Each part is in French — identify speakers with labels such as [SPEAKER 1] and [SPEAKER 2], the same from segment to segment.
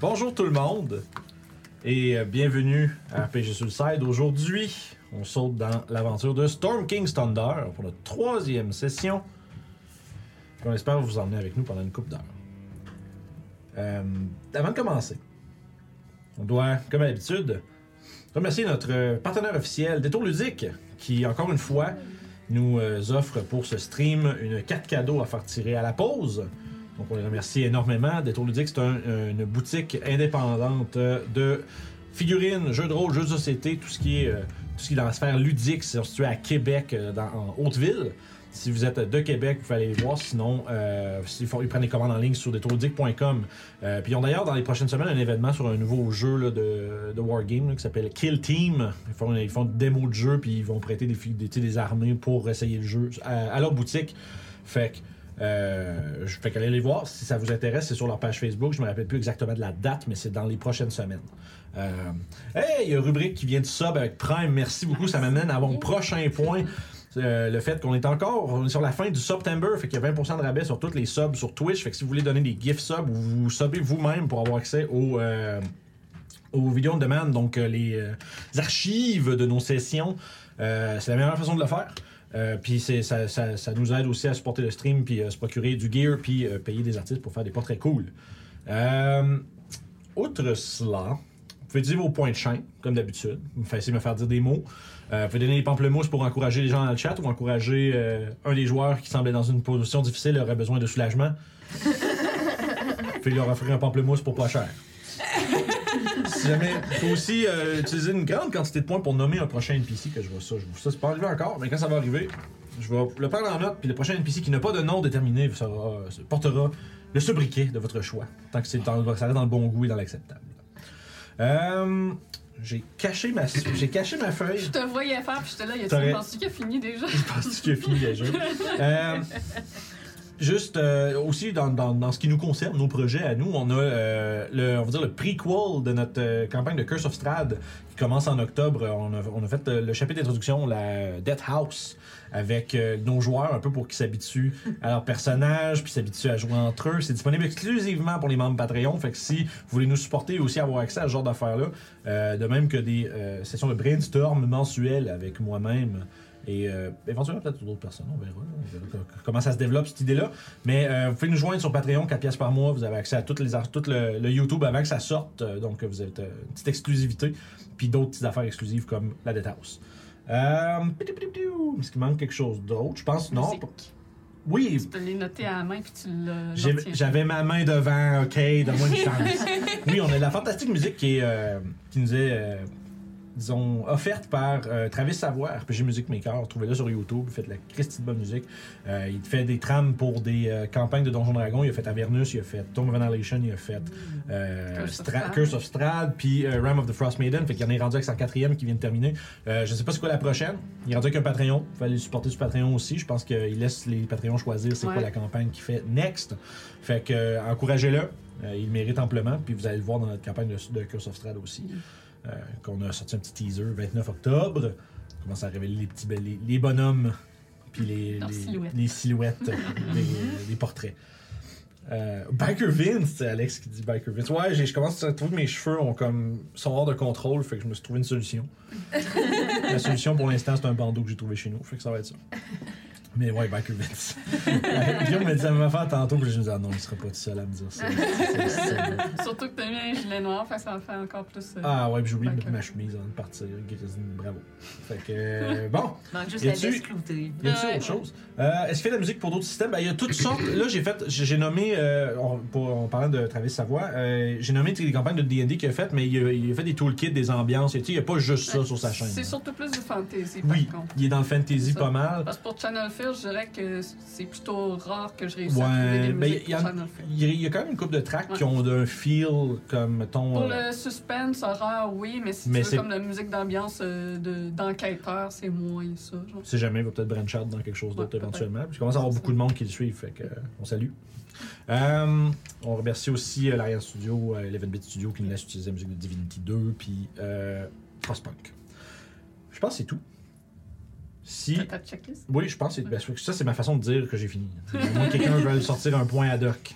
[SPEAKER 1] Bonjour tout le monde et euh, bienvenue à RPG Suicide. Aujourd'hui, on saute dans l'aventure de Storm King's Thunder pour notre troisième session. qu'on espère vous emmener avec nous pendant une coupe d'heures. Euh, avant de commencer, on doit, comme à l'habitude, remercier notre euh, partenaire officiel Détour Ludique qui, encore une fois, nous euh, offre pour ce stream une carte cadeau à faire tirer à la pause. Donc on les remercie énormément. Détour Ludique, c'est un- une boutique indépendante euh, de figurines, jeux de rôle, jeux de société, tout ce qui est, euh, tout ce qui est dans la sphère ludique, c'est situé à Québec, euh, dans, en Haute-Ville. Si vous êtes de Québec, vous pouvez aller les voir. Sinon, euh, s'il faut- ils prennent les commandes en ligne sur détourludique.com. Euh, puis ils ont d'ailleurs, dans les prochaines semaines, un événement sur un nouveau jeu là, de, de Wargame là, qui s'appelle Kill Team. Ils font, ils font des démos de jeu, puis ils vont prêter des, fi- des, tu sais, des armées pour essayer le jeu à, à leur boutique. Fait que. Euh, je fais qu'aller les voir si ça vous intéresse, c'est sur leur page Facebook. Je me rappelle plus exactement de la date, mais c'est dans les prochaines semaines. Euh, hey, il y a rubrique qui vient de sub avec Prime. Merci beaucoup, ça m'amène à mon prochain point. Euh, le fait qu'on est encore on est sur la fin du September, fait qu'il y a 20% de rabais sur toutes les subs sur Twitch. Fait que si vous voulez donner des gifts subs ou vous subez vous-même pour avoir accès aux, euh, aux vidéos on demande, donc euh, les, euh, les archives de nos sessions, euh, c'est la meilleure façon de le faire. Euh, puis c'est- ça, ça- ça nous aide aussi à supporter le stream, puis euh, se procurer du gear, puis euh, payer des artistes pour faire des portraits cool. Euh, outre cela, vous pouvez dire vos points de chaîne, comme d'habitude. Vous pouvez essayer de me faire dire des mots. Euh, vous pouvez donner des pamplemousses pour encourager les gens dans le chat ou encourager euh, un des joueurs qui semblait dans une position difficile et aurait besoin de soulagement. vous pouvez leur offrir un pamplemousse pour pas cher. Si jamais, il faut aussi euh, utiliser une grande quantité de points pour nommer un prochain NPC que je vois ça. Je vois ça, c'est pas arrivé encore, mais quand ça va arriver, je vais le prendre en note, puis le prochain NPC qui n'a pas de nom déterminé sera- euh, portera le sobriquet de votre choix, tant que c'est dans, ça reste dans le bon goût et dans l'acceptable. Euh, j'ai caché ma j'ai caché ma feuille.
[SPEAKER 2] Je te voyais faire, puis j'étais là, y
[SPEAKER 1] T'aurais-
[SPEAKER 2] a-tu pensé qu'il a fini déjà?
[SPEAKER 1] Je pense que j'ai fini les jeux. Euh, juste euh, aussi dans, dans- dans ce qui nous concerne, nos projets à nous, on a euh, le, on va dire le prequel de notre euh, campagne de Curse of Strad qui commence en octobre. On a, on a fait euh, le chapitre d'introduction, la Death House, avec euh, nos joueurs un peu pour qu'ils s'habituent à leurs personnages, puis s'habituent à jouer entre eux. C'est disponible exclusivement pour les membres Patreon. Fait que si vous voulez nous supporter et aussi avoir accès à ce genre d'affaires-là, euh, de même que des euh, sessions de brainstorm mensuelles avec moi-même. Et euh, éventuellement, peut-être d'autres personnes, on verra, on verra co- comment ça se développe cette idée-là. Mais euh, vous pouvez nous joindre sur Patreon, 4 pièces par mois. Vous avez accès à toutes les, ar- tout le, le YouTube avant que ça sorte. euh, donc, vous avez euh, une petite exclusivité. Puis d'autres petites affaires exclusives comme la Death House. Euh, pitiou-pitiou-pitiou. Est-ce qu'il manque quelque chose d'autre? Je pense non.
[SPEAKER 2] Musique.
[SPEAKER 1] Oui,
[SPEAKER 2] Tu te l'es noté à la main, puis tu l'as.
[SPEAKER 1] j'ai-
[SPEAKER 2] j'en tiens.
[SPEAKER 1] J'avais ma main devant, ok, donne-moi une chance. oui, on a de la fantastique musique qui, est, euh, qui nous est, euh, disons, offerte par euh, Travis Savoie, RPG Music Maker. Trouvez-le sur YouTube, faites la Christie de bonne musique. Euh, il fait des trames pour des euh, campagnes de Donjon Dragon. Il a fait Avernus, il a fait Tomb of Annihilation, il a fait
[SPEAKER 2] Mm.
[SPEAKER 1] euh,
[SPEAKER 2] Curse of
[SPEAKER 1] Stra-
[SPEAKER 2] Strahd.
[SPEAKER 1] Curse of Strahd, puis euh, Ram of the Frost Maiden. Fait qu'il en est rendu avec sa quatrième qui vient de terminer. Euh, je sais pas c'est quoi la prochaine. Il est rendu avec un Patreon. Il fallait le supporter sur Patreon aussi. Je pense qu'il laisse les Patreons choisir c'est quoi
[SPEAKER 2] Ouais.
[SPEAKER 1] la campagne qu'il fait next. Fait que euh, encouragez-le. Euh, il mérite amplement. Puis vous allez le voir dans notre campagne de, de Curse of Strahd aussi. Euh, qu'on a sorti un petit teaser 29 octobre. On commence à révéler les petits ben, les, les bonhommes. Puis les,
[SPEAKER 2] Leurs
[SPEAKER 1] les-
[SPEAKER 2] silhouettes.
[SPEAKER 1] les silhouettes des- des portraits. Euh, Biker Vince, c'est Alex qui dit Biker Vince. Ouais, j'ai- je commence à trouver que mes cheveux ont comme, sont hors de contrôle, fait que je me suis trouvé une solution. La solution pour l'instant, c'est un bandeau que j'ai trouvé chez nous, fait que ça va être ça. Mais ouais, Biker Vince. Euh, Guillaume me dit la même affaire tantôt, puis je me dis, ah non, il sera pas tout seul à me dire ça. C'est- c'est- c'est-
[SPEAKER 2] Surtout que t'as mis un gilet noir, fait que ça en fait encore plus. euh,
[SPEAKER 1] Ah ouais, puis j'ai oublié de mettre
[SPEAKER 2] Biker.
[SPEAKER 1] ma chemise avant de partir, grisine, bravo. Fait que, euh, bon.
[SPEAKER 3] Manque juste
[SPEAKER 1] Y
[SPEAKER 3] la
[SPEAKER 1] a-tu-
[SPEAKER 3] laisse cloutée.
[SPEAKER 1] Y a-t-il
[SPEAKER 2] Ouais.
[SPEAKER 1] autre chose? Euh, Est-ce qu'il fait de la musique pour d'autres systèmes? Ben, il y a toutes sortes. Là, j'ai fait, j'ai j'ai nommé, euh, en, pour- en parlant de Travis Savoie, euh, j'ai nommé des campagnes de D&D qu'il a faites, mais il a, il a fait des toolkits, des ambiances. Et tu sais, il n'y a pas juste ça sur sa chaîne.
[SPEAKER 2] C'est surtout plus du fantasy,
[SPEAKER 1] Oui,
[SPEAKER 2] par contre.
[SPEAKER 1] il est dans le
[SPEAKER 2] C'est
[SPEAKER 1] fantasy
[SPEAKER 2] ça.
[SPEAKER 1] pas mal.
[SPEAKER 2] Parce que pour Channel Fear, je dirais que c'est plutôt rare que je réussisse à trouver
[SPEAKER 1] Ouais,
[SPEAKER 2] des
[SPEAKER 1] ben,
[SPEAKER 2] musiques
[SPEAKER 1] il y,
[SPEAKER 2] pour
[SPEAKER 1] en-
[SPEAKER 2] Channel Fear.
[SPEAKER 1] il y a- il y a quand même une couple de tracks
[SPEAKER 2] Ouais.
[SPEAKER 1] qui ont un feel comme, mettons...
[SPEAKER 2] Pour
[SPEAKER 1] euh,
[SPEAKER 2] le suspense, horreur, oui, mais si
[SPEAKER 1] Mais
[SPEAKER 2] tu
[SPEAKER 1] c'est-
[SPEAKER 2] veux comme la musique d'ambiance euh, de- d'enquêteur, c'est moins ça. Genre.
[SPEAKER 1] Si jamais, il va peut-être branch out dans quelque chose
[SPEAKER 2] Ouais,
[SPEAKER 1] d'autre
[SPEAKER 2] peut-être.
[SPEAKER 1] éventuellement. Puis je commence à avoir beaucoup de monde qui le suivent, fait que, euh, on salue. Euh, on remercie aussi euh, l'Ariane Studio, euh, 11-Bit Studio qui nous laisse utiliser la musique de Divinity 2, puis euh, Frostpunk. Je pense que c'est tout. Si.
[SPEAKER 2] T'as ta checklist?
[SPEAKER 1] Oui, je pense que c'est- ben, ça, c'est ma façon de dire que j'ai fini. Moi, quelqu'un veut sortir un point ad hoc.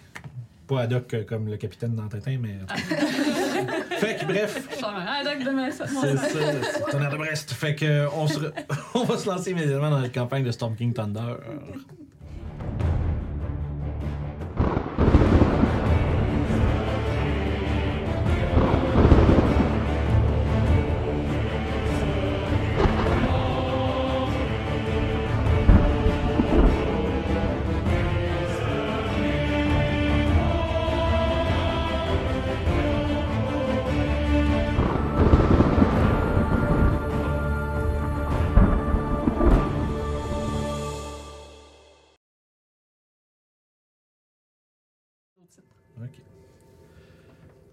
[SPEAKER 1] Pas ad hoc euh, comme le capitaine dans Tintin, mais. fait que bref,
[SPEAKER 2] Je sors un haddock de ma salle.
[SPEAKER 1] c'est ça, c'est le tonnerre de Brest. Fait que euh, on, se re- on va se lancer immédiatement dans la campagne de Storm King Thunder. Ok.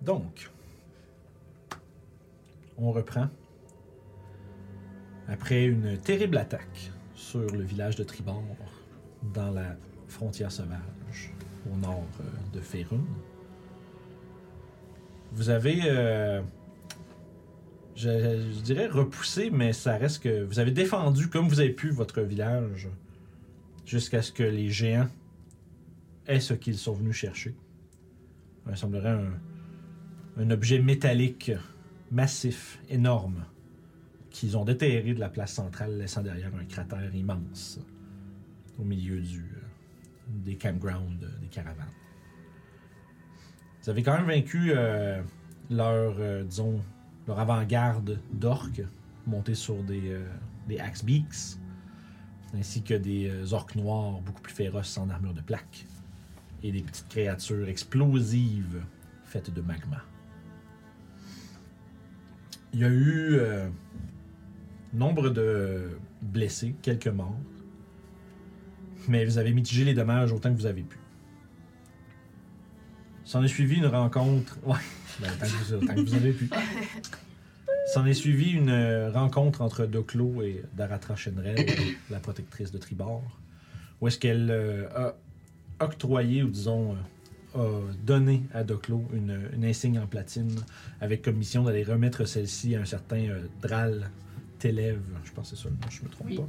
[SPEAKER 1] Donc, on reprend. Après une terrible attaque sur le village de Tribord, dans la frontière sauvage, au nord euh, de Ferun, vous avez, euh, je, je dirais, repoussé, mais ça reste que vous avez défendu comme vous avez pu votre village jusqu'à ce que les géants aient ce qu'ils sont venus chercher. Il semblerait un, un objet métallique massif, énorme, qu'ils ont déterré de la place centrale, laissant derrière un cratère immense au milieu du, euh, des campgrounds, euh, des caravanes. Vous avez quand même vaincu euh, leur, euh, disons, leur avant-garde d'orques montés sur des, euh, des axe beaks, ainsi que des euh, orques noirs beaucoup plus féroces en armure de plaque et des petites créatures explosives faites de magma. Il y a eu euh, nombre de blessés, quelques morts, mais vous avez mitigé les dommages autant que vous avez pu. S'en est suivi une rencontre. Ouais, ben, autant, que vous, autant que vous avez pu. S'en est suivi une euh, rencontre entre Doclo et Daratra Shenrel, la protectrice de Tribord, où est-ce qu'elle euh, a octroyé ou disons euh, a donné à Doclo une, une insigne en platine avec comme mission d'aller remettre celle-ci à un certain euh, Dral Telève, je pense que c'est ça le nom, je me trompe
[SPEAKER 2] Oui.
[SPEAKER 1] pas.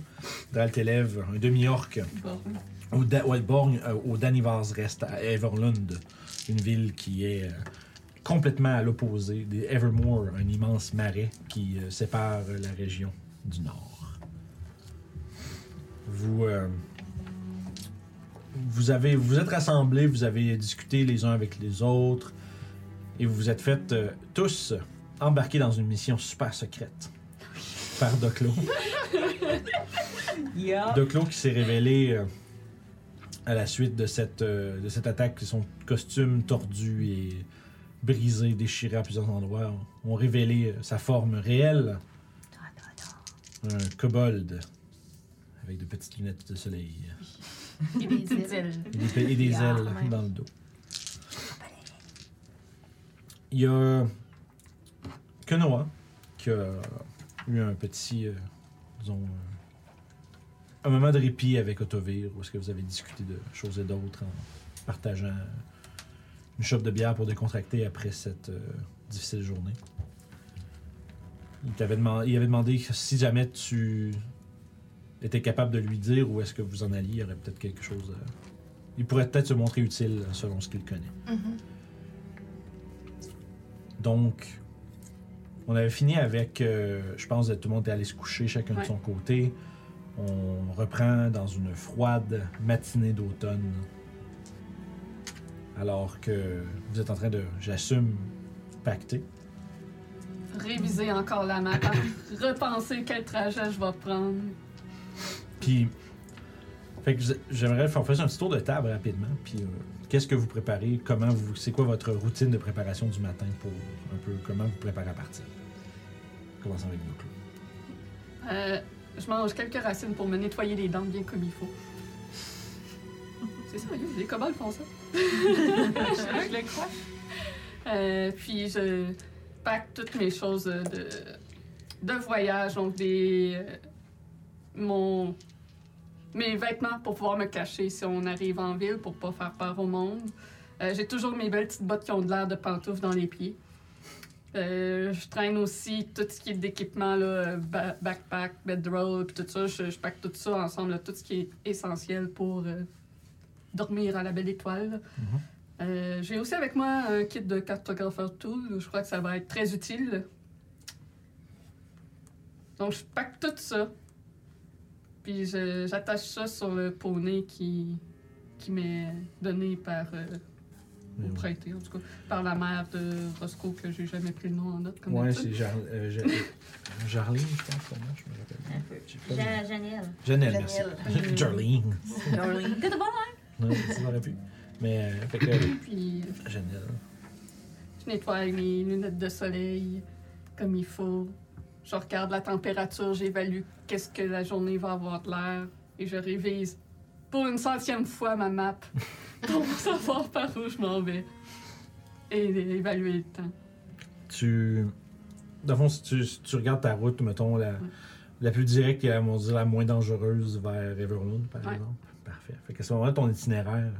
[SPEAKER 1] Dral Telève, un demi-orc
[SPEAKER 2] Bon.
[SPEAKER 1] au, Da- au Elborn, euh, au Danivars Rest à Everlund, une ville qui est euh, complètement à l'opposé des Evermore, un immense marais qui euh, sépare euh, la région du nord. Vous, euh, vous avez, vous vous êtes rassemblés, vous avez discuté les uns avec les autres et vous vous êtes fait euh, tous embarquer dans une mission super secrète par Doclo.
[SPEAKER 3] Yeah.
[SPEAKER 1] Doclo qui s'est révélé euh, à la suite de cette, euh, de cette attaque, son costume tordu et brisé, déchiré à plusieurs endroits, ont révélé euh, sa forme réelle. Un kobold avec de petites lunettes de soleil
[SPEAKER 4] Et des ailes.
[SPEAKER 1] et des, et des
[SPEAKER 4] Ah,
[SPEAKER 1] ailes
[SPEAKER 4] ouais.
[SPEAKER 1] dans le dos. Il y a que Noah qui a eu un petit, euh, disons, euh, un moment de répit avec Otovir où est-ce que vous avez discuté de choses et d'autres en partageant une chope de bière pour décontracter après cette euh, difficile journée. Il t'avait deman- il avait demandé si jamais tu étais capable de lui dire où est-ce que vous en alliez, il y aurait peut-être quelque chose à- il pourrait peut-être se montrer utile selon ce qu'il connaît.
[SPEAKER 4] Mhm.
[SPEAKER 1] Donc, on avait fini avec, euh, je pense, que tout le monde est allé se coucher chacun de
[SPEAKER 2] Ouais.
[SPEAKER 1] son côté. On reprend dans une froide matinée d'automne. Alors que vous êtes en train de, j'assume, pacter.
[SPEAKER 2] Réviser encore la map. hein. Repenser quel trajet je vais prendre.
[SPEAKER 1] Puis, fait que vous- j'aimerais qu'on fasse un petit tour de table rapidement. Puis, euh, qu'est-ce que vous préparez Comment vous, c'est quoi votre routine de préparation du matin pour un peu comment vous préparez à partir Commençons avec nous, Claude.
[SPEAKER 2] Euh, je mange quelques racines pour me nettoyer les dents bien comme il faut. C'est sérieux, les kobolds font ça.
[SPEAKER 3] Je le crois.
[SPEAKER 2] Euh, puis je pack toutes mes choses euh, de, de voyage, donc des. euh, mon. mes vêtements pour pouvoir me cacher si on arrive en ville pour pas faire peur au monde. Euh, J'ai toujours mes belles petites bottes qui ont de l'air de pantoufles dans les pieds. Euh, je traîne aussi tout ce qui est d'équipement, là, euh, ba- backpack, bedroll, puis tout ça. Je, je pack tout ça ensemble, là, tout ce qui est essentiel pour euh, dormir à la belle étoile. Euh, J'ai aussi avec moi un kit de cartographeur tool. Je crois que ça va être très utile. Donc, je pack tout ça. Puis, je- j'attache ça sur le poney qui, qui m'est donné par. euh, ou prêté, en tout cas, par la mère de Roscoe, que j'ai jamais pris le nom en note. Comme
[SPEAKER 1] Ouais,
[SPEAKER 2] d'habitude.
[SPEAKER 1] c'est Jar- euh, Jar- Jarlene, je pense, son nom, je me rappelle.
[SPEAKER 4] Un peu.
[SPEAKER 1] J'ai pas
[SPEAKER 4] Ja- Janiel.
[SPEAKER 1] le- Janelle, merci.
[SPEAKER 2] Janelle.
[SPEAKER 1] Jarlene.
[SPEAKER 4] T'es de bonne, hein?
[SPEAKER 1] Non, ça aurait pu. Mais, euh, fait que,
[SPEAKER 2] Puis, euh,
[SPEAKER 1] Janelle.
[SPEAKER 2] je nettoie mes lunettes de soleil comme il faut. Je regarde la température, j'évalue qu'est-ce que la journée va avoir de l'air et je révise pour une centième fois ma map pour savoir par où je m'en vais et évaluer le temps.
[SPEAKER 1] tu. Dans le fond, si tu, si tu regardes ta route, mettons, la,
[SPEAKER 2] Mm.
[SPEAKER 1] la plus directe et la, on dirait, la moins dangereuse vers Everwood, par
[SPEAKER 2] Ouais.
[SPEAKER 1] exemple. Parfait. Fait qu'à ce moment-là, ton itinéraire,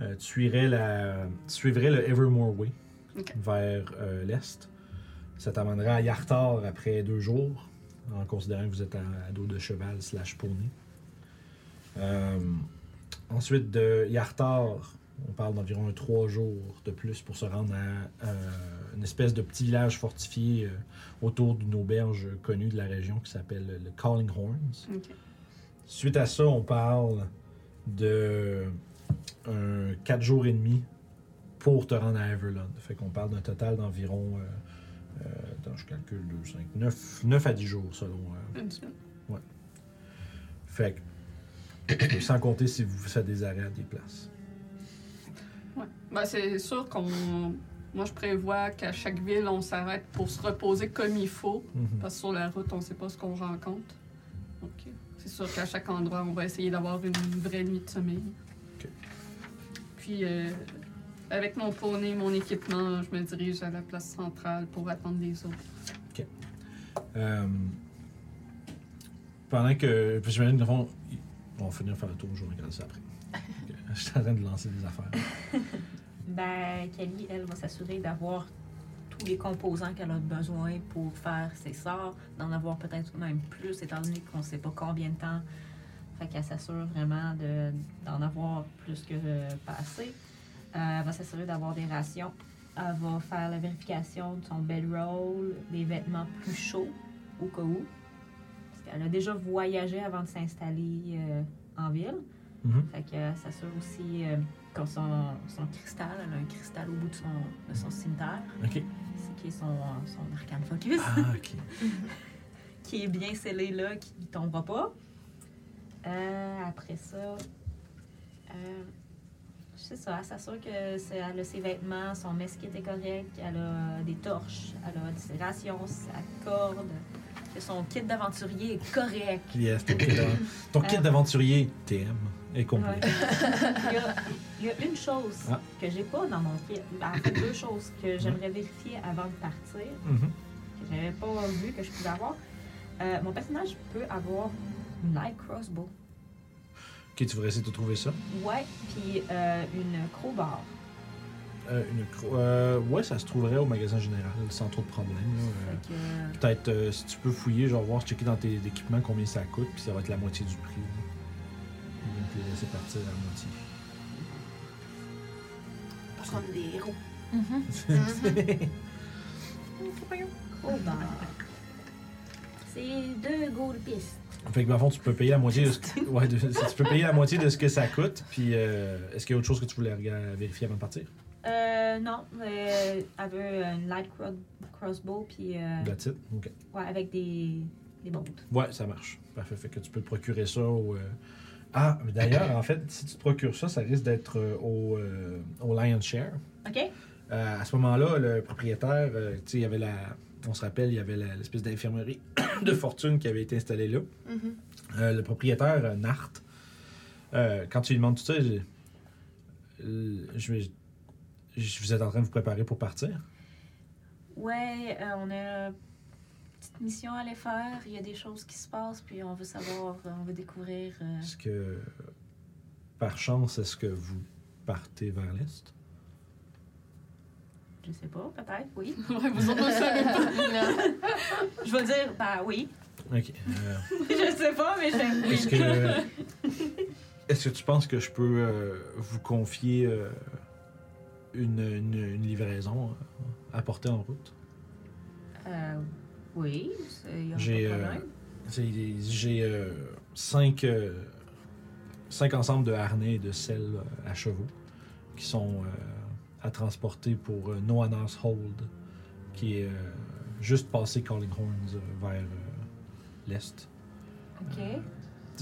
[SPEAKER 1] euh, tu, irais la, tu suivrais le Evermore Way
[SPEAKER 2] Ok.
[SPEAKER 1] vers euh, l'est. Ça t'amènerait à Yartar après deux jours, en considérant que vous êtes à, à dos de cheval slash poney. Euh, ensuite, de Yartar, on parle d'environ un trois jours de plus pour se rendre à euh, une espèce de petit village fortifié euh, autour d'une auberge connue de la région qui s'appelle le Calling Horns.
[SPEAKER 2] Ok.
[SPEAKER 1] Suite à ça, on parle de un 4 jours et demi pour te rendre à Everland. Fait qu'on parle d'un total d'environ, euh, euh, attends, je calcule 2, 5, 9, 9 à 10 jours selon. euh,
[SPEAKER 2] Une semaine.
[SPEAKER 1] fait que, sans compter si vous faites des arrêts à des places.
[SPEAKER 2] Ouais. Ben, c'est sûr qu'on. Moi, je prévois qu'à chaque ville, on s'arrête pour se reposer comme il faut.
[SPEAKER 1] Mhm.
[SPEAKER 2] Parce que sur la route, on ne sait pas ce qu'on rencontre. Donc, euh, c'est sûr qu'à chaque endroit, on va essayer d'avoir une vraie nuit de sommeil.
[SPEAKER 1] Ok.
[SPEAKER 2] Puis, euh, avec mon poney, mon équipement, je me dirige à la place centrale pour attendre les autres.
[SPEAKER 1] Euh, pendant que. Puis j'imagine, dans le fond, il- on va finir par faire le tour, je vais regarder ça après. Ok, Je suis en train de lancer des affaires.
[SPEAKER 5] Ben, Kelly, elle va s'assurer d'avoir tous les composants qu'elle a besoin pour faire ses sorts, d'en avoir peut-être même plus, étant donné qu'on ne sait pas combien de temps. Fait qu'elle s'assure vraiment de- d'en avoir plus que euh, pas assez. Euh, elle va s'assurer d'avoir des rations. Elle va faire la vérification de son bedroll, des vêtements plus chauds, au cas où. Parce qu'elle a déjà voyagé avant de s'installer euh, en ville.
[SPEAKER 1] Mhm.
[SPEAKER 5] Fait que euh, ça assure aussi euh, quand son, son cristal, elle a un cristal au bout de son, de son cimetière,
[SPEAKER 1] Ok.
[SPEAKER 5] c'est qui est son, euh, son arcane focus,
[SPEAKER 1] Ah, ok.
[SPEAKER 5] qui est bien scellé là, qui ne tombera pas. Euh, après ça, euh, c'est ça, elle s'assure que c'est- elle a ses vêtements, son mesquite est correct, elle a des torches, elle a des rations, sa corde, que son kit d'aventurier est correct.
[SPEAKER 1] Yes, ton kit d'av- ton kit d'aventurier TM est complet.
[SPEAKER 5] Ouais. il, y a, il y a une chose
[SPEAKER 1] Ah.
[SPEAKER 5] que j'ai pas dans mon kit. Ben, en fait, deux choses que j'aimerais vérifier avant de partir,
[SPEAKER 1] Mhm.
[SPEAKER 5] que j'avais pas vu que je pouvais avoir. Euh, mon personnage peut avoir une light crossbow.
[SPEAKER 1] Ok, tu voudrais essayer de trouver ça.
[SPEAKER 5] Ouais, puis euh, une crowbar.
[SPEAKER 1] Euh, une cro- euh, ouais, ça se trouverait au magasin général sans trop de problèmes. là. Euh,
[SPEAKER 5] Fait que, euh,
[SPEAKER 1] Peut-être euh, si tu peux fouiller, genre voir, checker dans tes équipements combien ça coûte, puis ça va être la moitié du prix. là. Ils vont te les laisser partir à la moitié.
[SPEAKER 6] Parce qu'on est des héros.
[SPEAKER 5] crowbar. C'est deux gold pistes.
[SPEAKER 1] Fait que, dans le fond, tu peux payer la moitié de ce que, ouais, de- tu peux payer la moitié de ce que ça coûte. Puis, euh, est-ce qu'il y a autre chose que tu voulais rega- vérifier avant de partir?
[SPEAKER 5] Euh, non, euh, elle veut une light cro- crossbow, puis euh,
[SPEAKER 1] That's it? OK.
[SPEAKER 5] ouais, avec des, des bolts.
[SPEAKER 1] Ouais, ça marche. Parfait. Fait que tu peux te procurer ça au. euh, Ah, mais d'ailleurs, en fait, si tu te procures ça, ça risque d'être euh, au, euh, au Lion Share.
[SPEAKER 5] OK?
[SPEAKER 1] Euh, à ce moment-là, le propriétaire, euh, tu sais, il y avait la. On se rappelle, il y avait la- l'espèce d'infirmerie de fortune qui avait été installée là.
[SPEAKER 6] Mhm.
[SPEAKER 1] Euh, le propriétaire, euh, Nart, euh, quand tu lui demandes tout ça, je, euh, je, vais- je- vous êtes en train de vous préparer pour partir.
[SPEAKER 5] Ouais, euh, on a une petite mission à aller faire. Il y a des choses qui se passent, puis on veut savoir, euh, on veut découvrir. euh,
[SPEAKER 1] Est-ce que, par chance, est-ce que vous partez vers l'Est?
[SPEAKER 5] je sais pas, peut-être, oui.
[SPEAKER 2] Ouais, vous autres, vous savez pas.
[SPEAKER 5] Je vais dire, bah oui.
[SPEAKER 1] Ok. euh,
[SPEAKER 5] je sais pas, mais je vais.
[SPEAKER 1] Est-ce
[SPEAKER 5] Oui.
[SPEAKER 1] que, est-ce que tu penses que je peux euh, vous confier euh, une, une- une livraison à porter en route.
[SPEAKER 5] Euh, oui, c'est- il y aura
[SPEAKER 1] J'ai,
[SPEAKER 5] pas
[SPEAKER 1] euh,
[SPEAKER 5] de problème.
[SPEAKER 1] C'est- J'ai euh, cinq, euh, cinq ensembles de harnais et de selles euh, à chevaux qui sont euh, à transporter pour euh, No Honors Hold, qui est euh, juste passé Calling Horns euh, vers euh, l'est.
[SPEAKER 5] OK.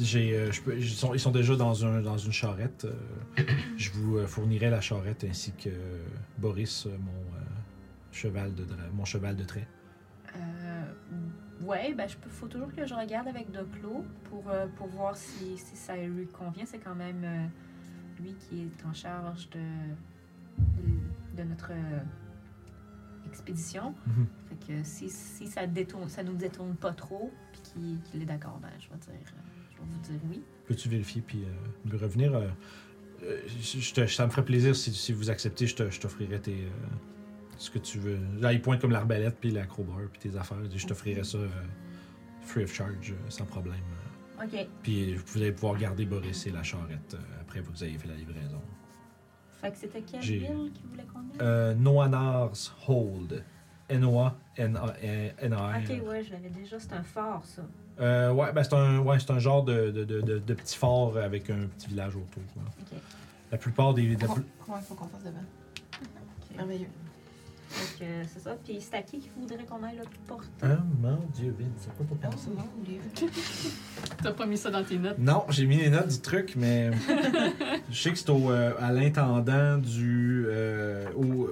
[SPEAKER 1] J'ai, euh, je peux- ils, sont, ils sont déjà dans, un, dans une charrette. euh, je vous euh, fournirai la charrette ainsi que euh, Boris, euh, mon, euh, cheval de dra- mon cheval de trait.
[SPEAKER 5] Euh, ouais, ben, je peux, faut toujours que je regarde avec Doclo pour, euh, pour voir si, si ça lui convient. C'est quand même euh, lui qui est en charge de, de, de notre euh, expédition.
[SPEAKER 1] Mhm.
[SPEAKER 5] Fait que si, si ça détourne, ça nous détourne pas trop, puis qu'il qu'il est d'accord, ben, je vais dire, euh, je vais vous dire oui.
[SPEAKER 1] Peux-tu vérifier puis euh, lui revenir? euh, euh, je- je te- ça me ferait plaisir si, si vous acceptez, je, te- je t'offrirai tes, euh, ce que tu veux. Là, il pointe comme l'arbalète, puis la crowbar, puis tes affaires. Il dit, Je t'offrirai ça euh, free of charge, euh, sans problème.
[SPEAKER 5] OK.
[SPEAKER 1] Puis vous allez pouvoir garder Boris et la charrette euh, après que vous avez fait la livraison.
[SPEAKER 5] Fait que c'était quelle
[SPEAKER 1] J'ai-
[SPEAKER 5] ville qui voulait qu'on aille?
[SPEAKER 1] Euh, Noanar's Hold. N-O-A-N-A-R.
[SPEAKER 5] Ok, ouais, je l'avais déjà. C'est un fort, ça.
[SPEAKER 1] Euh, ouais, ben c'est un, ouais, c'est un genre de, de, de, de- de petit fort avec un petit village autour. quoi.
[SPEAKER 5] Ok.
[SPEAKER 1] La plupart des. la
[SPEAKER 3] Comment
[SPEAKER 1] plu-
[SPEAKER 3] il faut qu'on fasse devant?
[SPEAKER 5] Ok.
[SPEAKER 3] Merveilleux.
[SPEAKER 5] Fait que, c'est ça. Puis c'est à qui qu'il voudrait qu'on aille le porter?
[SPEAKER 1] Ah, mon dieu, Vin, c'est quoi pour penser?
[SPEAKER 2] T'as pas mis ça dans tes notes.
[SPEAKER 1] Non, j'ai mis les notes du truc, mais je sais que c'est au, euh, à l'intendant du. Euh, au,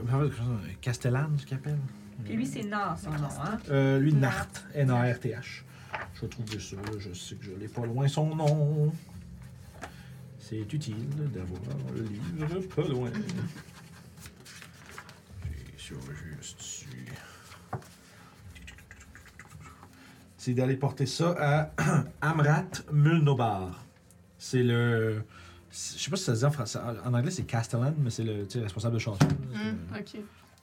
[SPEAKER 1] Castellan, tu qu'appelle?
[SPEAKER 5] Puis lui, c'est Nord, son nom, hein?
[SPEAKER 1] Euh, lui, Nart. N-A-R-T-H. Je vais trouver ça, là, je sais que je l'ai pas loin son nom. C'est utile d'avoir le livre pas loin. J'ai ça juste dessus. C'est d'aller porter ça à Amrat Mulnobar. C'est le. Je sais pas si ça se dit en français. En anglais, c'est Castellan, mais c'est le tu sais, responsable de chantier. là.
[SPEAKER 3] Mm.
[SPEAKER 2] Ok. Ben,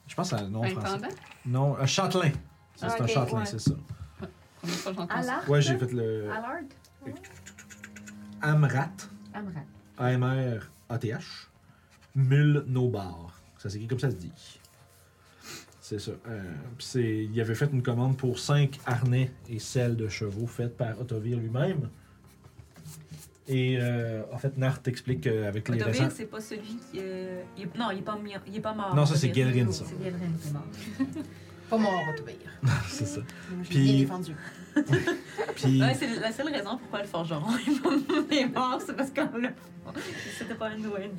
[SPEAKER 1] Je pense à un nom français.
[SPEAKER 2] Intendant?
[SPEAKER 1] Non, un châtelain. Ça, C'est
[SPEAKER 5] Ah,
[SPEAKER 1] un
[SPEAKER 5] ok,
[SPEAKER 1] châtelain,
[SPEAKER 5] ouais.
[SPEAKER 1] c'est ça.
[SPEAKER 2] Première fois que j'entends ça.
[SPEAKER 5] Allard?
[SPEAKER 1] Ouais, j'ai fait le
[SPEAKER 5] Allard?
[SPEAKER 1] Amrat,
[SPEAKER 5] Amrat.
[SPEAKER 1] A-M-R-A-T-H, Mulnobar. Ça s'écrit comme ça se dit. C'est ça. Euh, pis c'est- il avait fait une commande pour 5 harnais et selles de chevaux faites par Ottovir lui-même. Et euh, en fait, Nart explique qu'avec les récents.
[SPEAKER 5] Odovir, c'est pas celui qui. euh, il est- non, il est pas, mi- il est pas mort.
[SPEAKER 1] Non, ça, c'est
[SPEAKER 5] Odovir.
[SPEAKER 1] Gelrin, ça.
[SPEAKER 5] C'est Gelrin qui est mort.
[SPEAKER 4] Pas mort, on te dire.
[SPEAKER 1] c'est ça.
[SPEAKER 4] J'ai
[SPEAKER 1] Puis-
[SPEAKER 4] bien défendu.
[SPEAKER 1] Puis
[SPEAKER 5] Ouais, c'est la seule raison pourquoi le forgeron est mort, c'est parce qu'on l'a. C'était pas une douane.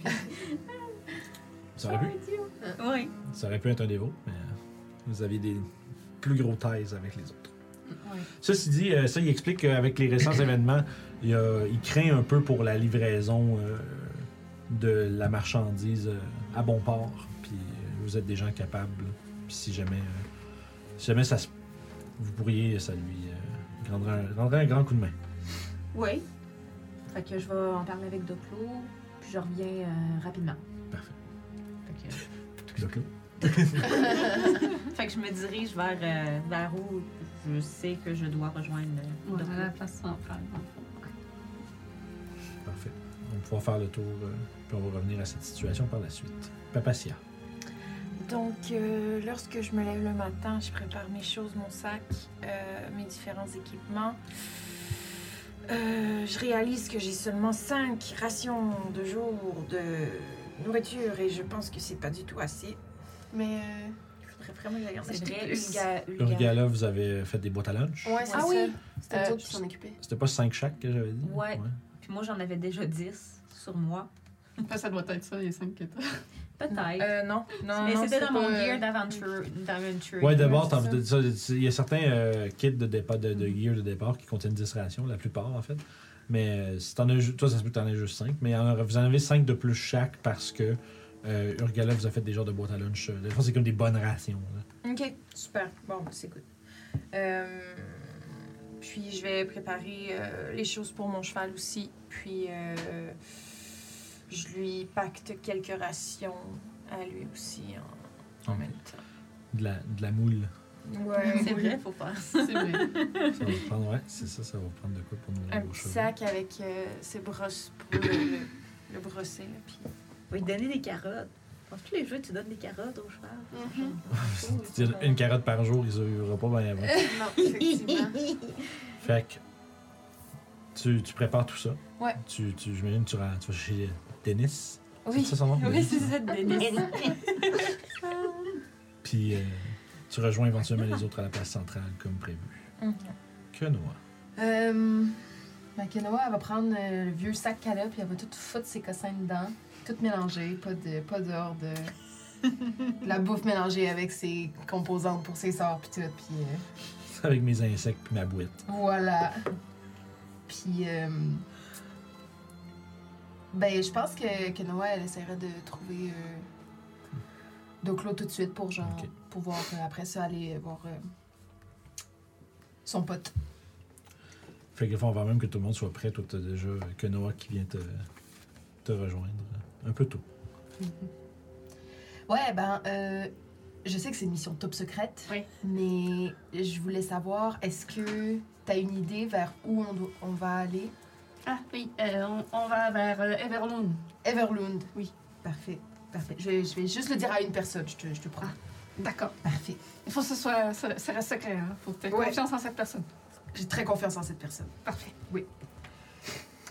[SPEAKER 1] ça aurait pu.
[SPEAKER 5] Oui.
[SPEAKER 1] Ça aurait pu être un des vôtres, mais euh, vous aviez des plus gros thèses avec les autres.
[SPEAKER 5] ouais.
[SPEAKER 1] Ceci dit, euh, ça, il explique qu'avec les récents événements, il, a- il craint un peu pour la livraison euh, de la marchandise euh, à bon port. Puis euh, vous êtes des gens capables. Puis si jamais, euh, si jamais ça se- vous pourriez, ça lui euh, rendrait, un, rendrait un grand coup de main.
[SPEAKER 5] Oui. Fait que je vais en parler avec Doclo, puis je reviens euh, rapidement.
[SPEAKER 1] Parfait.
[SPEAKER 5] Fait que, fait que je me dirige vers, euh, vers où je sais que je dois rejoindre euh,
[SPEAKER 2] Ouais,
[SPEAKER 5] Doclo.
[SPEAKER 2] à la place centrale. dans le fond.
[SPEAKER 1] Parfait. On va pouvoir faire le tour, euh, puis on va revenir à cette situation par la suite. Papacia.
[SPEAKER 6] Donc, euh, lorsque je me lève le matin, je prépare mes choses, mon sac, euh, mes différents équipements. Euh, je réalise que j'ai seulement 5 rations de jour de nourriture et je pense que c'est pas du tout assez.
[SPEAKER 3] Mais euh,
[SPEAKER 6] Il faudrait vraiment que j'aille en
[SPEAKER 5] C'est
[SPEAKER 6] acheter
[SPEAKER 5] vrai,
[SPEAKER 6] plus.
[SPEAKER 5] Ulga.
[SPEAKER 1] Le
[SPEAKER 5] Ulga.
[SPEAKER 1] regala, vous avez fait des boîtes à lunch.
[SPEAKER 6] Ouais, c'est
[SPEAKER 3] Ah
[SPEAKER 6] ça.
[SPEAKER 3] oui.
[SPEAKER 4] C'était
[SPEAKER 3] Euh,
[SPEAKER 4] nous autres qui s'en occupaient.
[SPEAKER 1] C'était pas 5 chaque que j'avais dit?
[SPEAKER 5] Ouais. Puis moi, j'en avais déjà 10 sur moi.
[SPEAKER 2] Après, ça doit être ça, les 5 que t'as.
[SPEAKER 5] Peut-être.
[SPEAKER 6] Euh, non, non,
[SPEAKER 5] mais
[SPEAKER 6] non,
[SPEAKER 5] c'était
[SPEAKER 6] c'est
[SPEAKER 5] dans
[SPEAKER 6] pas,
[SPEAKER 5] mon
[SPEAKER 6] euh,
[SPEAKER 5] gear d'aventure. d'aventure.
[SPEAKER 1] Ouais,
[SPEAKER 6] Ouais,
[SPEAKER 1] d'abord, t'as
[SPEAKER 6] c'est Mm-hmm.
[SPEAKER 1] envie de dire ça, il y a certains euh, kits de, départ, de, de gear de départ qui contiennent 10 rations, la plupart en fait. Mais euh, si t'en as ju- toi, ça se peut que t'en aies juste 5, mais en- vous en avez 5 de plus chaque parce que euh, Urgala vous a fait des genres de boîtes à lunch. euh, Des fois, c'est comme des bonnes rations. là.
[SPEAKER 6] Ok, super. Bon, c'est good. Euh, puis je vais préparer euh, les choses pour mon cheval aussi. Puis euh, je lui pacte quelques rations à lui aussi en, en même temps.
[SPEAKER 1] De la, de la moule.
[SPEAKER 6] Ouais.
[SPEAKER 5] C'est vrai, faut faire ça.
[SPEAKER 2] C'est vrai.
[SPEAKER 1] Ça va vous prendre, ouais, c'est ça, ça va vous prendre de quoi pour nous
[SPEAKER 6] Un
[SPEAKER 1] vos
[SPEAKER 6] petit
[SPEAKER 1] cheveux.
[SPEAKER 6] sac avec euh, ses brosses pour le, le- le brosser. là, puis-
[SPEAKER 5] Oui, donner des carottes. Dans tous les jeux, tu donnes des carottes au cheval.
[SPEAKER 3] Mhm.
[SPEAKER 1] Tu sais, Une carotte par jour, ils survivra pas bien avant.
[SPEAKER 6] Non, effectivement.
[SPEAKER 1] Fait que tu, tu prépares tout ça.
[SPEAKER 6] Ouais.
[SPEAKER 1] Tu, tu, J'imagine que tu, ra- tu vas chez Denis.
[SPEAKER 6] Oui.
[SPEAKER 1] C'est ça son nom?
[SPEAKER 6] Oui, c'est ça, Denis.
[SPEAKER 1] Puis euh, tu rejoins éventuellement les autres à la place centrale comme prévu.
[SPEAKER 6] Mhm.
[SPEAKER 1] Que noir.
[SPEAKER 3] Euh, ben, Kenoa, elle va prendre euh, le vieux sac qu'elle a, puis elle va tout foutre ses cossins dedans, tout mélanger, pas de, pas d'ordre. euh, de la bouffe mélangée avec ses composantes pour ses sorts, puis tout, puis euh,
[SPEAKER 1] Avec mes insectes puis ma boîte.
[SPEAKER 3] voilà. Puis, euh, ben, je pense que Kenoa, elle essaierait de trouver euh, Doclo tout de suite pour, genre,
[SPEAKER 1] Ok.
[SPEAKER 3] pouvoir, euh, après ça, aller voir euh, son pote.
[SPEAKER 1] Fait que le fond, avant même que tout le monde soit prêt, toi t'as déjà euh, que Noah qui vient te, te rejoindre. euh, Un peu tôt.
[SPEAKER 3] Ouais, ben, euh, je sais que c'est une mission top secrète,
[SPEAKER 2] Oui.
[SPEAKER 3] mais je voulais savoir, est-ce que t'as une idée vers où on, doit- on va aller
[SPEAKER 2] Ah oui, euh, on, on va vers euh, Everloon.
[SPEAKER 3] Everlund.
[SPEAKER 2] Oui.
[SPEAKER 3] Parfait, parfait. Je, je vais juste le dire à une personne, je te, je te prends.
[SPEAKER 2] Ah. D'accord.
[SPEAKER 3] Parfait.
[SPEAKER 2] Il faut que ce soit, ça, ça reste secret. hein. Faut que tu
[SPEAKER 3] Ouais.
[SPEAKER 2] confiance en cette personne.
[SPEAKER 3] J'ai très confiance en cette personne.
[SPEAKER 2] Parfait.
[SPEAKER 3] Oui.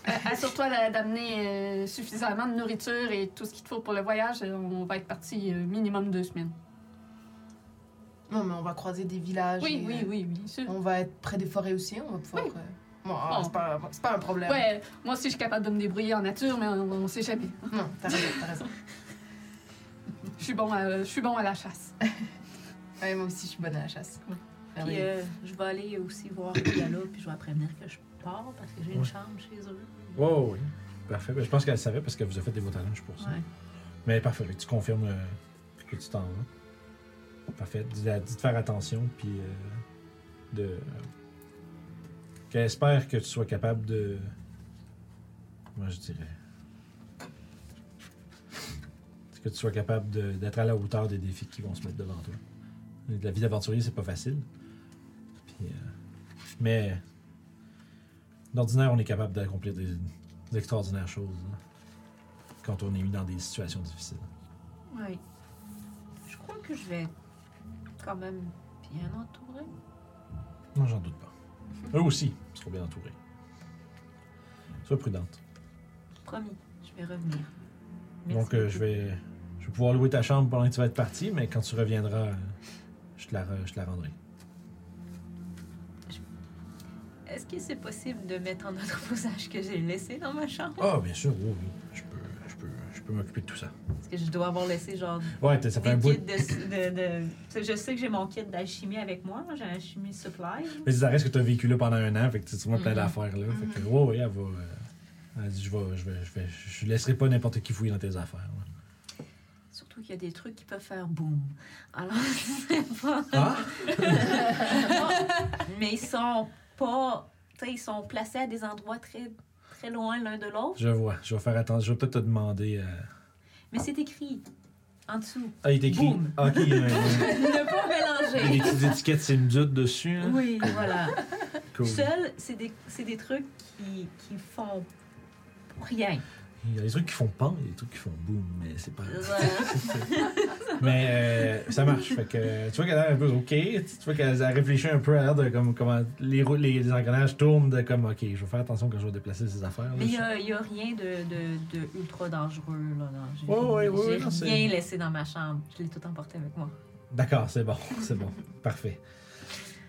[SPEAKER 2] Euh, Assure-toi d'a- d'amener euh, suffisamment de nourriture et tout ce qu'il te faut pour le voyage. Euh, On va être parti euh, minimum deux semaines.
[SPEAKER 3] Non, mais on va croiser des villages.
[SPEAKER 2] Oui,
[SPEAKER 3] et,
[SPEAKER 2] oui,
[SPEAKER 3] euh,
[SPEAKER 2] oui, bien sûr.
[SPEAKER 3] On va être près des forêts aussi, hein, on va pouvoir...
[SPEAKER 2] Oui.
[SPEAKER 3] euh, bon, ah,
[SPEAKER 2] Bon.
[SPEAKER 3] c'est pas, c'est pas un problème.
[SPEAKER 2] Ouais, moi aussi je suis capable de me débrouiller en nature, mais on, on sait jamais.
[SPEAKER 3] Non, t'as raison, t'as raison.
[SPEAKER 2] Je suis bon, à- je suis bon à la chasse.
[SPEAKER 3] Ouais, moi aussi, je suis bonne à la chasse.
[SPEAKER 2] Oui.
[SPEAKER 5] Puis
[SPEAKER 3] Merveilleux.
[SPEAKER 5] euh, je vais aller aussi voir les gars-là, puis je vais prévenir que je pars parce que j'ai une
[SPEAKER 1] Ouais.
[SPEAKER 5] chambre chez eux.
[SPEAKER 1] Oh oui. Parfait. Ben, je pense qu'elle savait parce qu'elle vous a fait des beaux challenges pour ça.
[SPEAKER 5] Ouais.
[SPEAKER 1] Mais parfait. Fait que tu confirmes euh, que tu t'en vas. hein. Parfait. Dis, à- dis de faire attention puis euh, de. qu'elle espère que tu sois capable de. Moi je dirais. Que tu sois capable de- d'être à la hauteur des défis qui vont se mettre devant toi. La vie d'aventurier, c'est pas facile. Puis, euh, mais d'ordinaire, on est capable d'accomplir des, des extraordinaires choses hein, quand on est mis dans des situations difficiles.
[SPEAKER 5] Ouais. Je crois que je vais quand même bien entourée.
[SPEAKER 1] Non, j'en doute pas. Eux aussi seront bien entourés. Sois prudente.
[SPEAKER 5] Promis, je vais revenir.
[SPEAKER 1] Donc, euh, je, vais, je vais pouvoir louer ta chambre pendant que tu vas être parti, mais quand tu reviendras, euh, je te la, re- je te la rendrai.
[SPEAKER 5] Est-ce que c'est possible de mettre en entreposage que j'ai laissé dans ma chambre?
[SPEAKER 1] Ah, bien sûr, oui, oui. Je peux, je peux, je peux m'occuper de tout ça.
[SPEAKER 5] Est-ce que je dois avoir laissé genre
[SPEAKER 1] Ouais, t'as- ça fait
[SPEAKER 5] des
[SPEAKER 1] un bout.
[SPEAKER 5] kits de... de, de- tu sais, Je sais que j'ai mon kit d'alchimie avec moi, j'ai un alchimie supply.
[SPEAKER 1] Mais ça reste que tu as vécu là pendant un an, fait que tu as sûrement plein
[SPEAKER 5] Mhm.
[SPEAKER 1] d'affaires là. Fait que, ouais, ouais, elle va. euh, elle dit, je vais, je vais, je vais, je laisserai pas n'importe qui fouiller dans tes affaires. là.
[SPEAKER 5] Surtout qu'il y a des trucs qui peuvent faire boum. Alors, je sais pas.
[SPEAKER 1] Ah!
[SPEAKER 5] Mais ils sont pas. Tu sais, ils sont placés à des endroits très, très loin l'un de l'autre.
[SPEAKER 1] Je vois. Je vais faire attention. Je vais peut-être te demander. euh,
[SPEAKER 5] Mais c'est écrit en dessous.
[SPEAKER 1] Ah, il est écrit.
[SPEAKER 5] Boum.
[SPEAKER 1] Ah, ok, il y a un-
[SPEAKER 5] ne pas
[SPEAKER 1] il y a des
[SPEAKER 5] mélanger.
[SPEAKER 1] petites étiquettes, c'est une dute dessus. hein?
[SPEAKER 5] Oui, voilà.
[SPEAKER 1] Cool.
[SPEAKER 5] Seul, c'est des, c'est des trucs qui, qui font rien.
[SPEAKER 1] Il y a des trucs qui font pan, il y a des trucs qui font boum, mais c'est pas.
[SPEAKER 5] Voilà.
[SPEAKER 1] mais euh, ça marche. Fait que euh, tu vois qu'elle a l'air un peu OK. Tu tu vois qu'elle a réfléchi un peu à l'air de comme, comment les, roues- les, les engrenages tournent de comme OK, je vais faire attention quand je vais déplacer ces affaires. là.
[SPEAKER 5] Mais euh, il n'y a, rien de, de- de ultra dangereux. Là, non. J'ai,
[SPEAKER 1] Ouais, ouais, ouais, ouais, non,
[SPEAKER 5] j'ai
[SPEAKER 1] c'est-
[SPEAKER 5] rien laissé dans ma chambre. Je l'ai tout emporté avec moi.
[SPEAKER 1] D'accord, c'est bon, c'est bon. Parfait.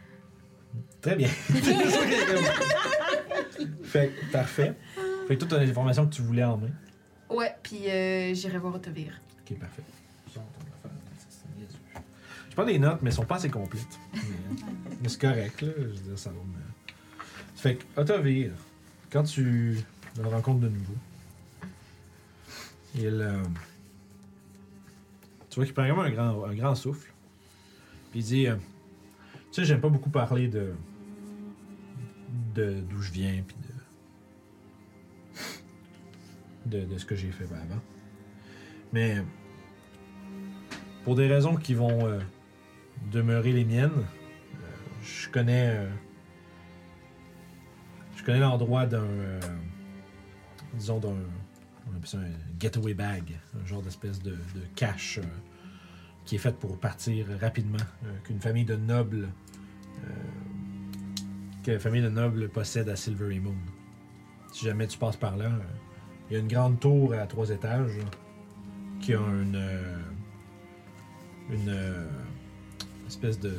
[SPEAKER 1] Très bien. fait que, parfait. Fait que toutes les informations que tu voulais en main.
[SPEAKER 3] Ouais, puis euh, j'irai voir Autovir.
[SPEAKER 1] Ok, parfait. Je prends des notes, mais elles sont pas assez complètes. Mais, mais c'est correct, là. Je veux dire, ça va me... Fait que, Otavir, quand tu le rencontres de nouveau, il... euh, tu vois qu'il prend vraiment un grand, un grand souffle. Puis il dit... euh, tu sais, j'aime pas beaucoup parler de... de d'où je viens, puis de... de... de ce que j'ai fait avant. Mais pour des raisons qui vont euh, demeurer les miennes, euh, je connais euh, je connais l'endroit d'un euh, disons d'un On appelle ça un getaway bag, un genre d'espèce de, de cache euh, qui est faite pour partir rapidement, euh, qu'une famille de nobles, euh, que la famille de nobles possède à Silvery Moon. Si jamais tu passes par là, euh, il y a une grande tour à trois étages là, qui a une euh, une euh, espèce de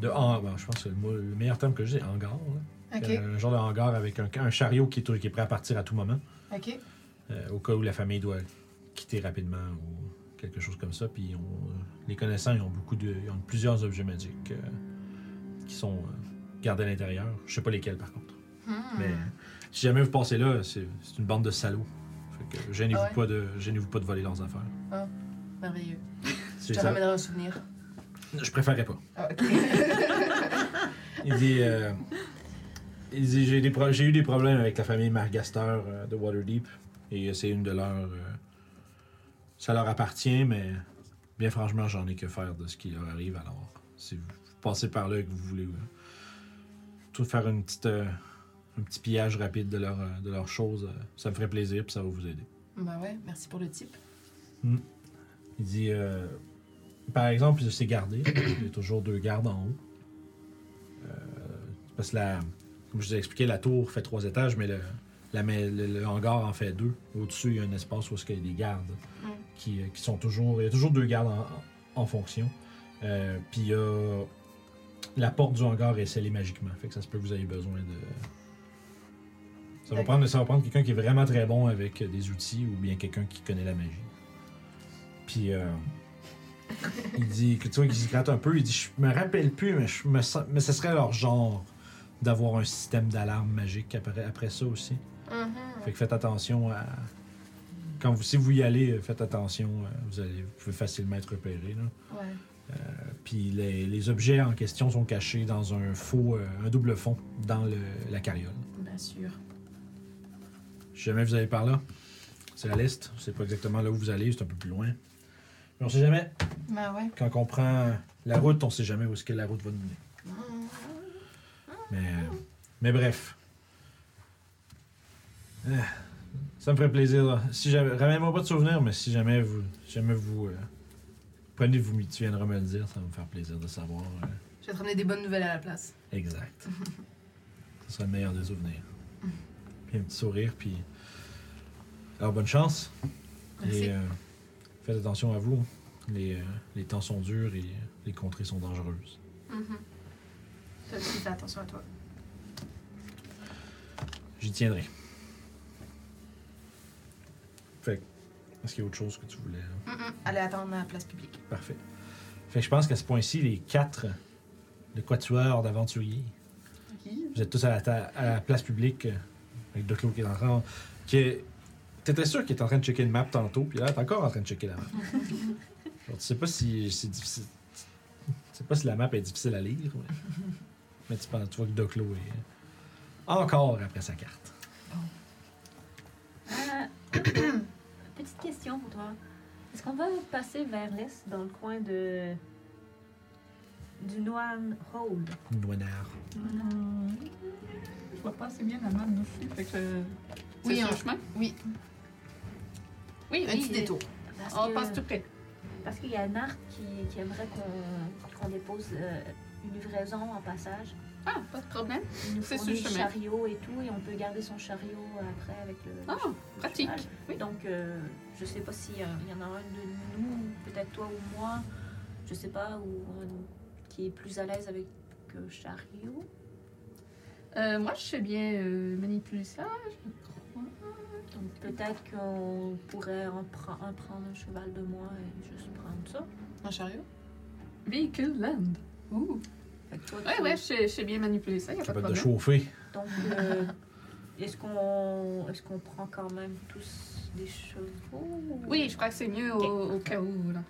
[SPEAKER 1] de hangar. Ben, je pense que le, mot- le meilleur terme que j'ai, hangar. là. Euh,
[SPEAKER 3] Ok,
[SPEAKER 1] Un genre de hangar avec un, un chariot qui est, tout- qui est prêt à partir à tout moment.
[SPEAKER 3] ok.
[SPEAKER 1] Euh, au cas où la famille doit quitter rapidement ou quelque chose comme ça. Puis on- les connaissants, ils ont beaucoup de, ils ont plusieurs objets magiques euh, qui sont euh, gardés à l'intérieur. Je sais pas lesquels par contre.
[SPEAKER 3] Hmm.
[SPEAKER 1] Mais euh, si jamais vous passez là, c'est c'est une bande de salauds. Fait que gênez-vous
[SPEAKER 3] Ah ouais?
[SPEAKER 1] pas de, gênez-vous pas de voler leurs affaires.
[SPEAKER 3] Merveilleux.
[SPEAKER 1] C'est
[SPEAKER 3] Je te
[SPEAKER 1] ça.
[SPEAKER 3] ramènerai un souvenir.
[SPEAKER 1] Je préférerais pas.
[SPEAKER 3] Ah, ok.
[SPEAKER 1] Il dit, euh, il dit, j'ai, des pro- j'ai eu des problèmes avec la famille Margaster euh, de Waterdeep. Et c'est une de leurs. euh, ça leur appartient, mais bien franchement, j'en ai que faire de ce qui leur arrive. Alors, si vous passez par là et que vous voulez euh, tout faire une petite, euh, un petit pillage rapide de, leur, euh, de leurs choses, euh, ça me ferait plaisir puis ça va vous aider.
[SPEAKER 3] ben ouais, merci pour le type.
[SPEAKER 1] Il dit, euh, par exemple, c'est gardé. Il y a toujours deux gardes en haut. Euh, parce que la, comme je vous ai expliqué, la tour fait trois étages, mais le, la ma- le, le hangar en fait deux. Au-dessus, il y a un espace où est-ce qu'il y a des gardes qui, euh, qui sont toujours. Il y a toujours deux gardes en, en fonction. Euh, Puis il y a- la porte du hangar est scellée magiquement. Fait que ça se peut que vous ayez besoin de. Ça va
[SPEAKER 3] D'accord.
[SPEAKER 1] prendre, ça va prendre quelqu'un qui est vraiment très bon avec euh, des outils ou bien quelqu'un qui connaît la magie. Puis euh, il dit que tu vois qu'il se gratte un peu. Il dit je me rappelle plus, mais je me sens- mais ce serait leur genre d'avoir un système d'alarme magique après, après ça aussi. Fait que faites attention à. Quand vous, si vous y allez, euh, faites attention. euh, Vous, allez, vous pouvez facilement être repéré. là.
[SPEAKER 3] Ouais.
[SPEAKER 1] Puis les, les objets en question sont cachés dans un faux, euh, un double fond dans le- la carriole.
[SPEAKER 3] Bien sûr.
[SPEAKER 1] Si jamais vous allez par là, c'est la liste. C'est pas exactement là où vous allez, c'est un peu plus loin. Mais on sait jamais.
[SPEAKER 3] Ben ouais.
[SPEAKER 1] Quand on prend la route, on sait jamais où est-ce que la route va nous mener. Mais, mais bref. Ah, Ça me ferait plaisir. là. Si jamais, ramène-moi pas de souvenirs, mais si jamais vous, si jamais vous euh, prenez vous, tu viendras me le dire, ça va me faire plaisir de savoir. euh,
[SPEAKER 3] Je vais te ramener des bonnes nouvelles à la place.
[SPEAKER 1] Exact. Ce serait le meilleur des souvenirs. Puis un petit sourire, puis. Alors, bonne chance.
[SPEAKER 3] Merci.
[SPEAKER 1] Et euh, faites attention à vous. Les, euh, les temps sont durs et euh, les contrées sont dangereuses.
[SPEAKER 6] T'as aussi fait attention à toi.
[SPEAKER 1] J'y tiendrai. Fait que, est-ce qu'il y a autre chose que tu voulais? hein?
[SPEAKER 3] Mm, Allez attendre à la place publique.
[SPEAKER 1] Parfait. Fait que je pense qu'à ce point-ci, les quatre, le quatuor d'aventuriers, Vous êtes tous à la, ta- à la place publique euh, avec Doclo qui est en train. Qui est- T'étais sûr qu'il était en train de checker une map tantôt, puis là, t'es encore en train de checker la map. Genre, tu sais pas si c'est difficile. Tu sais pas si la map est difficile à lire, mais, mais tu, penses, tu vois que Doclo est euh, encore après sa carte.
[SPEAKER 5] Euh, petite question pour toi. Est-ce qu'on va passer vers l'est dans le coin de. du Noan Hold?
[SPEAKER 1] Noinard.
[SPEAKER 5] Mm.
[SPEAKER 2] Je vois pas assez bien la map non plus, fait que. euh,
[SPEAKER 3] Oui,
[SPEAKER 2] Oui,
[SPEAKER 3] on-
[SPEAKER 2] un chemin?
[SPEAKER 3] oui.
[SPEAKER 2] Oui,
[SPEAKER 3] Un
[SPEAKER 2] oui,
[SPEAKER 3] petit détour.
[SPEAKER 5] Parce
[SPEAKER 2] On
[SPEAKER 5] que-
[SPEAKER 2] passe tout près.
[SPEAKER 5] Parce qu'il y a Nart qui, qui aimerait qu'on qu'on dépose euh, une livraison en passage.
[SPEAKER 2] Ah, pas de problème.
[SPEAKER 5] Il nous
[SPEAKER 2] C'est
[SPEAKER 5] fournit
[SPEAKER 2] sur
[SPEAKER 5] le
[SPEAKER 2] le chemin.
[SPEAKER 5] chariot et tout, et on peut garder son chariot après avec le.
[SPEAKER 2] Ah,
[SPEAKER 5] le
[SPEAKER 2] pratique.
[SPEAKER 5] cheval.
[SPEAKER 2] Oui.
[SPEAKER 5] Donc, euh, je sais pas s'il il y en a un de nous, peut-être toi ou moi, je sais pas, ou un qui est plus à l'aise avec le chariot.
[SPEAKER 2] Euh, moi, je sais bien euh, manipuler ça, je crois.
[SPEAKER 5] Donc, peut-être qu'on pourrait en, pre- en prendre un cheval de moi et juste prendre ça.
[SPEAKER 3] Un chariot?
[SPEAKER 2] Véhicule land. Ouh.
[SPEAKER 5] Fait que toi,
[SPEAKER 2] Ouais,
[SPEAKER 5] tu-
[SPEAKER 2] ouais, je sais- je sais bien manipuler ça, y a pas de
[SPEAKER 1] Capable de
[SPEAKER 2] problème.
[SPEAKER 1] chauffer.
[SPEAKER 5] Donc, euh, est-ce qu'on est-ce qu'on prend quand même tous des chevaux
[SPEAKER 2] Oui, je crois que c'est mieux au, au cas où, là.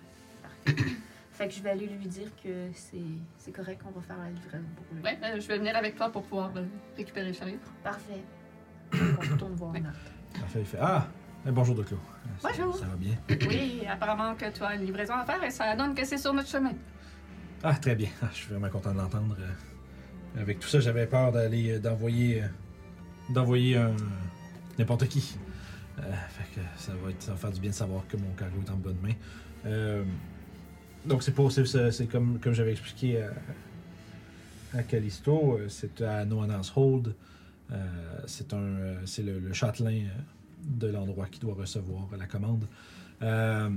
[SPEAKER 5] Fait que je vais aller lui dire que c'est c'est correct qu'on va faire la livraison pour lui.
[SPEAKER 2] Ouais, euh, je vais venir avec toi pour pouvoir euh, récupérer le chariot.
[SPEAKER 5] Parfait. Donc, on retourne voir
[SPEAKER 2] Ouais.
[SPEAKER 5] Nat.
[SPEAKER 1] Parfait, il fait Ah! eh, Bonjour, Doclo. Ça-
[SPEAKER 2] Bonjour.
[SPEAKER 1] Ça va bien.
[SPEAKER 2] Oui, apparemment que tu as une livraison à faire et ça donne que c'est sur notre chemin.
[SPEAKER 1] Ah, très bien. Ah, je suis vraiment content de l'entendre. Euh, Avec tout ça, j'avais peur d'aller euh, d'envoyer euh, d'envoyer un n'importe qui. Euh, fait que ça va, être, ça va faire du bien de savoir que mon cargo est en bonne main. Euh, donc c'est pour c'est- c'est c'est comme, comme j'avais expliqué à, à Callisto, euh, c'est à Noanans Hold. Euh, c'est un euh, c'est le, le châtelain euh, de l'endroit qui doit recevoir la commande. Euh,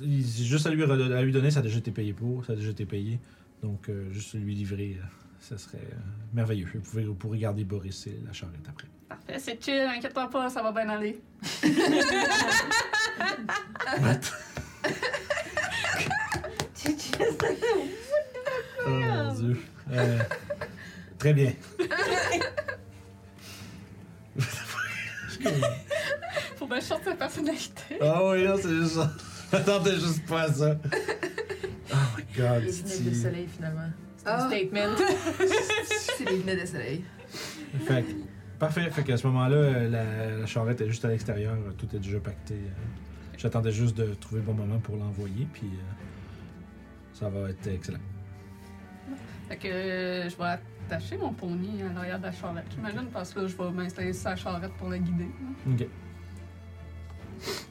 [SPEAKER 1] il- juste à lui, redon- à lui donner, ça a déjà été payé pour, ça a déjà été payé. Donc euh, juste lui livrer, euh, ça serait euh, merveilleux. Vous pouvez, vous pourrez garder Boris et la charrette après.
[SPEAKER 2] Parfait, c'est chill, inquiète-toi pas, ça va bien aller.
[SPEAKER 1] Oh mon dieu. Euh, très bien.
[SPEAKER 2] Faut bien sortir sa personnalité.
[SPEAKER 1] Ah oui, non, c'est juste ça. J'attendais juste pas à ça. Oh my god.
[SPEAKER 4] Les lunettes de
[SPEAKER 1] c'est-
[SPEAKER 4] soleil, finalement. C'est un
[SPEAKER 3] Ah.
[SPEAKER 4] statement.
[SPEAKER 3] C'est les lunettes de soleil.
[SPEAKER 1] Fait que, parfait. Fait qu'à ce moment-là, euh, la, la charrette est juste à l'extérieur. euh, Tout est déjà pacté. euh. J'attendais juste de trouver le bon moment pour l'envoyer, puis euh, ça va être excellent.
[SPEAKER 2] Fait que euh, je vais attacher mon pony à l'arrière de la charrette. J'imagine parce que là, je vais m'installer sur la charrette pour la guider.
[SPEAKER 1] Ok.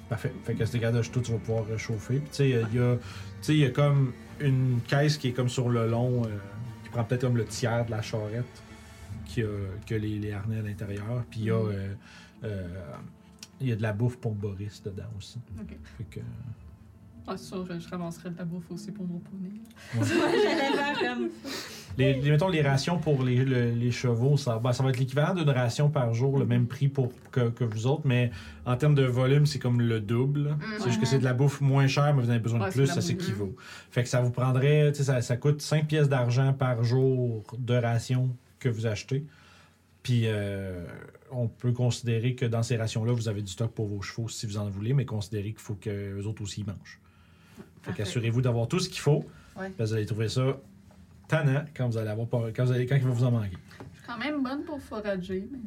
[SPEAKER 1] Parfait. Fait que ce gardage tout, tu vas pouvoir réchauffer. Puis tu sais, il y a- tu sais, il y a comme une caisse qui est comme sur le long, euh, qui prend peut-être comme le tiers de la charrette, qui a, qui a les, les harnais à l'intérieur. Puis il y a, euh, euh, il y a de la bouffe pour Boris dedans aussi.
[SPEAKER 2] Ok.
[SPEAKER 1] Fait que,
[SPEAKER 2] Ah, c'est sûr, je, je ramasserai de la bouffe aussi pour mon pony.
[SPEAKER 5] J'allais faire comme.
[SPEAKER 1] les, les- mettons, les rations pour les, le- les chevaux, ça, ben, ça va être l'équivalent d'une ration par jour, le même prix pour, que, que vous autres, mais en termes de volume, c'est comme le double. C'est juste que c'est de la bouffe moins chère, mais vous en avez besoin
[SPEAKER 2] Mhm. Ouais,
[SPEAKER 1] de
[SPEAKER 2] c'est
[SPEAKER 1] plus,
[SPEAKER 2] de la
[SPEAKER 1] ça
[SPEAKER 2] bouffe.
[SPEAKER 1] s'équivaut. Fait que ça vous prendrait, tu sais, ça, ça coûte 5 pièces d'argent par jour de ration que vous achetez. Puis euh, on peut considérer que dans ces rations-là, vous avez du stock pour vos chevaux si vous en voulez, mais considérez qu'il faut que les autres aussi y mangent. Fait
[SPEAKER 2] Parfait.
[SPEAKER 1] qu'assurez-vous d'avoir tout ce qu'il faut. parce
[SPEAKER 3] Ouais.
[SPEAKER 1] que Vous allez trouver ça tannant quand vous allez avoir pas- quand, vous allez, quand il va vous en manquer.
[SPEAKER 2] Je suis quand même bonne pour forager, mais.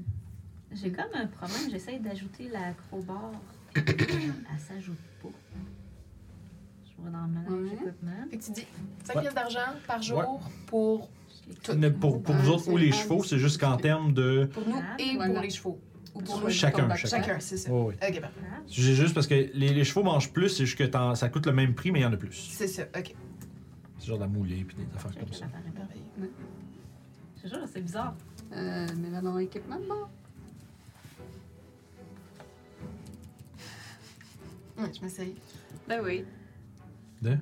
[SPEAKER 5] J'ai comme un problème, j'essaye d'ajouter l'acrobar. Elle s'ajoute pas. Je vois dans ma
[SPEAKER 2] Ouais.
[SPEAKER 5] équipement.
[SPEAKER 3] Fait que tu dis 5
[SPEAKER 1] Ouais.
[SPEAKER 3] pièces d'argent par jour pour, Tout.
[SPEAKER 1] Mais pour, pour vous
[SPEAKER 2] Ouais,
[SPEAKER 1] autres
[SPEAKER 2] c'est
[SPEAKER 1] ou les
[SPEAKER 2] bon.
[SPEAKER 1] chevaux, c'est juste qu'en termes de.
[SPEAKER 3] pour nous
[SPEAKER 5] Ah,
[SPEAKER 3] et
[SPEAKER 2] voilà.
[SPEAKER 3] pour les chevaux. Ou pour
[SPEAKER 1] Chacun,
[SPEAKER 3] nous.
[SPEAKER 1] chacun.
[SPEAKER 3] Chacun, c'est ça.
[SPEAKER 1] Ouais, ouais.
[SPEAKER 3] Ok, parfait.
[SPEAKER 1] J'ai juste parce que les, les chevaux mangent plus, c'est juste que t'en- ça coûte le même prix, mais il y en a plus.
[SPEAKER 3] C'est ça, ok.
[SPEAKER 1] C'est genre de la moulée puis des affaires
[SPEAKER 5] Je
[SPEAKER 1] comme
[SPEAKER 5] sais
[SPEAKER 1] ça.
[SPEAKER 5] qu'elle apparaît pas.
[SPEAKER 3] Merveilleux.
[SPEAKER 5] Je te jure, c'est bizarre.
[SPEAKER 2] Euh, mais là, dans l'équipement, bon.
[SPEAKER 3] Hum, je m'essaye.
[SPEAKER 6] Ben oui.
[SPEAKER 1] De?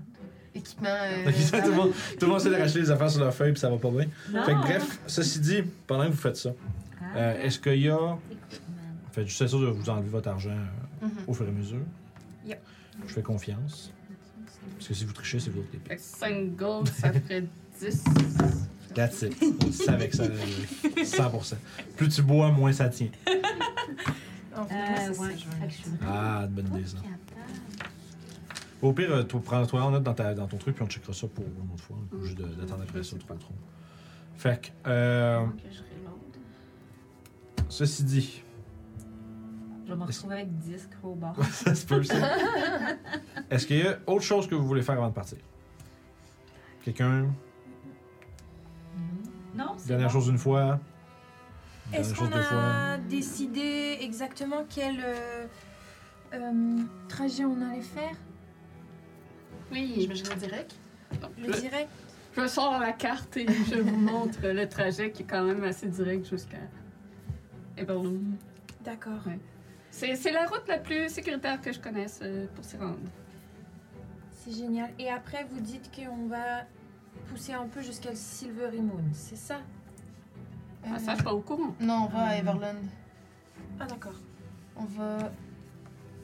[SPEAKER 3] Équipement. euh,
[SPEAKER 1] Ok, tout, le monde, tout le monde essaie de racheter les affaires sur leur feuille puis ça va pas bien.
[SPEAKER 5] Non.
[SPEAKER 1] Fait que bref, ceci dit, pendant que vous faites ça,
[SPEAKER 5] Ah,
[SPEAKER 1] euh, est-ce qu'il y a.
[SPEAKER 5] équipement.
[SPEAKER 1] Faites juste ça de vous enlever votre argent euh,
[SPEAKER 3] Mhm.
[SPEAKER 1] au fur et à mesure.
[SPEAKER 6] Yep.
[SPEAKER 1] Je fais confiance. Parce que si vous trichez, c'est vous autres les pires.
[SPEAKER 2] Fait que 5 gold, ça ferait 10.
[SPEAKER 1] That's it. On dit ça avec ça. euh, 100%. Plus tu bois, moins ça tient.
[SPEAKER 4] En fait, moi,
[SPEAKER 5] Euh,
[SPEAKER 4] c'est
[SPEAKER 5] ouais.
[SPEAKER 4] ça, je
[SPEAKER 5] Fait que je
[SPEAKER 4] veux.
[SPEAKER 5] suis
[SPEAKER 1] Ah, bonne idée ça.
[SPEAKER 5] capable.
[SPEAKER 1] Au pire, euh, toi, prends-toi en note dans, ta- dans ton truc, puis on checkera ça pour une autre fois. On est pas obligé de- d'attendre après ça, trop trop. Fait que, euh,
[SPEAKER 5] Que je serais lourde.
[SPEAKER 1] ceci dit,
[SPEAKER 5] Je vais me retrouver avec 10 crowbars.
[SPEAKER 1] ça se peut ça. Est-ce qu'il y a autre chose que vous voulez faire avant de partir? Quelqu'un?
[SPEAKER 5] Non, c'est
[SPEAKER 1] Dernière
[SPEAKER 5] bon.
[SPEAKER 1] chose une fois?
[SPEAKER 6] Est-ce
[SPEAKER 1] Dernière chose
[SPEAKER 6] qu'on
[SPEAKER 1] deux fois?
[SPEAKER 6] a décidé exactement quel euh, euh, trajet on allait faire
[SPEAKER 2] Oui,
[SPEAKER 3] J'imagine direct.
[SPEAKER 6] Le
[SPEAKER 2] je,
[SPEAKER 6] direct
[SPEAKER 2] je sors la carte et je vous montre le trajet qui est quand même assez direct jusqu'à Everloom.
[SPEAKER 6] D'accord.
[SPEAKER 2] C'est c'est la route la plus sécuritaire que je connaisse euh, pour s'y rendre.
[SPEAKER 6] C'est génial. Et après, vous dites qu'on va pousser un peu jusqu'à le Silvery Moon, c'est ça Euh,
[SPEAKER 2] Ah, ça, je suis pas au courant.
[SPEAKER 3] Non, on va à Everland.
[SPEAKER 6] Ah d'accord.
[SPEAKER 2] Euh,
[SPEAKER 3] On va.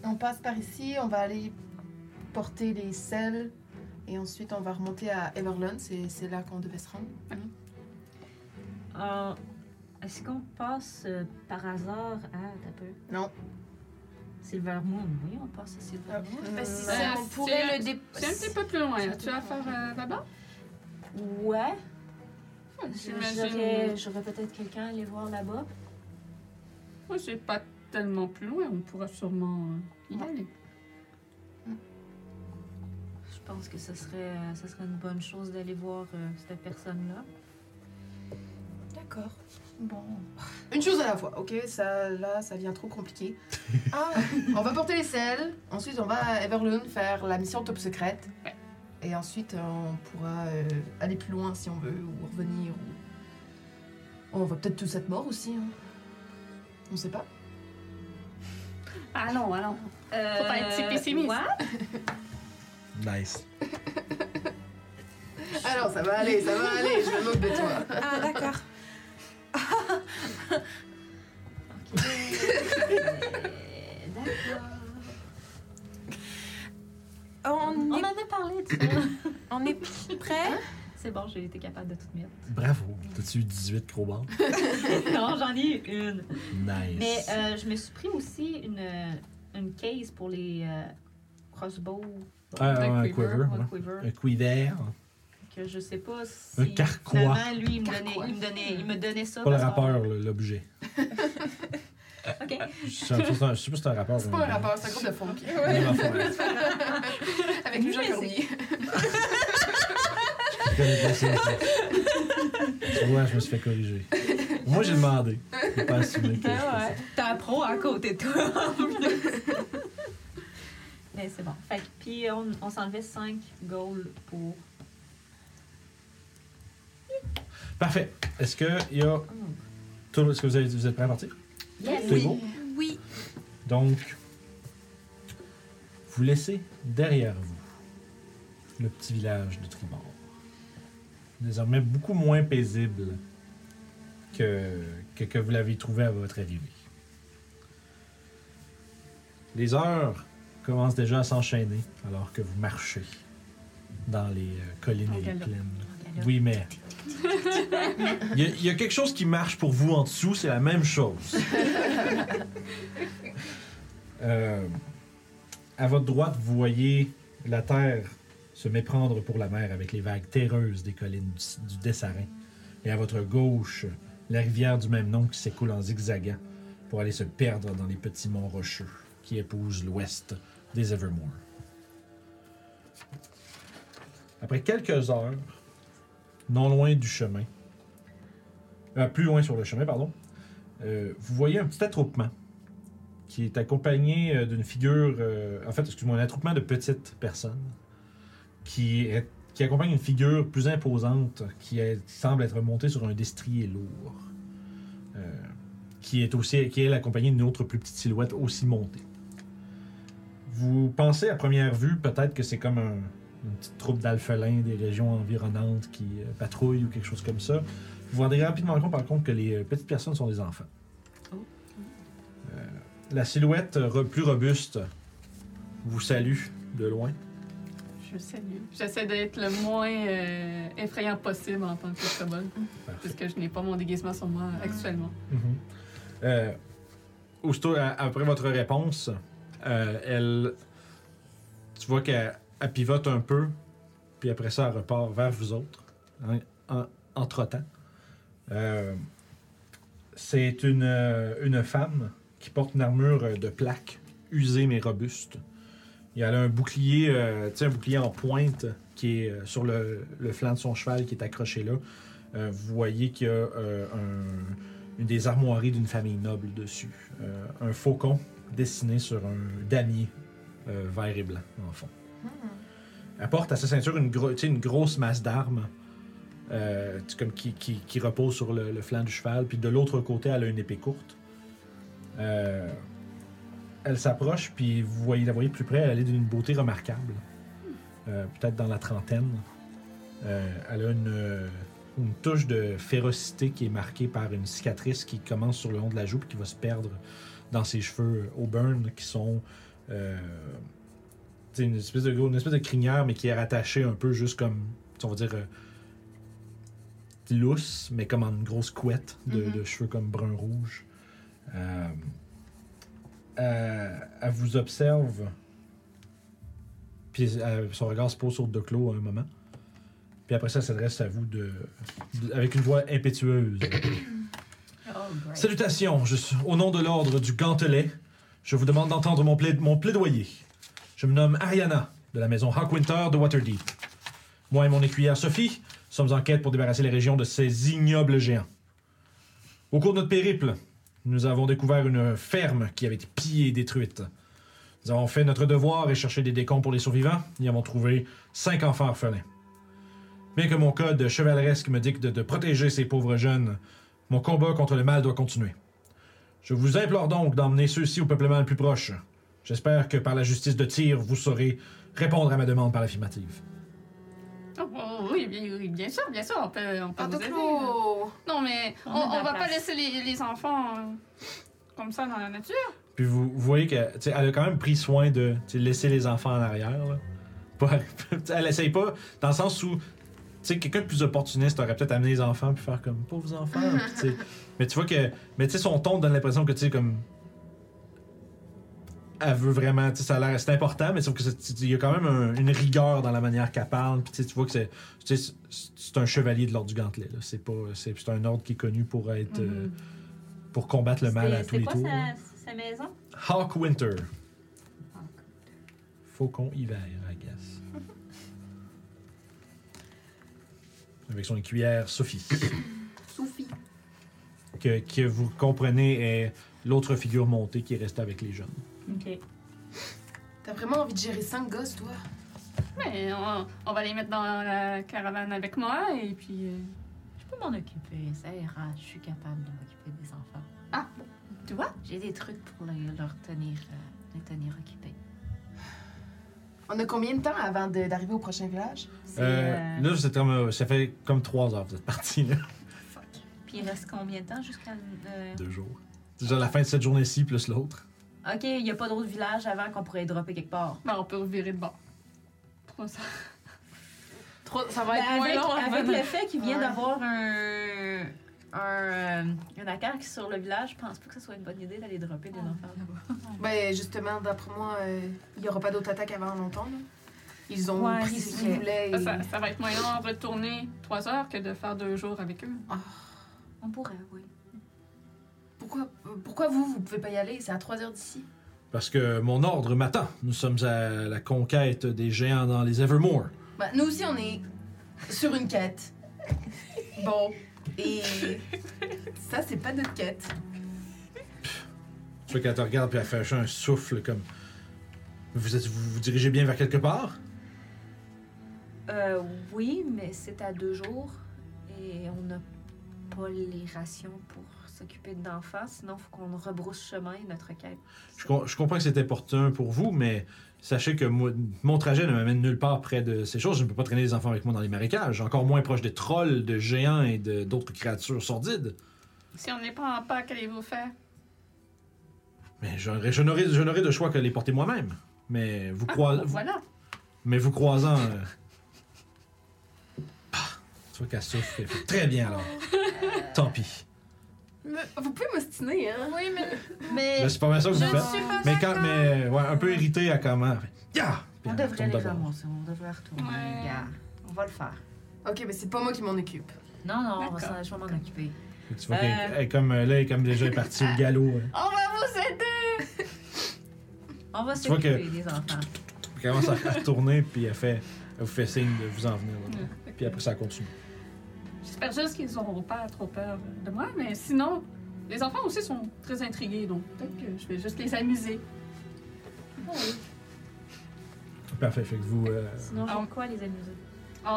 [SPEAKER 3] On passe par ici, on va aller porter les selles et ensuite on va remonter à Everland. C'est c'est là qu'on devait se rendre.
[SPEAKER 5] Euh, Est-ce qu'on passe euh, par hasard à. T'as peu.
[SPEAKER 3] Non.
[SPEAKER 5] Silver Moon. Oui, on passe à Silver
[SPEAKER 3] Ah,
[SPEAKER 5] Moon.
[SPEAKER 6] Parce que Bah, si
[SPEAKER 2] Euh,
[SPEAKER 6] ça, on
[SPEAKER 2] c'est
[SPEAKER 6] pourrait
[SPEAKER 2] un-
[SPEAKER 6] le dé-
[SPEAKER 2] C'est un petit peu plus loin. Tu vas faire euh, là-bas?
[SPEAKER 5] Ouais. J'aurais
[SPEAKER 2] J'imagine.
[SPEAKER 5] j'aurais peut-être quelqu'un à aller voir là-bas.
[SPEAKER 2] Moi, c'est pas tellement plus loin. On pourra sûrement euh, y aller.
[SPEAKER 5] Je pense que ce serait, euh, ce serait une bonne chose d'aller voir euh, cette personne-là.
[SPEAKER 6] D'accord.
[SPEAKER 3] Bon. Une chose à la fois, ok? Ça, là, ça devient trop compliqué. Ah, on va porter les selles. Ensuite, on va à Everloon faire la mission top secrète.
[SPEAKER 2] Ouais.
[SPEAKER 3] Et ensuite, euh, on pourra euh, aller plus loin si on veut, ou revenir. Ou... On va peut-être tous être morts aussi. hein. On sait pas.
[SPEAKER 2] Allons, allons.
[SPEAKER 5] Euh,
[SPEAKER 2] Faut pas être si pessimiste.
[SPEAKER 5] what?
[SPEAKER 1] Nice.
[SPEAKER 3] Alors, ça va aller, ça va aller, je me moque de toi.
[SPEAKER 6] Ah, d'accord.
[SPEAKER 5] Ok. Euh, D'accord.
[SPEAKER 6] On,
[SPEAKER 5] On
[SPEAKER 6] est,
[SPEAKER 5] en avait parlé de ça.
[SPEAKER 6] on est
[SPEAKER 2] Hein?
[SPEAKER 6] prêt?
[SPEAKER 5] C'est bon, j'ai été capable de tout mettre.
[SPEAKER 1] Bravo. T'as-tu eu 18 gros barres?
[SPEAKER 5] non, j'en ai eu une.
[SPEAKER 1] Nice.
[SPEAKER 5] Mais euh, je me suis pris aussi une, euh, une case pour les euh, crossbows.
[SPEAKER 1] Ah, ouais, un
[SPEAKER 2] un quiver,
[SPEAKER 1] quiver,
[SPEAKER 5] un
[SPEAKER 1] ouais.
[SPEAKER 5] quiver.
[SPEAKER 1] Un quiver.
[SPEAKER 5] Que je sais pas si.
[SPEAKER 1] Un carquois.
[SPEAKER 5] Finalement, lui, il me, donnait,
[SPEAKER 3] Carquois.
[SPEAKER 5] il, me donnait, il me donnait ça.
[SPEAKER 1] Pas le
[SPEAKER 5] parce que-
[SPEAKER 1] rappeur, le- l'objet.
[SPEAKER 5] Ok.
[SPEAKER 1] Je sais pas si c'est un- je sais pas si c'est un rappeur.
[SPEAKER 3] C'est
[SPEAKER 1] ou
[SPEAKER 3] pas un
[SPEAKER 1] band.
[SPEAKER 3] rapport, c'est un groupe de funk.
[SPEAKER 1] Un rappeur.
[SPEAKER 3] Avec les gens qui ont
[SPEAKER 5] Musique.
[SPEAKER 1] Je connais pas ça, ça. Tu vois, je me suis fait corriger. Moi, j'ai demandé. J'ai pas assumé que je fais ça.
[SPEAKER 5] T'as un pro à côté de toi. en plus. Mais c'est bon. Fait que, puis on, on s'enlevait 5 goals pour.
[SPEAKER 1] Parfait. Est-ce que il y a. tout le- Est-ce que vous, avez, vous êtes prêts à partir?
[SPEAKER 5] Yes!
[SPEAKER 1] C'est beau.
[SPEAKER 6] Oui.
[SPEAKER 1] Donc, vous laissez derrière vous le petit village de Tribord. Désormais beaucoup moins paisible que, que, que vous l'avez trouvé à votre arrivée. Les heures commencent déjà à s'enchaîner alors que vous marchez dans les euh, collines et les
[SPEAKER 2] galop.
[SPEAKER 1] plaines.
[SPEAKER 5] galop.
[SPEAKER 1] Oui, mais. Il y a- il y, a quelque chose qui marche pour vous en dessous, c'est la même chose. Euh, à votre droite, vous voyez la terre se méprendre pour la mer avec les vagues terreuses des collines du, du Dessarin. Et à votre gauche, la rivière du même nom qui s'écoule en zigzagant pour aller se perdre dans les petits monts rocheux qui épousent l'ouest des Evermore. Après quelques heures, non loin du chemin, euh, plus loin sur le chemin, pardon, euh, vous voyez un petit attroupement qui est accompagné euh, d'une figure, euh, en fait, excuse-moi, un attroupement de petites personnes qui, est- qui accompagne une figure plus imposante qui est- semble être montée sur un destrier lourd, euh, qui est aussi, qui est accompagnée d'une autre plus petite silhouette aussi montée. Vous pensez à première vue peut-être que c'est comme un, une petite troupe d'alphelins des régions environnantes qui euh, patrouillent ou quelque chose comme ça. Vous vous rendez rapidement compte, par contre, que les euh, petites personnes sont des enfants.
[SPEAKER 5] Oh.
[SPEAKER 1] Euh, la silhouette euh, re- plus robuste vous salue de loin.
[SPEAKER 2] Je salue. J'essaie d'être le moins euh, effrayant possible en tant que Crobol,
[SPEAKER 1] Parfait.
[SPEAKER 2] puisque je n'ai pas mon déguisement sur moi actuellement.
[SPEAKER 1] Mhm. Euh, aussitôt, à- après votre réponse, euh, elle. Tu vois qu'elle elle pivote un peu, puis après ça, elle repart vers vous autres, en, en- en trottant. Euh, C'est une, euh, une femme qui porte une armure de plaque, usée mais robuste. Et elle a un bouclier, euh, tu sais, un bouclier en pointe qui est euh, sur le, le flanc de son cheval qui est accroché là. Euh, vous voyez qu'il y a euh, un, une des armoiries d'une famille noble dessus. Euh, un faucon dessiné sur un damier euh, vert et blanc, en fond. Elle porte à sa ceinture une, gro- tu sais, une grosse masse d'armes euh, tu- comme qui, qui- qui repose sur le, le flanc du cheval. Puis de l'autre côté, elle a une épée courte. Euh, elle s'approche, puis vous voyez, la voyez plus près, elle est d'une beauté remarquable. Euh, Peut-être dans la trentaine. Euh, elle a une... euh, une touche de férocité qui est marquée par une cicatrice qui commence sur le long de la joue puis qui va se perdre dans ses cheveux au burn qui sont euh, tu sais, une espèce de gros- une espèce de crinière mais qui est rattachée un peu juste comme on va dire euh, lousse mais comme en une grosse couette de,
[SPEAKER 3] Mhm.
[SPEAKER 1] de cheveux comme brun rouge. Euh, euh, elle vous observe puis euh, son regard se pose sur Doclo à un moment. Puis après ça, elle s'adresse à vous de, de- avec une voix impétueuse.
[SPEAKER 5] Oh, great.
[SPEAKER 1] Salutations, je suis- au nom de l'ordre du Gantelet, je vous demande d'entendre mon, plaid- mon plaidoyer. Je me nomme Ariana, de la maison Hawkwinter de Waterdeep. Moi et mon écuyère Sophie sommes en quête pour débarrasser les régions de ces ignobles géants. Au cours de notre périple, nous avons découvert une ferme qui avait été pillée et détruite. Nous avons fait notre devoir et cherché des décombres pour les survivants et avons trouvé cinq enfants orphelins. Bien que mon code chevaleresque me dicte de protéger ces pauvres jeunes, mon combat contre le mal doit continuer. Je vous implore donc d'emmener ceux-ci au peuplement le plus proche. J'espère que par la justice de tir, vous saurez répondre à ma demande par l'affirmative.
[SPEAKER 2] Oh, oh, oui, bien, oui, bien sûr, bien sûr, on peut, on peut vous
[SPEAKER 3] Tantôt
[SPEAKER 2] aider.
[SPEAKER 3] Clos!
[SPEAKER 2] Non, mais oh. on,
[SPEAKER 5] On a de la
[SPEAKER 2] on va pas
[SPEAKER 5] place.
[SPEAKER 2] laisser les, les enfants euh, comme ça dans la nature.
[SPEAKER 1] Puis vous, vous voyez qu'elle tu sais, elle a quand même pris soin de tu sais, laisser les enfants en arrière. Là. Pas- tu sais, elle essaye pas, dans le sens où tu sais, quelqu'un de plus opportuniste aurait peut-être amené les enfants puis faire comme pauvres enfants. puis tu sais. mais tu vois que mais tu sais, son ton donne l'impression que tu sais, comme. Elle veut vraiment, tu sais, ça a l'air, c'est important, mais sauf que c'est- il y a quand même un- une rigueur dans la manière qu'elle parle. Puis tu sais, tu vois que c'est, tu sais, c'est c'est un chevalier de l'ordre du gantelet. là. C'est pas, c'est, c'est un ordre qui est connu pour être, euh, pour combattre le mal à
[SPEAKER 5] Mm-hmm. C'est-
[SPEAKER 1] tous les
[SPEAKER 5] C'est
[SPEAKER 1] tours. là.
[SPEAKER 5] quoi sa, sa maison?
[SPEAKER 1] Hawk Winter. Faucon hiver, I guess. Avec son cuillère Sophie.
[SPEAKER 5] Sophie.
[SPEAKER 1] Que, que vous comprenez est l'autre figure montée qui est restée avec les jeunes.
[SPEAKER 5] OK.
[SPEAKER 3] T'as vraiment envie de gérer cinq gosses, toi?
[SPEAKER 2] Mais on, on va les mettre dans la caravane avec moi et puis. euh,
[SPEAKER 5] Je peux m'en occuper, ça ira. Je suis capable de m'occuper des enfants.
[SPEAKER 2] tu vois?
[SPEAKER 5] J'ai des trucs pour les- leur tenir, euh, les tenir occupés.
[SPEAKER 3] On a combien de temps avant de- d'arriver au prochain village?
[SPEAKER 5] C'est,
[SPEAKER 1] Euh,
[SPEAKER 5] euh,
[SPEAKER 1] Là, vous êtes comme, euh, ça fait comme trois heures que vous êtes partis, là.
[SPEAKER 5] Puis il reste combien de temps jusqu'à... euh,
[SPEAKER 1] Deux jours. C'est genre la fin de cette journée-ci plus l'autre.
[SPEAKER 5] OK, il n'y a pas d'autres villages avant qu'on pourrait dropper quelque part.
[SPEAKER 2] Ben, on peut revirer de bord. Pourquoi ça?
[SPEAKER 3] Trop, ça va
[SPEAKER 5] Ben,
[SPEAKER 3] être moins
[SPEAKER 5] avec,
[SPEAKER 3] long
[SPEAKER 2] hein?
[SPEAKER 5] avec
[SPEAKER 3] avant-
[SPEAKER 5] le fait qu'il vient
[SPEAKER 3] Ouais.
[SPEAKER 5] d'avoir un, un, un accord qui est sur le village, je pense pas que ce soit une bonne idée d'aller dropper des enfants là-bas.
[SPEAKER 3] Ah, Ben, justement, d'après moi, euh, il y aura pas d'autres attaques avant longtemps. là. Ils ont
[SPEAKER 5] Ouais,
[SPEAKER 3] pris
[SPEAKER 5] c'est
[SPEAKER 3] ce qu'ils
[SPEAKER 5] vrai.
[SPEAKER 3] voulaient. et-
[SPEAKER 2] Ça, ça va être moyen de retourner trois heures que de faire deux jours avec eux.
[SPEAKER 5] On pourrait, oui.
[SPEAKER 3] Pourquoi, pourquoi vous, vous pouvez pas y aller? C'est à 3 heures d'ici.
[SPEAKER 1] Parce que mon ordre m'attend. Nous sommes à la conquête des géants dans les Evermore.
[SPEAKER 3] Ben, nous aussi, on est sur une quête. Bon. Et ça, c'est pas notre quête.
[SPEAKER 1] Tu vois qu'elle te regarde puis elle fait un souffle comme. Vous êtes, vous, vous dirigez bien vers quelque part?
[SPEAKER 5] Euh, oui, mais c'est à deux jours et on n'a pas les rations pour s'occuper d'enfants, sinon faut qu'on rebrousse chemin et notre quête.
[SPEAKER 1] Je, com- je comprends que c'est important pour vous, mais sachez que moi- mon trajet ne m'amène nulle part près de ces choses. Je ne peux pas traîner les enfants avec moi dans les marécages, encore moins proche des trolls, de géants et de- d'autres créatures sordides.
[SPEAKER 2] Si on n'est pas en paix, qu'allez-vous faire?
[SPEAKER 1] Mais j'aurais- je n'aurais je n'aurais de choix que les porter moi-même. Mais vous,
[SPEAKER 2] Ah,
[SPEAKER 1] crois-
[SPEAKER 2] bon,
[SPEAKER 1] vous-
[SPEAKER 2] voilà.
[SPEAKER 1] mais vous croisant. euh, Pah! tu vois qu'elle souffle. elle fait, Très bien alors. Tant pis.
[SPEAKER 2] Euh,
[SPEAKER 3] vous pouvez m'ostiner, hein?
[SPEAKER 2] Oui, mais
[SPEAKER 5] Mais
[SPEAKER 1] Mais c'est pas mal ça que vous faites.
[SPEAKER 2] pas
[SPEAKER 1] Ben, Mais quand, mais ouais, un peu irrité à comment. Ya! Puis
[SPEAKER 5] on
[SPEAKER 1] elle
[SPEAKER 5] devrait
[SPEAKER 1] tombe
[SPEAKER 5] les
[SPEAKER 1] d'abord.
[SPEAKER 5] ramasser, on devrait retourner,
[SPEAKER 2] Ouais.
[SPEAKER 5] gars. On va le faire.
[SPEAKER 3] Ok, mais c'est pas moi qui m'en occupe.
[SPEAKER 5] Non, non, on va
[SPEAKER 2] D'accord.
[SPEAKER 5] s'en- je vais m'en occuper.
[SPEAKER 1] Fait que Tu vois
[SPEAKER 5] Euh.
[SPEAKER 1] qu'elle elle est comme euh, là, elle est comme déjà partie au galop. hein.
[SPEAKER 2] On va vous aider!
[SPEAKER 5] On va
[SPEAKER 1] vois
[SPEAKER 5] s'occuper des enfants.
[SPEAKER 1] Elle commence à à tourner, puis elle fait, elle vous fait signe de vous en venir. là. Puis après, ça continue.
[SPEAKER 2] J'espère juste qu'ils n'auront pas trop peur de moi, mais sinon, les enfants aussi sont très intrigués, donc peut-être que je vais juste les amuser.
[SPEAKER 1] Parfait. Fait que vous. euh,
[SPEAKER 5] Sinon, j'ai
[SPEAKER 2] on-
[SPEAKER 5] de quoi les amuser?
[SPEAKER 2] En,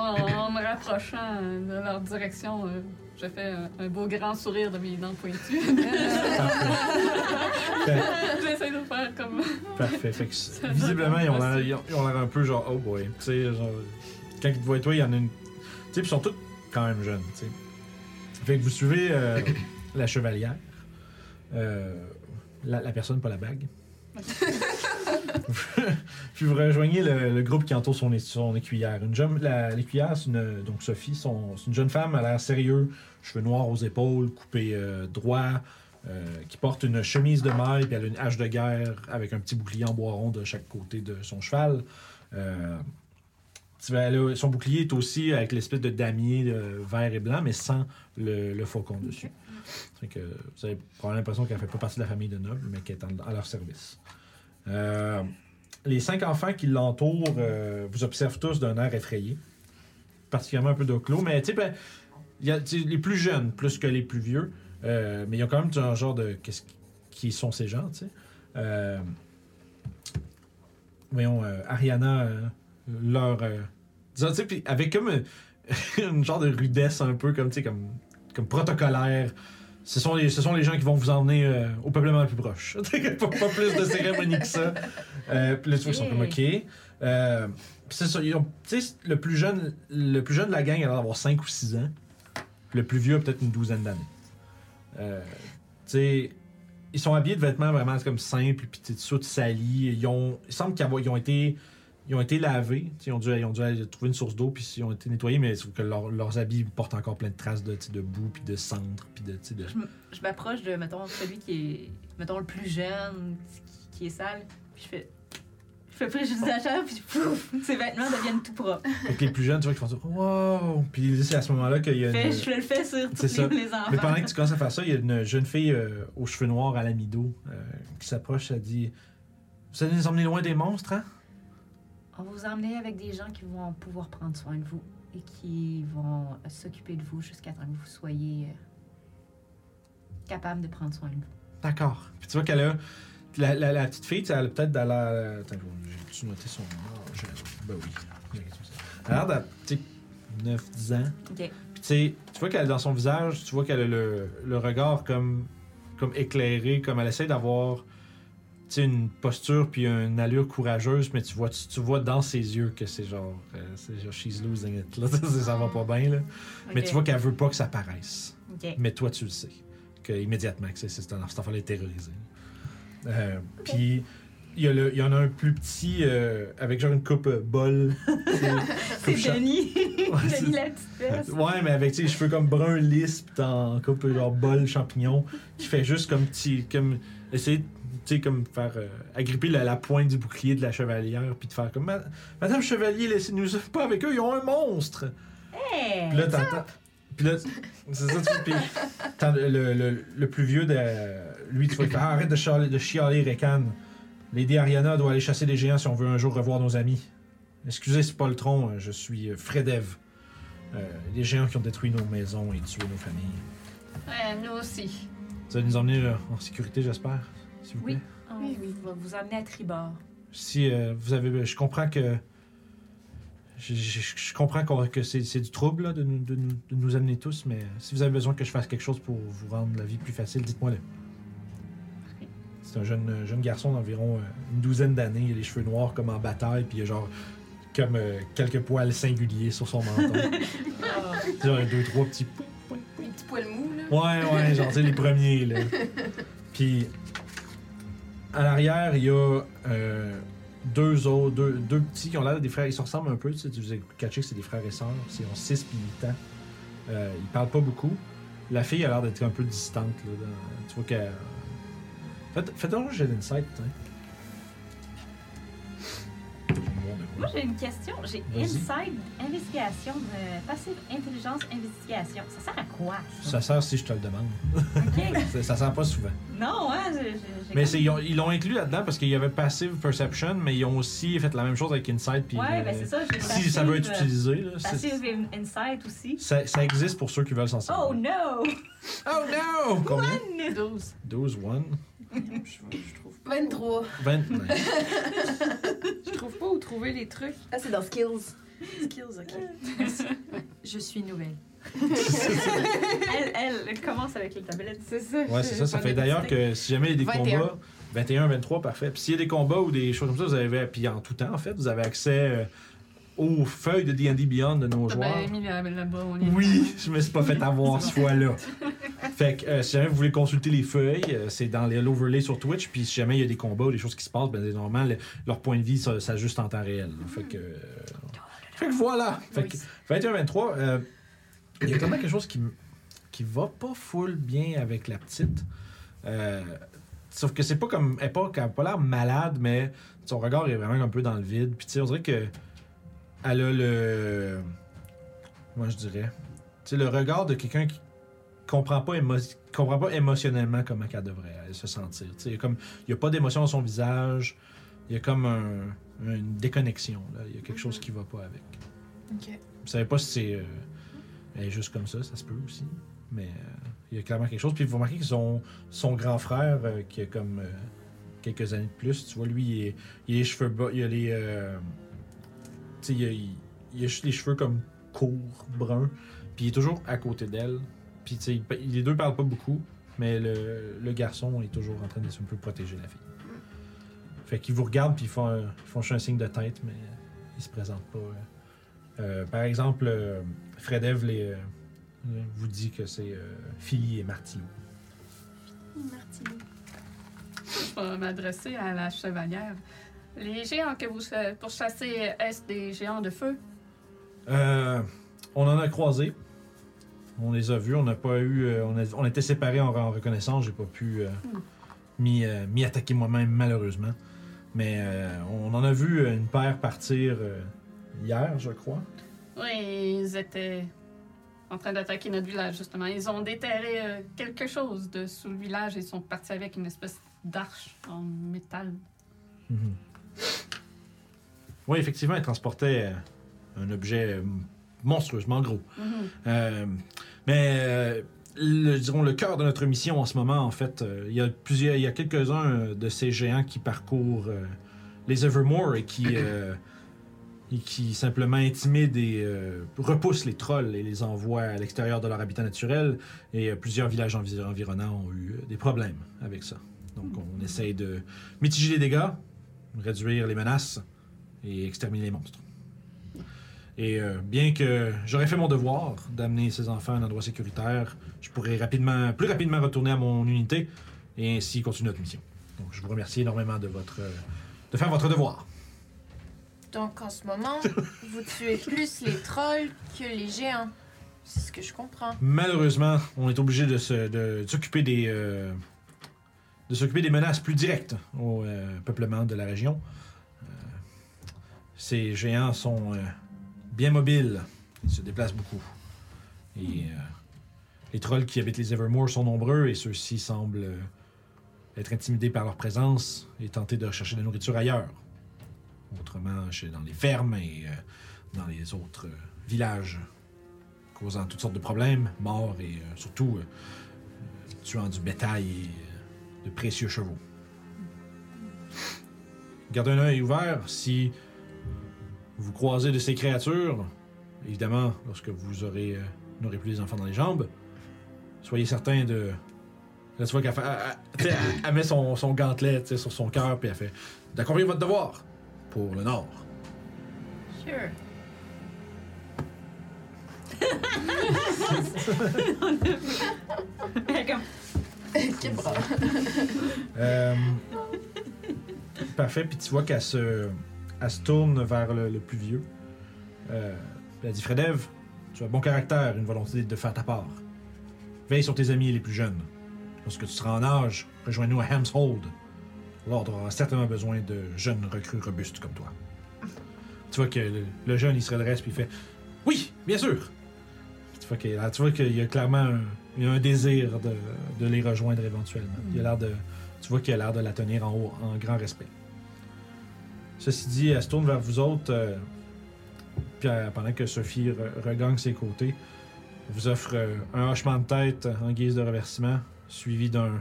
[SPEAKER 2] en me rapprochant euh, de leur direction, euh, je fais un, un beau grand sourire de mes dents pointues. J'essaie de faire comme. euh,
[SPEAKER 1] Parfait. Fait que c'est- visiblement, ils ont l'air ils ont- ils ont l'air un peu genre, oh boy. Tu sais, genre, quand ils te voient, toi, il y en a une. Tu sais, puis ils sont tous quand même jeunes, tu sais. Fait que vous suivez euh, la chevalière, euh, la, la personne, pas la bague. puis vous rejoignez le, le groupe qui entoure son, é- son écuyère. Une jeune, la- l'écuyère, c'est une, donc Sophie, son- c'est une jeune femme, elle a l'air sérieux, cheveux noirs aux épaules, coupé euh, droit, euh, qui porte une chemise de maille, puis elle a une hache de guerre avec un petit bouclier en bois rond de chaque côté de son cheval. Euh, tu vois, elle a- son bouclier est aussi avec l'espèce de damier euh, vert et blanc, mais sans le, le faucon dessus. Fait que vous avez probablement l'impression qu'elle fait pas partie de la famille de nobles, mais qu'elle est en- à leur service. Euh, les cinq enfants qui l'entourent euh, vous observent tous d'un air effrayé, particulièrement un peu d'eau clos, mais tu sais, ben, il y a- tu sais, les plus jeunes, plus que les plus vieux, Euh, mais il y a quand même un genre de. Qu'est-ce qui- qui sont ces gens, tu sais? Euh, voyons, euh, Ariana, euh, leur. euh, disons, tu sais, puis avec comme euh, une genre de rudesse un peu, comme, tu sais, comme, comme protocolaire. Ce sont, les, ce sont les gens qui vont vous emmener euh, au peuplement le plus proche. pas, pas plus de cérémonie que ça. Euh, puis les trucs sont comme OK. Euh, puis c'est ça, ils ont- tu sais, le plus jeune, le plus jeune de la gang, il a l'air d'avoir 5 ou 6 ans. Puis le plus vieux a peut-être une douzaine d'années. Euh, tu sais, ils sont habillés de vêtements vraiment comme simples, puis tu sais, tout salis. Ils ont, il semble qu'ils avo- ils ont été, ils ont été lavés. tu sais, Ils ont, dû, ils ont dû aller trouver une source d'eau, puis ils ont été nettoyés, mais sauf que leur- leurs habits portent encore plein de traces de, tu sais, de boue, puis de cendres, puis de, tu sais, de-
[SPEAKER 5] Je m- Je m'approche de, mettons, celui qui est, mettons, le plus jeune, qui- qui est sale, puis je fais. Je fais pris juste la chair, puis pouf, ses vêtements deviennent tout propres.
[SPEAKER 1] Fait que les plus jeunes, tu vois, qu'ils font ça. Wow! Puis c'est à ce moment-là qu'il y a
[SPEAKER 5] Fait-
[SPEAKER 1] une...
[SPEAKER 5] je le fais sur
[SPEAKER 1] Euh,
[SPEAKER 5] tous
[SPEAKER 1] C'est ça.
[SPEAKER 5] les, les enfants.
[SPEAKER 1] Mais pendant que tu commences à faire ça, il y a une jeune fille euh, aux cheveux noirs à l'amido euh, qui s'approche, elle dit Vous allez nous emmener loin des monstres, hein
[SPEAKER 5] On va vous emmener avec des gens qui vont pouvoir prendre soin de vous et qui vont euh, s'occuper de vous jusqu'à temps que vous soyez euh, capable de prendre soin de vous.
[SPEAKER 1] D'accord. Puis tu vois qu'elle a. La, la- la petite fille, tu sais, elle a peut-être dans la. Attends, j'ai-tu noté son âge Ben oui. Elle a l'air d'à, tu sais, 9-10 ans.
[SPEAKER 5] OK.
[SPEAKER 1] Puis tu sais, tu vois qu'elle dans son visage, tu vois qu'elle a le, le regard comme, comme éclairé, comme elle essaie d'avoir tu sais, une posture puis une allure courageuse, mais tu vois, tu, tu vois dans ses yeux que c'est genre, euh, c'est genre she's losing it, là, ça, ça va pas bien là. Mais tu vois qu'elle veut pas que ça paraisse.
[SPEAKER 5] OK.
[SPEAKER 1] Mais toi, tu le sais, que immédiatement que c'est c'est un enfant, elle est terrorisée. Euh, Puis il y, a le- il y en a un plus petit euh, avec genre une coupe euh, bol.
[SPEAKER 5] C'est Denis.
[SPEAKER 1] c'est-
[SPEAKER 5] Denis la petite fesse.
[SPEAKER 1] Ouais, mais avec tu sais, les cheveux comme brun lisse, pis en coupe genre bol champignon, qui fait juste comme petit, comme essayer, de, tu sais, comme faire euh, agripper la, la pointe du bouclier de la chevalière, puis de faire comme Ma- Madame Chevalier, laissez-nous pas avec eux, ils ont un monstre. Puis là, t'entends. Puis là, c'est ça, tu puis t'as le, le, le- le plus vieux de lui, tu vois, il fait, Ah, arrête de chialer, de chialer Rekan. Lady Ariana doit aller chasser les géants si on veut un jour revoir nos amis. Excusez, c'est pas le tronc, je suis euh, Fredev. Euh, les géants qui ont détruit nos maisons et tué nos familles.
[SPEAKER 2] Ouais, Ben, nous aussi.
[SPEAKER 1] Vous allez nous emmener euh, en sécurité, j'espère, s'il vous plaît.
[SPEAKER 5] Oui. On
[SPEAKER 3] Oui,
[SPEAKER 5] va vous emmener à Tribord.
[SPEAKER 1] Si euh, vous avez. Je comprends que. Je, je- je comprends qu'on- que c'est c'est du trouble là, de, nous, de nous- de nous amener tous, mais euh, si vous avez besoin que je fasse quelque chose pour vous rendre la vie plus facile, dites-moi-le. C'est un jeune, jeune garçon d'environ euh, une douzaine d'années. Il a les cheveux noirs comme en bataille, puis il a genre comme euh, quelques poils singuliers sur son menton. Il a deux, trois petits
[SPEAKER 2] Un petit poil mou, là.
[SPEAKER 1] Ouais, ouais, genre, tu sais, les premiers, là. Puis, à l'arrière, il y a euh, deux autres, deux, deux petits qui ont l'air des frères, ils se ressemblent un peu, tu sais, tu vous caché que c'est des frères et sœurs, ils ont 6 puis 8 ans. Euh, ils parlent pas beaucoup. La fille a l'air d'être un peu distante, là. dans- Tu vois qu'elle. Faites, faites donc j'ai l'insight, hein. J'ai le monde de quoi.
[SPEAKER 5] Moi, j'ai une question. J'ai
[SPEAKER 1] Vas-y.
[SPEAKER 5] Inside, investigation, euh, passive intelligence, investigation. Ça sert à quoi?
[SPEAKER 1] Ça sert si je te le demande.
[SPEAKER 5] OK.
[SPEAKER 1] Ça- ça sert pas souvent.
[SPEAKER 5] non, hein? je- je- j'ai
[SPEAKER 1] Mais
[SPEAKER 5] comme-
[SPEAKER 1] c'est- ils ont- ils l'ont inclus là-dedans parce qu'il y avait Passive Perception, mais ils ont aussi fait la même chose avec Insight. Puis,
[SPEAKER 5] Ouais,
[SPEAKER 1] euh,
[SPEAKER 5] ben c'est ça. j'ai
[SPEAKER 1] Si ça veut être
[SPEAKER 5] passive, euh,
[SPEAKER 1] utilisé, là, c'est-
[SPEAKER 5] Passive in- Insight aussi.
[SPEAKER 1] ça, ça existe pour ceux qui veulent s'en servir.
[SPEAKER 5] Oh no!
[SPEAKER 1] Oh no! Combien?
[SPEAKER 2] 12.
[SPEAKER 1] 12, 1,
[SPEAKER 6] Je, je trouve
[SPEAKER 3] 23.
[SPEAKER 1] 20. nice.
[SPEAKER 6] Je trouve pas où trouver les trucs.
[SPEAKER 3] Ah, c'est dans Skills.
[SPEAKER 6] Skills, ok. Je suis nouvelle.
[SPEAKER 5] elle, elle, elle commence avec les tablettes.
[SPEAKER 6] C'est ça.
[SPEAKER 1] Ouais, c'est ça. Ça fait d'ailleurs que si jamais il y a des
[SPEAKER 3] 21.
[SPEAKER 1] combats, 21, 23, parfait. Puis s'il y a des combats ou des choses comme ça, vous avez, puis en tout temps, en fait, vous avez accès euh, aux feuilles de D&D Beyond de nos
[SPEAKER 5] Ah
[SPEAKER 2] T'as
[SPEAKER 5] ben,
[SPEAKER 1] joueurs.
[SPEAKER 2] bien mis là- là-bas, on Ben, est.
[SPEAKER 1] Oui, je me suis pas fait avoir cette fois-là. Fait que euh, si jamais vous voulez consulter les feuilles, euh, c'est dans les- l'overlay sur Twitch. Puis si jamais il y a des combats ou des choses qui se passent, ben normalement le- leur point de vie ça- s'ajuste en temps réel.
[SPEAKER 2] Hmm.
[SPEAKER 1] Fait que, euh,
[SPEAKER 2] Oh
[SPEAKER 1] fait que voilà. Fait que 21-23, euh, il y a clairement quelque chose qui m- qui va pas full bien avec la petite. Euh, sauf que c'est pas comme elle a pas, elle a pas l'air malade, mais son regard est vraiment un peu dans le vide. Puis tu sais, on dirait que elle a le moi je dirais. Tu sais, le regard de quelqu'un qui comprend pas, émo- comprend pas émotionnellement comment qu'elle devrait euh, se sentir. Tu sais, il y a comme- il n'y a pas d'émotion dans son visage. Il y a comme un- une déconnexion. là. Il y a quelque chose qui va pas avec.
[SPEAKER 3] Ok.
[SPEAKER 1] Vous savez pas si c'est. euh, elle est juste comme ça, ça se peut aussi. mais euh, il y a clairement quelque chose. Puis vous remarquez que son, son grand frère, euh, qui a comme euh, quelques années de plus, tu vois, lui, il, est- il a les cheveux bas, il a les. euh, tu sais, il, a- il- il a ch- les cheveux comme courts, bruns, puis il est toujours à côté d'elle. Puis tu sais, il pa- les deux parlent pas beaucoup, mais le, le garçon est toujours en train d'essayer un peu de protéger la fille. Fait qu'ils vous regardent, puis ils font, un- ils font juste un signe de tête, mais ils se présentent pas. euh. Euh, par exemple, euh, Fred Eve les, euh, vous dit que c'est euh, Philly et Martino.
[SPEAKER 6] Martino.
[SPEAKER 2] Je vais m'adresser à la chevalière. Les géants que vous euh, pourchassez, est-ce des géants de feu?
[SPEAKER 1] Euh, on en a croisé. On les a vus. On n'a pas eu. euh, on, a- on était séparés en, en reconnaissance. J'ai pas pu euh, m'y euh, m'y attaquer moi-même, malheureusement. Mais euh, on en a vu une paire partir euh, hier, je crois.
[SPEAKER 2] Oui, ils étaient en train d'attaquer notre village, justement. Ils ont déterré euh, quelque chose de sous le village et ils sont partis avec une espèce d'arche en métal.
[SPEAKER 1] Oui, effectivement, ils transportaient euh, un objet euh, monstrueusement gros.
[SPEAKER 2] Mhm.
[SPEAKER 1] Euh, mais euh, le, disons le cœur de notre mission en ce moment, en fait, euh, il y a plusieurs, il y a quelques-uns euh, de ces géants qui parcourent euh, les Evermore et qui euh, et qui simplement intimident et euh, repoussent les trolls et les envoient à l'extérieur de leur habitat naturel. Et euh, plusieurs villages envi- environnants ont eu euh, des problèmes avec ça. Donc on essaye de mitiger les dégâts, réduire les menaces et exterminer les monstres. Et euh, bien que j'aurais fait mon devoir d'amener ces enfants à un endroit sécuritaire, je pourrais rapidement, plus rapidement retourner à mon unité et ainsi continuer notre mission. Donc je vous remercie énormément de votre, euh, de faire votre devoir.
[SPEAKER 6] Donc en ce moment, vous tuez plus les trolls que les géants. C'est ce que je comprends.
[SPEAKER 1] Malheureusement, on est obligé de se- de s'occuper des, euh, de s'occuper des menaces plus directes au euh, peuplement de la région. Euh, ces géants sont euh, bien mobiles, ils se déplacent beaucoup. Et euh, les trolls qui habitent les Evermore sont nombreux et ceux-ci semblent euh, être intimidés par leur présence et tenter de rechercher de la nourriture ailleurs. Autrement, chez, dans les fermes et euh, dans les autres euh, villages causant toutes sortes de problèmes, morts et euh, surtout euh, euh, tuant du bétail et euh, de précieux chevaux. Gardez un œil ouvert si vous croisez de ces créatures. Évidemment, lorsque vous aurez euh, n'aurez plus les enfants dans les jambes, soyez certain de. La fois qu'elle fait- elle- elle- tu sais, elle- elle met son, son gantelet tu sais, sur son cœur puis elle fait d'accomplir votre devoir pour le Nord.
[SPEAKER 6] Sure.
[SPEAKER 3] Quel bras.
[SPEAKER 1] Euh, parfait, puis tu vois qu'elle se, elle se tourne vers le, le plus vieux. Euh, elle dit Fredev, tu as bon caractère, une volonté de faire ta part. Veille sur tes amis et les plus jeunes. Lorsque tu seras en âge, rejoins-nous à Helmshold. L'ordre aura certainement besoin de jeunes recrues robustes comme toi. Tu vois que le, le jeune, il se redresse puis il fait Oui, bien sûr Puis tu vois qu'il tu vois qu'il y a clairement un, il y a un désir de, de les rejoindre éventuellement. Il a l'air de. Tu vois qu'il a l'air de la tenir en haut, en grand respect. Ceci dit, elle se tourne vers vous autres, euh, puis euh, pendant que Sophie re- regagne ses côtés, vous offre euh, un hochement de tête en guise de remerciement, suivi d'un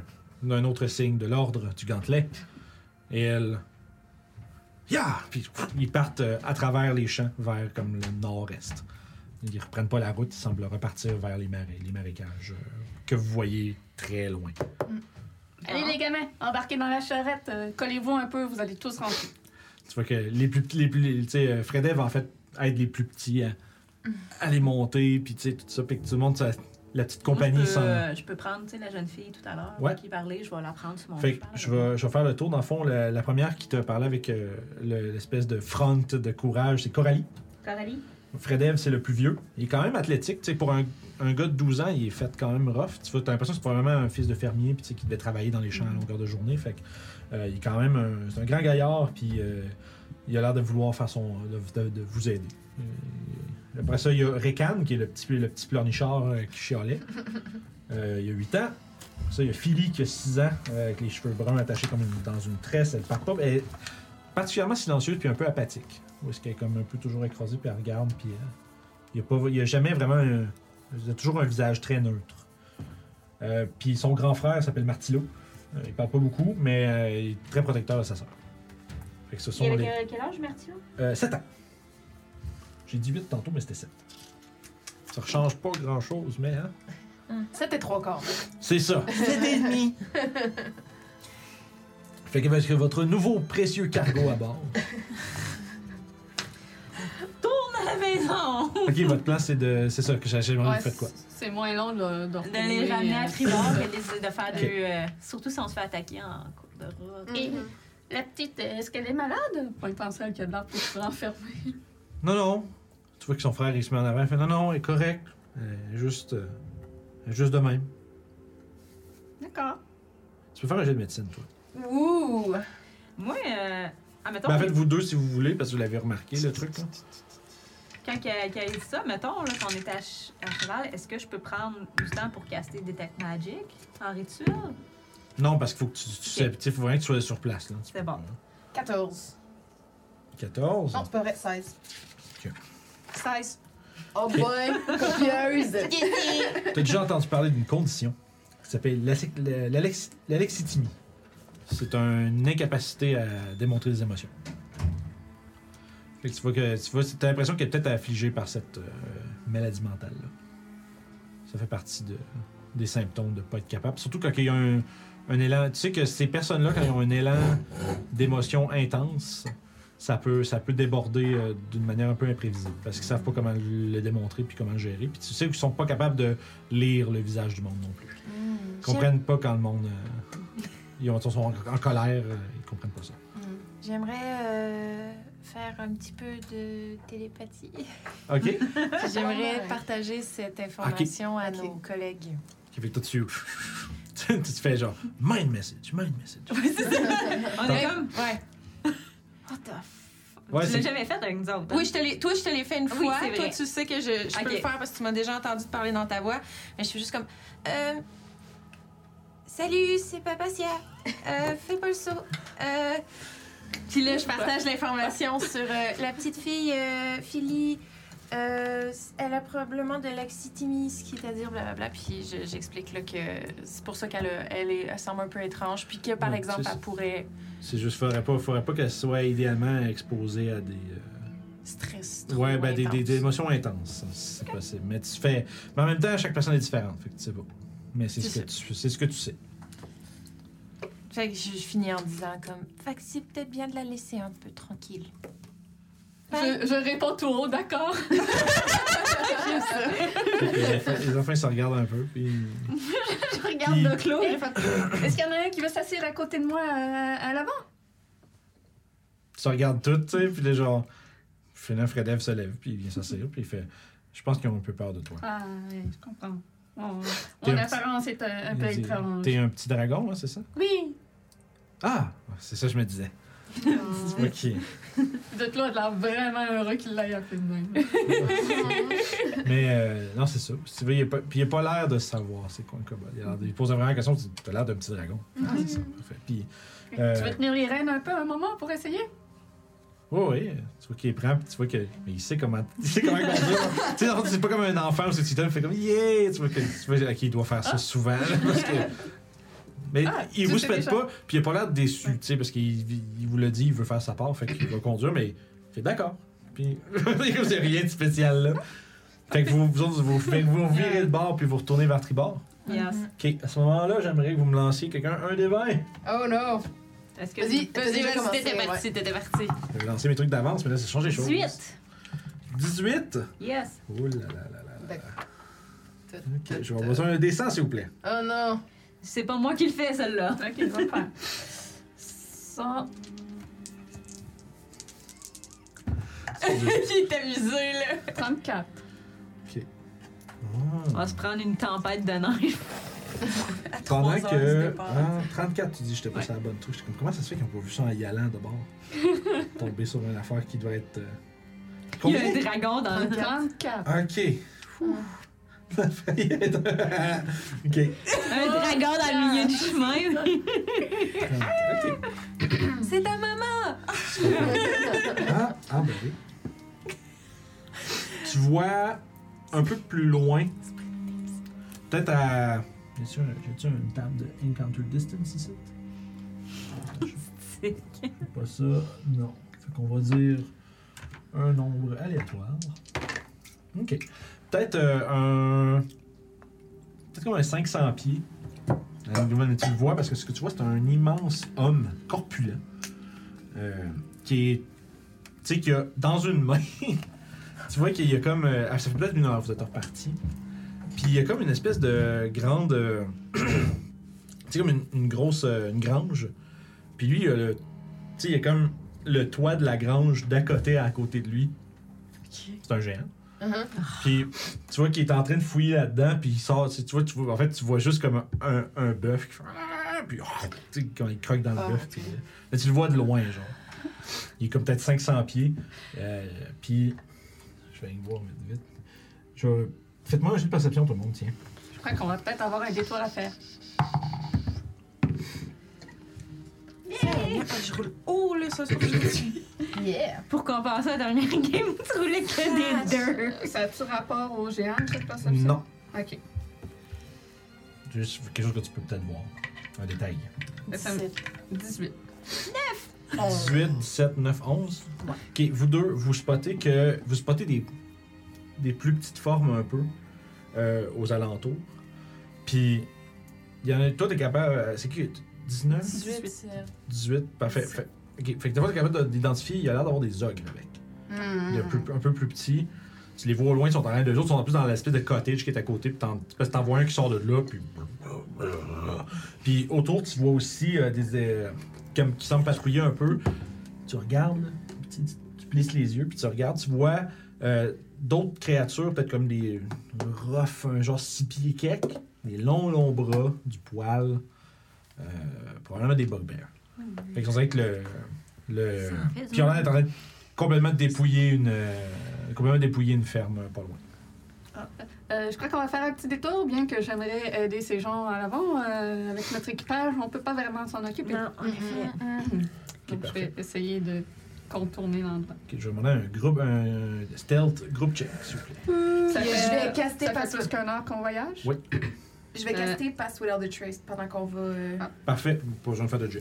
[SPEAKER 1] d'un autre signe de l'ordre du gantelet. Et elle. Ya! Puis pff, ils partent euh, à travers les champs vers comme le nord-est. Ils reprennent pas la route, ils semblent repartir vers les marais, les marécages euh, que vous voyez très loin.
[SPEAKER 5] Ah.
[SPEAKER 2] Allez, les gamins, embarquez dans la charrette, euh, collez-vous un peu, vous allez tous rentrer.
[SPEAKER 1] Tu vois que les plus petits- les plus, les- tu sais, euh, Fred Eve, en fait, aide les plus petits à, à les monter, puis tu sais, tout ça, puis que tout le monde, ça- la petite compagnie
[SPEAKER 5] Moi, je, peux,
[SPEAKER 1] sans.
[SPEAKER 5] euh, je peux prendre tu sais, la jeune fille tout à l'heure
[SPEAKER 1] Ouais.
[SPEAKER 5] qui parlait, je vais la prendre sur mon
[SPEAKER 1] Fait que
[SPEAKER 5] cheval.
[SPEAKER 1] je vais, je vais faire le tour. Dans le fond, la, la première qui te parlait avec euh, le- l'espèce de front de courage, c'est Coralie.
[SPEAKER 5] Coralie?
[SPEAKER 1] Fred Eve, c'est le plus vieux. Il est quand même athlétique. tu sais, pour un, un gars de 12 ans, il est fait quand même rough. Tu vois, t'as l'impression que c'est probablement un fils de fermier puis tu sais, qui devait travailler dans les champs à longueur de journée. Fait que, euh, il est quand même un, c'est un grand gaillard. Puis euh, il a l'air de vouloir faire son, de, de- de vous aider. Euh, après ça, il y a Rekan, qui est le petit, le petit pleurnichard euh, qui chialait. Euh, il y a 8 ans. Ça, il y a Philly qui a 6 ans, euh, avec les cheveux bruns attachés comme une- dans une tresse. Elle part pas. Elle est particulièrement silencieuse puis un peu apathique. Où est-ce qu'elle est comme un peu toujours écrasée puis elle regarde puis euh, il n'y a, pas- il y a jamais vraiment un- il y a toujours un visage très neutre. Euh, Puis son grand frère s'appelle Martillo. Euh, il parle pas beaucoup, mais euh, il est très protecteur de sa sœur. Fait que ce
[SPEAKER 5] Il
[SPEAKER 1] sont
[SPEAKER 5] avait
[SPEAKER 1] les.
[SPEAKER 5] quel âge, Martio?
[SPEAKER 1] 7 Euh, ans. J'ai dit 8 tantôt, mais c'était 7. Ça ne change pas grand chose, mais hein.
[SPEAKER 3] C'était trois quarts.
[SPEAKER 1] C'est ça.
[SPEAKER 4] C'est demi.
[SPEAKER 1] Fait que avec votre nouveau précieux cargo à bord.
[SPEAKER 5] À la maison!
[SPEAKER 1] Ok, votre plan, c'est de. C'est ça que j'aimerais
[SPEAKER 2] Ouais,
[SPEAKER 1] vous faites quoi?
[SPEAKER 2] c'est- C'est moins long de, de
[SPEAKER 5] De les
[SPEAKER 2] retourner,
[SPEAKER 5] ramener à
[SPEAKER 2] euh,
[SPEAKER 5] Tribord et de faire
[SPEAKER 1] Ok.
[SPEAKER 5] du. euh, surtout si on se fait attaquer en cours de route.
[SPEAKER 2] Et
[SPEAKER 6] Mhm.
[SPEAKER 2] la petite, euh, est-ce qu'elle est malade? Pointant celle qui a de l'air pour se renfermer.
[SPEAKER 1] Non, non. Tu vois que son frère, il se met en avant. Il fait non, non, elle est correct. Elle est juste. euh, elle est juste de même.
[SPEAKER 2] D'accord.
[SPEAKER 1] Tu peux faire un jet de médecine, toi.
[SPEAKER 3] Wouh!
[SPEAKER 5] Moi, euh, admettons,
[SPEAKER 1] Ben, en fait, vous deux, si vous voulez, parce que vous l'avez remarqué, le truc. Là.
[SPEAKER 5] quand qu'elle qu'elle a dit ça, mettons là, qu'on est à, ch- à cheval, est-ce que je peux prendre du temps pour caster Detect Magic en rituel?
[SPEAKER 1] Non, parce qu'il faut que tu, tu sais. Il faut vraiment que tu sois sur place. Là.
[SPEAKER 5] C'est bon.
[SPEAKER 3] 14.
[SPEAKER 1] 14.
[SPEAKER 3] Non, c'est pas vrai, 16.
[SPEAKER 6] 16.
[SPEAKER 3] Oh boy! Copieuse!
[SPEAKER 1] T'as déjà entendu parler d'une condition qui s'appelle l'asec- la- l'alex- l'alexitimie. C'est un- une incapacité à démontrer des émotions. Fait que tu vois que tu vois, t'as l'impression qu'elle est peut-être affligée par cette euh, maladie mentale. là. Ça fait partie de- des symptômes de pas être capable. Surtout quand il y a un, un élan. Tu sais que ces personnes-là, quand ils ont un élan d'émotion intense, ça peut, ça peut déborder euh, d'une manière un peu imprévisible. Parce qu'ils savent pas comment le démontrer puis comment le gérer. Puis tu sais qu'ils sont pas capables de lire le visage du monde non plus. Ils comprennent pas quand le monde. euh, ils ont- sont en, en colère, euh, ils comprennent pas ça.
[SPEAKER 6] J'aimerais euh, faire un petit peu de télépathie.
[SPEAKER 1] OK. Qui
[SPEAKER 7] Puis J'aimerais
[SPEAKER 3] Ouais.
[SPEAKER 7] partager cette information à
[SPEAKER 6] Ok.
[SPEAKER 7] nos collègues.
[SPEAKER 1] fait que toi, tu. tu te fais genre mind message, mind message.
[SPEAKER 5] On est comme.
[SPEAKER 7] Ouais.
[SPEAKER 5] What the fuck?
[SPEAKER 1] Ouais,
[SPEAKER 5] tu
[SPEAKER 1] c'est-
[SPEAKER 5] l'as jamais fait avec nous autres. hein?
[SPEAKER 6] Oui, je te l'ai, toi, je te l'ai fait une
[SPEAKER 5] Oui,
[SPEAKER 6] fois.
[SPEAKER 5] c'est vrai.
[SPEAKER 6] toi, tu sais que je, je peux
[SPEAKER 5] Ok.
[SPEAKER 6] le faire parce que tu m'as déjà entendu te parler dans ta voix. Mais je suis juste comme. euh, Salut, c'est Papacia. Euh, fais pas le saut. Euh, Puis là, je partage l'information sur euh, la petite fille, euh, Philly. Euh, elle a probablement de l'axitimie, ce qui est à dire blablabla. Puis je- j'explique là que c'est pour ça qu'elle a- elle est, elle semble un peu étrange. Puis que par
[SPEAKER 1] Ouais,
[SPEAKER 6] exemple,
[SPEAKER 1] c'est ça.
[SPEAKER 6] elle pourrait
[SPEAKER 1] C'est juste, faudrait pas, faudrait pas qu'elle soit idéalement exposée à des. euh,
[SPEAKER 6] stress. trop
[SPEAKER 1] Ouais, ben des, des-
[SPEAKER 6] intense.
[SPEAKER 1] des émotions intenses, hein, si c'est possible. Mais tu fais. Mais en même temps, chaque personne est différente, fait que tu sais pas. Mais c'est ce,
[SPEAKER 6] C'est
[SPEAKER 1] que tu- c'est ce que tu sais.
[SPEAKER 6] Fait que je finis en disant comme, fait que c'est peut-être bien de la laisser un peu tranquille.
[SPEAKER 2] Je, je réponds tout haut, d'accord?
[SPEAKER 1] Fait que les, enfants, les enfants, ils se regardent un peu, puis.
[SPEAKER 2] Je regarde
[SPEAKER 1] Puis-
[SPEAKER 2] le clos. j'ai fait, euh, Est-ce qu'il y en a un qui veut s'asseoir à côté de moi euh, à l'avant?
[SPEAKER 1] Ils se regardent tous, tu sais, puis les genre. Finalement, Fredev se lève, puis il vient s'asseoir, puis il fait. Je pense qu'ils ont un peu peur de toi.
[SPEAKER 2] Ah, ouais, je comprends. Mon,
[SPEAKER 1] T'es
[SPEAKER 2] mon
[SPEAKER 1] un petit-
[SPEAKER 2] apparence est euh, un, un peu
[SPEAKER 1] Il dit,
[SPEAKER 2] étrange.
[SPEAKER 1] T'es un petit dragon, hein, c'est ça?
[SPEAKER 2] Oui,
[SPEAKER 1] Ah! C'est ça, que je me disais. Ok.
[SPEAKER 2] de là, de l'air vraiment heureux qu'il l'ait appelé de
[SPEAKER 1] Euh.
[SPEAKER 2] même.
[SPEAKER 3] Hmm.
[SPEAKER 1] Mais euh, non, c'est ça. Si tu veux, il a pas, puis il a pas l'air de savoir c'est quoi un kobold. Il, a l'air de- il pose vraiment la question, tu as l'air d'un petit dragon. Ah, c'est ça, parfait. Puis. euh,
[SPEAKER 2] Tu veux tenir les rênes un peu un moment pour essayer?
[SPEAKER 1] Oui, oui. Tu vois qu'il est prêt, puis tu vois que. Mais il sait comment. Il sait comment conduire. tu sais, en fait, c'est pas comme un enfant où tu donnes, il fait comme Yeah! Tu vois que- tu vois qu'il doit faire ça souvent. là, parce que... Mais
[SPEAKER 2] Ah,
[SPEAKER 1] il
[SPEAKER 2] tu
[SPEAKER 1] vous
[SPEAKER 2] sais
[SPEAKER 1] pète
[SPEAKER 2] déjà.
[SPEAKER 1] pas, puis il a pas l'air déçu, tu sais, parce qu'il il vous l'a dit, il veut faire sa part, fait qu'il va conduire, mais il fait d'accord. Puis, c'est comme c'est rien de spécial, là. Fait que vous, vous autres, vous, vous, vous virez le bord, puis vous retournez vers tribord.
[SPEAKER 5] Yes.
[SPEAKER 1] Ok, à ce moment-là, j'aimerais que vous me lanciez quelqu'un un des 20.
[SPEAKER 3] Oh no!
[SPEAKER 5] Est-ce que
[SPEAKER 3] Vas-y,
[SPEAKER 5] T'as
[SPEAKER 3] vas-y,
[SPEAKER 5] déjà
[SPEAKER 3] vas-y,
[SPEAKER 5] commencé,
[SPEAKER 3] t'étais
[SPEAKER 5] ouais.
[SPEAKER 3] parti,
[SPEAKER 5] t'étais parti.
[SPEAKER 1] Je vais lancer mes trucs d'avance, mais là, ça change les choses.
[SPEAKER 5] 18.
[SPEAKER 1] 18?
[SPEAKER 5] Yes.
[SPEAKER 1] Oh là là là là.
[SPEAKER 3] D'accord.
[SPEAKER 1] Ok, je vais avoir besoin d'un dessin, s'il vous plaît.
[SPEAKER 3] Oh non!
[SPEAKER 5] C'est pas moi qui le fais, celle-là.
[SPEAKER 2] Ok, je vais le faire.
[SPEAKER 5] 100.
[SPEAKER 6] Qui est amusé, là?
[SPEAKER 2] 34.
[SPEAKER 5] On
[SPEAKER 1] Ah.
[SPEAKER 5] va se prendre une tempête de neige.
[SPEAKER 1] Pendant
[SPEAKER 6] trois heures du
[SPEAKER 1] que.
[SPEAKER 6] départ.
[SPEAKER 1] Ah, 34, tu dis, j'étais pas sur la bonne truc. J'étais comme, comment ça se fait qu'ils ont pas vu ça en y allant de bord Tomber sur une affaire qui doit être. euh,
[SPEAKER 5] Il y a
[SPEAKER 1] Combien
[SPEAKER 5] un dragon dans le
[SPEAKER 2] 34.
[SPEAKER 1] Ok. Ça a failli être. ok.
[SPEAKER 5] Un dragon dans le milieu du chemin.
[SPEAKER 1] Ok.
[SPEAKER 5] C'est ta maman.
[SPEAKER 1] Ah, ah, ben oui. Tu vois un peu plus loin. Peut-être à. T'es sûr, j'ai-tu une table de Encounter Distance ici? Attends, je- pas ça, non. Fait qu'on va dire un nombre aléatoire. Ok. Peut-être euh, un. Peut-être comme un 500 pieds. Euh, Donovan, tu le vois parce que ce que tu vois, c'est un immense homme corpulent euh, qui est. Tu sais, qui a dans une main. tu vois qu'il y a comme. euh, ah, ça fait peut-être une heure, vous êtes reparti. Puis il y a comme une espèce de grande. euh, tu sais, comme une, une grosse. euh, une grange. Puis lui, il a le- tu sais, il y a comme le toit de la grange d'à côté à côté de lui. C'est un géant.
[SPEAKER 3] Mhm.
[SPEAKER 1] Puis tu vois qu'il est en train de fouiller là-dedans, puis il sort. Tu vois, tu vois, en fait, tu vois juste comme un, un bœuf qui fait. Ah Puis ah, tu sais, quand il croque dans le
[SPEAKER 3] Ah,
[SPEAKER 1] bœuf.
[SPEAKER 3] ok.
[SPEAKER 1] puis, euh, mais tu le vois de loin, genre. Il est comme peut-être 500 pieds. Euh, puis. Je vais aller le voir vite, vite. Je... vais- Faites-moi un jeu de perception, tout le monde, tiens.
[SPEAKER 2] Je crois qu'on va peut-être avoir un détour à faire.
[SPEAKER 6] Je roule
[SPEAKER 5] Oh,
[SPEAKER 6] haut, là, ça, c'est aujourd'hui.
[SPEAKER 3] Yeah!
[SPEAKER 5] Pour compenser la dernière game, tu roulais que des deux.
[SPEAKER 2] Ça a-tu rapport au géant, cette perception?
[SPEAKER 1] Non.
[SPEAKER 2] Ok.
[SPEAKER 1] Juste quelque chose que tu peux peut-être voir. Un détail.
[SPEAKER 2] Ben, ça me- 18.
[SPEAKER 1] 18, 17, 9, 11. Ok, vous deux, vous spottez que. Vous spottez des, des plus petites formes un peu euh, aux alentours. Puis, il y en a. Toi, t'es capable. euh, C'est qui 19
[SPEAKER 2] 18.
[SPEAKER 4] 18.
[SPEAKER 1] 18, parfait. Fait, ok, fait que des fois, t'es capable de- d'identifier, il y a l'air d'avoir des ogres avec. Il y a plus- un peu plus petit. Tu les vois au loin, ils sont en train de. Les autres sont en plus dans l'espèce de cottage qui est à côté. Puis t'en- parce que t'en vois un qui sort de là, puis. Puis autour, tu vois aussi euh, des. euh, comme qui semblent patrouiller un peu. Tu regardes, là, puis tu, tu plisses les yeux, puis tu regardes, tu vois euh, d'autres créatures, peut-être comme des. Rough, un genre six pieds kek, des longs, longs bras, du poil. euh, probablement des bugbears. Fait qu'ils sont avec le. le
[SPEAKER 5] Ça en fait,
[SPEAKER 1] puis on est en train de complètement dépouiller une, euh, complètement dépouiller une ferme euh, pas loin.
[SPEAKER 2] Euh, je crois qu'on va faire un petit détour, bien que j'aimerais aider ces gens à l'avant. euh, avec notre équipage, on peut pas vraiment s'en occuper.
[SPEAKER 5] Non, en effet.
[SPEAKER 2] Donc, je vais essayer de contourner l'endroit.
[SPEAKER 1] Ok, je vais demander un groupe, un stealth group check, s'il vous plaît.
[SPEAKER 2] Ça
[SPEAKER 3] Je
[SPEAKER 2] fait-
[SPEAKER 3] vais caster
[SPEAKER 2] Ça fait
[SPEAKER 3] Pass-
[SPEAKER 2] plus qu'un heure qu'on voyage.
[SPEAKER 1] Oui.
[SPEAKER 3] Je vais
[SPEAKER 2] Euh.
[SPEAKER 3] caster Pass Without a Trace pendant qu'on va. euh,
[SPEAKER 2] Ah.
[SPEAKER 1] Parfait, pas besoin de faire de jet.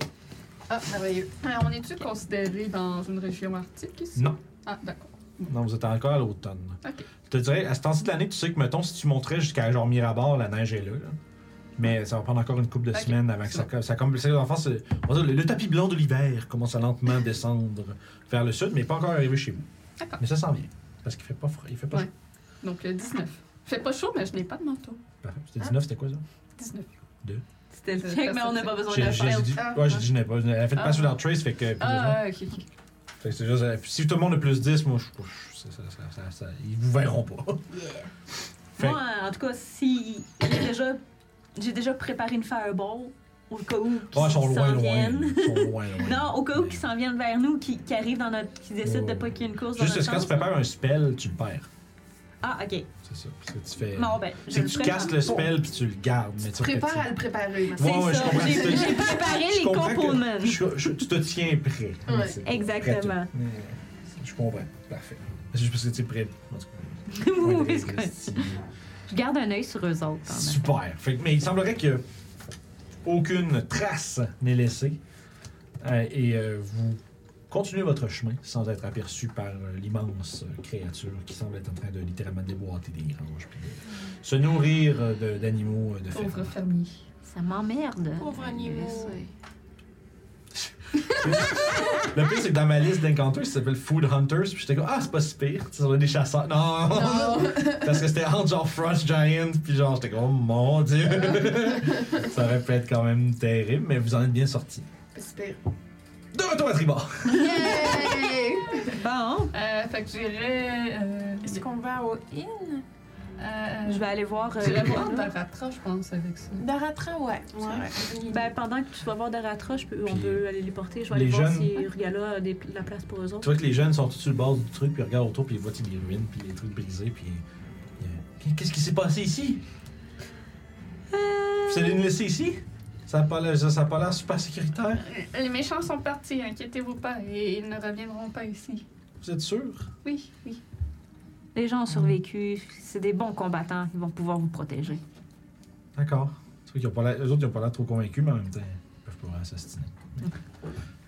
[SPEAKER 3] Ah, merveilleux.
[SPEAKER 2] Euh, on est-tu considéré dans une région arctique ici?
[SPEAKER 1] Non.
[SPEAKER 2] Ah, d'accord.
[SPEAKER 1] Non, vous êtes encore à l'automne.
[SPEAKER 2] Ok.
[SPEAKER 1] Je te dirais, à ce temps-ci de l'année, tu sais que, mettons, si tu montrais jusqu'à genre Mirabar, la neige est là. là. Mais ça va prendre encore une couple de
[SPEAKER 2] Ok,
[SPEAKER 1] semaines avant que
[SPEAKER 2] c'est
[SPEAKER 1] ça, ça comme c'est- en France, c'est- on va dire, le, le tapis blanc de l'hiver commence à lentement descendre vers le sud, mais pas encore arrivé chez vous.
[SPEAKER 2] D'accord.
[SPEAKER 1] Mais ça s'en vient. Parce qu'il fait pas froid. Il fait pas
[SPEAKER 2] Ouais.
[SPEAKER 1] chaud.
[SPEAKER 2] Donc, euh, 19. Fait pas chaud, mais je n'ai pas de manteau.
[SPEAKER 1] Parfait. C'était
[SPEAKER 2] Ah.
[SPEAKER 1] 19, c'était quoi ça?
[SPEAKER 2] 19.
[SPEAKER 5] C'était le
[SPEAKER 2] Euh,
[SPEAKER 5] check, mais on n'a pas besoin de
[SPEAKER 1] J'ai
[SPEAKER 5] le
[SPEAKER 1] j'ai
[SPEAKER 5] faire.
[SPEAKER 1] dit.
[SPEAKER 2] Ah,
[SPEAKER 1] Ouais, j'ai dit, je n'ai pas. Elle a fait
[SPEAKER 2] Ah.
[SPEAKER 1] pas sous leur trace, fait que.
[SPEAKER 2] Ah, ok. ok.
[SPEAKER 1] Fait que c'est juste, euh, si tout le monde a plus 10, moi, je, je- ça, ça, ça, ça- ça- ils vous verront pas. Fait-
[SPEAKER 5] Moi, en tout cas, si j'ai déjà, j'ai déjà préparé une fireball, au cas où qu'ils
[SPEAKER 1] Ah, ils sont
[SPEAKER 5] s'en
[SPEAKER 1] loin, loin.
[SPEAKER 5] viennent.
[SPEAKER 1] Ils sont loin, loin.
[SPEAKER 5] Non, au cas où
[SPEAKER 1] Mais-
[SPEAKER 5] qu'ils s'en viennent vers nous, qui, qui arrivent dans notre. qui décident de
[SPEAKER 1] Ouais.
[SPEAKER 5] pas qu'il y ait une hein. course
[SPEAKER 1] Juste
[SPEAKER 5] dans
[SPEAKER 1] parce que
[SPEAKER 5] notre
[SPEAKER 1] quand tu
[SPEAKER 5] sens.
[SPEAKER 1] prépares un spell, tu le perds.
[SPEAKER 5] Ah, ok.
[SPEAKER 1] C'est ça. Parce que tu fais.
[SPEAKER 5] Bon, ben, je
[SPEAKER 1] c'est que
[SPEAKER 5] le
[SPEAKER 1] tu
[SPEAKER 5] ferai
[SPEAKER 1] casses
[SPEAKER 5] quand-
[SPEAKER 1] le spell puis tu le gardes. Mais tu
[SPEAKER 3] Prépare à
[SPEAKER 1] réfléchis.
[SPEAKER 3] le préparer. maintenant.
[SPEAKER 5] C'est
[SPEAKER 1] Ouais, ouais, je
[SPEAKER 5] ça.
[SPEAKER 1] comprends.
[SPEAKER 5] J'ai
[SPEAKER 1] C'est-
[SPEAKER 5] j'ai préparé
[SPEAKER 1] Je
[SPEAKER 5] les
[SPEAKER 1] comprends que-
[SPEAKER 5] components.
[SPEAKER 1] je- je- Tu te tiens prêt.
[SPEAKER 3] Ouais,
[SPEAKER 1] Mais c'est-
[SPEAKER 5] exactement.
[SPEAKER 1] prêt, tout. Mais euh, Je comprends. Parfait. Mais C'est juste parce que tu es prêt. En tout cas,
[SPEAKER 5] Oui,
[SPEAKER 1] ouais,
[SPEAKER 5] c'est correct.
[SPEAKER 1] c'est-
[SPEAKER 5] Je garde un œil sur eux autres. quand même.
[SPEAKER 1] Super. Fait que- mais il semblerait que aucune trace n'est laissée. Euh, et euh, vous continuez votre chemin sans être aperçu par euh, l'immense euh, créature qui semble être en train de littéralement déboîter des granges puis de se nourrir euh, de- d'animaux euh, de ferme.
[SPEAKER 2] Pauvre fermier.
[SPEAKER 5] Ça m'emmerde.
[SPEAKER 6] Pauvre animaux.
[SPEAKER 1] Le pire, c'est que dans ma liste d'encounters, ça s'appelle Food Hunters. Puis j'étais comme, ah, c'est pas si pire. Tu sais, on est des chasseurs. Non! Parce que c'était entre genre Frost Giant. Puis genre, j'étais comme, oh mon dieu! ça aurait pu être quand même terrible, mais vous en êtes bien sortis.
[SPEAKER 3] C'est pire.
[SPEAKER 1] De retour à Tribord!
[SPEAKER 3] Yay!
[SPEAKER 5] Bon,
[SPEAKER 2] Euh, fait que j'irai. Euh,
[SPEAKER 6] Est-ce qu'on va au inn?
[SPEAKER 2] euh,
[SPEAKER 5] je vais aller voir. euh,
[SPEAKER 2] J'irai voir
[SPEAKER 5] Dara.
[SPEAKER 2] Daratra, je pense, avec ça.
[SPEAKER 6] Daratra, ouais.
[SPEAKER 2] Ouais.
[SPEAKER 5] Ben, pendant que tu vas voir Daratra, je peux, on
[SPEAKER 1] Puis,
[SPEAKER 5] peut aller les porter. Je vais
[SPEAKER 1] les
[SPEAKER 5] aller voir
[SPEAKER 1] jeunes-
[SPEAKER 5] si Urgala a des- de la place pour eux
[SPEAKER 1] Tu
[SPEAKER 5] autres.
[SPEAKER 1] vois que les jeunes sont tous sur le bord du truc, puis ils regardent autour, puis ils voient tu sais, les ruines, puis les trucs brisés, puis. euh, Qu'est- Qu'est-ce qui s'est passé ici? Vous allez nous laisser ici? Ça n'a pas l'air ça- ça a pas l'air super sécuritaire.
[SPEAKER 2] Les méchants sont partis, inquiétez-vous pas, et ils ne reviendront pas ici.
[SPEAKER 1] Vous êtes sûr?
[SPEAKER 2] Oui, oui.
[SPEAKER 5] Les gens ont survécu. C'est des bons combattants. Ils vont pouvoir vous protéger.
[SPEAKER 1] D'accord. Tu C'est vrai qu'ils ont pas l'air- eux autres, ils ont pas l'air trop convaincus, mais en même temps, ils peuvent pas vraiment s'astiner. Mais,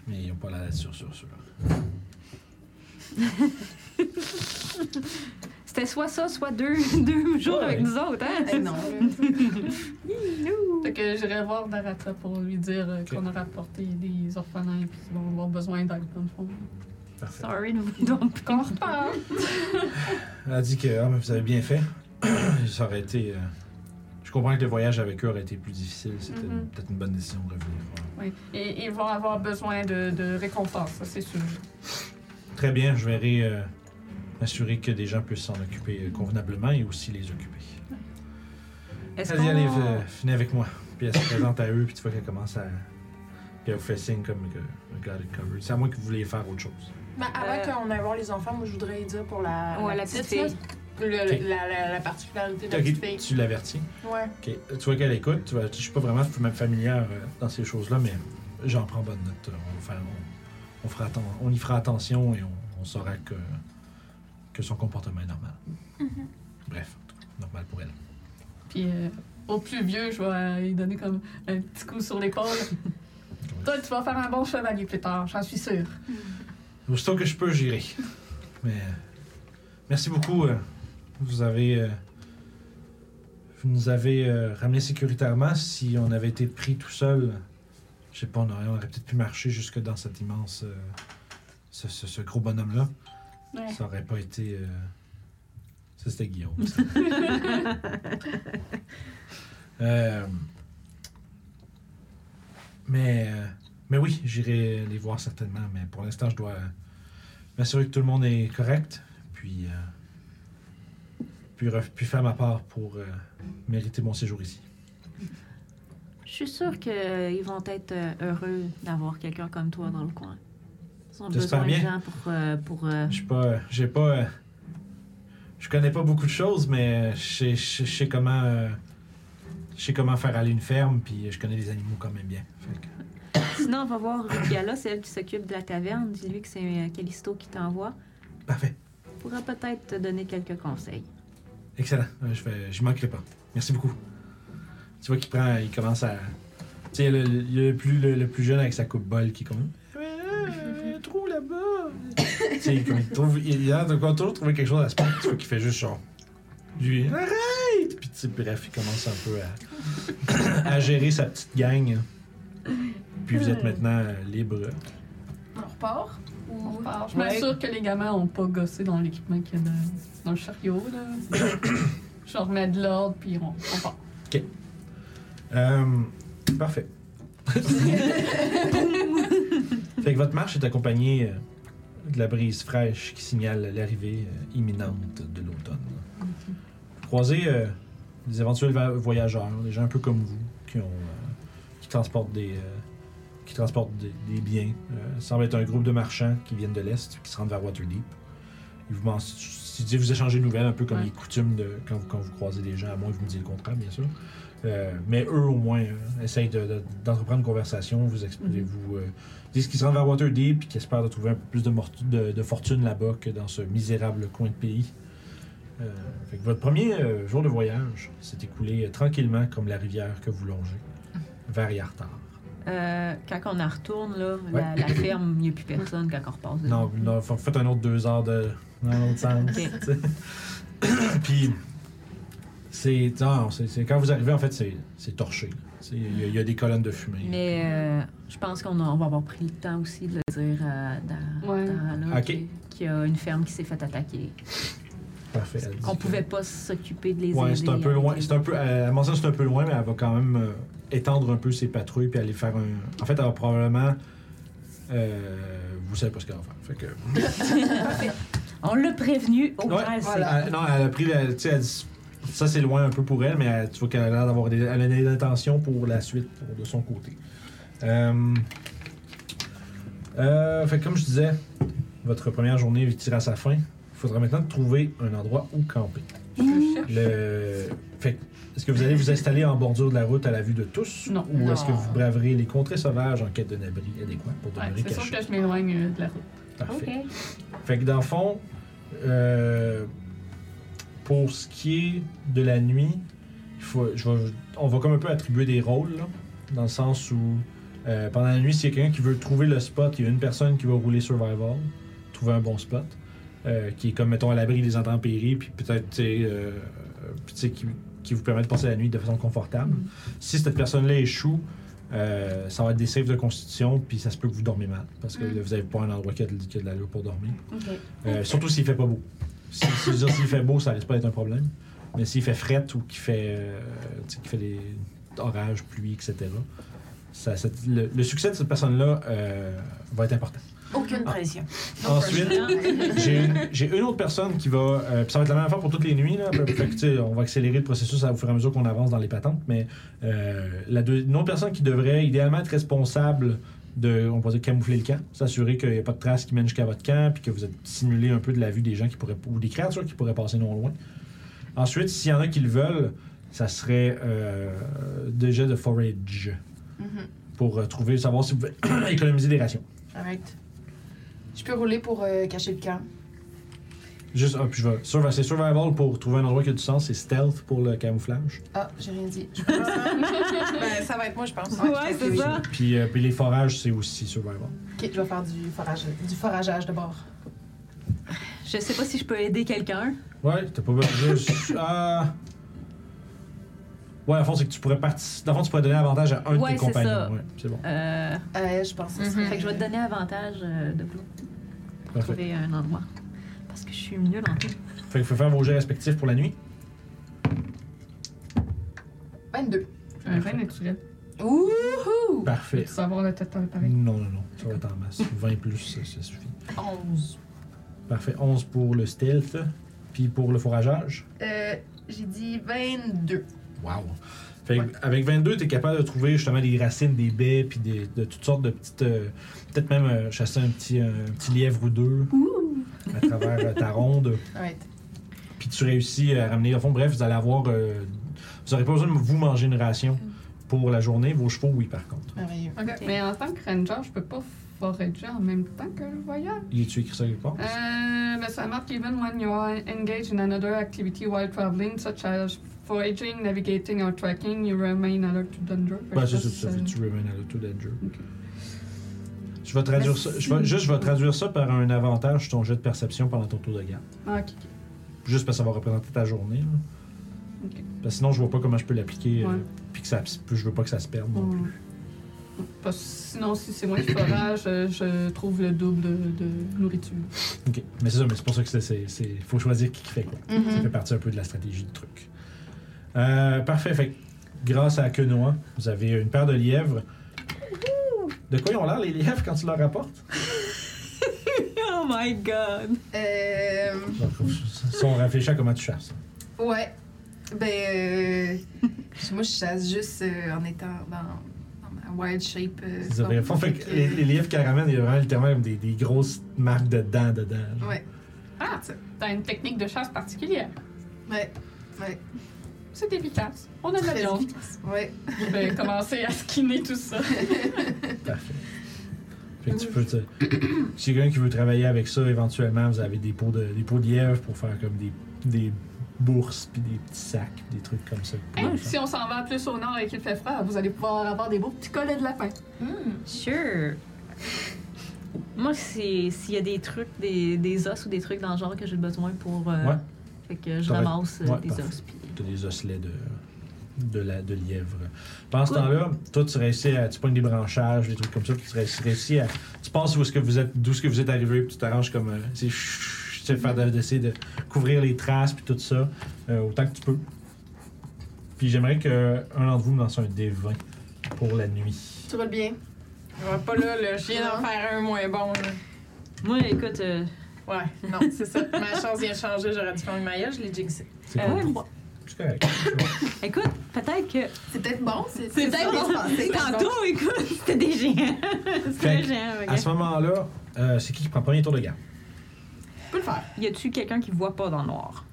[SPEAKER 1] mais ils ont pas l'air sûr, sûr, sûr.
[SPEAKER 8] C'était soit ça, soit deux, deux jours
[SPEAKER 1] Ouais.
[SPEAKER 8] avec nous autres, hein?
[SPEAKER 3] Eh non, là.
[SPEAKER 2] Fait que j'irai voir Darata pour lui dire euh, qu'on a rapporté des orphelins et qu'ils vont avoir besoin d'aide dans le fond.
[SPEAKER 1] Parfait.
[SPEAKER 8] Sorry, nous donc
[SPEAKER 2] Qu'on repart!
[SPEAKER 1] Elle a dit que ah, mais vous avez bien fait. Ça aurait été. euh, Je comprends que le voyage avec eux aurait été plus difficile. C'était
[SPEAKER 2] Mhm.
[SPEAKER 1] peut-être une bonne décision de revenir. Ouais.
[SPEAKER 2] oui. Et ils vont avoir besoin de, de récompense, ça c'est sûr.
[SPEAKER 1] Très bien, je verrai euh, m'assurer que des gens puissent s'en occuper euh, convenablement et aussi les occuper.
[SPEAKER 5] Est-ce
[SPEAKER 1] Allez, euh. allez,
[SPEAKER 5] qu'on...
[SPEAKER 1] v- venez avec moi. Puis elle se présente à eux, puis tu vois qu'elle commence à. Puis elle vous fait signe comme que God it covered. C'est à moins que vous voulez faire autre chose.
[SPEAKER 6] Mais avant
[SPEAKER 5] Euh,
[SPEAKER 6] qu'on aille voir les enfants, moi, je voudrais dire pour la,
[SPEAKER 5] Ouais, la petite
[SPEAKER 6] là,
[SPEAKER 5] fille.
[SPEAKER 6] le-
[SPEAKER 1] Ok.
[SPEAKER 6] la, la- la particularité de la
[SPEAKER 1] Ok,
[SPEAKER 6] petite fille.
[SPEAKER 1] tu l'avertis.
[SPEAKER 6] Ouais.
[SPEAKER 1] Ok, Tu vois qu'elle écoute. Tu vois, je suis pas vraiment f- même familière euh, dans ces choses-là, mais j'en prends bonne note. Euh, On, va faire- on- on fera atten- on y fera attention et on, on saura que, que son comportement est normal. Bref, en tout cas, normal pour elle.
[SPEAKER 2] Puis euh, au plus vieux, je vais euh, lui donner comme un petit coup sur l'épaule. Toi, tu vas faire un bon chevalier plus tard, j'en suis sûre.
[SPEAKER 1] Aussitôt que je peux, j'irai. Mais euh, merci beaucoup. euh, vous avez. euh, vous nous avez euh, ramenés sécuritairement. Si on avait été pris tout seul, euh, je sais pas, on aurait, on aurait peut-être pu marcher jusque dans cet immense. euh, ce, ce- ce gros bonhomme-là.
[SPEAKER 2] Ouais.
[SPEAKER 1] Ça aurait pas été. euh, Ça, c'était Guillaume. ça. Euh, Mais. euh, mais oui, j'irai les voir certainement, mais pour l'instant, je dois euh, m'assurer que tout le monde est correct, puis, euh, puis, ref- puis faire ma part pour euh, mériter mon séjour ici.
[SPEAKER 5] Je suis sûre qu'ils vont être euh, heureux d'avoir quelqu'un comme toi dans le coin. Ils ont
[SPEAKER 1] J'espère
[SPEAKER 5] besoin de
[SPEAKER 1] bien.
[SPEAKER 5] gens pour... euh, pour euh,
[SPEAKER 1] Je suis pas, j'ai pas, euh, je connais pas beaucoup de choses, mais je sais- je sais je sais comment, euh, je sais comment faire aller une ferme, puis je connais les animaux quand même bien. Fait que-
[SPEAKER 5] Sinon, on va voir Rupiala, c'est elle qui s'occupe de la taverne. Dis-lui que c'est euh, Callisto qui t'envoie.
[SPEAKER 1] parfait,
[SPEAKER 5] Elle pourra peut-être te donner quelques conseils.
[SPEAKER 1] excellent, Euh, je vais, je manquerai pas. Merci beaucoup. Tu vois qu'il prend, il commence à, tu sais, le, le- le plus, le, le plus jeune avec sa coupe bol qui commence. euh, un trou là-bas. tu sais, comme il trouve, il, il a l'air de quoi, toujours trouver quelque chose à se prendre. Tu vois qu'il fait juste genre, lui, arrête! Puis tu sais, bref, il commence un peu à, à gérer sa petite gang. Puis vous êtes maintenant euh, libre.
[SPEAKER 3] On repart?
[SPEAKER 2] On
[SPEAKER 3] Ou...
[SPEAKER 2] repart. Je m'assure que les gamins ont pas gossé dans l'équipement qu'il y a dans- dans le chariot. Là. je remets de l'ordre, puis on, on part.
[SPEAKER 1] Euh, parfait. fait que votre marche est accompagnée euh, de la brise fraîche qui signale l'arrivée euh, imminente de l'automne. Vous croisez euh, des éventuels va- voyageurs, des gens un peu comme vous, qui, ont, euh, qui transportent des. euh, qui transportent des, des biens. Euh, il semble être un groupe de marchands qui viennent de l'Est, qui se rendent vers Waterdeep. Ils vous, men- si- si vous échangez de nouvelles, un peu comme
[SPEAKER 2] Ouais.
[SPEAKER 1] les coutumes de, quand, vous, quand vous croisez des gens, à moins que vous me disiez le contraire, bien sûr. Euh, mais eux, au moins, euh, essayent de- de- d'entreprendre une conversation, vous expliquez,
[SPEAKER 5] Mhm.
[SPEAKER 1] vous euh, disent qu'ils se rendent vers Waterdeep et qu'ils espèrent de trouver un peu plus de, mortu- de- de fortune là-bas que dans ce misérable coin de pays. Euh, fait que votre premier euh, jour de voyage s'est écoulé euh, tranquillement comme la rivière que vous longez, vers Yartar.
[SPEAKER 5] Euh, quand on en retourne, là, la, la ferme, il n'y a plus personne quand on repasse. dedans.
[SPEAKER 1] Non, non, fa- faites un autre deux heures de, dans l'autre sens.
[SPEAKER 5] Ok.
[SPEAKER 1] tu sais. Puis, c'est non, c'est- c'est- quand vous arrivez, en fait, c'est c'est torché. là. C'est- Il y, a- il y a des colonnes de fumée.
[SPEAKER 5] Mais euh, je pense qu'on a- on va avoir pris le temps aussi de le dire euh, à Dan-
[SPEAKER 2] Ouais.
[SPEAKER 5] Dara, là,
[SPEAKER 1] Ok.
[SPEAKER 5] qui- qu'il y a une ferme qui s'est faite attaquer.
[SPEAKER 1] Parfait. elle dit
[SPEAKER 5] Qu'on
[SPEAKER 1] que-
[SPEAKER 5] pouvait pas s'occuper de les
[SPEAKER 1] Ouais,
[SPEAKER 5] aider.
[SPEAKER 1] c'est un peu loin. C'est un peu, euh, à mon sens, c'est un peu loin, mais elle va quand même euh, étendre un peu ses patrouilles puis aller faire un. En fait, elle va probablement. euh, vous savez pas ce qu'elle va faire. Fait que.
[SPEAKER 5] On l'a prévenu
[SPEAKER 2] Oh,
[SPEAKER 5] au
[SPEAKER 1] Ouais,
[SPEAKER 5] moins, c'est-
[SPEAKER 1] Elle- non, elle a pris la. Tu sais, elle dit- ça c'est loin un peu pour elle, mais elle- tu vois qu'elle a l'air d'avoir des, elle a des intentions pour la suite pour- de son côté. Euh, euh, fait que comme je disais, votre première journée tire à sa fin. Il faudra maintenant trouver un endroit où camper.
[SPEAKER 2] Je cherche.
[SPEAKER 1] Le... Fait que, est-ce que vous allez vous installer en bordure de la route à la vue de tous?
[SPEAKER 2] Non.
[SPEAKER 1] Ou est-ce que
[SPEAKER 3] Non.
[SPEAKER 1] vous braverez les contrées sauvages en quête d'un abri adéquat pour
[SPEAKER 2] Ouais,
[SPEAKER 1] demeurer
[SPEAKER 2] c'est sûr
[SPEAKER 1] caché?
[SPEAKER 2] que je m'éloigne euh, de la route.
[SPEAKER 1] Parfait.
[SPEAKER 5] Ok.
[SPEAKER 1] Fait que dans le fond, euh, pour ce qui est de la nuit, il il faut- je vais- on va comme un peu attribuer des rôles, là, dans le sens où euh, pendant la nuit, s'il y a quelqu'un qui veut trouver le spot, il y a une personne qui va rouler survival, trouver un bon spot, euh, qui est comme, mettons, à l'abri des intempéries, puis peut-être, tu sais, euh, puis, tu sais, qui, qui vous permet de passer la nuit de façon confortable. Si cette personne-là échoue, euh, ça va être des saves de constitution, puis ça se peut que vous dormez mal, parce que
[SPEAKER 2] Mm.
[SPEAKER 1] là, vous n'avez pas un endroit qui a de, qui a de l'allure pour dormir.
[SPEAKER 5] Ok.
[SPEAKER 1] Euh, Surtout s'il fait pas beau. Si, si- je veux dire, s'il fait beau, ça risque pas d'être un problème. Mais s'il fait fret ou qu'il fait, euh, tu sais, qu'il fait des orages, pluie, etc., ça- cette- le, le succès de cette personne-là euh, va être important. Ah,
[SPEAKER 6] Aucune pression.
[SPEAKER 1] Ensuite, j'ai j'ai une autre personne qui va. euh, puis ça va être la même affaire pour toutes les nuits. Là, Fait que, tu sais, on va accélérer le processus au fur et à mesure qu'on avance dans les patentes. Mais euh, la deux- une autre personne qui devrait idéalement être responsable de, on pourrait dire, camoufler le camp, s'assurer qu'il n'y a pas de traces qui mènent jusqu'à votre camp, puis que vous êtes simulé un peu de la vue des gens qui pourraient, ou des créatures qui pourraient passer non loin. Ensuite, s'il y en a qui le veulent, ça serait euh, des jets de forage pour euh, trouver, savoir si vous pouvez économiser des rations.
[SPEAKER 3] Arrête. Je peux rouler pour euh, cacher le camp.
[SPEAKER 1] Juste, ah, puis je vais. survi- C'est survival pour trouver un endroit qui a du sens, c'est stealth pour le camouflage.
[SPEAKER 3] Ah, j'ai rien dit. Je
[SPEAKER 6] Ben, ça va être moi, je pense.
[SPEAKER 8] Ouais, c'est ça.
[SPEAKER 1] Puis, euh, puis les forages, c'est aussi survival.
[SPEAKER 3] Ok, je vais faire du forage, du forageage de bord.
[SPEAKER 8] Je sais pas si je peux aider quelqu'un.
[SPEAKER 1] Ouais, t'as pas besoin de. Ah. Ouais, en fond, c'est que tu pourrais participer. Dans le fond, tu pourrais donner avantage à un
[SPEAKER 8] Ouais,
[SPEAKER 1] de tes
[SPEAKER 8] c'est
[SPEAKER 1] compagnons.
[SPEAKER 8] ça.
[SPEAKER 1] Ouais, c'est bon.
[SPEAKER 8] Euh,
[SPEAKER 3] Euh, je pense que c'est
[SPEAKER 6] Mhm.
[SPEAKER 8] Fait que je vais te donner avantage euh, de blue pour
[SPEAKER 1] Parfait.
[SPEAKER 8] trouver un endroit. Parce que je suis nulle en tout.
[SPEAKER 1] Fait qu'il faut faire vos jets respectifs pour la nuit.
[SPEAKER 3] 22.
[SPEAKER 2] Un vin naturel.
[SPEAKER 3] Ouhou!
[SPEAKER 1] Parfait.
[SPEAKER 2] Tu savoir le total pareil.
[SPEAKER 1] Non, non, non. Ça va être en masse. 20 plus, ça, ça suffit.
[SPEAKER 6] 11.
[SPEAKER 1] Parfait. 11 pour le stealth. Puis pour le forageage.
[SPEAKER 3] Euh, j'ai dit 22.
[SPEAKER 1] Wow. Fait que avec 22, t'es capable de trouver justement des racines, des baies, puis des- de toutes sortes de petites. euh, Peut-être même euh, chasser un petit, un petit lièvre ou deux à travers euh, ta ronde.
[SPEAKER 3] Arrête.
[SPEAKER 1] Puis tu réussis à ramener. Au fond, bref, vous allez avoir. euh, vous aurez pas besoin de vous manger une ration pour la journée. Vos chevaux, oui, par contre.
[SPEAKER 3] Merveilleux.
[SPEAKER 2] Ok, Mais en tant que ranger, je peux pas forager en même temps que le voyage.
[SPEAKER 1] Il est-tu écrit ça quelque part?
[SPEAKER 2] Euh, ben, ça marque even when you are engaged in another activity while traveling, such as foraging, navigating or tracking, you remain alert to danger. Fait que
[SPEAKER 1] Ben, c'est
[SPEAKER 2] ça,
[SPEAKER 1] ça, ça
[SPEAKER 2] ça-
[SPEAKER 1] fait tu remain à l'auto danger.
[SPEAKER 2] Ok.
[SPEAKER 1] Je vais traduire ça. Je vais, juste, je vais traduire ça par un avantage sur ton jet de perception pendant ton tour de garde.
[SPEAKER 2] Ah, ok,
[SPEAKER 1] Juste parce que ça va représenter ta journée. là.
[SPEAKER 2] ok.
[SPEAKER 1] Parce que sinon, je vois pas comment je peux l'appliquer. euh,
[SPEAKER 2] Ouais.
[SPEAKER 1] Puis que ça, puis je veux pas que ça se perde non plus.
[SPEAKER 2] Parce que sinon, si c'est moi qui forage, euh, je trouve le double de, de nourriture.
[SPEAKER 1] Ok. Mais c'est ça, mais c'est pour ça que c'est- c'est. c'est- Faut choisir qui qui fait quoi.
[SPEAKER 2] Mm-hmm.
[SPEAKER 1] Ça fait
[SPEAKER 3] Mhm.
[SPEAKER 1] partie un peu de la stratégie du truc. Euh, parfait. Fait que grâce à Quenoa, vous avez une paire de lièvres. De quoi ils ont l'air, les lièvres, quand tu leur apportes
[SPEAKER 8] Oh my god!
[SPEAKER 3] Euh,
[SPEAKER 1] Si on réfléchit à comment tu chasses.
[SPEAKER 3] ouais. Ben, euh, moi, je chasse juste euh, en étant dans, dans ma wild shape. euh,
[SPEAKER 1] Ils avaient-
[SPEAKER 3] forme.
[SPEAKER 1] fait
[SPEAKER 3] Fait
[SPEAKER 1] que
[SPEAKER 3] que-
[SPEAKER 1] les, les lièvres qu'elle ramène, il y a vraiment littéralement comme des, des grosses marques de dents dedans. genre.
[SPEAKER 3] Ouais.
[SPEAKER 2] Ah, t'as une technique de chasse particulière.
[SPEAKER 3] Ouais. Ouais.
[SPEAKER 2] C'est efficace. On a de la
[SPEAKER 3] Très
[SPEAKER 2] viande.
[SPEAKER 3] efficace. Ouais.
[SPEAKER 2] Je vais commencer à skinner tout ça.
[SPEAKER 1] Parfait. Fait que tu peux te... Si quelqu'un qui veut travailler avec ça, éventuellement, vous avez des pots de, des pots de lièvre pour faire comme des, des bourses, puis des petits sacs, puis des trucs comme ça. pour
[SPEAKER 2] Hey,
[SPEAKER 1] les gens.
[SPEAKER 2] si on s'en va plus au nord et qu'il fait froid, vous allez pouvoir avoir des beaux petits collets de lapin.
[SPEAKER 5] Sure. Moi, c'est- s'il y a des trucs, des, des os ou des trucs dans le genre que j'ai besoin pour. euh,
[SPEAKER 1] Ouais.
[SPEAKER 5] Fait que je
[SPEAKER 1] T'aurais-
[SPEAKER 5] ramasse euh,
[SPEAKER 1] ouais,
[SPEAKER 5] des
[SPEAKER 1] parfait.
[SPEAKER 5] os. Puis...
[SPEAKER 1] T'as des osselets de, de, la, de lièvre. Pendant ce temps-là, toi, tu réussis à. Tu pognes des branchages, des trucs comme ça, puis tu réussis, réussis à. Tu passes où est-ce que vous êtes, d'où est-ce que vous êtes arrivé, puis tu t'arranges comme. euh, c'est chut, tu sais, faire de- d'essayer de couvrir les traces, puis tout ça, euh, autant que tu peux. Puis j'aimerais qu'un d'entre vous me lance un D20 pour la nuit.
[SPEAKER 3] Tu roules bien.
[SPEAKER 6] On va pas là, là. Je viens
[SPEAKER 2] Hein?
[SPEAKER 6] d'en
[SPEAKER 3] Non.
[SPEAKER 6] faire un moins bon, là.
[SPEAKER 5] Moi, écoute, euh,
[SPEAKER 6] Ouais, non, c'est ça. Ma chance vient de changer, j'aurais dû faire une maillage, je l'ai jinxé.
[SPEAKER 1] C'est
[SPEAKER 5] euh,
[SPEAKER 1] cool.
[SPEAKER 5] trois.
[SPEAKER 1] C'est correct. C'est bon.
[SPEAKER 5] écoute, peut-être que.
[SPEAKER 3] C'est peut-être bon.
[SPEAKER 5] C'est
[SPEAKER 3] ça,
[SPEAKER 5] peut-être
[SPEAKER 3] on va se passer.
[SPEAKER 5] Tantôt, écoute, c'était des géants.
[SPEAKER 1] Fait
[SPEAKER 5] c'était
[SPEAKER 1] que,
[SPEAKER 5] des géants,
[SPEAKER 1] À
[SPEAKER 5] regarde.
[SPEAKER 1] ce moment-là, euh, c'est qui qui prend le premier tour de garde?
[SPEAKER 3] Tu peux le faire.
[SPEAKER 5] Y a-tu quelqu'un qui voit pas dans le noir?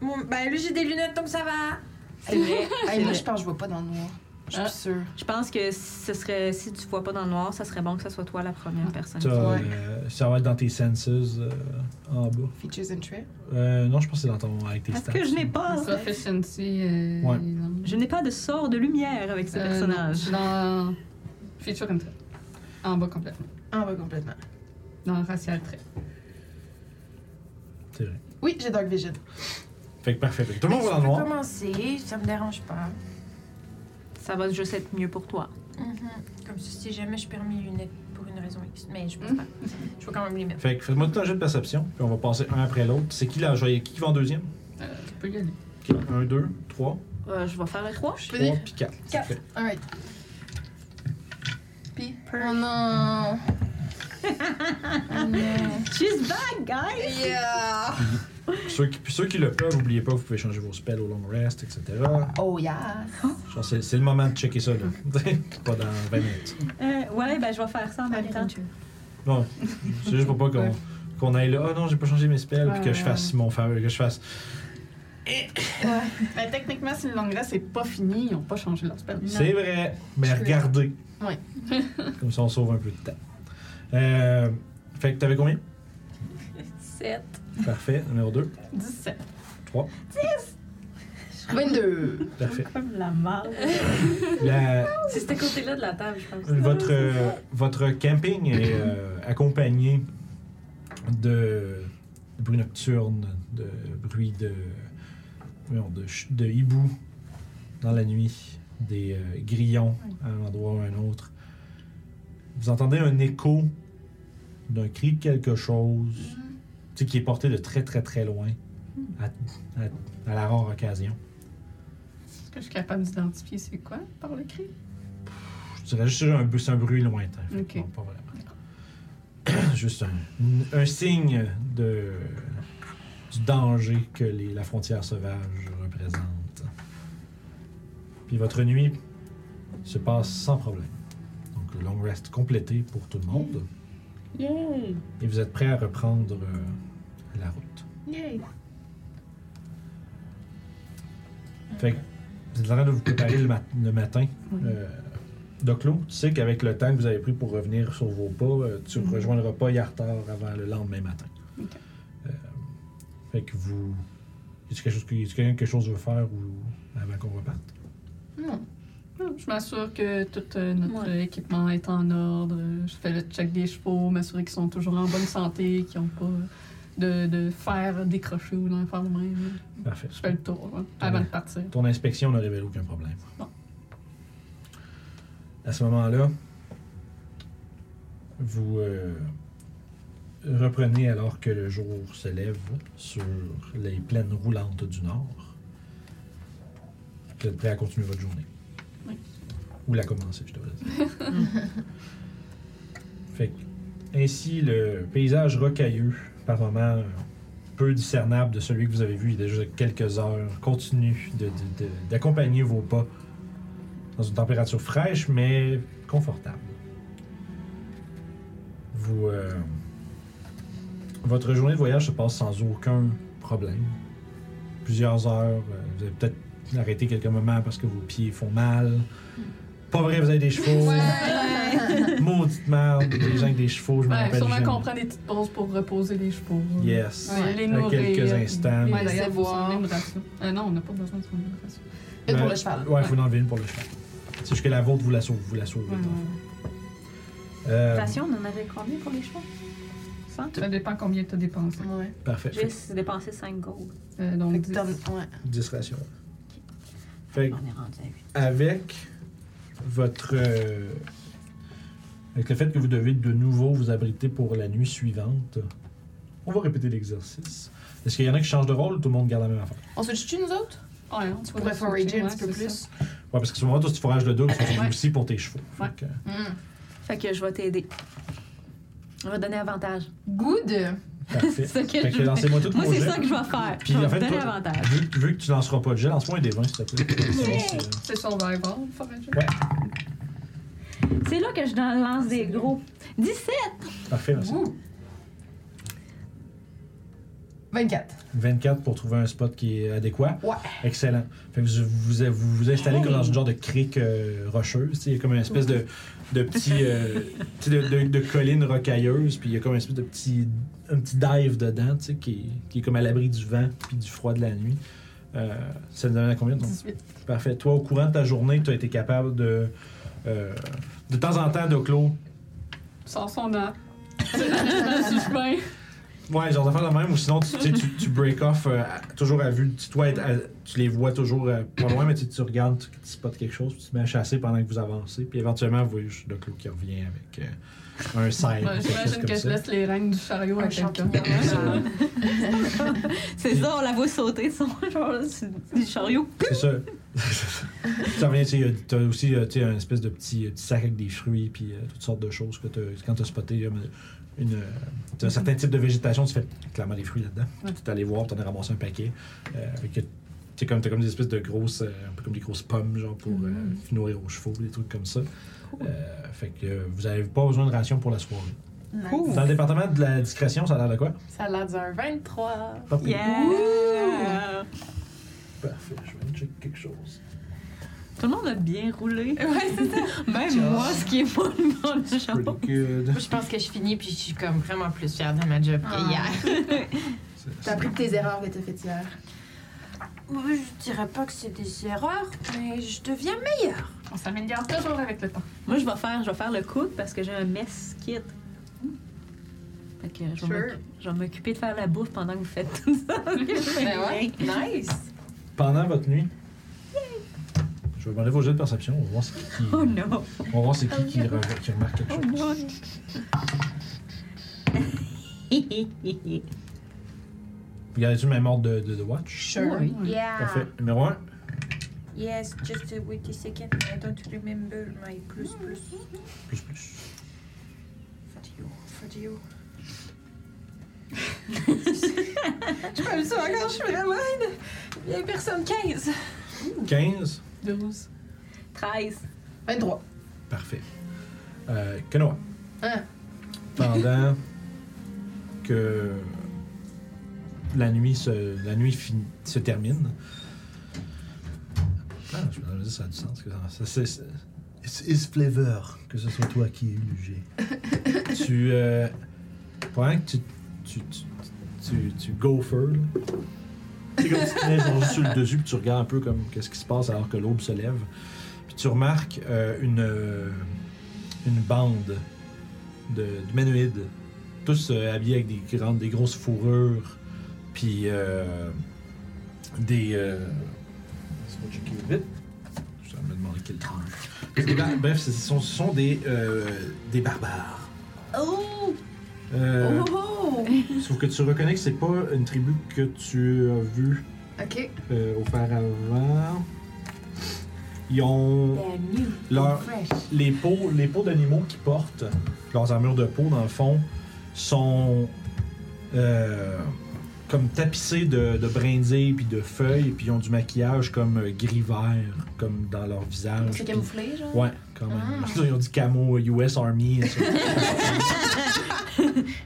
[SPEAKER 6] Bon, ben là, j'ai des lunettes, donc ça va.
[SPEAKER 3] C'est vrai.
[SPEAKER 5] C'est
[SPEAKER 3] moi,
[SPEAKER 5] vrai.
[SPEAKER 3] je pense que je vois pas dans le noir. Je suis
[SPEAKER 2] Ah.
[SPEAKER 3] sûre.
[SPEAKER 5] Je pense que ce serait. Si tu vois pas dans le noir, ça serait bon que ce soit toi la
[SPEAKER 1] Ah.
[SPEAKER 5] première personne.
[SPEAKER 1] T'as,
[SPEAKER 3] Ouais.
[SPEAKER 1] euh, ça va être dans tes senses euh, en bas.
[SPEAKER 3] Features and traits.
[SPEAKER 1] Euh, non, je pense que c'est dans ton. avec tes
[SPEAKER 5] Parce
[SPEAKER 1] stats.
[SPEAKER 5] que je n'ai pas.
[SPEAKER 2] Proficiency. euh,
[SPEAKER 1] Ouais.
[SPEAKER 2] non.
[SPEAKER 8] Je n'ai pas de sort de lumière avec ce
[SPEAKER 2] Euh,
[SPEAKER 8] personnage.
[SPEAKER 2] non, Dans Feature and Trait. En bas complètement.
[SPEAKER 3] En bas Ah, complètement.
[SPEAKER 2] Dans Racial Trait.
[SPEAKER 1] C'est vrai.
[SPEAKER 3] Oui, j'ai Dark Vision.
[SPEAKER 1] Fait que parfait. Fait que tout le monde va dans le noir.
[SPEAKER 6] Ben, commencer, ça me dérange pas.
[SPEAKER 8] Ça va juste être mieux pour toi.
[SPEAKER 6] Comme ça, si jamais je perds mes lunettes pour une raison X, mais je pense pas. Je vais quand même les mettre.
[SPEAKER 1] Fait que faites-moi tout un jeu de perception, puis on va passer un après l'autre. C'est qui là? Qui qui va en deuxième?
[SPEAKER 2] Euh, tu peux y aller.
[SPEAKER 1] Qui va- Un, deux, trois,
[SPEAKER 8] Euh, je vais faire les trois.
[SPEAKER 3] Je peux
[SPEAKER 1] trois,
[SPEAKER 3] dire?
[SPEAKER 1] puis quatre.
[SPEAKER 3] Quatre.
[SPEAKER 1] Fait.
[SPEAKER 3] Alright. Puis. Oh non! Oh non.
[SPEAKER 8] She's back, guys!
[SPEAKER 3] Yeah!
[SPEAKER 1] Ceux qui, puis ceux qui le peuvent, n'oubliez pas, vous pouvez changer vos spells au long rest, etc.
[SPEAKER 3] Oh yeah!
[SPEAKER 1] Genre, c'est, c'est le moment de checker ça, là. pas dans 20 minutes.
[SPEAKER 8] Euh, ouais, ben je vais faire ça en même temps.
[SPEAKER 1] Bon, c'est juste pour pas qu'on, qu'on aille là. Ah non, j'ai pas changé mes spells, puis que je fasse mon faveur, que je fasse.
[SPEAKER 2] Ben, techniquement, si le long rest n'est pas fini, ils n'ont pas changé leur spell.
[SPEAKER 1] C'est vrai, mais regardez.
[SPEAKER 3] Ouais.
[SPEAKER 1] Comme ça, on sauve un peu de temps. Euh, fait que t'avais combien?
[SPEAKER 5] 7.
[SPEAKER 1] Parfait, numéro 2.
[SPEAKER 2] 17.
[SPEAKER 3] 22!
[SPEAKER 1] Parfait.
[SPEAKER 8] Comme la marde.
[SPEAKER 1] La,
[SPEAKER 5] C'est ce côté-là de la table, je pense.
[SPEAKER 1] Votre, euh, votre camping est euh, accompagné de bruit nocturne, de bruit de, voyons, de, ch- de hibou dans la nuit, des euh, grillons à un endroit ou à un autre. Vous entendez un écho d'un cri de quelque chose tu sais, qui est porté de très très très loin à, à- à la rare occasion.
[SPEAKER 2] Est-ce que je suis capable d'identifier c'est quoi par le cri?
[SPEAKER 1] Je dirais juste un, bruit- c'est un bruit lointain. Fait que
[SPEAKER 2] Ok.
[SPEAKER 1] non, pas vraiment. juste un, un signe de, du danger que les- la frontière sauvage représente. Puis votre nuit se passe sans problème. Donc, long rest complété pour tout le monde.
[SPEAKER 2] Yay!
[SPEAKER 1] Et vous êtes prêt à reprendre euh, la route.
[SPEAKER 2] Yay!
[SPEAKER 1] Fait que vous êtes en train de vous préparer le, mat- le matin.
[SPEAKER 2] Oui.
[SPEAKER 1] Euh, Doclo, tu sais qu'avec le temps que vous avez pris pour revenir sur vos pas, euh, tu
[SPEAKER 2] Mhm.
[SPEAKER 1] rejoindras pas Yartar avant le lendemain matin.
[SPEAKER 2] Ok.
[SPEAKER 1] Euh, fait que vous. Est-ce quelque chose que est-ce que quelqu'un a quelque chose veut faire ou avant qu'on reparte?
[SPEAKER 3] Non.
[SPEAKER 2] Non, Je m'assure que tout euh, notre équipement est en ordre. Je fais le check des chevaux, m'assurer qu'ils sont toujours en bonne santé, qu'ils n'ont pas de, de fer décroché ou d'en faire de même.
[SPEAKER 1] Parfait.
[SPEAKER 2] Je fais le tour hein, avant de partir.
[SPEAKER 1] Ton inspection ne révèle aucun problème.
[SPEAKER 2] Bon.
[SPEAKER 1] À ce moment-là, vous euh, reprenez alors que le jour se lève sur les plaines roulantes du nord. Vous êtes prêt à continuer votre journée.
[SPEAKER 2] Oui.
[SPEAKER 1] Ou la commencer, je devrais dire. fait que, ainsi, le paysage rocailleux, par moments euh, peu discernable de celui que vous avez vu il y a déjà quelques heures, continue de- de- de- d'accompagner vos pas dans une température fraîche mais confortable. Vous, euh, votre journée de voyage se passe sans aucun problème. Plusieurs heures, euh, vous avez peut-être arrêté quelques moments parce que vos pieds font mal. Pas vrai, vous avez des chevaux. Euh, Maudite merde, les gens avec des chevaux, je m'en
[SPEAKER 2] Ouais,
[SPEAKER 1] rappelle
[SPEAKER 2] sûrement
[SPEAKER 1] jamais.
[SPEAKER 2] qu'on prend des petites pauses pour reposer les chevaux.
[SPEAKER 1] Yes.
[SPEAKER 2] Ouais, les
[SPEAKER 1] À
[SPEAKER 2] nourrir.
[SPEAKER 1] quelques instants.
[SPEAKER 2] Ouais,
[SPEAKER 3] Les
[SPEAKER 2] d'ailleurs, faut
[SPEAKER 3] boire.
[SPEAKER 2] s'enlever une ration. Euh, non, on n'a pas besoin de s'enlever une ration.
[SPEAKER 3] Une pour
[SPEAKER 1] Ben,
[SPEAKER 3] le cheval.
[SPEAKER 1] Ouais, il faut en enlever une pour le cheval. C'est juste que la vôtre, vous la sauvez. Vous la sauvez
[SPEAKER 2] Ouais,
[SPEAKER 1] dans le fond.
[SPEAKER 2] ouais.
[SPEAKER 1] Euh,
[SPEAKER 8] Attention, on en avait combien pour les chevaux?
[SPEAKER 2] Ça dépend combien tu as dépensé.
[SPEAKER 3] Ouais.
[SPEAKER 1] parfait.
[SPEAKER 8] J'ai
[SPEAKER 1] Fait
[SPEAKER 8] dépensé 5 gold.
[SPEAKER 2] Euh, donc,
[SPEAKER 3] Fait que
[SPEAKER 2] dix.
[SPEAKER 3] t'en- ouais.
[SPEAKER 1] 10 rations. Fait que
[SPEAKER 5] On est rendu à 8.
[SPEAKER 1] avec votre. euh, avec le fait que vous devez de nouveau vous abriter pour la nuit suivante, on va répéter l'exercice. Est-ce qu'il y en a qui changent de rôle ou tout le monde garde la même affaire?
[SPEAKER 3] On se tue nous autres?
[SPEAKER 2] Ouais, on
[SPEAKER 3] Tu
[SPEAKER 2] pourrait
[SPEAKER 3] pourrais
[SPEAKER 2] se
[SPEAKER 3] forager un
[SPEAKER 2] ouais,
[SPEAKER 3] petit peu
[SPEAKER 2] c'est
[SPEAKER 3] plus.
[SPEAKER 2] ça.
[SPEAKER 1] Ouais, parce que souvent, toi, tu fourrages le double, tu
[SPEAKER 2] Ouais.
[SPEAKER 1] aussi pour tes chevaux. Fait
[SPEAKER 2] Ouais.
[SPEAKER 1] que,
[SPEAKER 3] Mm.
[SPEAKER 8] Fait que je vais t'aider. On va donner avantage.
[SPEAKER 3] Good!
[SPEAKER 1] parfait.
[SPEAKER 8] C'est ça que
[SPEAKER 1] fait
[SPEAKER 8] je
[SPEAKER 1] que lancez-moi tout
[SPEAKER 8] Moi,
[SPEAKER 1] vos
[SPEAKER 8] c'est
[SPEAKER 1] jets.
[SPEAKER 8] ça que je vais faire.
[SPEAKER 1] Puis
[SPEAKER 8] je vais
[SPEAKER 1] en fait,
[SPEAKER 8] donner
[SPEAKER 1] toi-
[SPEAKER 8] avantage.
[SPEAKER 1] Vu, vu que tu lanceras pas de gel, lance-moi un des 20, s'il te plaît. Sinon, c'est-
[SPEAKER 2] C'est survivor, forager.
[SPEAKER 1] Ouais.
[SPEAKER 8] C'est là que je lance des gros. 17!
[SPEAKER 1] Parfait, merci.
[SPEAKER 3] Ouh. 24.
[SPEAKER 1] 24 pour trouver un spot qui est adéquat.
[SPEAKER 3] Ouais.
[SPEAKER 1] Excellent. Fait que vous, vous vous, vous installez comme dans ce genre de crique euh, rocheuse. tu sais, Il y a comme une espèce de, de petit. euh, tu sais, de, de- de colline rocailleuse. Puis il y a comme une espèce de petit. Un petit dive dedans, tu sais, qui, est- qui est comme à l'abri du vent puis du froid de la nuit. Euh, ça nous amène à combien donc?
[SPEAKER 2] 18.
[SPEAKER 1] Parfait. Toi, au courant de ta journée, tu as été capable de. euh, de temps en temps, de clos.
[SPEAKER 2] Sans son arbre. C'est la richesse du chemin.
[SPEAKER 1] Ouais, genre d'affaires de même, ou sinon, tu, tu sais, tu, tu break off euh, à- toujours à vue. Tu, toi, être à- tu les vois toujours euh, pas loin, mais tu, tu regardes, tu, tu spots quelque chose, puis tu te mets à chasser pendant que vous avancez. Puis éventuellement, vous voyez juste le clou qui revient avec euh, un side.
[SPEAKER 2] Ouais, J'imagine que je laisse les rênes du chariot à
[SPEAKER 6] Un
[SPEAKER 2] quelqu'un.
[SPEAKER 6] champignon. hein.
[SPEAKER 1] Euh.
[SPEAKER 5] C'est ça, on la voit sauter son genre sur du chariot.
[SPEAKER 1] C'est ça. tu reviens, tu sais, y a- t'as aussi euh, tu sais, un espèce de petit, euh, petit sac avec des fruits, puis euh, toutes sortes de choses que t'as- quand t'as spoté euh, une, euh, t'as un certain type de végétation, tu fais clairement des fruits là-dedans. Puis T'es allé voir, puis t'en as ramassé un paquet. euh, avec, euh, t'sais, comme, t'as comme des espèces de grosses, euh, un peu comme des grosses pommes, genre pour euh,
[SPEAKER 3] Mm-hmm.
[SPEAKER 1] nourrir aux chevaux, des trucs comme ça. Euh, fait que euh, vous n'avez pas besoin de ration pour la soirée. Dans le département de la discrétion, ça a l'air de quoi?
[SPEAKER 3] Ça a l'air d'un 23.
[SPEAKER 1] Pas pire.
[SPEAKER 5] Yeah!
[SPEAKER 1] Parfait, je vais aller checker quelque chose.
[SPEAKER 5] Tout le monde a bien roulé.
[SPEAKER 3] Ouais, c'est ça.
[SPEAKER 5] Même moi, ce qui est pas le bon de
[SPEAKER 3] Ah,
[SPEAKER 1] Pretty
[SPEAKER 3] oh.
[SPEAKER 5] genre.
[SPEAKER 1] good.
[SPEAKER 7] Moi, je pense que je finis, puis je suis comme vraiment plus fière de ma job
[SPEAKER 6] Ah.
[SPEAKER 7] qu'hier.
[SPEAKER 1] C'est-
[SPEAKER 3] T'as appris de tes erreurs que t'as faites hier.
[SPEAKER 6] Oui, Je dirais pas que c'est des erreurs, mais je deviens meilleure.
[SPEAKER 2] On s'améliore toujours avec le temps.
[SPEAKER 5] Moi, je vais faire, je vais faire le cook parce que j'ai un mess kit. Fait que je vais
[SPEAKER 2] Sure.
[SPEAKER 5] m'occu- je vais m'occuper de faire la bouffe pendant que vous faites tout ça.
[SPEAKER 7] Ben ouais, nice!
[SPEAKER 1] Pendant votre nuit, je vais demander vos jeux de perception. On va voir c'est qui, qui-
[SPEAKER 5] Oh non!
[SPEAKER 1] on va voir c'est qui, qui, re- qui remarque quelque
[SPEAKER 5] Oh
[SPEAKER 1] chose.
[SPEAKER 5] non!
[SPEAKER 1] Vous gardez-tu le même ordre de, de, de watch?
[SPEAKER 3] Sure.
[SPEAKER 6] Yeah.
[SPEAKER 1] Parfait. Numéro 1.
[SPEAKER 6] Yes, just uh, wait a second. I don't remember my plus plus.
[SPEAKER 1] Plus, plus.
[SPEAKER 6] For you, for you.
[SPEAKER 7] Je peux le savoir quand je suis vraiment. Il y a personne 15.
[SPEAKER 1] 15.
[SPEAKER 2] 12.
[SPEAKER 5] 13.
[SPEAKER 3] 23.
[SPEAKER 1] Parfait. Euh, Kenoa.
[SPEAKER 3] Hein?
[SPEAKER 1] Pendant que la nuit se, la nuit fin- se termine. Ah, je me demandais si ça a du sens. Que ça, ça, c'est- c'est- it's his flavor, que ce soit toi qui aies eu le jet. tu. Euh, pendant que tu. Tu. Tu. Tu, tu gopher, là. Tu sais, comme tu te mets genre juste sur le dessus, puis tu regardes un peu comme qu'est-ce qui se passe alors que l'aube se lève. Puis tu remarques euh, une, euh, une bande de- d'humanoïdes, tous euh, habillés avec des, grandes, des grosses fourrures, puis euh, des. euh, Laisse-moi checker vite. Je vais me demander quel temps. Des bar- Bref, ce sont, ce sont des, euh, des barbares.
[SPEAKER 5] Oh!
[SPEAKER 1] Euh,
[SPEAKER 5] Oh!
[SPEAKER 1] Sauf que tu reconnais que c'est pas une tribu que tu as vue
[SPEAKER 3] Ok.
[SPEAKER 1] euh, auparavant. Ils ont. Leur, les peaux, les peaux d'animaux qu'ils portent, leurs armures de peau dans le fond, sont euh, comme tapissées de, de brindilles puis de feuilles, puis ils ont du maquillage comme euh, gris vert, comme dans leur visage.
[SPEAKER 3] C'est
[SPEAKER 1] puis-
[SPEAKER 3] camouflé, genre?
[SPEAKER 1] Ouais, quand même. Ils ont du camo US Army. et ça.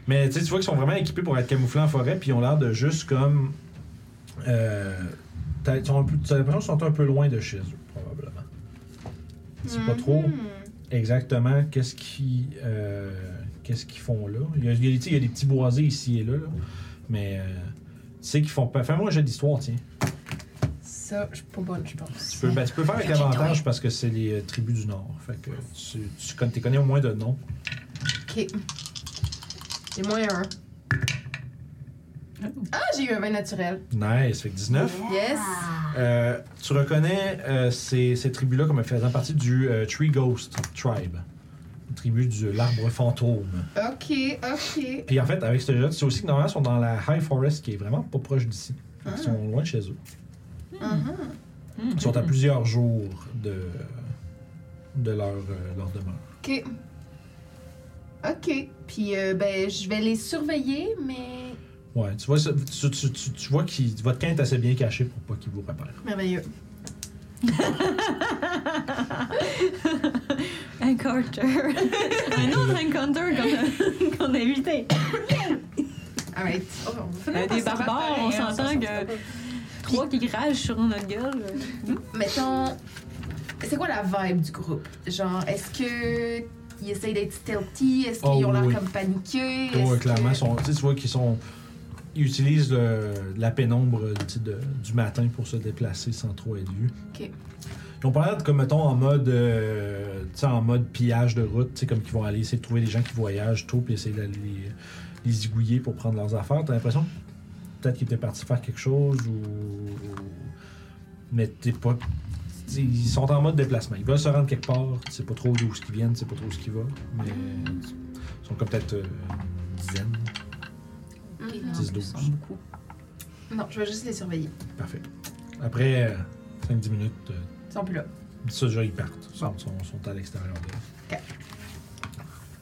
[SPEAKER 1] Mais tu sais, tu vois qu'ils sont vraiment équipés pour être camouflés en forêt, puis ils ont l'air de juste comme. Euh, t'as ils sont un peu- t'as l'impression qu'ils sont un peu loin de chez eux, probablement. C'est pas trop
[SPEAKER 6] Mm-hmm.
[SPEAKER 1] exactement qu'est-ce qu'ils euh, qu'est-ce qu'ils font là. Il y, a, il, y a, tu sais, il y a des petits boisés ici et là, là. mais euh, tu sais qu'ils font pas. Fais-moi un jeu d'histoire, tiens.
[SPEAKER 3] Ça, je suis pas bonne, je pense.
[SPEAKER 1] Tu peux, ben, tu peux faire avec avantage parce que c'est les euh, tribus du Nord. Fait que tu, tu con- t'es connais au moins de noms.
[SPEAKER 3] Ok. J'ai moins un.
[SPEAKER 5] Oh.
[SPEAKER 3] Ah, j'ai eu un vin naturel.
[SPEAKER 1] Nice, fait que 19.
[SPEAKER 3] Yes.
[SPEAKER 1] Euh, tu reconnais euh, ces, ces tribus-là comme faisant partie du euh, Tree Ghost Tribe, une tribu de l'arbre fantôme.
[SPEAKER 3] Ok, ok.
[SPEAKER 1] Puis en fait, avec ce jeu-là, tu sais aussi que normalement, ils sont dans la High Forest qui est vraiment pas proche d'ici. Ils sont loin de chez eux.
[SPEAKER 3] Uh-huh.
[SPEAKER 1] Ils sont à plusieurs jours de, de leur, euh, leur demeure.
[SPEAKER 3] Ok. Ok. Puis, euh, ben, je vais les surveiller, mais.
[SPEAKER 1] Ouais, tu vois, ça- tu, tu- tu- tu vois que votre camp est assez bien caché pour pas qu'ils vous repèrent.
[SPEAKER 3] Merveilleux.
[SPEAKER 5] Encounter! Un autre encounter qu'on a, qu'on a évité.
[SPEAKER 3] Alright.
[SPEAKER 5] Euh, des barbares, on s'entend que. Trois qui crachent sur notre gueule. euh,
[SPEAKER 3] Mettons. C'est quoi la vibe du groupe? Genre, est-ce que. Ils essayent d'être stealthy? Est-ce qu'ils
[SPEAKER 1] Oh,
[SPEAKER 3] ont l'air
[SPEAKER 1] oui. Oh,
[SPEAKER 3] comme paniqués?
[SPEAKER 1] Ouais,
[SPEAKER 3] Est-ce
[SPEAKER 1] clairement,
[SPEAKER 3] que-
[SPEAKER 1] ils sont- tu sais, tu vois qu'ils sont. il utilise le- la pénombre tu sais, de- du matin pour se déplacer sans trop être vu.
[SPEAKER 3] Ok.
[SPEAKER 1] Ils ont pas l'air de, comme, mettons, en mode, euh, tu sais, en mode pillage de route, tu sais, comme qu'ils vont aller essayer de trouver des gens qui voyagent tôt puis essayer de les, les zigouiller pour prendre leurs affaires. T'as l'impression que peut-être qu'ils étaient partis faire quelque chose ou. Mais t'es pas. tu sais, Ils sont en mode déplacement. Ils veulent se rendre quelque part. Tu sais pas trop d'où ce qu'ils viennent, tu sais pas trop où ce qu'ils vont. Mais
[SPEAKER 3] Mm.
[SPEAKER 1] ils sont comme peut-être euh, une dizaine.
[SPEAKER 3] Mhm.
[SPEAKER 1] 10-12.
[SPEAKER 3] Non, je vais juste les surveiller.
[SPEAKER 1] Parfait. Après 5-10 minutes, euh,
[SPEAKER 3] Ils sont plus là.
[SPEAKER 1] ce jeu, ils partent. Ils sont, sont- sont à l'extérieur de.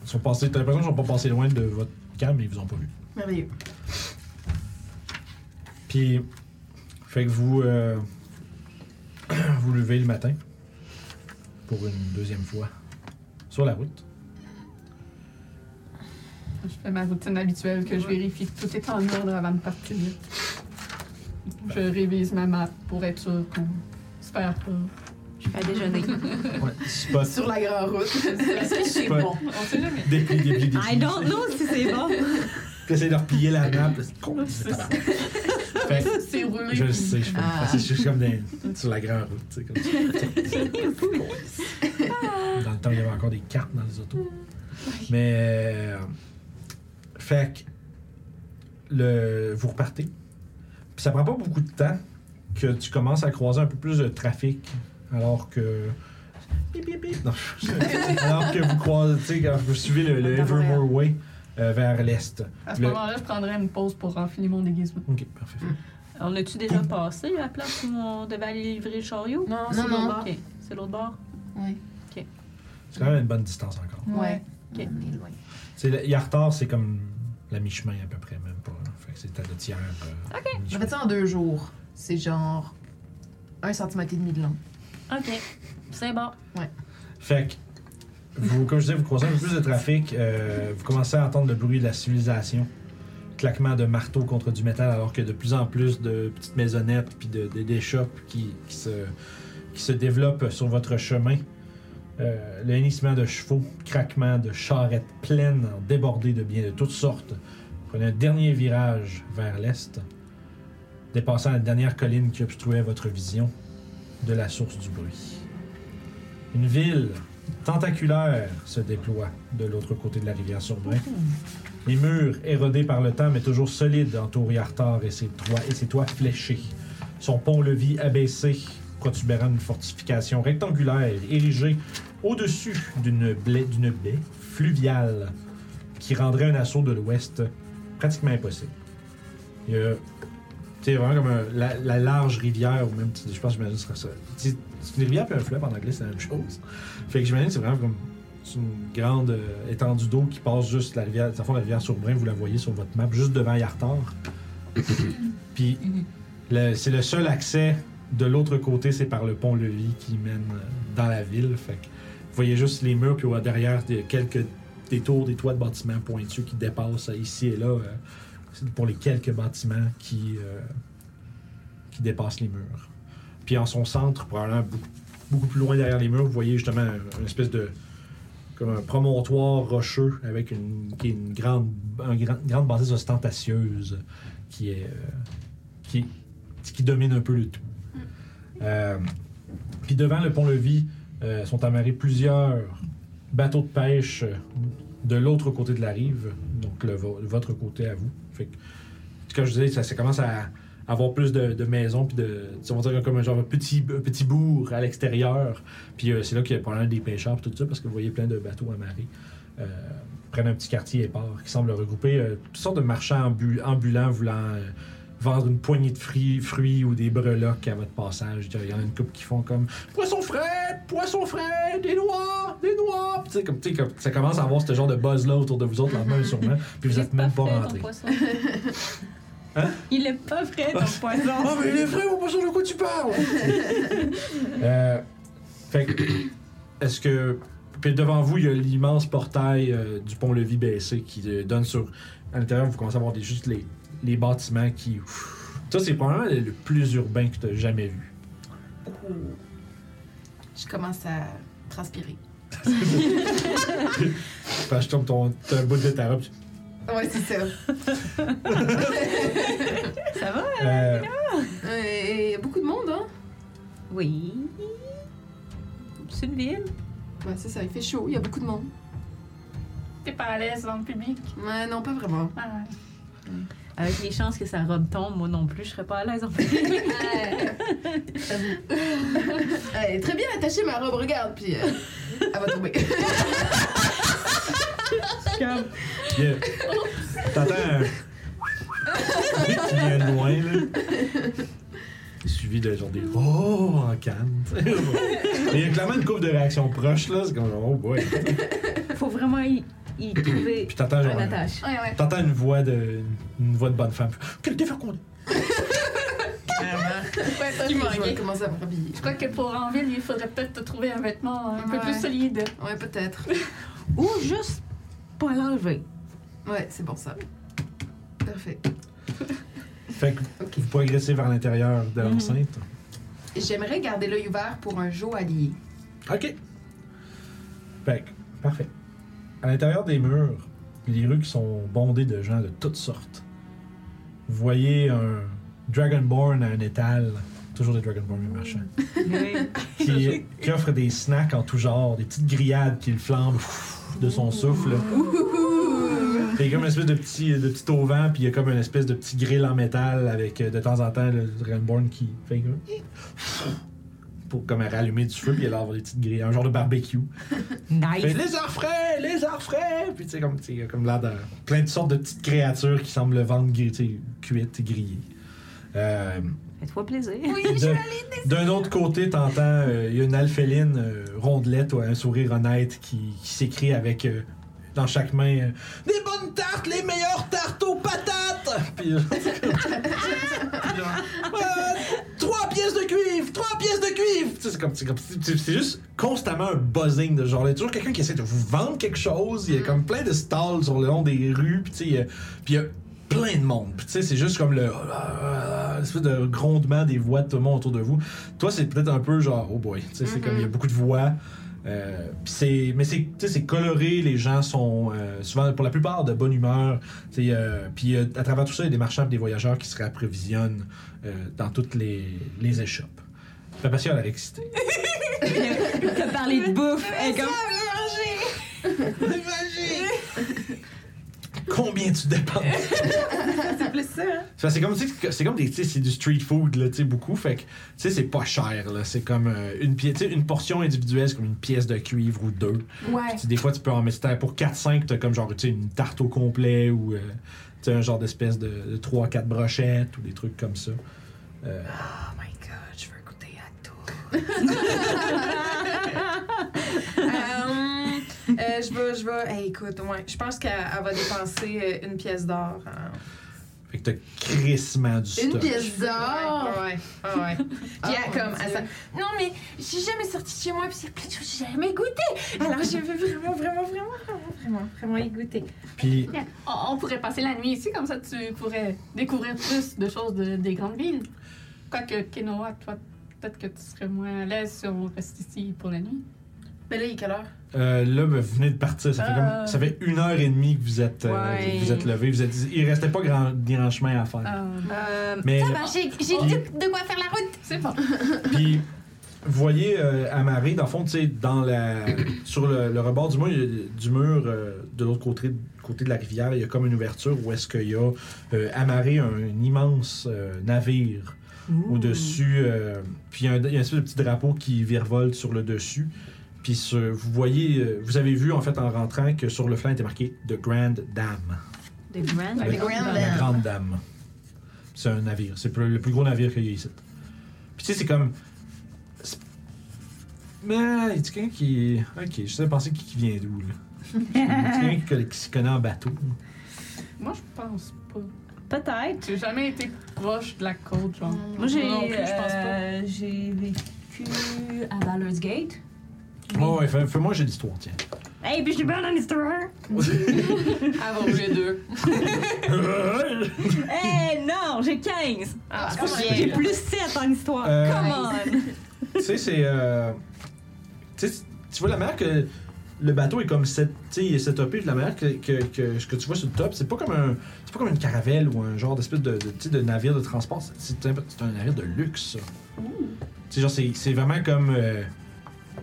[SPEAKER 1] Ils sont passés. T'as l'impression qu'ils sont pas passés loin de votre camp, mais ils vous ont pas vu.
[SPEAKER 3] Merveilleux.
[SPEAKER 1] Puis, fait que vous euh, vous levez le matin pour une deuxième fois sur la route.
[SPEAKER 2] Je fais ma routine habituelle que je vérifie que tout est en ordre avant de partir. Je révise ma map pour être sûr qu'on se perd pas.
[SPEAKER 5] Je fais à déjeuner.
[SPEAKER 1] Ouais. Spot,
[SPEAKER 3] Sur la grande route.
[SPEAKER 5] Est-ce que c'est
[SPEAKER 1] Pas-
[SPEAKER 5] bon?
[SPEAKER 2] On sait jamais.
[SPEAKER 1] déplie, déplie, déplie.
[SPEAKER 8] I don't know si c'est bon.
[SPEAKER 1] Puis essayer de replier la map. là, C'est con, c'est pas grave. Fait que-
[SPEAKER 2] C'est roulé.
[SPEAKER 1] Je le sais, je suis
[SPEAKER 3] Ah.
[SPEAKER 1] je suis comme dans- sur la grande route, tu sais, comme ça. Dans le temps, il y avait encore des cartes dans les autos. Mais, euh, fait que, le, vous repartez. Puis ça prend pas beaucoup de temps que tu commences à croiser un peu plus de trafic, alors que... Bip, bip, bip. Non, je- alors que vous croisez, tu sais, quand vous suivez le, le Evermore Way euh, vers l'est.
[SPEAKER 2] À ce
[SPEAKER 1] Le-
[SPEAKER 2] moment-là, je prendrais une pause pour enfiler mon déguisement.
[SPEAKER 1] Ok, parfait.
[SPEAKER 5] On a-tu déjà passé la place où on devait aller livrer le chariot?
[SPEAKER 4] Non,
[SPEAKER 3] Non,
[SPEAKER 4] c'est
[SPEAKER 3] non.
[SPEAKER 4] bon.
[SPEAKER 5] Ok, c'est l'autre bord.
[SPEAKER 3] Oui.
[SPEAKER 1] C'est quand même une bonne distance encore.
[SPEAKER 3] Ouais.
[SPEAKER 5] Ok.
[SPEAKER 3] On est loin.
[SPEAKER 1] C'est le- Yartar, c'est comme la mi-chemin à peu près, même pas. là. Fait que c'est à deux tiers. euh,
[SPEAKER 3] Je
[SPEAKER 1] mi-chemin.
[SPEAKER 3] fais ça en deux jours. C'est genre 1 cm et demi de long.
[SPEAKER 5] Ok, c'est bon.
[SPEAKER 1] Fait que, vous, comme je disais, vous croisez un peu plus de trafic. euh, vous commencez à entendre le bruit de la civilisation. Claquement de marteau contre du métal, alors que de plus en plus de petites maisonnettes puis de, de- des shops qui, qui se, qui se développent sur votre chemin. Euh, le hennissement de chevaux, craquement de charrettes pleines, débordées de biens de toutes sortes. Vous prenez un dernier virage vers l'est, dépassant la dernière colline qui obstruait votre vision de la source du bruit. Une ville tentaculaire se déploie de l'autre côté de la rivière Sourdouin. Les murs, érodés par le temps mais toujours solides, entourent Yartar et ses toits, et ses toits fléchés. Son pont-levis abaissé, protubérant d'une fortification rectangulaire érigée au-dessus d'une baie, d'une baie fluviale qui rendrait un assaut de l'ouest pratiquement impossible. Il y a c'est vraiment comme un- la, la large rivière, ou même, tu- je pense, j'imagine, ce serait ça. Tu- C'est une rivière puis un fleuve en anglais, c'est la même chose. Fait que j'imagine, que c'est vraiment comme c'est une grande euh, étendue d'eau qui passe juste la rivière, ça fond, la rivière sur Brin, vous la voyez sur votre map, juste devant Yartar. puis le- c'est le seul accès de l'autre côté, c'est par le pont-levis qui mène euh, dans la ville. Fait que vous voyez juste les murs, puis ouais, derrière, il y a quelques détours, des toits de bâtiments pointus qui dépassent euh, ici et là. euh, c'est pour les quelques bâtiments qui, euh, qui dépassent les murs. Puis en son centre, probablement beaucoup, beaucoup plus loin derrière les murs, vous voyez justement un- une espèce de comme un promontoire rocheux avec une, qui est une grande, un grand- une grande bâtisse ostentatieuse qui est euh, qui, qui domine un peu le tout. Euh, puis devant le pont-levis euh, sont amarrés plusieurs bateaux de pêche euh, de l'autre côté de la rive, donc le, vo- votre côté à vous. Fait que, comme je disais, ça, ça commence à avoir plus de, de maisons, puis de, tu sais, on va dire comme un genre de petit, un petit bourg à l'extérieur. Puis euh, c'est là qu'il y a probablement des pêcheurs, puis tout ça, parce que vous voyez plein de bateaux amarrés. Euh, prennent un petit quartier et part, qui semble regrouper euh, toutes sortes de marchands ambu- ambulants voulant euh, vendre une poignée de fruits, fruits ou des breloques à votre passage. Il y en a une couple qui font comme Poisson frais, poisson frais, des noix, des noix. Puis, tu sais, comme, tu sais, comme- ça commence à avoir ce genre de buzz-là autour de vous autres, la main sûrement. Puis vous
[SPEAKER 5] Il
[SPEAKER 1] êtes
[SPEAKER 5] est
[SPEAKER 1] même pas
[SPEAKER 5] frais, ton
[SPEAKER 1] rentrés.
[SPEAKER 5] poisson.
[SPEAKER 1] Hein?
[SPEAKER 5] Il est pas frais, ton poisson.
[SPEAKER 1] Oh, mais il est vrai, on pas sûr de quoi tu parles! Euh, fait que, est-ce que. Puis devant vous, il y a l'immense portail euh, du pont-levis baissé qui euh, donne sur. À l'intérieur, vous commencez à voir des, juste les, les bâtiments qui. ouf. ça, c'est probablement le, le plus urbain que tu as jamais vu.
[SPEAKER 3] Je commence à transpirer.
[SPEAKER 1] Fait que je tombe ton t'as un bout de ta robe. tu-
[SPEAKER 3] Ouais, c'est ça.
[SPEAKER 8] Ça va?
[SPEAKER 1] Euh,
[SPEAKER 3] Euh, et y a beaucoup de monde, hein?
[SPEAKER 5] Oui. C'est une ville.
[SPEAKER 3] Ouais, c'est ça, il fait chaud, il y a beaucoup de monde.
[SPEAKER 2] T'es pas à l'aise dans le public.
[SPEAKER 3] Ouais, non, pas vraiment.
[SPEAKER 2] Ah,
[SPEAKER 5] Avec les chances que sa robe tombe, moi non plus, je serais pas à l'aise en fait.
[SPEAKER 3] Ouais. Elle est Euh, très bien attachée, ma robe, regarde, puis euh, elle va tomber.
[SPEAKER 1] Yeah. T'entends un. qui vient de loin, là. Suivi de genre des. Oh, en canne. tu sais. Mais il y a clairement une coupe de réaction proche, là. C'est comme genre, oh boy.
[SPEAKER 8] Faut vraiment y, y trouver
[SPEAKER 1] Puis t'entends genre.
[SPEAKER 8] un
[SPEAKER 1] Ah, un-
[SPEAKER 8] attache.
[SPEAKER 2] ouais, ouais.
[SPEAKER 1] T'entends une voix de. Une voix de bonne femme. Quel défaconde!
[SPEAKER 3] Ouais, ça,
[SPEAKER 2] Qui
[SPEAKER 3] je- je
[SPEAKER 2] manquait.
[SPEAKER 3] vais commencer à me rhabiller.
[SPEAKER 2] Je crois que pour en ville, il faudrait peut-être te trouver un vêtement un peu
[SPEAKER 3] Ouais.
[SPEAKER 2] plus solide.
[SPEAKER 3] Ouais, peut-être.
[SPEAKER 8] Ou juste pas l'enlever.
[SPEAKER 3] Ouais, c'est bon ça. Parfait.
[SPEAKER 1] Fait que
[SPEAKER 3] Ok.
[SPEAKER 1] vous progressez vers l'intérieur de
[SPEAKER 8] Mhm.
[SPEAKER 1] l'enceinte.
[SPEAKER 3] J'aimerais garder l'œil ouvert pour un jour allié.
[SPEAKER 1] OK. Fait que, parfait. À l'intérieur des murs, les rues qui sont bondées de gens de toutes sortes. Vous voyez un Dragonborn à un étal, toujours des Dragonborn les marchands, qui, qui offre des snacks en tout genre, des petites grillades qui le flambent pff, de son souffle. Puis Il y a comme une espèce de petit, de petit auvent, puis il y a comme une espèce de petit grill en métal avec euh, de temps en temps le Dragonborn qui fait comme pour comme rallumer du feu, puis il a l'air d'avoir des petites grilles, un genre de barbecue. Fait,
[SPEAKER 8] Nice.
[SPEAKER 1] lézard frais, lézard frais! Puis tu sais, comme, tu sais, il y a comme l'air de plein de sortes de petites créatures qui semblent le vendre gri- tu sais, cuites, grillées. Euh,
[SPEAKER 5] Faites-toi plaisir.
[SPEAKER 1] de- D'un autre côté, t'entends, euh, il y a une alphéline euh, rondelette ou un sourire honnête qui, qui s'écrit avec euh, dans chaque main euh, Des bonnes tartes, les meilleures tartes aux patates! Puis, euh, puis, genre, Euh, trois pièces de cuivre, trois pièces de cuivre! Tu sais, C'est comme, c'est comme- c'est- c'est juste constamment un buzzing de ce genre. Il y a toujours quelqu'un qui essaie de vous vendre quelque chose. Il y a comme plein de stalls sur le long des rues. Puis tu sais, il y a- puis il y a plein de monde. Puis, tu sais, c'est juste comme le. euh, espèce de grondement des voix de tout le monde autour de vous. Toi, c'est peut-être un peu genre, oh boy. Tu sais, c'est comme il y a beaucoup de voix. Euh, puis c'est, mais c'est, tu sais, c'est coloré, les gens sont euh, souvent, pour la plupart, de bonne humeur. Tu sais, euh, puis euh, à travers tout ça, il y a des marchands et des voyageurs qui se réapprovisionnent euh, dans toutes les, les échoppes. Fait parce qu'il y a l'air excité.
[SPEAKER 8] T'as parlé de bouffe. elle est comme-
[SPEAKER 1] Combien tu dépenses?
[SPEAKER 7] C'est plus ça, hein?
[SPEAKER 1] Ça, C'est comme, tu sais, c'est comme des, tu sais, c'est du street food, là, tu sais, beaucoup. Fait que, tu sais, c'est pas cher, là. C'est comme euh, une pièce, tu sais, une portion individuelle, c'est comme une pièce de cuivre ou deux.
[SPEAKER 3] Ouais.
[SPEAKER 1] Tu sais, des fois, tu peux en mettre, si t'as- pour 4-5, t'as comme genre, tu sais, une tarte au complet ou, euh, tu sais, un genre d'espèce de, 3-4 brochettes ou des trucs comme ça. Euh,
[SPEAKER 3] Oh my god, je veux goûter à tout.
[SPEAKER 6] Euh, euh, je vais, je vais. hey, écoute, ouais, je pense qu'elle elle va dépenser euh, une pièce d'or. hein.
[SPEAKER 1] fait que t'as crissement du
[SPEAKER 3] Une
[SPEAKER 1] stock.
[SPEAKER 3] pièce d'or! Ah.
[SPEAKER 6] Ouais, ouais, ouais, ouais. Puis elle,
[SPEAKER 3] Oh mon
[SPEAKER 6] comme, elle
[SPEAKER 3] Dieu.
[SPEAKER 6] s'en- Non, mais j'ai jamais sorti de chez moi, puis c'est plein de choses que j'ai jamais goûté. Alors, je veux vraiment, vraiment, vraiment, vraiment, vraiment, vraiment y goûter.
[SPEAKER 1] Puis,
[SPEAKER 2] On, on pourrait passer la nuit ici, comme ça tu pourrais découvrir plus de choses de- des grandes villes. Quoique, Kenoa, toi, peut-être que tu serais moins à l'aise si on reste ici pour la nuit.
[SPEAKER 3] Mais là, il est quelle heure?
[SPEAKER 1] Euh, là, ben, vous venez de partir. Ça fait,
[SPEAKER 2] Ah.
[SPEAKER 1] comme- ça fait une heure et demie que vous êtes, euh,
[SPEAKER 6] Ouais.
[SPEAKER 1] vous êtes levé. Vous êtes, il restait pas grand, grand chemin à faire.
[SPEAKER 2] Euh,
[SPEAKER 8] Euh,
[SPEAKER 1] Mais
[SPEAKER 6] j'ai
[SPEAKER 1] de-
[SPEAKER 6] quoi faire la route.
[SPEAKER 2] c'est bon.
[SPEAKER 1] puis, vous voyez euh, amarré, dans le fond, tu sais, dans la, sur le, le rebord du mur, il y a- du mur euh, de l'autre côté, côté de la rivière, il y a comme une ouverture où est-ce qu'il y a euh, amarré un, immense euh, navire au-dessus. euh, puis il y a un, il y a une espèce de petit drapeau qui virevolte sur le dessus. Puis ce- vous voyez, euh, vous avez vu en fait en rentrant que sur le flanc était marqué The Grand Dame.
[SPEAKER 5] The Grand.
[SPEAKER 1] Ouais.
[SPEAKER 3] Grand
[SPEAKER 1] La
[SPEAKER 3] Dame.
[SPEAKER 1] Grande Dame. C'est un navire. C'est le le plus gros navire qu'il y a ici. Puis tu sais, c'est comme. c'est- Mais y a quelqu'un qui. Ok, je sais penser qui, qui vient d'où, là. Y a-t-il quelqu'un qui conna- qui se connaît en bateau.
[SPEAKER 2] Moi, je pense pas.
[SPEAKER 8] Peut-être.
[SPEAKER 2] J'ai jamais été proche de la côte, genre.
[SPEAKER 5] Moi, j'ai
[SPEAKER 2] Non plus, je pense pas.
[SPEAKER 5] euh, j'ai vécu à Baldur's Gate.
[SPEAKER 1] Ouais, ouais, fais- fais-moi j'ai l'histoire, tiens.
[SPEAKER 8] Hey, puis je suis bonne en histoire.
[SPEAKER 3] Avant les deux.
[SPEAKER 8] Hey, non, j'ai 15.
[SPEAKER 6] Ah,
[SPEAKER 1] C'est pas si
[SPEAKER 8] J'ai
[SPEAKER 1] pire.
[SPEAKER 8] plus 7 en histoire.
[SPEAKER 1] Euh,
[SPEAKER 8] Come on.
[SPEAKER 1] tu sais, c'est. euh, tu sais, tu vois la manière que le bateau est comme set, tu sais, il est setupé de la manière que, que, que ce que tu vois sur le top, c'est pas comme un, c'est pas comme une caravelle ou un genre d'espèce de, de, tu sais, de navire de transport. C'est- C'est un, c'est un navire de luxe. ça. Tu sais, genre c'est, c'est vraiment comme euh,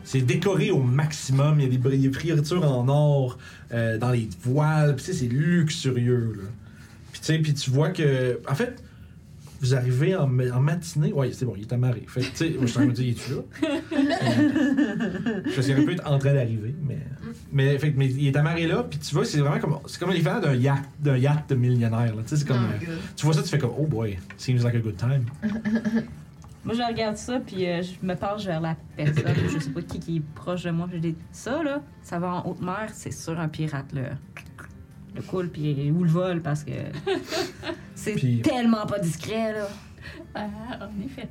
[SPEAKER 1] c'est décoré au maximum. Il y a des, bri- des fioritures en or euh, dans les voiles. Puis tu sais, c'est luxurieux là. Puis tu sais, puis tu vois que, en fait. Vous arrivez en, ma- en matinée. Ouais, c'est bon, il est amarré. Fait que, tu sais, moi, je suis en train de me dire, il est-tu là? Euh, Parce qu'il aurait pu être en train d'arriver, mais. Mais, fait, que- mais il est amarré là, puis tu vois, c'est vraiment comme. C'est comme l'équivalent d'un yacht, d'un yacht de millionnaire, là. Tu sais, c'est comme.
[SPEAKER 3] Oh my
[SPEAKER 1] euh,
[SPEAKER 3] God.
[SPEAKER 1] tu vois ça, tu fais comme, oh boy, seems like a good time.
[SPEAKER 8] Moi, je regarde ça, puis euh, je me penche vers la personne. je sais pas qui, qui est proche de moi. Je dis ça, là, ça va en haute mer, c'est sûr un pirate, là. Le cool, puis ou le vol, parce que c'est
[SPEAKER 1] Puis-
[SPEAKER 8] tellement pas discret, là.
[SPEAKER 2] Ah, en effet.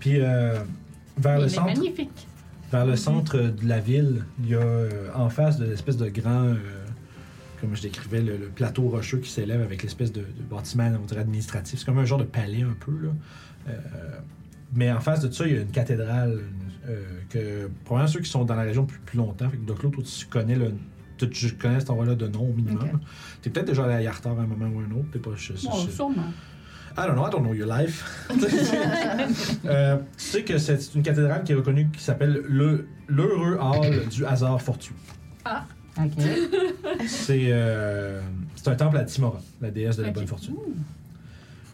[SPEAKER 1] Puis, euh, vers
[SPEAKER 2] Il
[SPEAKER 1] le
[SPEAKER 2] est
[SPEAKER 1] centre.
[SPEAKER 2] magnifique.
[SPEAKER 1] Vers le centre de la ville, il y a euh, en face de l'espèce de grand, euh, comme je décrivais, le, le plateau rocheux qui s'élève avec l'espèce de, de bâtiment on dirait, administratif. C'est comme un genre de palais un peu. Là. Euh, mais en face de ça, il y a une cathédrale une- euh, que probablement ceux qui sont dans la région depuis plus longtemps, fait que Doc Lo, toi, tu connais le. Tu, tu connais cet endroit-là de nom au minimum.
[SPEAKER 3] Ok.
[SPEAKER 1] T'es peut-être déjà allé à Yartar à un moment ou un autre. T'es pas. je- je-
[SPEAKER 2] Bon,
[SPEAKER 1] je-
[SPEAKER 2] sûrement.
[SPEAKER 1] I don't know, I don't know your life. Euh, tu sais que c'est c'est une cathédrale qui est reconnue qui s'appelle le l'heureux hall du hasard fortuit.
[SPEAKER 8] OK.
[SPEAKER 1] C'est euh, c'est un temple à Timora, la déesse de la
[SPEAKER 2] Ok.
[SPEAKER 1] bonne fortune.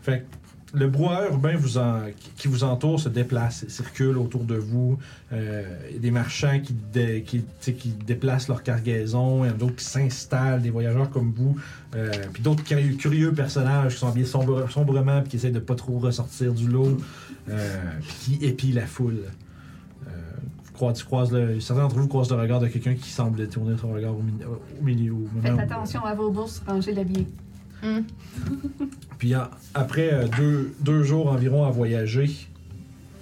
[SPEAKER 1] Fait que le brouhaha urbain vous en- qui vous entoure se déplace, circule autour de vous. Euh, Il y a des marchands qui, dé- qui, tu sais, qui déplacent leur cargaison, il y en a d'autres qui s'installent, des voyageurs comme vous, euh, puis d'autres curieux, curieux personnages qui sont habillés sombre- sombrement puis qui essayent de pas trop ressortir du lot, euh, puis qui épient la foule. Euh, vous croisez- tu croises le- certains d'entre vous croisent le regard de quelqu'un qui semble tourner son regard au, mi- au milieu. au moment
[SPEAKER 2] Faites
[SPEAKER 1] où-
[SPEAKER 2] attention à vos bourses, rangez-les bien.
[SPEAKER 1] Puis en- après euh, deux, deux jours environ à voyager,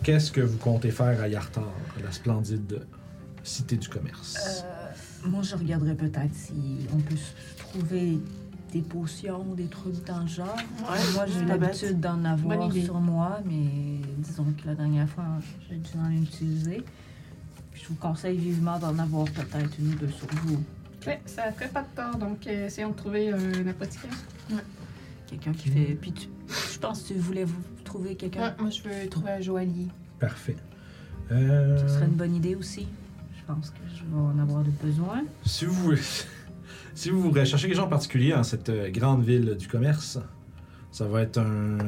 [SPEAKER 1] qu'est-ce que vous comptez faire à Yartar, la splendide cité du commerce?
[SPEAKER 5] Euh. Moi, je regarderais peut-être si on peut s- trouver des potions, des trucs dans le genre. moi, j'ai
[SPEAKER 4] pas
[SPEAKER 5] l'habitude d'en
[SPEAKER 2] Bonne
[SPEAKER 5] avoir
[SPEAKER 2] idée.
[SPEAKER 5] sur moi, mais disons que la dernière fois, j'ai dû en utiliser. Puis je vous conseille vivement d'en avoir peut-être une ou deux sur vous.
[SPEAKER 2] Ouais, ça ferait pas de peur, donc euh, essayons de trouver un apothicaire.
[SPEAKER 5] Quelqu'un qui fait. Puis tu- je pense que tu voulais vous trouver quelqu'un.
[SPEAKER 3] Ouais, moi, je veux trouver un joaillier.
[SPEAKER 1] Parfait. Euh,
[SPEAKER 5] Ce serait une bonne idée aussi. Je pense que je vais en avoir de besoin.
[SPEAKER 1] si, vous, si vous recherchez quelque chose en particulier en cette euh, grande ville du commerce, ça va être un,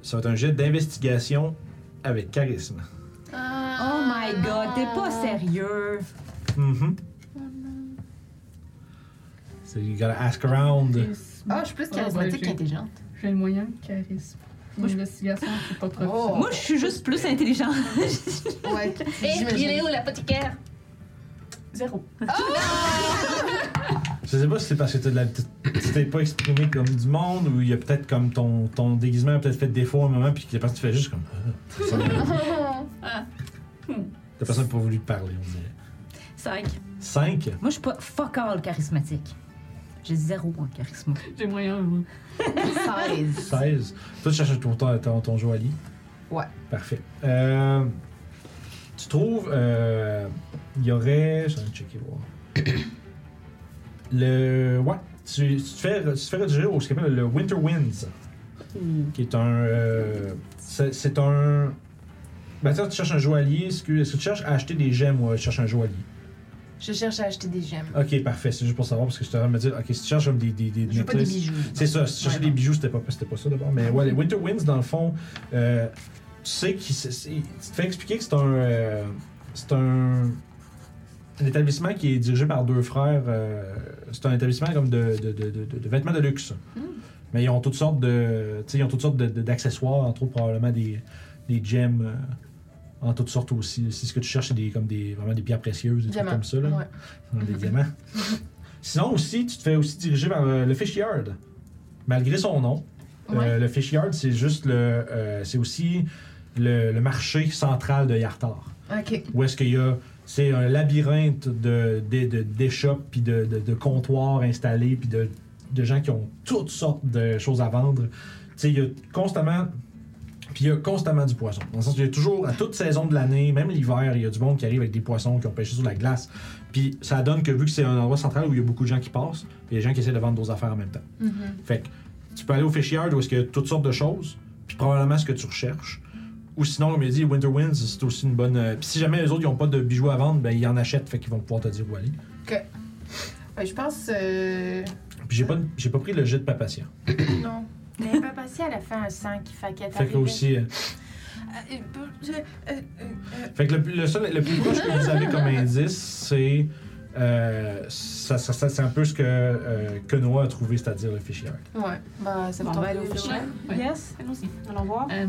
[SPEAKER 1] ça va être un jet d'investigation avec charisme.
[SPEAKER 2] Ah.
[SPEAKER 8] Oh my god, t'es pas sérieux.
[SPEAKER 1] Mhm.
[SPEAKER 5] Mm-hmm.
[SPEAKER 1] So you gotta ask around. euh,
[SPEAKER 2] Ah,
[SPEAKER 3] Ah, je suis plus
[SPEAKER 2] Ah, ouais,
[SPEAKER 3] charismatique
[SPEAKER 2] j'ai-
[SPEAKER 3] qu'intelligente.
[SPEAKER 2] J'ai le moyen de charisme. Mon investigation, je suis pas trop
[SPEAKER 3] Oh.
[SPEAKER 2] efficient.
[SPEAKER 8] Moi, je suis juste plus intelligente.
[SPEAKER 3] Ouais.
[SPEAKER 6] où l'apothicaire?
[SPEAKER 2] Zéro.
[SPEAKER 1] Je sais pas si c'est parce que t'as de la- tu t'es pas exprimé comme du monde ou il y a peut-être comme ton, ton déguisement a peut-être fait défaut à un moment puis que la personne tu fais juste comme. euh, Ah, ça,
[SPEAKER 2] Ah.
[SPEAKER 1] la personne n'a pas voulu te parler, on dirait.
[SPEAKER 8] 5.
[SPEAKER 1] 5.
[SPEAKER 8] Moi, je suis pas fuck all charismatique. J'ai zéro en charisme.
[SPEAKER 2] J'ai moyen. oui.
[SPEAKER 3] 16.
[SPEAKER 1] 16. Toi, tu cherches ton, ton, ton, ton joaillier?
[SPEAKER 3] Ouais.
[SPEAKER 1] Parfait. Euh, tu trouves. euh, Il y aurait. J'en ai checké voir. le. Ouais. Tu, tu te fais, tu te fais rediriger au ce qu'on appelle le Winter Winds.
[SPEAKER 5] Hmm.
[SPEAKER 1] Qui est un. euh, c'est c'est un. Ben, tu sais, tu cherches un joaillier. Est-ce que, est-ce que tu cherches à acheter des gemmes ou tu cherches un joaillier?
[SPEAKER 3] Je cherche à acheter des gemmes.
[SPEAKER 1] Ok, parfait. C'est juste pour savoir parce que je suis en train de me dire, ok, si tu cherches comme des. des, des
[SPEAKER 3] Je veux pas des
[SPEAKER 1] necklaces-
[SPEAKER 3] bijoux.
[SPEAKER 1] c'est ça, si tu cherchais
[SPEAKER 3] Ouais,
[SPEAKER 1] des
[SPEAKER 3] non.
[SPEAKER 1] bijoux, c'était pas, c'était pas ça d'abord. Mais ouais, les Winter Winds, dans le fond, euh, tu sais qu'il se- c'est- tu te fais expliquer que c'est un. euh, c'est un. Un établissement qui est dirigé par deux frères. euh, c'est un établissement comme de, de, de, de, de vêtements de luxe.
[SPEAKER 3] Hmm.
[SPEAKER 1] Mais ils ont toutes sortes de. Tu sais, ils ont toutes sortes de- de- d'accessoires, entre autres probablement des, des gems. euh, en toutes sortes aussi. Si ce que tu cherches, c'est des, comme des, vraiment des pierres précieuses, des
[SPEAKER 3] Diamants.
[SPEAKER 1] trucs comme ça. Là.
[SPEAKER 3] Ouais.
[SPEAKER 1] Dans des diamants. Sinon aussi, tu te fais aussi diriger vers euh, le Fish Yard. Malgré son nom, euh,
[SPEAKER 3] Ouais.
[SPEAKER 1] le Fish Yard, c'est juste le, euh, c'est aussi le, le marché central de Yartar.
[SPEAKER 3] Ok.
[SPEAKER 1] Où est-ce qu'il y a, c'est un labyrinthe de de- de- d'échoppes puis de, de- de comptoirs installés puis de, de gens qui ont toutes sortes de choses à vendre. Tu sais, il y a constamment Puis il y a constamment du poisson. Dans le sens qu'il y a toujours, à toute saison de l'année, même l'hiver, il y a du monde qui arrive avec des poissons qui ont pêché sur la glace. Puis ça donne que vu que c'est un endroit central où il y a beaucoup de gens qui passent, il y a des gens qui essaient de vendre d'autres affaires en même temps. Fait que tu peux aller au fish yard où est-ce qu'il y a toutes sortes de choses, puis probablement ce que tu recherches. Ou sinon, comme il dit, Winter Winds, c'est aussi une bonne. euh, Puis si jamais les autres n'ont pas de bijoux à vendre, ben ils en achètent, fait qu'ils vont pouvoir te dire où aller.
[SPEAKER 3] Ouais, je pense. euh,
[SPEAKER 1] Puis j'ai pas, j'ai pas pris le jet de papatien.
[SPEAKER 6] Non. Mais pas passé, elle a fait un 5, fait
[SPEAKER 3] Ah,
[SPEAKER 6] qu'elle est Ah,
[SPEAKER 1] Fait que aussi. euh, Fait que le, plus- le seul, le plus proche que vous avez comme indice, c'est. euh, ça, ça- ça- c'est un peu ce que, euh, que Noah a trouvé, c'est-à-dire le fichier.
[SPEAKER 3] Ouais, bah, ça
[SPEAKER 5] Bon, on va aller au
[SPEAKER 3] fish.
[SPEAKER 5] fichier.
[SPEAKER 2] Ouais.
[SPEAKER 5] Yes, allons-y. Allons voir.
[SPEAKER 2] Euh,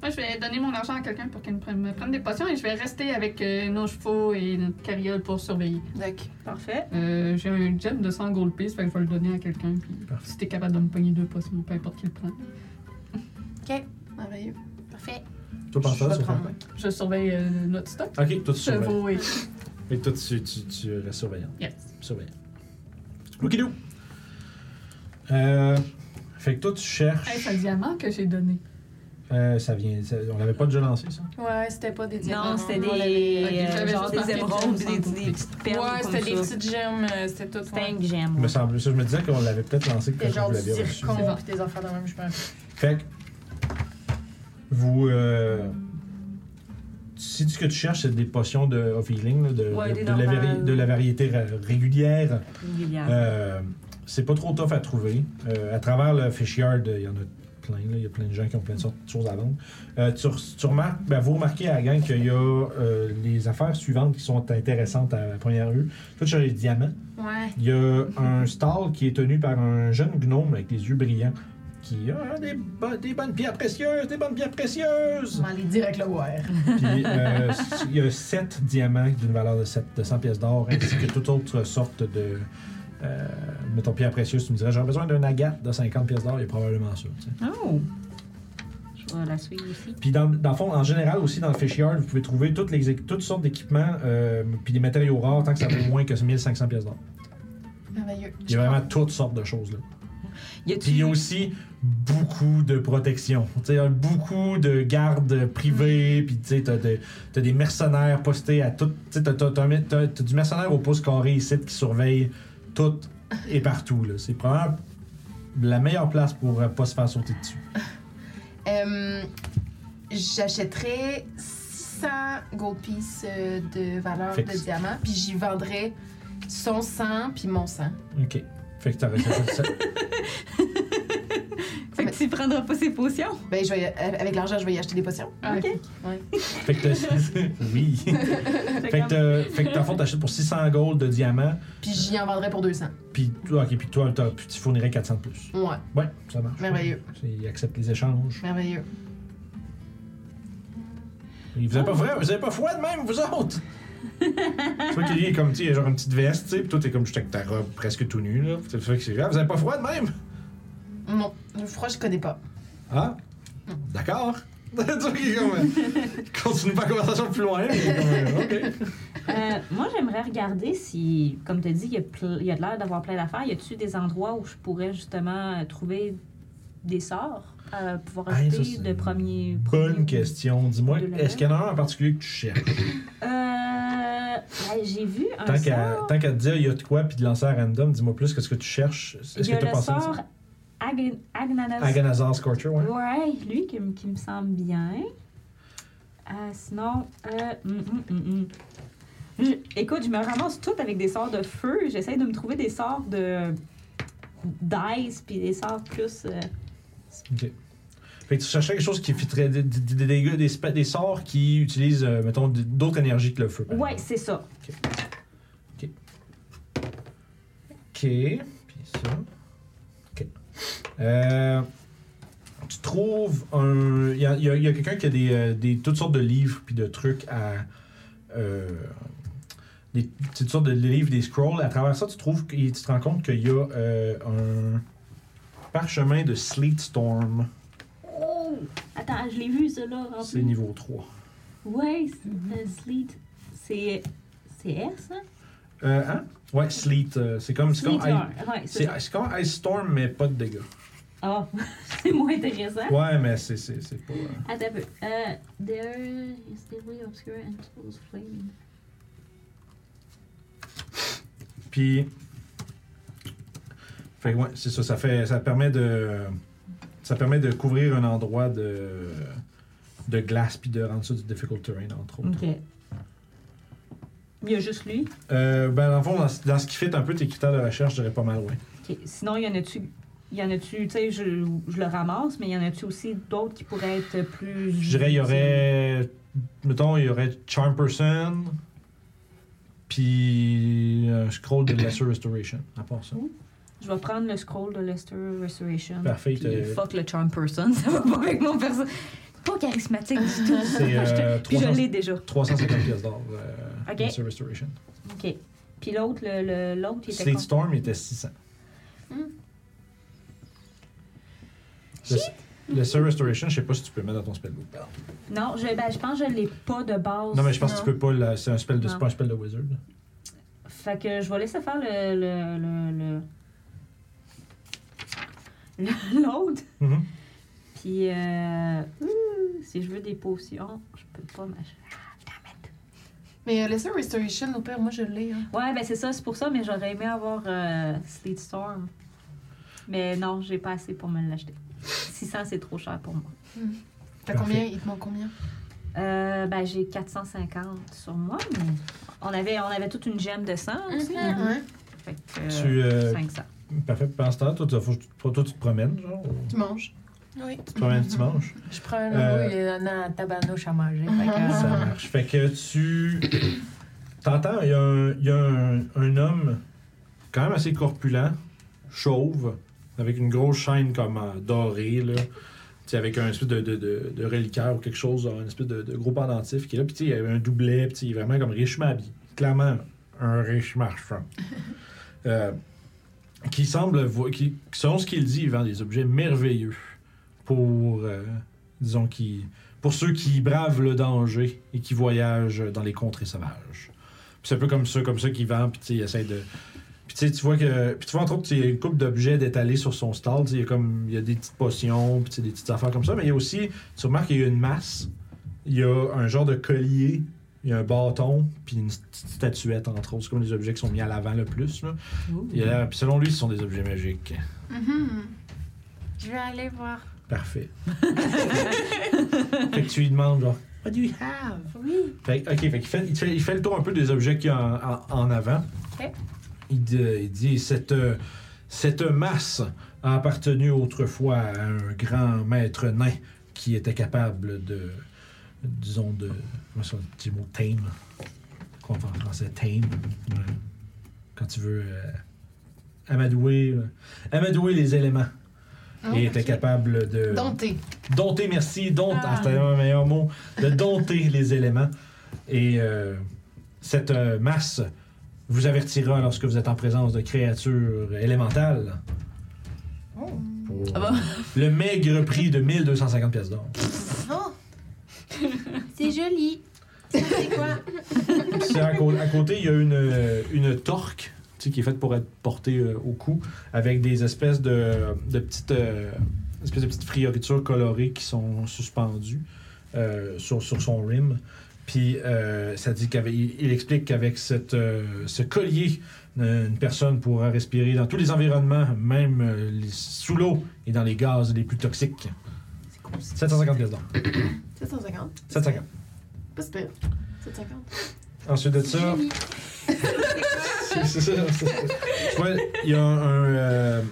[SPEAKER 2] moi, je vais donner mon argent à quelqu'un pour qu'il me prenne, me prenne des potions et je vais rester avec euh, nos chevaux et notre carriole pour surveiller.
[SPEAKER 3] D'accord.
[SPEAKER 5] Parfait.
[SPEAKER 2] Euh, J'ai un gem de 100 gold piece, fait que je vais le donner à quelqu'un. Puis
[SPEAKER 1] Parfait.
[SPEAKER 2] si t'es capable de me pogner deux potions, peu importe qui le prend.
[SPEAKER 3] Merveilleux.
[SPEAKER 6] Parfait.
[SPEAKER 1] Toi, pense
[SPEAKER 3] Je vais
[SPEAKER 1] ça,
[SPEAKER 3] prendre.
[SPEAKER 2] Je surveille euh, notre stock.
[SPEAKER 1] Ok, toi, tu surveilles.
[SPEAKER 2] Chevaux et.
[SPEAKER 1] Et toi, tu, tu, tu restes surveillant.
[SPEAKER 2] Yes.
[SPEAKER 1] Surveillant. Oukidou! Euh, fait que toi, tu cherches.
[SPEAKER 2] Hey, c'est le diamant que j'ai donné.
[SPEAKER 1] Euh, ça vient. ça- on l'avait pas déjà lancé, ça?
[SPEAKER 3] Ouais, c'était pas des diamants.
[SPEAKER 5] Non, c'était
[SPEAKER 3] on l'avait-
[SPEAKER 5] des,
[SPEAKER 2] Ok,
[SPEAKER 5] euh,
[SPEAKER 2] j'avais
[SPEAKER 5] genre
[SPEAKER 2] juste
[SPEAKER 5] des
[SPEAKER 2] marqué
[SPEAKER 5] émeraudes,
[SPEAKER 2] James
[SPEAKER 5] des,
[SPEAKER 2] Bond.
[SPEAKER 5] des petites perles
[SPEAKER 6] Ouais,
[SPEAKER 5] comme
[SPEAKER 6] c'était des
[SPEAKER 5] ça.
[SPEAKER 6] petites gemmes, euh, c'était tout.
[SPEAKER 5] C'était
[SPEAKER 6] ouais.
[SPEAKER 5] une gemme.
[SPEAKER 1] Il me
[SPEAKER 5] ouais.
[SPEAKER 1] semble ça. Je me disais qu'on l'avait peut-être lancé quand
[SPEAKER 6] C'était
[SPEAKER 1] vous
[SPEAKER 6] genre du
[SPEAKER 1] l'aviez reçu.
[SPEAKER 2] C'est bon.
[SPEAKER 6] zircon, pis des affaires de même, je pense.
[SPEAKER 1] Fait que vous. euh, si ce que tu cherches, c'est des potions de of healing, là, de,
[SPEAKER 5] Ouais,
[SPEAKER 1] de-
[SPEAKER 5] des
[SPEAKER 1] de la vari-
[SPEAKER 5] normales.
[SPEAKER 1] de la variété ra- régulière,
[SPEAKER 5] Régulière.
[SPEAKER 1] euh, c'est pas trop tough à trouver. Euh, à travers le fish yard, il y en a plein. là. Il y a plein de gens qui ont plein de sortes de choses à vendre. Euh, tu, re- tu remarques, ben, vous remarquez à la gang qu'il y a euh, les affaires suivantes qui sont intéressantes à première vue. Toi, tu as les diamants.
[SPEAKER 6] Ouais.
[SPEAKER 1] Il y a un stall qui est tenu par un jeune gnome avec les yeux brillants qui a des, bo- des bonnes pierres précieuses, des bonnes pierres précieuses.
[SPEAKER 3] On va aller direct le voir.
[SPEAKER 1] Puis euh, s- il y a sept diamants d'une valeur de, sept- de 100 pièces d'or ainsi que toute autre sorte de. euh, mettons, pierres précieuses. Tu me dirais, j'aurais besoin d'un agate de 50 pièces d'or, il est probablement ça. tu sais.
[SPEAKER 5] Oh! Je vais la suivre ici.
[SPEAKER 1] Puis dans, dans le fond, en général aussi dans le fish yard, vous pouvez trouver toutes, les, équ- toutes sortes d'équipements euh, puis des matériaux rares tant que ça vaut moins que 1500 pièces d'or.
[SPEAKER 3] Merveilleux.
[SPEAKER 1] Il y a vraiment toutes sortes de choses là.
[SPEAKER 5] Y
[SPEAKER 1] Puis il y
[SPEAKER 5] a-tu
[SPEAKER 1] a aussi beaucoup de protection. Tu sais, beaucoup de gardes privés, puis tu sais, t'as des, t'as des mercenaires postés à tout. Tu sais, t'as, t'as- t'as un- t'as- t'as du mercenaire au pouce carré ici qui surveille tout et partout. Là. C'est probablement la meilleure place pour euh, pas se faire sauter dessus.
[SPEAKER 3] Euh, J'achèterais 600 gold pieces euh, de valeur
[SPEAKER 1] Fixe.
[SPEAKER 3] de diamant, puis j'y vendrais son sang puis mon sang.
[SPEAKER 1] Ok. Fait que t'aurais ça. ça-
[SPEAKER 5] Fait que tu prendras pas ses potions.
[SPEAKER 3] Ben, je vais, euh, avec l'argent, je vais y acheter des potions.
[SPEAKER 2] Ah,
[SPEAKER 5] Ok.
[SPEAKER 1] fait que t'as- Oui. fait que t'as- fait que dans le fond, t'achètes pour 600 gold de diamants,
[SPEAKER 3] Puis j'y en vendrais pour 200.
[SPEAKER 1] puis toi, ok, puis toi, t'as- puis tu fournirais 400 de plus.
[SPEAKER 3] Ouais,
[SPEAKER 1] Ouais, ça marche.
[SPEAKER 3] Merveilleux.
[SPEAKER 1] Il accepte les échanges.
[SPEAKER 3] merveilleux.
[SPEAKER 1] Vous avez, pas froid, vous avez pas froid de même, vous autres! tu vois qu'il est comme, tu sais, il a genre une petite veste, tu sais, pis toi t'es comme juste avec ta robe presque tout nu, là. Ça fait que c'est grave, vous avez pas froid de même!
[SPEAKER 3] Non, le froid, je connais pas.
[SPEAKER 1] Ah? D'accord! tu vois qu'il est comme. euh, il Continue pas la conversation plus loin, mais il est comme, euh, ok.
[SPEAKER 5] Euh, moi, j'aimerais regarder si, comme tu as dit, il y a ple- il y a de l'air d'avoir plein d'affaires. Y a-tu des endroits où je pourrais justement euh, trouver des sorts à pouvoir
[SPEAKER 1] Hey, Ah, ça,
[SPEAKER 5] ajouter
[SPEAKER 1] c'est
[SPEAKER 5] de
[SPEAKER 1] une
[SPEAKER 5] premier.
[SPEAKER 1] Bonne
[SPEAKER 5] premier-
[SPEAKER 1] question, dis-moi,
[SPEAKER 5] De la
[SPEAKER 1] est-ce qu'il y en a un en particulier que tu cherches?
[SPEAKER 5] Euh, ben, J'ai vu un
[SPEAKER 1] Tant qu'à
[SPEAKER 5] sort.
[SPEAKER 1] tant qu'à te dire il y a de quoi pis de lancer à random, dis-moi plus qu'est-ce que tu cherches.
[SPEAKER 5] Il
[SPEAKER 1] Est-ce
[SPEAKER 5] y
[SPEAKER 1] que
[SPEAKER 5] a
[SPEAKER 1] t'as
[SPEAKER 5] le
[SPEAKER 1] pensé à
[SPEAKER 5] sort
[SPEAKER 1] ça?
[SPEAKER 5] Agn- Agnanas.
[SPEAKER 1] Aganazar Scorcher, ouais.
[SPEAKER 5] Ouais, lui qui, me- qui me semble bien. Euh, sinon, euh, hum, hum, hum, hum. Je- écoute, je me ramasse toute avec des sorts de feu. J'essaie de me trouver des sorts de d'ice puis des sorts plus. euh,
[SPEAKER 1] Fait que tu cherchais quelque chose qui fitterait des, des- des dégâts, des, spe- des sorts qui utilisent, euh, mettons, d- d'autres énergies que le feu. par
[SPEAKER 5] Ouais, c'est ça.
[SPEAKER 1] Ok, puis ça. Ok. Euh, tu trouves un. Il y a, il y a- il y a quelqu'un qui a des, euh, des- toutes sortes de livres puis de trucs à. euh, des, toutes sortes de livres, des scrolls. À travers ça, tu trouves qu'il- tu te rends compte qu'il y a euh, un parchemin de Sleet Storm.
[SPEAKER 5] Oh! Attends, je l'ai vu, ça, là. en
[SPEAKER 1] C'est
[SPEAKER 5] plus.
[SPEAKER 1] niveau 3.
[SPEAKER 5] Ouais, c'est- euh, Sleet. C'est. C'est S, hein?
[SPEAKER 1] Euh, hein? Ouais, Sleet. euh, c'est comme. c'est comme
[SPEAKER 5] Sleeter. Ouais, c'est
[SPEAKER 1] C'est
[SPEAKER 5] ça.
[SPEAKER 1] c'est comme Ice Storm, mais pas de dégâts.
[SPEAKER 5] Ah, c'est moins intéressant.
[SPEAKER 1] Ouais, mais c'est, c'est, c'est pas. euh,
[SPEAKER 5] Attends un peu. Euh, there is deeply obscure and close flame.
[SPEAKER 1] Puis. Fait que ouais, c'est ça. Ça, fait, ça permet de. Ça permet de couvrir un endroit de. de glace puis de rendre ça du difficult terrain, entre
[SPEAKER 5] Mm.
[SPEAKER 1] autres.
[SPEAKER 8] Ok. Il y a juste lui.
[SPEAKER 1] Euh, ben, dans le fond, dans, ce- dans ce qui fait un peu tes critères de recherche, je dirais pas mal loin.
[SPEAKER 8] Ok. Sinon, il y en a-tu. Il y en a-tu, tu sais, je, je le ramasse, mais il y en a-tu aussi d'autres qui pourraient être plus.
[SPEAKER 1] Je dirais, il y aurait. Mettons, il y aurait Charm Person. Puis. euh, Scroll de Lesser Restoration, à part ça.
[SPEAKER 8] Je vais prendre le scroll de Lester Restoration.
[SPEAKER 1] Parfait,
[SPEAKER 8] Puis,
[SPEAKER 1] t'as-
[SPEAKER 8] fuck le charm person, ça va pas avec mon perso. Pas charismatique du tout.
[SPEAKER 1] C'est
[SPEAKER 8] Je te-
[SPEAKER 1] euh,
[SPEAKER 8] Puis je
[SPEAKER 1] 300
[SPEAKER 8] l'ai déjà.
[SPEAKER 1] 350 pièces d'or. euh,
[SPEAKER 8] Ok.
[SPEAKER 1] Lesser Restoration.
[SPEAKER 8] Ok. Puis l'autre, le- le- l'autre, il était. Hmm.
[SPEAKER 1] Slate Storm il était 600. Le, le Soul Restoration, je sais pas si tu peux le mettre dans ton spellbook.
[SPEAKER 8] Non, je, ben, je pense que je l'ai pas de base.
[SPEAKER 1] Non, mais je pense que tu peux pas. la- C'est un spell de,
[SPEAKER 8] Non.
[SPEAKER 1] c'est pas un spell de wizard.
[SPEAKER 8] Fait que je vais laisser faire le. le- le- le- le- L'autre.
[SPEAKER 1] Mhm.
[SPEAKER 8] Puis, euh, ouh, si je veux des potions, je peux pas m'acheter.
[SPEAKER 3] Mais euh, Lesser Restoration, au pire, moi je l'ai. Hein.
[SPEAKER 8] Ouais, ben c'est ça, c'est pour ça, mais j'aurais aimé avoir euh, Sleet Storm. Mais non, j'ai pas assez pour me l'acheter. 600, c'est trop cher pour moi.
[SPEAKER 3] T'as
[SPEAKER 1] Parfait.
[SPEAKER 3] combien Il te manque combien
[SPEAKER 8] Euh, ben, j'ai 450 sur moi, mais on avait, on avait toute une gemme de sang aussi.
[SPEAKER 5] Ah,
[SPEAKER 3] Ouais.
[SPEAKER 8] Fait que, euh,
[SPEAKER 1] Tu, euh,
[SPEAKER 8] 500.
[SPEAKER 1] Parfait. Pendant ce temps, toi, tu- faut que tu- toi, toi, tu te promènes, genre. ou-
[SPEAKER 3] Tu manges.
[SPEAKER 6] Oui.
[SPEAKER 1] Tu te promènes, tu manges.
[SPEAKER 4] Je prends un
[SPEAKER 1] Euh,
[SPEAKER 4] loup et un tabanouche à manger. fait
[SPEAKER 8] Ah.
[SPEAKER 4] que-
[SPEAKER 1] Ça marche. Fait que tu. T'entends, il y a, un, il y a un, un homme quand même assez corpulent, chauve, avec une grosse chaîne comme euh, dorée, là. Tu sais, avec un espèce de, de, de, de reliquaire ou quelque chose, un espèce de, de gros pendentif qui est là. Puis tu sais, il y avait un doublet, puis tu sais, il est vraiment comme richement habillé. Clairement, un riche marchand. Euh, qui semble, vo- qui, selon ce qu'il dit, il vend des objets merveilleux pour, euh, disons, qui, pour ceux qui bravent le danger et qui voyagent dans les contrées sauvages. Puis c'est un peu comme ça, comme ça qu'il vend, puis tu sais, il essaie de... Puis tu sais, tu vois que... Puis tu vois, entre autres, tu sais, il y a une coupe d'objets détalés sur son stall, tu sais, il y a comme... Il y a des petites potions, puis tu sais, des petites affaires comme ça, mais il y a aussi... Tu remarques qu'il y a une masse, il y a un genre de collier, il y a un bâton, puis une petite statuette, entre autres. C'est comme les objets qui sont mis à l'avant le plus, là. Il y a- Puis selon lui, ce sont des objets magiques.
[SPEAKER 6] Je vais aller voir.
[SPEAKER 1] Parfait. fait que tu lui demandes, genre, What do you have? Oui. Fait, que- ok, fait qu'il fait, il fait, il fait le tour un peu des objets qu'il y a en, en- en avant.
[SPEAKER 6] Ok.
[SPEAKER 1] Il, dit- il dit cette, euh, cette masse a appartenu autrefois à un grand maître nain qui était capable de. Disons de. Comment ça, le petit mot tame Qu'on fait en français tame. Ouais. Quand tu veux euh, amadouer, euh, amadouer les éléments. Et était capable de.
[SPEAKER 3] Dompté.
[SPEAKER 1] Ah Dompter, merci. Dont, ah. c'était un meilleur mot. De dompter les éléments. Et euh, cette euh, masse vous avertira lorsque vous êtes en présence de créatures élémentales. Oh. Pour Le maigre prix de 1250 pièces d'or.
[SPEAKER 6] C'est joli. C'est quoi?
[SPEAKER 1] C'est à, cô- à côté, il y a une, euh, une torque tu sais, qui est faite pour être portée euh, au cou avec des espèces de, de petites euh, espèces de petites frioritures colorées qui sont suspendues euh, sur, sur son rim. Puis euh, ça dit qu'il il explique qu'avec cette, euh, ce collier, euh, une personne pourra respirer dans tous les environnements, même euh, les- sous l'eau et dans les gaz les plus toxiques. 750 pièces d'or.
[SPEAKER 3] 750.
[SPEAKER 1] 750.
[SPEAKER 3] Pas si pire. 750.
[SPEAKER 1] Ensuite de ça. C'est c'est ça. c'est ça. Tu vois, il y a un, euh,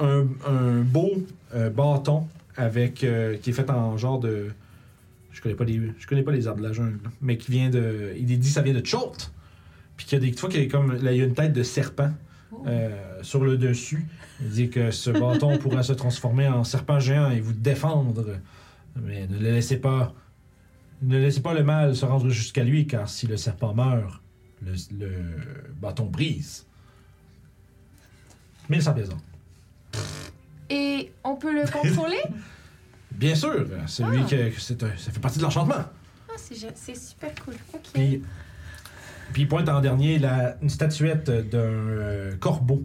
[SPEAKER 1] un, un beau euh, bâton avec euh, qui est fait en genre de. Je connais pas les, je connais pas les arbres de la jungle, là, mais qui vient de. Il est dit que ça vient de Chult. Puis qu'il y a des fois qu'il y a comme là, il y a une tête de serpent euh, sur le dessus. Il dit que ce bâton pourra se transformer en serpent géant et vous défendre, mais ne le laissez pas. Ne laissez pas le mal se rendre jusqu'à lui, car si le serpent meurt, le, le bâton brise. 1100 pièces d'or.
[SPEAKER 6] Et on peut le contrôler?
[SPEAKER 1] Bien sûr, celui que, que c'est un- ça fait partie de l'enchantement.
[SPEAKER 6] Ah, c'est gé- c'est super cool. OK.
[SPEAKER 1] Puis, puis il pointe en dernier la, une statuette d'un euh, corbeau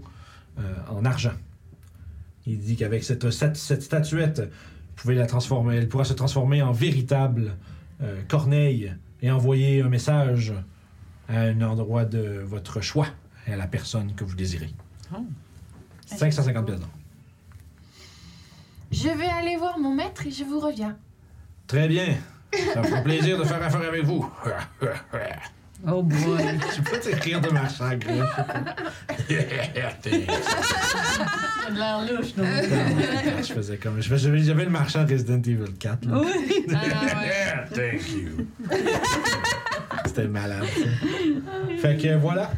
[SPEAKER 1] euh, en argent Il dit qu'avec cette, cette, cette statuette, vous pouvez la transformer. Elle pourra se transformer en véritable euh, corneille et envoyer un message à un endroit de votre choix et à la personne que vous désirez.
[SPEAKER 5] Oh.
[SPEAKER 1] 550 pièces d'or.
[SPEAKER 3] Je vais aller voir mon maître et je vous reviens.
[SPEAKER 1] Très bien. Ça me fait plaisir de faire affaire avec vous.
[SPEAKER 5] Oh boy.
[SPEAKER 1] Je peux t'écrire de ma chagre.
[SPEAKER 2] Il a de l'air louche, non?
[SPEAKER 1] je faisais comme. je faisais- J'avais le marchand de Resident Evil 4. là.
[SPEAKER 2] Ah, ouais.
[SPEAKER 1] Thank you. C'était malade.
[SPEAKER 2] Ah,
[SPEAKER 1] ça. Fait que voilà.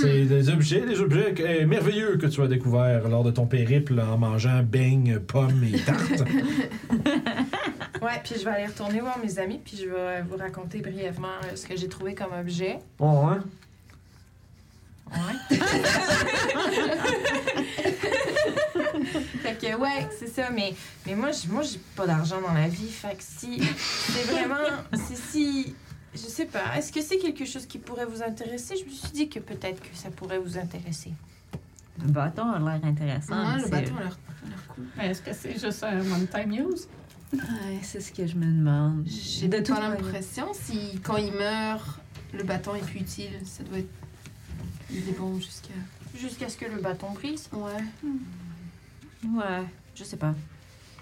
[SPEAKER 1] C'est des objets, des objets euh, merveilleux que tu as découverts lors de ton périple en mangeant beignes, pommes et tartes.
[SPEAKER 6] Ouais, puis je vais aller retourner voir mes amis, puis je vais vous raconter brièvement euh, ce que j'ai trouvé comme objet.
[SPEAKER 1] Bon, hein?
[SPEAKER 6] Fait que ouais, c'est ça, mais, mais moi, j'ai- moi, j'ai pas d'argent dans la vie, fait que si c'est vraiment, si, si, je sais pas, est-ce que c'est quelque chose qui pourrait vous intéresser? Je me suis dit que peut-être que ça pourrait vous intéresser.
[SPEAKER 5] Le bâton a l'air intéressant.
[SPEAKER 3] Ah,
[SPEAKER 5] mais
[SPEAKER 3] le
[SPEAKER 5] c'est-
[SPEAKER 3] bâton, alors.
[SPEAKER 2] Mais est-ce que c'est juste euh, un one-time use?
[SPEAKER 5] Ouais, c'est ce que je me demande.
[SPEAKER 3] J'ai
[SPEAKER 5] De toute
[SPEAKER 3] pas l'impression si quand il meurt, le bâton est plus utile. Ça doit être. Il est bon jusqu'à.
[SPEAKER 6] Jusqu'à ce que le bâton brise.
[SPEAKER 3] Ouais.
[SPEAKER 5] Ouais, je sais pas.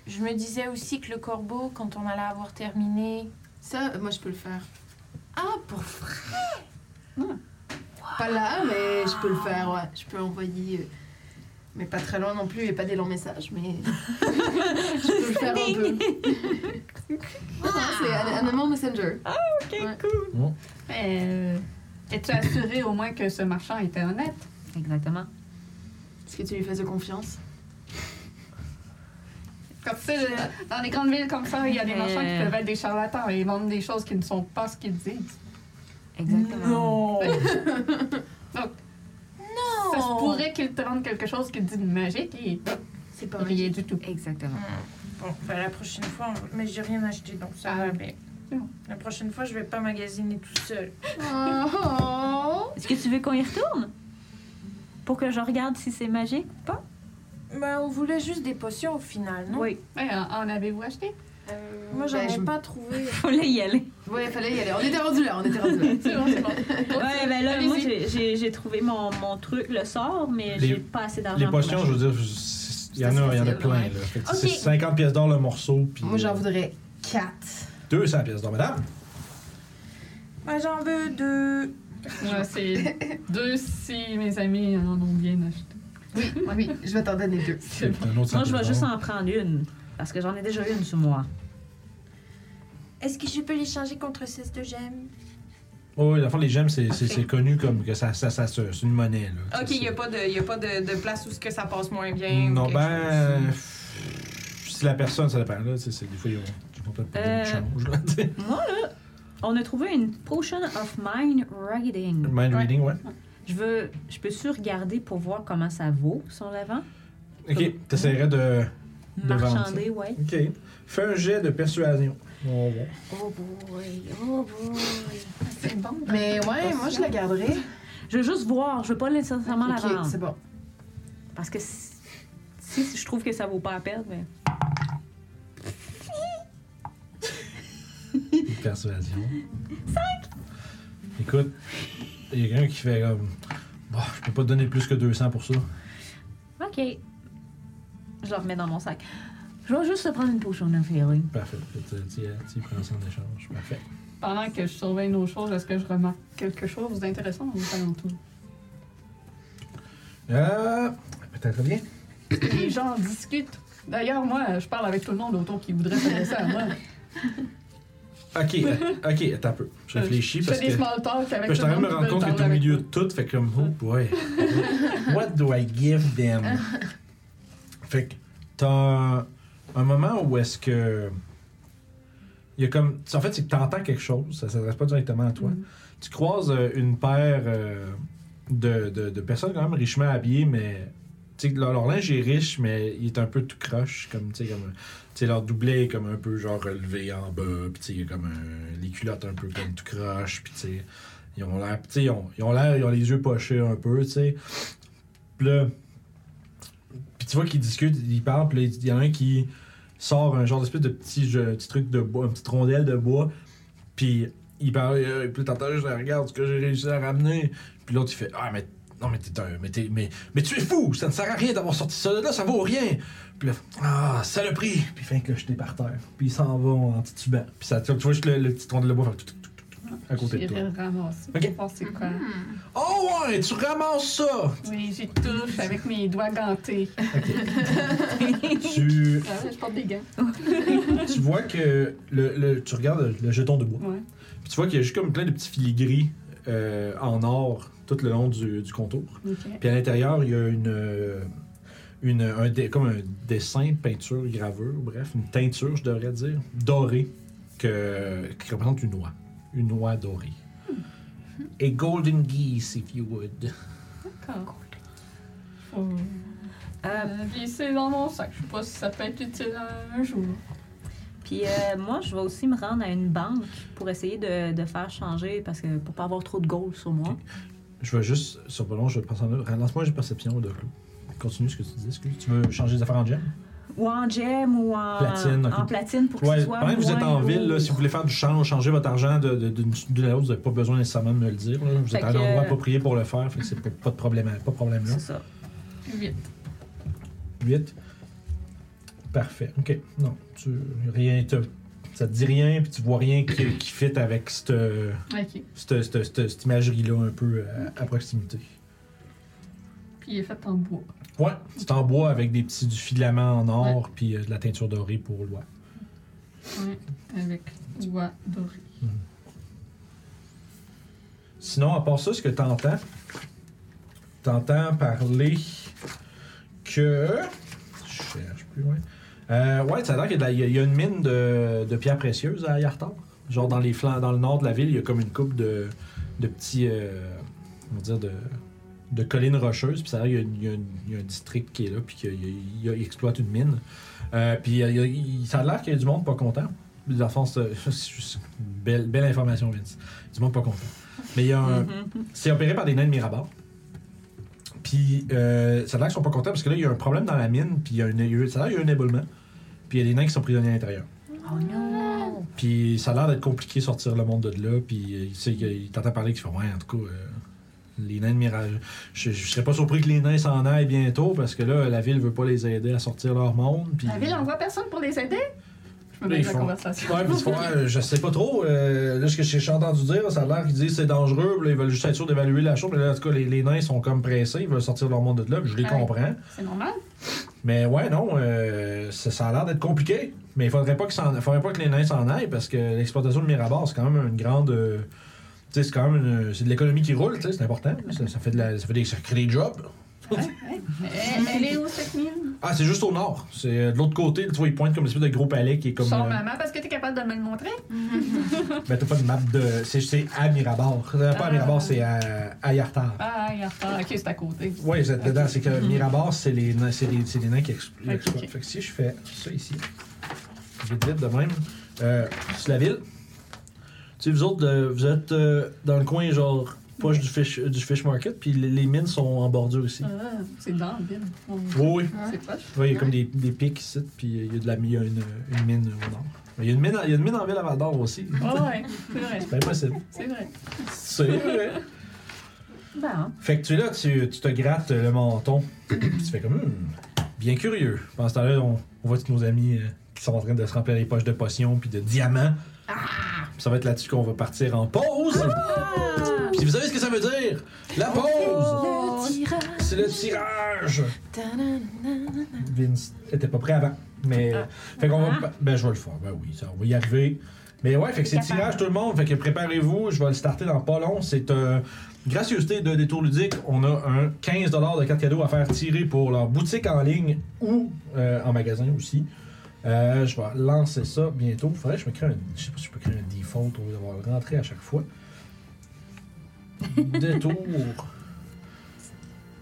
[SPEAKER 6] Je me disais aussi que le corbeau, quand on allait avoir terminé,
[SPEAKER 3] Ça, moi, je peux le faire.
[SPEAKER 6] ah, pour
[SPEAKER 3] Pas là, mais je peux le faire, ouais. Je peux envoyer. euh, Mais pas très loin non plus, et pas des longs messages, mais. je peux le faire un peu. Non, non, c'est un, un moment messenger.
[SPEAKER 5] Ok,
[SPEAKER 3] Ouais.
[SPEAKER 5] cool.
[SPEAKER 2] Mais euh, es-tu assuré au moins que ce marchand était honnête?
[SPEAKER 5] Exactement.
[SPEAKER 3] Est-ce que tu lui faisais confiance
[SPEAKER 2] Comme tu sais, euh, dans les grandes villes comme ça, il y a des marchands qui
[SPEAKER 5] Euh.
[SPEAKER 2] peuvent être des charlatans et ils vendent des choses qui ne sont pas ce qu'ils disent.
[SPEAKER 5] Exactement.
[SPEAKER 6] Oh.
[SPEAKER 2] Ça se pourrait qu'ils te rendent quelque chose qu'ils disent de magique et
[SPEAKER 3] C'est pas vrai.
[SPEAKER 2] rien du tout.
[SPEAKER 5] Exactement.
[SPEAKER 6] Bon, ben, la prochaine fois, on- mais j'ai rien acheté, donc ça va,
[SPEAKER 2] Ah.
[SPEAKER 6] mais
[SPEAKER 2] C'est bon.
[SPEAKER 6] la prochaine fois, je vais pas magasiner tout seul.
[SPEAKER 3] Oh,
[SPEAKER 5] Est-ce que tu veux qu'on y retourne? Pour que je regarde si c'est magique ou pas?
[SPEAKER 6] Ben, on voulait juste des potions au final, non? Euh, bah,
[SPEAKER 5] Oui.
[SPEAKER 2] Mais en, en avez-vous acheté?
[SPEAKER 6] Moi, j'en
[SPEAKER 3] Ben,
[SPEAKER 6] ai
[SPEAKER 3] je-
[SPEAKER 6] pas trouvé.
[SPEAKER 5] Fallait y aller.
[SPEAKER 3] Ouais, fallait y aller. On était rendu là, on était rendu là.
[SPEAKER 2] C'est bon, c'est bon.
[SPEAKER 5] Ouais, ben là,
[SPEAKER 2] Allez-y.
[SPEAKER 5] moi, j'ai- j'ai j'ai trouvé mon, mon truc, le sort, mais
[SPEAKER 1] Les-
[SPEAKER 5] j'ai pas assez
[SPEAKER 1] Les
[SPEAKER 5] d'argent. pour
[SPEAKER 1] potions, je
[SPEAKER 5] m'acheter.
[SPEAKER 1] veux dire, il y en a, il y en a plein. Là. Fait que
[SPEAKER 6] Ok.
[SPEAKER 1] C'est 50 pièces d'or le morceau, puis
[SPEAKER 3] Moi, j'en voudrais 4.
[SPEAKER 1] 200 pièces d'or, madame.
[SPEAKER 6] Ben, j'en veux deux.
[SPEAKER 2] Moi, c'est deux si mes amis en ont bien acheté.
[SPEAKER 3] Oui, oui, je vais t'en donner deux.
[SPEAKER 2] C'est bon.
[SPEAKER 1] C'est un autre 100
[SPEAKER 5] Moi, je vais
[SPEAKER 1] pièces
[SPEAKER 5] juste
[SPEAKER 1] d'or.
[SPEAKER 5] en prendre une. Parce que j'en ai déjà une sur moi.
[SPEAKER 6] Est-ce que je peux les changer contre ces deux gemmes?
[SPEAKER 1] Oh, oui, dans le fond, les gemmes, c'est- c'est c'est connu comme que ça, ça, ça se- c'est une monnaie. Là.
[SPEAKER 6] Ok,
[SPEAKER 1] Ça,
[SPEAKER 6] il y a
[SPEAKER 1] c'est-
[SPEAKER 6] pas, de, y a pas de, de place où ce que ça passe moins bien. ou
[SPEAKER 1] Non,
[SPEAKER 6] quelque
[SPEAKER 1] ben. pff, Si la personne, ça dépend. Là, tu sais, c'est- des fois, ils ont ils ont peut-être pas
[SPEAKER 5] Euh.
[SPEAKER 1] de change. Là, tu sais.
[SPEAKER 5] Moi, là, on a trouvé une potion of mind reading.
[SPEAKER 1] Mind reading, ouais.
[SPEAKER 5] Je veux. Je peux-tu regarder pour voir comment ça vaut sur l'avant?
[SPEAKER 1] Ok, t'essaierais de. De vendre,
[SPEAKER 5] Marchander, ouais.
[SPEAKER 1] Ok. Fais un jet de persuasion. On va voir.
[SPEAKER 5] Oh boy, oh boy.
[SPEAKER 2] C'est bon.
[SPEAKER 3] Mais ouais, moi, je la garderai.
[SPEAKER 5] Je veux juste voir, je veux pas nécessairement la
[SPEAKER 3] Ok,
[SPEAKER 5] vendre.
[SPEAKER 3] c'est bon.
[SPEAKER 5] Parce que si, si je trouve que ça vaut pas la peine, ben, mais.
[SPEAKER 1] Persuasion. Écoute, il y a quelqu'un qui fait comme. Bon, je peux pas te donner plus que 200 pour ça.
[SPEAKER 5] OK. Je le remets dans mon sac. Je vais juste te prendre une potion de féerie.
[SPEAKER 1] Parfait. Tu tu- tu prends ça en échange. Parfait.
[SPEAKER 2] Pendant que je surveille nos choses, est-ce que je remarque quelque chose d'intéressant aux alentours?
[SPEAKER 1] Euh. Peut-être bien.
[SPEAKER 2] Les gens discutent. D'ailleurs, moi, je parle avec tout le monde autour qui voudrait s'adresser à moi.
[SPEAKER 1] Ok, euh, ok, attends un peu. Je réfléchis
[SPEAKER 2] Euh, je
[SPEAKER 1] parce
[SPEAKER 2] fais des
[SPEAKER 1] que.
[SPEAKER 2] small talk avec
[SPEAKER 1] Puis je
[SPEAKER 2] tout
[SPEAKER 1] suis en
[SPEAKER 2] le
[SPEAKER 1] train de me
[SPEAKER 2] monde qui
[SPEAKER 1] rendre
[SPEAKER 2] veulent
[SPEAKER 1] compte que t'es
[SPEAKER 2] parler
[SPEAKER 1] au
[SPEAKER 2] avec
[SPEAKER 1] milieu de
[SPEAKER 2] moi.
[SPEAKER 1] tout, fait comme, oh boy, what do I give them? Fait que t'as un, un moment où est-ce que. Il y a comme. En fait, c'est que t'entends quelque chose, ça s'adresse pas directement à toi.
[SPEAKER 2] Mm-hmm.
[SPEAKER 1] Tu croises euh, une paire euh, de, de- de personnes quand même richement habillées, mais. Tu sais, leur, leur linge est riche, mais il est un peu tout croche, comme, tu sais, comme. Tu sais, leur doublet est comme un peu genre relevé en bas, puis tu sais, il y a comme un- les culottes un peu comme tout croche, puis tu sais. Ils ont l'air, tu sais, ils ont, ils ont l'air, ils ont les yeux pochés un peu, tu sais. Puis là, Puis tu vois qu'ils discutent, ils parlent, puis il y en a un qui sort un genre d'espèce de petit, jeu- petit truc de bois, une petite rondelle de bois, puis il parle, euh, puis t'entends juste, regarde ce que j'ai réussi à ramener. Puis l'autre, il fait, ah, mais non, mais t'es un, mais, t'es- mais, mais tu es fou, ça ne sert à rien d'avoir sorti ça de là, ça vaut rien. Puis là, ah, saloperie. Puis il fait que jeter par terre. Puis ils s'en vont en titubant. Puis ça, tu vois juste le, le petit rondelle de bois faire tout, tout, tout, tout, tout, à côté de toi.
[SPEAKER 2] J'irai le ramasser
[SPEAKER 1] Ok.
[SPEAKER 2] pour voir c'est quoi.
[SPEAKER 1] Oh ouais, tu ramasses ça!
[SPEAKER 2] Oui, j'y touche avec mes doigts gantés.
[SPEAKER 1] tu,
[SPEAKER 2] Ah, je porte des gants.
[SPEAKER 1] tu vois que le, le- tu regardes le jeton de bois.
[SPEAKER 2] Ouais.
[SPEAKER 1] Puis tu vois qu'il y a juste comme plein de petits filigrés euh, en or tout le long du, du contour.
[SPEAKER 2] Ok.
[SPEAKER 1] Puis à l'intérieur, il y a une, euh, une un dé- comme un dessin, peinture, gravure, bref, une teinture, je devrais dire, dorée, que, qui représente une oie. Une oie dorée. A golden geese, if you would.
[SPEAKER 2] D'accord. Faut- Euh, puis c'est dans mon sac. Je sais pas si ça peut être utile un un jour.
[SPEAKER 5] Puis euh, moi, je vais aussi me rendre à une banque pour essayer de, de faire changer, parce que pour pas avoir trop de gold sur moi.
[SPEAKER 1] Je vais juste, sur pas long, je vais passer en œuvre. Lance-moi j'ai perception de clou. Continue ce que tu dis. Est-ce que tu veux changer des affaires en gemme?
[SPEAKER 5] Ou en gem ou en
[SPEAKER 1] Platine, ok.
[SPEAKER 5] en platine pour que
[SPEAKER 1] Ouais,
[SPEAKER 5] ce soit
[SPEAKER 1] pendant que vous êtes en
[SPEAKER 5] moins
[SPEAKER 1] ville, là,
[SPEAKER 5] lourd.
[SPEAKER 1] si vous voulez faire du change, changer votre argent de- de- d'une d'une à l'autre, vous n'avez pas besoin nécessairement de me le dire. là. Vous
[SPEAKER 5] Fait
[SPEAKER 1] êtes à un
[SPEAKER 5] que-
[SPEAKER 1] endroit approprié pour le faire, fait que c'est pas, pas de problème, pas de problème là.
[SPEAKER 5] C'est ça.
[SPEAKER 2] Huit.
[SPEAKER 1] 8. Parfait. OK. Non, tu rien te- ça te dit rien puis tu vois rien qui, qui fit avec cette
[SPEAKER 2] Ok.
[SPEAKER 1] cette- cette- cette- cette imagerie-là un peu à, à proximité.
[SPEAKER 2] Puis il est fait en bois.
[SPEAKER 1] Ouais, c'est en bois avec des petits du filament en or puis euh, de la teinture dorée pour l'oie.
[SPEAKER 2] Ouais. Avec doigts dorés.
[SPEAKER 1] Sinon, à part ça, ce que t'entends, t'entends parler que. Je cherche plus loin. Euh, ouais, ça a l'air qu'il y a de la- il y, a- il y a une mine de, de pierres précieuses à Yartar. Genre dans les flancs, dans le nord de la ville, il y a comme une coupe de, de petits. euh, on va dire de, de collines rocheuses. Puis ça a l'air qu'il y a une- il y, a une- il y a un district qui est là, puis qu'il y a- il y a- il exploite une mine. Euh, puis il y a- il y a- il- ça a l'air qu'il y a du monde pas content. Dans le fond, c'est c'est juste une belle, belle information, Vince. Du monde pas content. Mais il y a un,
[SPEAKER 2] Mhm.
[SPEAKER 1] c'est opéré par des nains de Mirabar. Puis, euh, ça a l'air qu'ils sont pas contents parce que là, il y a un problème dans la mine, puis il y a une, il y a eu- ça a l'air qu'il y a eu un éboulement. Puis il y a des nains qui sont prisonniers à l'intérieur.
[SPEAKER 5] Oh non!
[SPEAKER 1] Puis ça a l'air d'être compliqué de sortir le monde de là. Puis euh, tu sais, il il t'entend parler, qu'il fait Ouais, en tout cas, euh, les nains de Mirage. Je, je serais pas surpris que les nains s'en aillent bientôt parce que là, la ville veut pas les aider à sortir leur monde. Puis,
[SPEAKER 2] La ville envoie personne pour les aider? Je me
[SPEAKER 1] Là,
[SPEAKER 2] mets
[SPEAKER 1] ils
[SPEAKER 2] dans la
[SPEAKER 1] font-
[SPEAKER 2] conversation.
[SPEAKER 1] Ouais, puis tu vois, euh, je sais pas trop. euh, là, ce que j'ai entendu dire, ça a l'air qu'ils disent que c'est dangereux. puis là, ils veulent juste être sûrs d'évaluer la chose. Mais là, en tout cas, les, les nains sont comme pressés. Ils veulent sortir leur monde de là. puis je les
[SPEAKER 2] Ouais.
[SPEAKER 1] comprends.
[SPEAKER 2] C'est normal?
[SPEAKER 1] Mais ouais, non, euh, ça, ça a l'air d'être compliqué. Mais il faudrait pas, que s'en- faudrait pas que les nains s'en aillent parce que l'exploitation de Mirabar, c'est quand même une grande. euh, tu sais, c'est quand même une- c'est de l'économie qui roule, tu sais, c'est important. là. Ça, ça fait de la, ça fait des, ça crée des jobs.
[SPEAKER 2] Elle, elle est où cette mine?
[SPEAKER 1] Ah, c'est juste au nord. C'est euh, de l'autre côté, tu vois, ils pointent comme une espèce de gros palais qui est comme.
[SPEAKER 2] Sors
[SPEAKER 1] euh,
[SPEAKER 2] maman parce que t'es capable de me le montrer?
[SPEAKER 1] Ben, t'as pas de map de. C'est, c'est à Mirabar. C'est Pas à
[SPEAKER 2] Ah.
[SPEAKER 1] Mirabar, c'est à, à Yartar.
[SPEAKER 2] Ah, il y a ah, Ok, c'est à côté.
[SPEAKER 1] Ouais, vous êtes dedans. C'est que Mirabar, c'est les, nains- c'est les, c'est les nains qui expl-
[SPEAKER 2] Mhm. Ok,
[SPEAKER 1] exploitent.
[SPEAKER 2] ok.
[SPEAKER 1] Fait que si je fais ça ici, vite, vite de même, euh, c'est la ville. Tu sais, vous autres, euh, vous êtes euh, dans le coin, genre, proche du fish, du fish market, puis les, les mines sont en bordure ici.
[SPEAKER 2] Ah, c'est dans la ville. On-
[SPEAKER 1] Oui, oui.
[SPEAKER 2] C'est proche.
[SPEAKER 1] Ouais, il y a comme des, des pics ici, puis euh, il y a, de la, il y a une, une mine au nord. Il y a une mine, en- il y a une mine en ville à Val d'Or aussi.
[SPEAKER 2] Ah ouais, c'est vrai.
[SPEAKER 1] C'est pas impossible.
[SPEAKER 2] C'est vrai.
[SPEAKER 1] C'est vrai.
[SPEAKER 5] Ben,
[SPEAKER 1] Fait que tu es là, tu, tu te grattes le menton. Puis tu fais comme Hum, bien curieux. Pendant ce temps-là, on, on voit tous nos amis euh, qui sont en train de se remplir les poches de potions puis de diamants. Puis ça va être là-dessus qu'on va partir en pause. Puis vous savez ce que ça veut dire La pause C'est le tirage Vince était pas prêt avant. Mais. Fait qu'on va. Ben, je vais le faire. Ben oui, ça, on va y arriver. Mais ouais, fait que c'est tirage tout le monde. Fait que préparez-vous. Je vais le starter dans pas long. C'est. euh, Gracieuseté de Détour Ludique, on a un 15$ de cartes cadeaux à faire tirer pour leur boutique en ligne ou euh, en magasin aussi. Euh, je vais lancer ça bientôt. Faudrait que je me crée un. Je sais pas si je peux créer un default au lieu d'avoir le rentré à chaque fois. Détour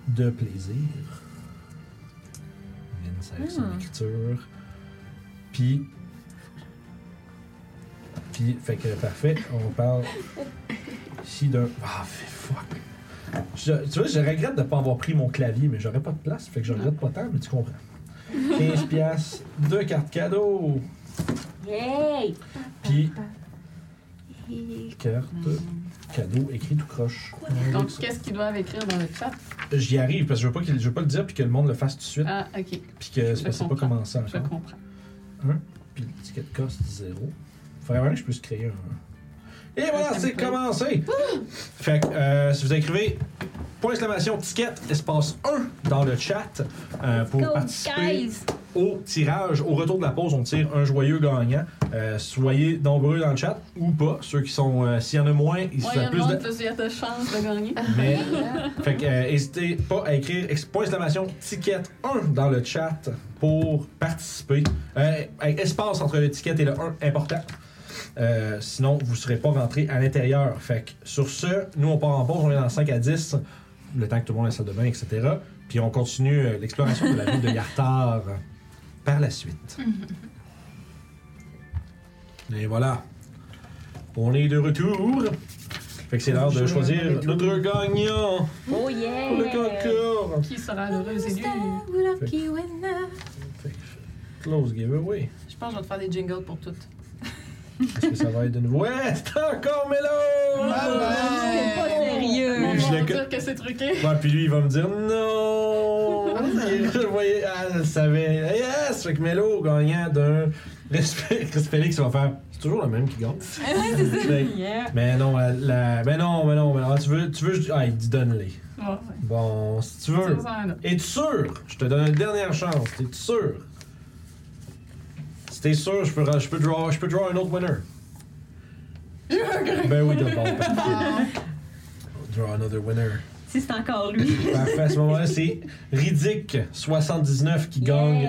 [SPEAKER 1] de plaisir. Vince avec son écriture. Puis. Puis, fait que parfait, on parle ici d'un. Ah, fait fuck. Je- tu vois, je regrette de ne pas avoir pris mon clavier, mais j'aurais pas de place, fait que je regrette pas tant, mais tu comprends. 15 piastres, deux cartes cadeaux,
[SPEAKER 5] Yay!
[SPEAKER 1] puis carte cadeau écrit tout croche.
[SPEAKER 2] Donc, qu'est-ce qu'ils doivent écrire dans le chat?
[SPEAKER 1] J'y arrive parce que je veux pas qu'il- je veux pas le dire puis que le monde le fasse tout de suite
[SPEAKER 2] Ah, ok,
[SPEAKER 1] puis que c'est parce que c'est pas
[SPEAKER 2] comprends.
[SPEAKER 1] commencé
[SPEAKER 2] je
[SPEAKER 1] encore.
[SPEAKER 2] comprends.
[SPEAKER 1] Puis le ticket de coste zéro. Faudrait vraiment que je puisse créer un. Et voilà, c'est commencé. Fait que euh, si vous écrivez point exclamation ticket espace 1 dans le chat euh, pour
[SPEAKER 5] Go,
[SPEAKER 1] participer
[SPEAKER 5] guys!
[SPEAKER 1] au tirage. Au retour de la pause, on tire un joyeux gagnant. Euh, soyez nombreux dans le chat ou pas. Ceux qui sont, euh, s'il y en a moins, ils
[SPEAKER 2] Moyen
[SPEAKER 1] sont plus
[SPEAKER 2] monde,
[SPEAKER 1] de.
[SPEAKER 2] plus il y a de chances de gagner.
[SPEAKER 1] Mais, fait que, euh, hésitez pas à écrire ex- point exclamation ticket 1 dans le chat pour participer. Euh, avec espace entre l'étiquette et le 1, important. Euh, sinon, vous ne serez pas rentré à l'intérieur. Fait que, sur ce, nous, on part en pause, on est dans 5 à 10, le temps que tout le monde ait sa de bain, etc. Puis on continue euh, l'exploration de la ville de Yartar euh, par la suite. Et voilà. On est de retour. Fait que c'est l'heure de choisir notre gagnant
[SPEAKER 5] Oh
[SPEAKER 1] pour le
[SPEAKER 5] yeah!
[SPEAKER 1] concours.
[SPEAKER 2] Qui sera l'heureux élu?
[SPEAKER 1] Fait que, Close giveaway.
[SPEAKER 3] Je pense que je vais te faire des jingles pour toutes.
[SPEAKER 1] Est-ce que ça va être de nouveau? Ouais, c'est encore Mélo!
[SPEAKER 5] Oh,
[SPEAKER 3] Ah, Bye-bye!
[SPEAKER 8] Pas
[SPEAKER 2] Ils
[SPEAKER 8] sérieux.
[SPEAKER 1] je
[SPEAKER 2] vont
[SPEAKER 1] le-
[SPEAKER 2] dire que c'est truqué.
[SPEAKER 1] Ouais, puis lui, il va me dire non! Je voyais, ah, elle savait. Yes! Fait que Melo, gagnant d'un. Respect, Félix va faire. C'est toujours le même qui gagne. Fait-
[SPEAKER 8] Yeah.
[SPEAKER 1] mais non, la, la- mais non, mais non, mais non. Tu veux. Tu veux je- ah, il dit donne-les.
[SPEAKER 2] Ouais, ouais.
[SPEAKER 1] Bon, si tu veux.
[SPEAKER 2] Dis-nous en un autre.
[SPEAKER 1] Es-tu sûr? Je te donne une dernière chance. Es-tu sûr? Si t'es sûr, je peux, je peux, draw, je peux draw un autre winner. ben oui, de bon. Draw another winner.
[SPEAKER 8] Si c'est encore lui.
[SPEAKER 1] Parfait, à ce moment-là, c'est Ridic79 qui gagne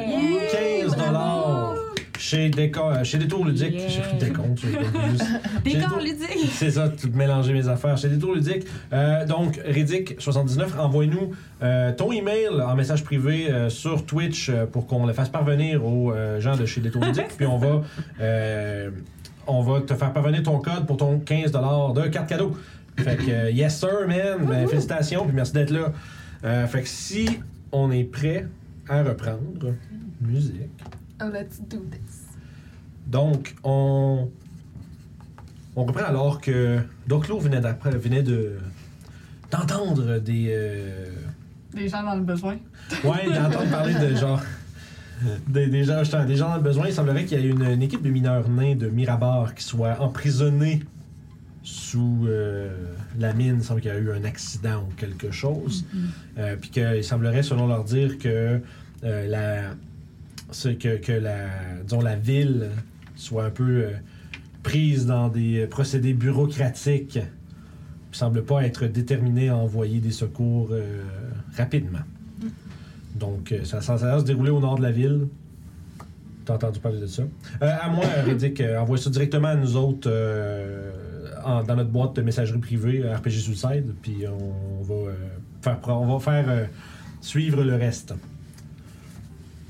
[SPEAKER 1] 15 dollars chez, Déco- euh, chez Détour Ludique.
[SPEAKER 8] Yeah.
[SPEAKER 1] Chez Décon, tu vois, juste. Chez
[SPEAKER 8] Décor
[SPEAKER 1] Détour-
[SPEAKER 8] ludique.
[SPEAKER 1] C'est ça, tout mélanger mes affaires. Chez Détour Ludique. Euh, donc, Ridic79, envoie-nous euh, ton email en message privé euh, sur Twitch euh, pour qu'on le fasse parvenir aux euh, gens de chez Détour Ludique. puis on va. euh, on va te faire parvenir ton code pour ton 15 de carte cadeau. Fait que, euh, yes sir, man. Ben, félicitations, puis merci d'être là. Euh, fait que si on est prêt à reprendre, musique.
[SPEAKER 3] Oh, let's do this.
[SPEAKER 1] Donc, on, on reprend alors que Doclo venait, d'appre- venait de d'entendre des... euh,
[SPEAKER 2] Des gens dans le besoin.
[SPEAKER 1] Ouais, d'entendre parler de genre. Des, des gens, justement, des gens dans le besoin. Il semblerait qu'il y ait une, une équipe de mineurs nains de Mirabar qui soit emprisonnée sous euh, la mine. Il semble qu'il y a eu un accident ou quelque chose. Euh, Puis qu'il semblerait, selon leur dire, que euh, la. ce- que, que la. disons, la ville soit un peu euh, prise dans des procédés bureaucratiques. Il semble pas être déterminé à envoyer des secours euh, rapidement. Donc, euh, ça, ça, ça a l'air de se dérouler au nord de la ville. T'as entendu parler de ça? Euh, à moi, Riddick, euh, envoie ça directement à nous autres euh, en- dans notre boîte de messagerie privée euh, RPG Suicide, puis on va euh, faire, pro- on va faire euh, suivre le reste.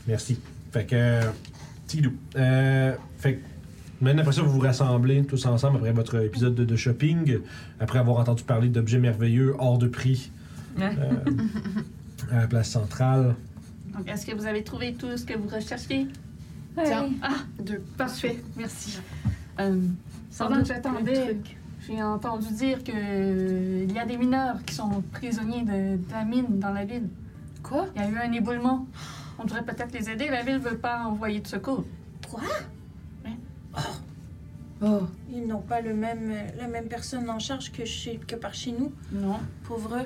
[SPEAKER 1] Merci. Fait que, euh, Tidou. Euh, fait que, maintenant, après ça, vous vous rassemblez tous ensemble après votre épisode de, de shopping, après avoir entendu parler d'objets merveilleux hors de prix euh, à la place centrale.
[SPEAKER 2] Donc, est-ce que vous avez trouvé tout ce que vous recherchiez?
[SPEAKER 3] Tiens.
[SPEAKER 2] Deux. Parfait, merci. Euh, pendant que j'attendais, j'ai entendu dire que euh, il y a des mineurs qui sont prisonniers de, de la mine dans la ville.
[SPEAKER 3] Quoi?
[SPEAKER 2] Il y a eu un éboulement. On devrait peut-être les aider. La ville veut pas envoyer de secours.
[SPEAKER 3] Oh,
[SPEAKER 6] Ils n'ont pas le même, la même personne en charge que, chez, que par chez nous.
[SPEAKER 2] Non.
[SPEAKER 6] Pauvres.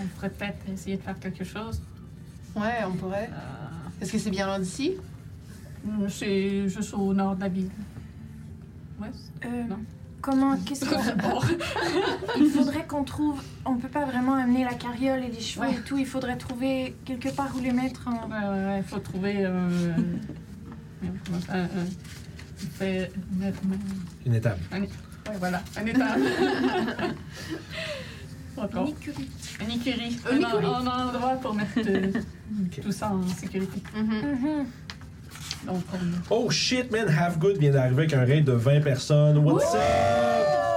[SPEAKER 2] On pourrait peut-être essayer de faire quelque chose.
[SPEAKER 3] ouais, on pourrait. Est-ce que c'est bien loin d'ici?
[SPEAKER 2] Hum, C'est juste au nord de la ville. Ouais.
[SPEAKER 6] Euh,
[SPEAKER 2] Non.
[SPEAKER 6] comment, qu'est-ce qu'on... Il faudrait qu'on trouve... On peut pas vraiment amener la carriole et les chevaux
[SPEAKER 2] Ouais.
[SPEAKER 6] et tout. Il faudrait trouver quelque part où les mettre en...
[SPEAKER 2] Ouais, ouais, ouais, faut trouver euh, un, un, un- euh, fait-
[SPEAKER 1] Une étape.
[SPEAKER 2] ouais, voilà, un étable. Encore.
[SPEAKER 6] Écurie.
[SPEAKER 2] Une écurie. Un, en- un endroit pour mettre euh, tout ça en sécurité.
[SPEAKER 3] Mm-hmm.
[SPEAKER 6] Mhm.
[SPEAKER 2] Donc, on-
[SPEAKER 1] Oh shit, man, Have Good vient d'arriver avec un raid de 20 personnes. What's up?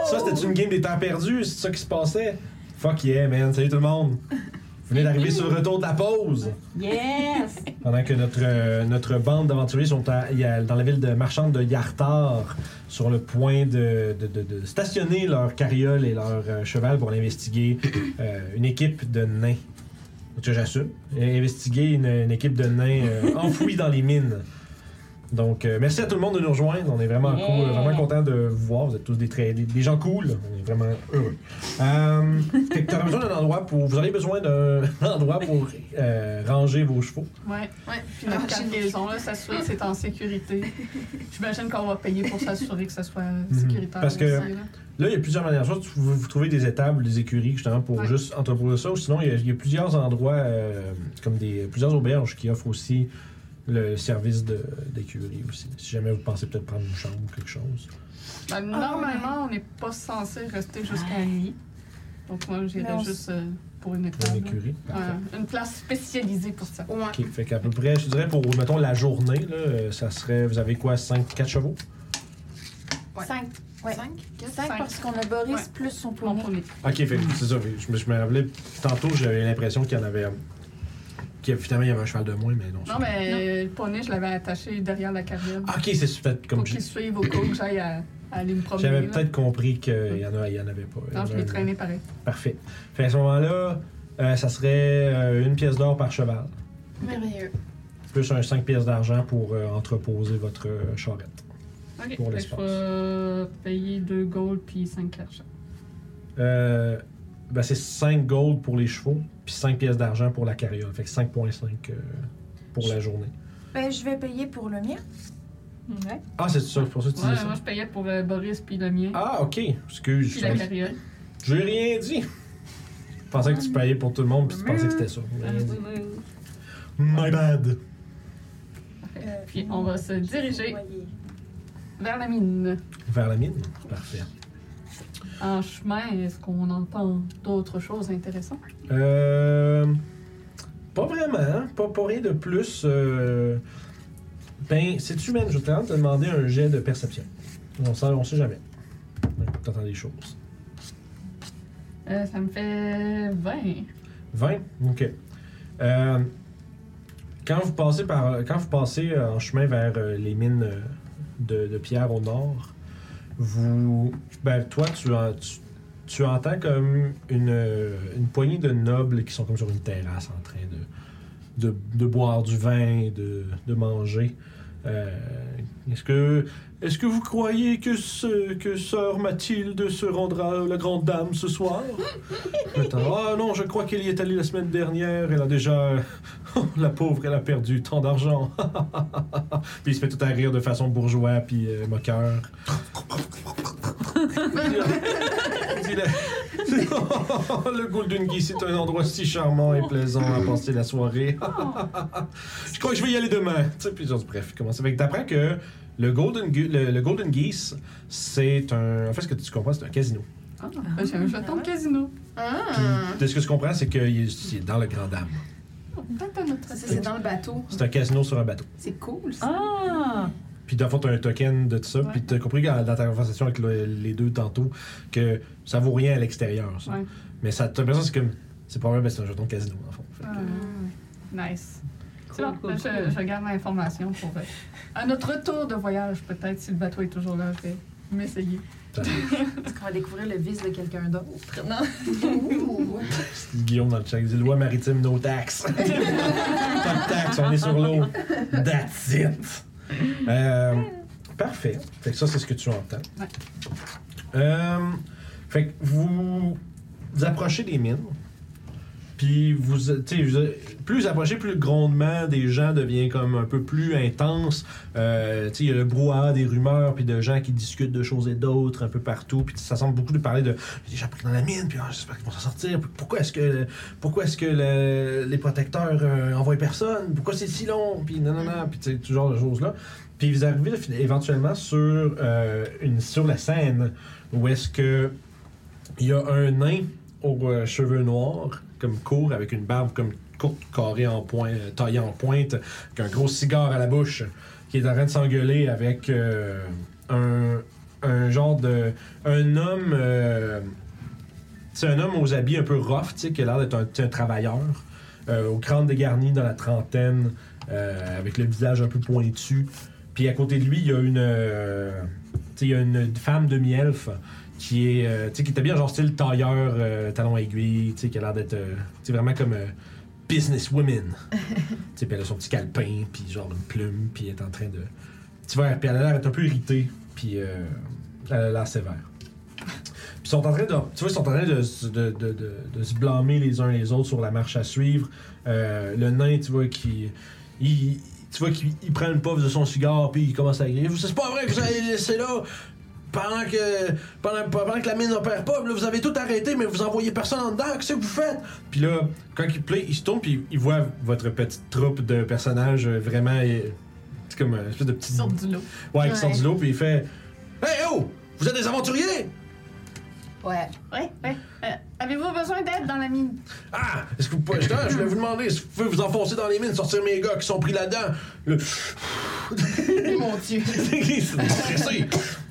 [SPEAKER 1] Ça, c'était une game des temps perdus, c'est ça qui se passait. Fuck yeah, man. Salut tout le monde. Vous venez d'arriver sur le retour de la pause.
[SPEAKER 8] Yes!
[SPEAKER 1] Pendant que notre, euh, notre bande d'aventuriers sont à- il y a- dans la ville de marchande de Yartar, sur le point de, de- de- de stationner leur carriole et leur euh, cheval pour aller investiguer euh, une équipe de nains. En tout cas, j'assume. Et Investiguer une, une équipe de nains euh, enfouis dans les mines. Donc, euh, merci à tout le monde de nous rejoindre. On est vraiment
[SPEAKER 8] Yeah.
[SPEAKER 1] cool, vraiment content de vous voir. Vous êtes tous des, très- des, des gens cool. On est vraiment heureux. Euh, fait que t'aurais besoin d'un endroit pour. Vous auriez besoin d'un endroit pour euh, ranger vos chevaux.
[SPEAKER 2] Ouais, ouais. Puis notre
[SPEAKER 3] Imagine.
[SPEAKER 2] cargaison, là, s'assurer que c'est en sécurité. J'imagine qu'on va payer pour s'assurer que ça soit
[SPEAKER 1] Mhm.
[SPEAKER 2] sécuritaire.
[SPEAKER 1] Parce que-
[SPEAKER 2] aussi, là.
[SPEAKER 1] Là, il y a plusieurs manières. Soit tu- vous, vous trouvez des étables, des écuries, justement, pour
[SPEAKER 2] Ouais.
[SPEAKER 1] juste entreposer ça. Ou sinon, il y a, il y a plusieurs endroits, euh, comme des, plusieurs auberges qui offrent aussi le service de- d'écurie aussi. Si jamais vous pensez peut-être prendre une chambre ou quelque chose.
[SPEAKER 2] Ben, normalement, on n'est pas censé rester jusqu'à nuit. Donc, moi,
[SPEAKER 6] Mais
[SPEAKER 2] j'irais
[SPEAKER 6] on
[SPEAKER 2] juste euh, pour une
[SPEAKER 1] Pour une
[SPEAKER 2] étable.
[SPEAKER 1] écurie. Parfait.
[SPEAKER 2] Ouais, une place spécialisée pour ça.
[SPEAKER 6] Ouais.
[SPEAKER 1] OK. Fait qu'à peu près, je dirais, pour, mettons, la journée, là, euh, ça serait, vous avez quoi, 5, 4 chevaux?
[SPEAKER 6] 5. Ouais. 5
[SPEAKER 2] Cinq.
[SPEAKER 6] parce qu'on a Boris
[SPEAKER 2] Ouais.
[SPEAKER 6] plus son
[SPEAKER 2] Mon
[SPEAKER 6] premier.
[SPEAKER 2] premier.
[SPEAKER 1] Ok, fait que c'est ça. fait que Je me, je me rappelais, tantôt, j'avais l'impression qu'il y en avait. euh, qu'il y a- finalement, il y avait un cheval de moins, mais non.
[SPEAKER 2] Non, mais euh, le poney, je l'avais attaché derrière la carrière.
[SPEAKER 1] Ah, Ok, c'est peut-être
[SPEAKER 2] pour
[SPEAKER 1] comme.
[SPEAKER 2] qu'il
[SPEAKER 1] j'ai-
[SPEAKER 2] suive au cas où que j'aille à, à aller me promener.
[SPEAKER 1] J'avais
[SPEAKER 2] là.
[SPEAKER 1] peut-être compris qu'il y, en a- il y en avait pas. Il y en
[SPEAKER 2] Non, je
[SPEAKER 1] a
[SPEAKER 2] l'ai
[SPEAKER 1] un-
[SPEAKER 2] traîné pareil.
[SPEAKER 1] Parfait. Fait à ce moment-là, euh, ça serait euh, une pièce d'or par cheval,
[SPEAKER 3] Merveilleux.
[SPEAKER 1] plus un 5 pièces d'argent pour euh, entreposer votre euh, charrette.
[SPEAKER 2] Ok,
[SPEAKER 1] Pour
[SPEAKER 2] fait que
[SPEAKER 1] l'espace.
[SPEAKER 2] je vais payer 2 gold puis 5 argent.
[SPEAKER 1] Euh, ben, c'est 5 gold pour les chevaux, puis 5 pièces d'argent pour la carriole. Fait que 5,5 euh, pour la journée.
[SPEAKER 6] Ben, je vais payer pour le mien.
[SPEAKER 8] Ouais.
[SPEAKER 1] Ah, c'est ça, c'est pour ça que tu
[SPEAKER 2] Ouais,
[SPEAKER 1] disais ça.
[SPEAKER 2] moi, je payais pour euh, Boris puis le mien.
[SPEAKER 1] Ah, ok. Excuse.
[SPEAKER 2] puis
[SPEAKER 1] je
[SPEAKER 2] la
[SPEAKER 1] pense-
[SPEAKER 2] carriole.
[SPEAKER 1] J'ai rien dit. Je pensais que tu payais pour tout le monde, puis tu pensais que c'était ça.
[SPEAKER 2] Ah,
[SPEAKER 1] J'ai rien dit. My bad.
[SPEAKER 6] Euh,
[SPEAKER 2] Puis on va se diriger
[SPEAKER 6] voyez.
[SPEAKER 2] vers la mine.
[SPEAKER 1] Vers la mine. Parfait.
[SPEAKER 2] En chemin, est-ce qu'on entend d'autres choses intéressantes?
[SPEAKER 1] Euh, pas vraiment, hein? pas, pas rien de plus. euh, Ben, c'est-tu même, je vais te demander un jet de perception. On sait, on sait jamais. Donc, T'entends des choses.
[SPEAKER 2] Euh, ça me fait 20.
[SPEAKER 1] 20? OK. Euh, quand vous passez, par, quand vous passez euh, en chemin vers euh, les mines euh, de, de pierre au nord, vous... Ben, toi, tu, en- tu, tu entends comme une, euh, une poignée de nobles qui sont comme sur une terrasse en train de, de, de boire du vin, de, de manger. Euh, est-ce que... Est-ce que vous croyez que, ce, que Sœur Mathilde se rendra la grande dame ce soir? Attends, Ah non, je crois qu'elle y est allée la semaine dernière. Elle a déjà. oh, la pauvre, elle a perdu tant d'argent. puis il se met tout à rire de façon bourgeois puis euh, moqueur. Il est- le Golden Geese est un endroit si charmant et plaisant à passer la soirée. je crois que je vais y aller demain. Tu sais, puis genre, bref, comment ça fait que t'apprends que le Golden, Ge- le, le Golden Geese, c'est un. En fait, ce que tu comprends, c'est un casino.
[SPEAKER 2] Ah, j'ai un jeton de casino.
[SPEAKER 3] Ah.
[SPEAKER 1] Puis, ce que je comprends, c'est qu'il est, c'est dans le Grand Dame.
[SPEAKER 2] Peut-être un autre.
[SPEAKER 3] Ça, c'est dans le bateau.
[SPEAKER 1] C'est un casino sur un bateau.
[SPEAKER 3] C'est cool, ça.
[SPEAKER 8] Ah!
[SPEAKER 1] Puis dans le fond, t'as un token de tout ça.
[SPEAKER 2] Ouais.
[SPEAKER 1] Puis t'as compris dans dans ta conversation avec le- les deux tantôt que ça vaut rien à l'extérieur, ça.
[SPEAKER 2] Ouais.
[SPEAKER 1] Mais ça, t'as l'impression que c'est comme. C'est probable que c'est un jeton de casino, en fond. Fait que-
[SPEAKER 2] Ah, nice. C'est
[SPEAKER 8] Cool,
[SPEAKER 2] bon,
[SPEAKER 8] cool,
[SPEAKER 2] je,
[SPEAKER 8] cool.
[SPEAKER 2] je garde l'information pour euh, à notre retour de voyage, peut-être, si le bateau est toujours là, je vais m'essayer.
[SPEAKER 5] Est-ce qu'on va découvrir le vice de quelqu'un d'autre? Non.
[SPEAKER 3] Ouh.
[SPEAKER 1] Guillaume dans le chat, il dit loi maritime, no tax. Pas de taxe, on est sur l'eau. That's it. Euh, parfait. Fait que ça, c'est ce que tu entends.
[SPEAKER 2] Ouais.
[SPEAKER 1] Euh, fait que vous, vous approchez des mines. Puis vous, tu sais, vous- plus vous approchez, plus le grondement des gens devient comme un peu plus intense. Euh, tu sais, il y a le brouhaha des rumeurs, puis de gens qui discutent de choses et d'autres un peu partout. Puis ça semble beaucoup de parler de j'ai déjà pris dans la mine, puis ah, j'espère qu'ils vont s'en sortir. Puis Pourquoi est-ce que, pourquoi est-ce que le- les protecteurs euh, envoient personne? Pourquoi c'est si long? Puis non, non, non, puis tu sais, tout genre de choses-là. Puis vous arrivez fin- éventuellement sur, euh, une, sur la scène où est-ce que il y a un nain aux euh, cheveux noirs, comme court, avec une barbe comme courte, carrée en pointe, taillée en pointe, avec un gros cigare à la bouche, qui est en train de s'engueuler avec euh, un, un genre de un homme euh, C'est un homme aux habits un peu rough, tu sais, qui a l'air d'être un, tu sais, un travailleur, euh, au crâne dégarni dans la trentaine, euh, avec le visage un peu pointu. Puis à côté de lui, il y a une, euh, tu sais, il y a une femme demi-elfe qui est, euh, tu sais, qui est habillée en genre style tailleur, euh, talon aiguille, tu sais, qui a l'air d'être, euh, tu sais, vraiment comme euh, businesswoman. tu sais, puis elle a son petit calepin, puis genre une plume, puis elle est en train de, tu vois, puis elle a l'air d'être un peu irritée, puis euh, elle a l'air sévère. Puis ils sont en train de, tu vois, ils sont en train de, se- de- de- de- de se blâmer les uns les autres sur la marche à suivre. Euh, le nain, tu vois, qui. Il, tu vois qu'il il prend une puff de son cigare, puis il commence à griller. C'est pas vrai que vous avez laissé là! Pendant que, pendant, pendant que la mine n'opère pas, là, vous avez tout arrêté, mais vous envoyez personne en dedans, qu'est-ce que vous faites? Puis là, quand il plaît, il se tourne, puis il voit votre petite troupe de personnages euh, vraiment. euh, C'est comme une espèce de petite.
[SPEAKER 2] Sorte du lot.
[SPEAKER 1] Ouais, qui
[SPEAKER 3] Ouais.
[SPEAKER 1] sort du lot, puis il fait Hey oh! Vous êtes des aventuriers?
[SPEAKER 3] Ouais.
[SPEAKER 2] Ouais, ouais. Euh, Avez-vous besoin d'aide dans la mine?
[SPEAKER 1] Ah! Est-ce que vous pouvez. Attends, Je voulais vous demander si vous pouvez vous enfoncer dans les mines, sortir mes gars qui sont pris là-dedans. Le.
[SPEAKER 3] Mon Dieu.
[SPEAKER 1] Ils sont stressés.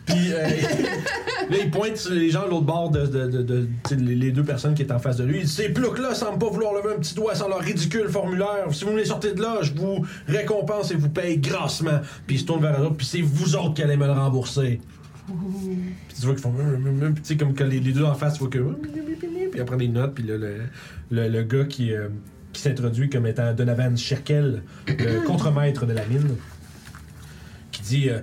[SPEAKER 1] Puis euh, là, il pointe sur les gens de l'autre bord, de, de- de- de- tu sais, les les deux personnes qui étaient en face de lui. Il dit, Ces ploucs-là semblent pas vouloir lever un petit doigt sans leur ridicule formulaire. Si vous me les sortez de là, je vous récompense et vous paye grassement. Puis il se tourne vers l'autre, puis c'est vous autres qui allez me le rembourser. Puis tu vois qu'ils font. Hum, hum, hum. Puis tu sais, comme que les, les deux en face, tu vois que. hum, hum, hum, hum. Puis il prend des notes, puis là, le, le, le gars qui, euh, qui s'introduit comme étant Donovan Sherkel, le contremaître de la mine, qui dit. euh,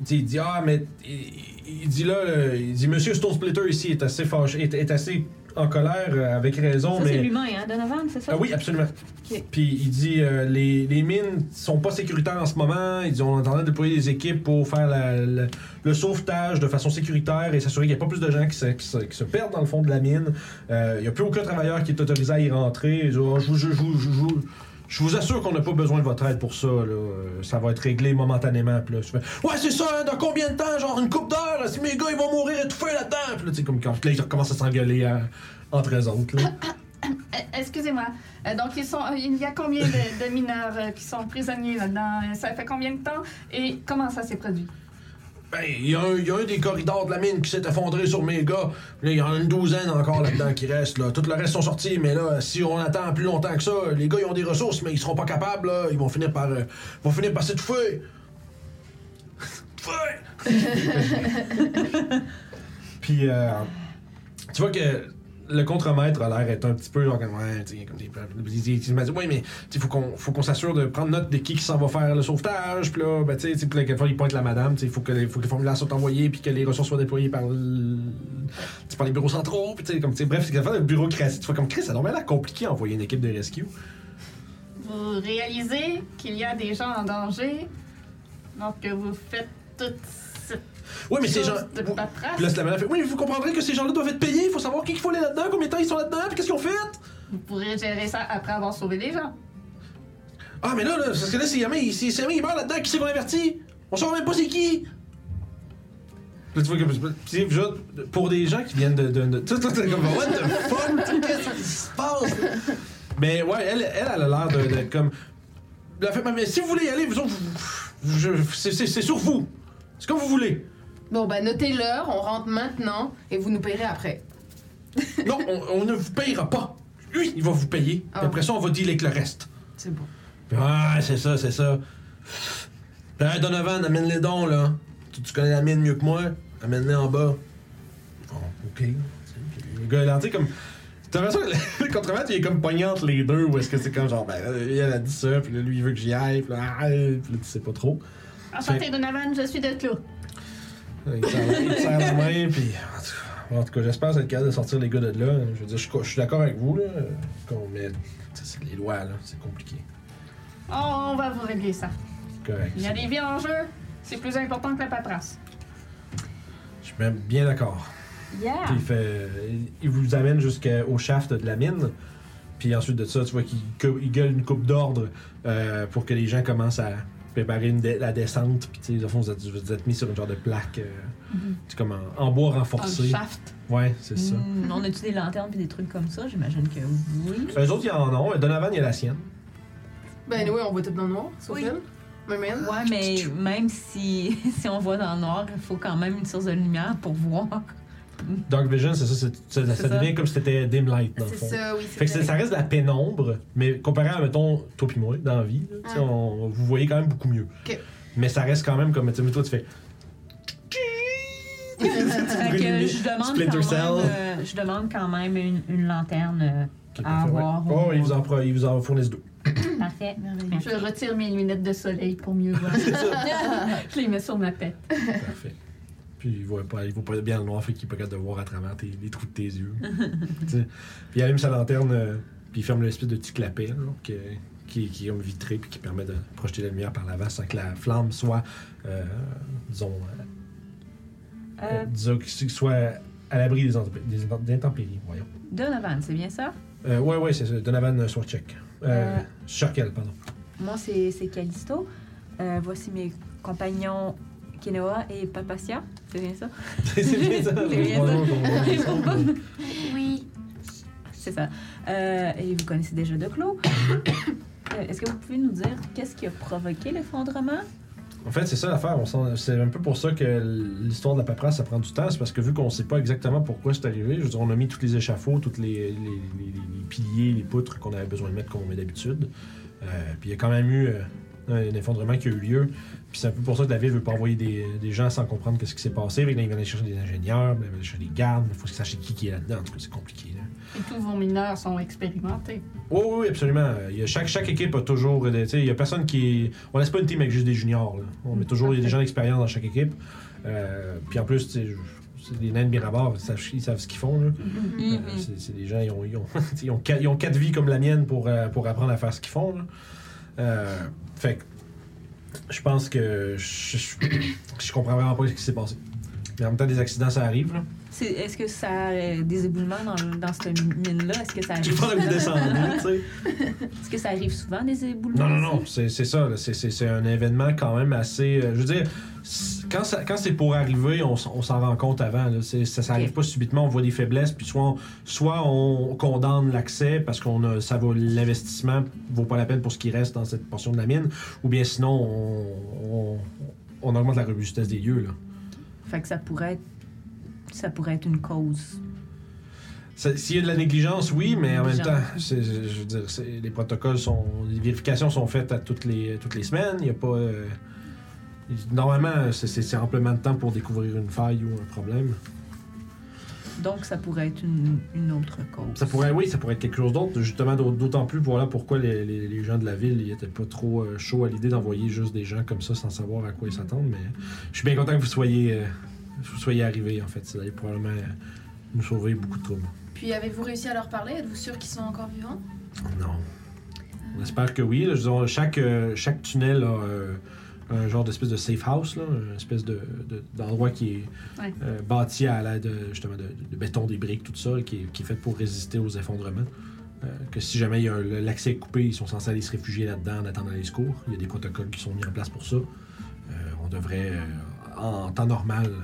[SPEAKER 1] tu sais, il dit ah mais il, il dit là euh, il dit Monsieur Stone Splitter ici est assez fâché est, est assez en colère euh, avec raison
[SPEAKER 8] Ça, c'est
[SPEAKER 1] mais
[SPEAKER 8] l'humain, hein, Donovan, c'est ça?
[SPEAKER 1] ah oui absolument
[SPEAKER 8] Ok.
[SPEAKER 1] puis il dit euh, les, les mines sont pas sécuritaires en ce moment ils ont en train de déployer des équipes pour faire la- la- le sauvetage de façon sécuritaire et s'assurer qu'il n'y a pas plus de gens qui se, qui se- qui se perdent dans le fond de la mine Euh, il n'y a plus aucun travailleur qui est autorisé à y rentrer Il dit, Ah, je vous- je vous- je vous- je vous assure qu'on n'a pas besoin de votre aide pour ça. Là. Euh, Ça va être réglé momentanément. Puis là, je fais, ouais, c'est ça, hein, dans combien de temps Genre une coupe d'heure là, Si mes gars, ils vont mourir étouffés là-dedans. Puis là, tu sais, comme quand là, ils recommencent à s'engueuler hein, entre eux autres. Là.
[SPEAKER 2] Euh, Excusez-moi. Euh, Donc, ils sont, euh, il y a combien de, de mineurs euh, qui sont prisonniers là-dedans? Euh, Ça fait combien de temps? Et comment ça s'est produit?
[SPEAKER 1] Ben, il y, a un- il y a un des corridors de la mine qui s'est effondré sur mes gars. Là, il y en a une douzaine encore là-dedans qui restent. Là. Tout le reste sont sortis, mais là, si on attend plus longtemps que ça, les gars, ils ont des ressources, mais ils seront pas capables. Là. Ils vont finir par, euh, vont finir par s'étouffer. Étouffer! Puis, euh, tu vois que le contremaître a l'air d'être un petit peu genre comme, ouais, tu sais, comme des. Il, il- il m'a dit, oui, mais il faut qu'on faut qu'on s'assure de prendre note de qui qui s'en va faire le sauvetage. Puis là, ben, tu sais, tu sais, puis là, quelquefois, il pointe la madame. Il faut que, les- faut que les formulaires soient envoyés, puis que les ressources soient déployées par, le- tu sais, par les bureaux centraux. Puis, tu sais, comme, tu sais, bref, c'est quelquefois la bureaucratie. Tu vois, comme Chris, ça a l'air compliqué à envoyer une équipe de rescue.
[SPEAKER 2] Vous réalisez qu'il y a des gens en danger, donc que vous faites toute cette
[SPEAKER 1] Oui, mais ces gens.
[SPEAKER 2] chose de
[SPEAKER 1] Puis là,
[SPEAKER 2] paperasse.
[SPEAKER 1] c'est la madame fait, oui, mais vous comprendrez que ces gens-là doivent être payés. Il faut savoir qui qu'il faut aller là-dedans, combien de temps ils sont là-dedans, puis qu'est-ce qu'ils ont fait.
[SPEAKER 2] Vous pourrez gérer ça après avoir sauvé des gens.
[SPEAKER 1] Ah, mais là, là, parce que là, si jamais, il- si, si jamais il meurt là-dedans, qui s'est converti? On saura même pas c'est qui! Là, tu vois que. tu sais, genre, Pour des gens qui viennent de. de, de tout, tout, tout, comme, what the fuck? tu sais, Qu'est-ce qui se passe? Mais ouais, elle, elle, elle a l'air de- d'être comme. La fait, mais si vous voulez y aller, vous autres, vous- je- c'est- c'est c'est sur vous! C'est comme vous voulez!
[SPEAKER 3] Bon, ben, notez l'heure, on rentre maintenant et vous nous payerez après.
[SPEAKER 1] Non, on, on ne vous payera pas! Lui, il va vous payer, puis
[SPEAKER 3] Ah.
[SPEAKER 1] après ça, on va dealer avec le reste.
[SPEAKER 3] C'est bon.
[SPEAKER 1] Ouais, c'est ça, c'est ça. Hey, Donovan, amène les dons, là. Tu, tu connais la mine mieux que moi. Amène-les en bas. Bon, OK. Tu sais, puis Le gars, là, tu sais, comme... T'as l'impression que le contremaître, il est comme pogné entre les deux, ou est-ce que c'est comme genre, ben, elle elle a dit ça, puis là, lui, il veut que j'y aille, puis là, ah, puis là, tu sais pas trop.
[SPEAKER 2] Enchanté, Donovan, je suis de Clos.
[SPEAKER 1] Il te serre- il te serre la main, puis... en tout cas- En tout cas, j'espère être capable de sortir les gars de là. Je veux dire, je, suis co- je suis d'accord avec vous, là, qu'on met... tu sais, C'est les lois, là, c'est compliqué.
[SPEAKER 2] Oh, on va vous régler ça.
[SPEAKER 1] C'est correct.
[SPEAKER 2] Il y a des vies en jeu, c'est plus important que la paperasse.
[SPEAKER 1] Je suis même bien d'accord.
[SPEAKER 5] Yeah!
[SPEAKER 1] Puis il, fait, il vous amène jusqu'au shaft de la mine. Puis ensuite de ça, tu vois qu'il cou- il gueule une coupe d'ordre euh, pour que les gens commencent à préparer une dé- la descente. Puis tu sais, au fond, vous êtes, vous êtes mis sur une genre de plaque, euh, c'est comme en, en bois
[SPEAKER 2] Un
[SPEAKER 1] renforcé.
[SPEAKER 2] shaft.
[SPEAKER 1] Ouais, c'est ça.
[SPEAKER 5] Mm.
[SPEAKER 8] On a-tu des lanternes et des trucs comme ça? J'imagine que oui.
[SPEAKER 1] Eux autres, ils en ont. mais Donovan, il a la sienne.
[SPEAKER 3] Ben, oui, on voit tout dans le noir, sauf
[SPEAKER 5] Oui.
[SPEAKER 3] elle. Mais, mais,
[SPEAKER 8] Ouais, mais même si, si on voit dans le noir, il faut quand même une source de lumière pour voir.
[SPEAKER 1] Dark Vision, c'est ça, c'est- ça, ça
[SPEAKER 8] C'est ça.
[SPEAKER 1] devient comme si c'était Dim Light, dans le
[SPEAKER 3] C'est
[SPEAKER 1] fond.
[SPEAKER 3] ça, oui,
[SPEAKER 1] Fait
[SPEAKER 3] c'est
[SPEAKER 1] que c'est- ça
[SPEAKER 3] ça.
[SPEAKER 1] reste de la pénombre, mais comparé à, mettons, toi pis moi, dans la vie, là, tu sais,
[SPEAKER 3] Ouais.
[SPEAKER 1] on- vous voyez quand même beaucoup mieux.
[SPEAKER 3] Ah. Ok.
[SPEAKER 1] Mais ça reste quand même comme, tu sais, toi, tu fais. Tu brûles
[SPEAKER 8] Fait
[SPEAKER 1] une
[SPEAKER 8] que
[SPEAKER 1] nuit.
[SPEAKER 8] je demande,
[SPEAKER 1] Splinter
[SPEAKER 8] quand
[SPEAKER 1] Cell.
[SPEAKER 8] même, euh, je demande quand même une, une lanterne. euh,
[SPEAKER 1] Ok,
[SPEAKER 8] Ah,
[SPEAKER 1] parfait, ouais.
[SPEAKER 8] voir.
[SPEAKER 1] Oh, ils vous en, pro- ils vous en fournissent deux.
[SPEAKER 8] Parfait.
[SPEAKER 3] Merveilleux.
[SPEAKER 2] Je retire mes lunettes de soleil pour mieux voir. je les mets sur ma tête.
[SPEAKER 1] Parfait. Puis il voit pas, il voit pas bien le noir, fait qu'il est pas capable de voir à travers tes- les trous de tes yeux. Tu sais. puis il allume sa lanterne, euh, puis il ferme l'espèce de petit clapet, là, que- qui, qui est comme vitré, puis qui permet de projeter la lumière par l'avant sans que la flamme soit, euh, disons, euh, euh,
[SPEAKER 8] Euh,
[SPEAKER 1] disons que ce soit à l'abri des, antip- des int- des intempéries, voyons.
[SPEAKER 8] Donovan, c'est bien ça?
[SPEAKER 1] Euh, ouais, ouais, c'est ça. Donovan euh, Swarchek. Euh,
[SPEAKER 8] Euh,
[SPEAKER 1] Sharkel, pardon.
[SPEAKER 8] Moi, c'est c'est Callisto. Euh, voici mes compagnons Kenoa et Papacia. C'est bien ça?
[SPEAKER 1] c'est bien ça.
[SPEAKER 8] C'est bien ça.
[SPEAKER 1] Bonjour,
[SPEAKER 8] Les
[SPEAKER 1] bonjour.
[SPEAKER 8] Bourbons.
[SPEAKER 5] Oui.
[SPEAKER 8] C'est ça. Euh, et vous connaissez déjà de Clos. Euh, Est-ce que vous pouvez nous dire qu'est-ce qui a provoqué l'effondrement?
[SPEAKER 1] En fait, c'est ça l'affaire. On s'en- C'est un peu pour ça que l'histoire de la paperasse, ça prend du temps. C'est parce que vu qu'on sait pas exactement pourquoi c'est arrivé, je veux dire, on a mis tous les échafauds, tous les, les- les- les- les piliers, les poutres qu'on avait besoin de mettre, qu'on met d'habitude. Euh, puis il y a quand même eu euh, un effondrement qui a eu lieu. Puis c'est un peu pour ça que la ville veut pas envoyer des, des gens sans comprendre quest ce qui s'est passé. Fait que là, ils veulent aller chercher des ingénieurs, ils veulent aller chercher des gardes. Il faut qu'ils sachent qui, qui est là-dedans. En tout cas, c'est compliqué. là.
[SPEAKER 2] Et tous vos mineurs sont expérimentés.
[SPEAKER 1] Oui, oui, oui, absolument. Il y a chaque, chaque équipe a toujours. des- tu sais, Il y a personne qui. est- On laisse pas une team avec juste des juniors. là. On met toujours il y a des gens d'expérience dans chaque équipe. Euh, puis en plus, tu sais, je- c'est des nains de Mirabar, ils savent, ils savent ce qu'ils font. là. Euh, c'est- c'est des gens, ils ont, ils, ont, tu sais, ils ont quatre, ils ont quatre vies comme la mienne pour, euh, pour apprendre à faire ce qu'ils font. là. Euh, fait que je pense que je, je, je comprends vraiment pas ce qui s'est passé. Mais en même temps, des accidents, ça arrive. Là.
[SPEAKER 8] C'est- Est-ce que ça a euh, des éboulements dans, le- dans cette mine-là? Est-ce que ça
[SPEAKER 1] J'ai
[SPEAKER 8] arrive
[SPEAKER 1] pas envie de descendre. tu sais.
[SPEAKER 8] Est-ce que ça arrive souvent des éboulements?
[SPEAKER 1] Non, non, non, c'est c'est ça. là. C'est- C'est c'est un événement quand même assez. euh, je veux dire, c'est- quand, ça- quand c'est pour arriver, on, s- on s'en rend compte avant. là. C'est- Ça n'arrive
[SPEAKER 8] Ok.
[SPEAKER 1] pas subitement, on voit des faiblesses, puis soit on, soit on condamne l'accès parce que ça vaut l'investissement vaut pas la peine pour ce qui reste dans cette portion de la mine, ou bien sinon on, on- on augmente la robustesse des lieux. Là.
[SPEAKER 8] Fait que ça pourrait être, ça pourrait être une cause.
[SPEAKER 1] Ça- S'il y a de la négligence, oui, mais en même
[SPEAKER 8] Négligence.
[SPEAKER 1] temps, c'est- je veux dire, c'est- les protocoles sont. Les vérifications sont faites à toutes les, toutes les semaines. Il n'y a pas. euh, normalement, c'est- c'est c'est amplement de temps pour découvrir une faille ou un problème.
[SPEAKER 8] Donc, ça pourrait être une, une autre cause.
[SPEAKER 1] Ça pourrait, oui, ça pourrait être quelque chose d'autre. Justement, d'aut- d'autant plus, voilà pourquoi les, les- les gens de la ville n'étaient pas trop euh, chauds à l'idée d'envoyer juste des gens comme ça sans savoir à quoi ils s'attendent. Mais euh, je suis bien content que vous soyez, euh, que vous soyez arrivés, en fait. Ça allait probablement euh, nous sauver beaucoup de troubles.
[SPEAKER 6] Puis avez-vous réussi à leur parler Êtes-vous sûr qu'ils sont encore vivants Euh.
[SPEAKER 1] Non. On espère que oui. là. Je veux dire, chaque, euh, chaque tunnel a euh, un genre d'espèce de safe house, là, une espèce de- de- d'endroit qui est
[SPEAKER 2] Ouais.
[SPEAKER 1] euh, bâti à l'aide euh, justement de, de béton, des briques, tout ça, qui est, qui est fait pour résister aux effondrements. Euh, que si jamais il y a un- l'accès est coupé, ils sont censés aller se réfugier là-dedans en attendant les secours. Il y a des protocoles qui sont mis en place pour ça. Euh, on devrait, euh, en, en temps normal, euh,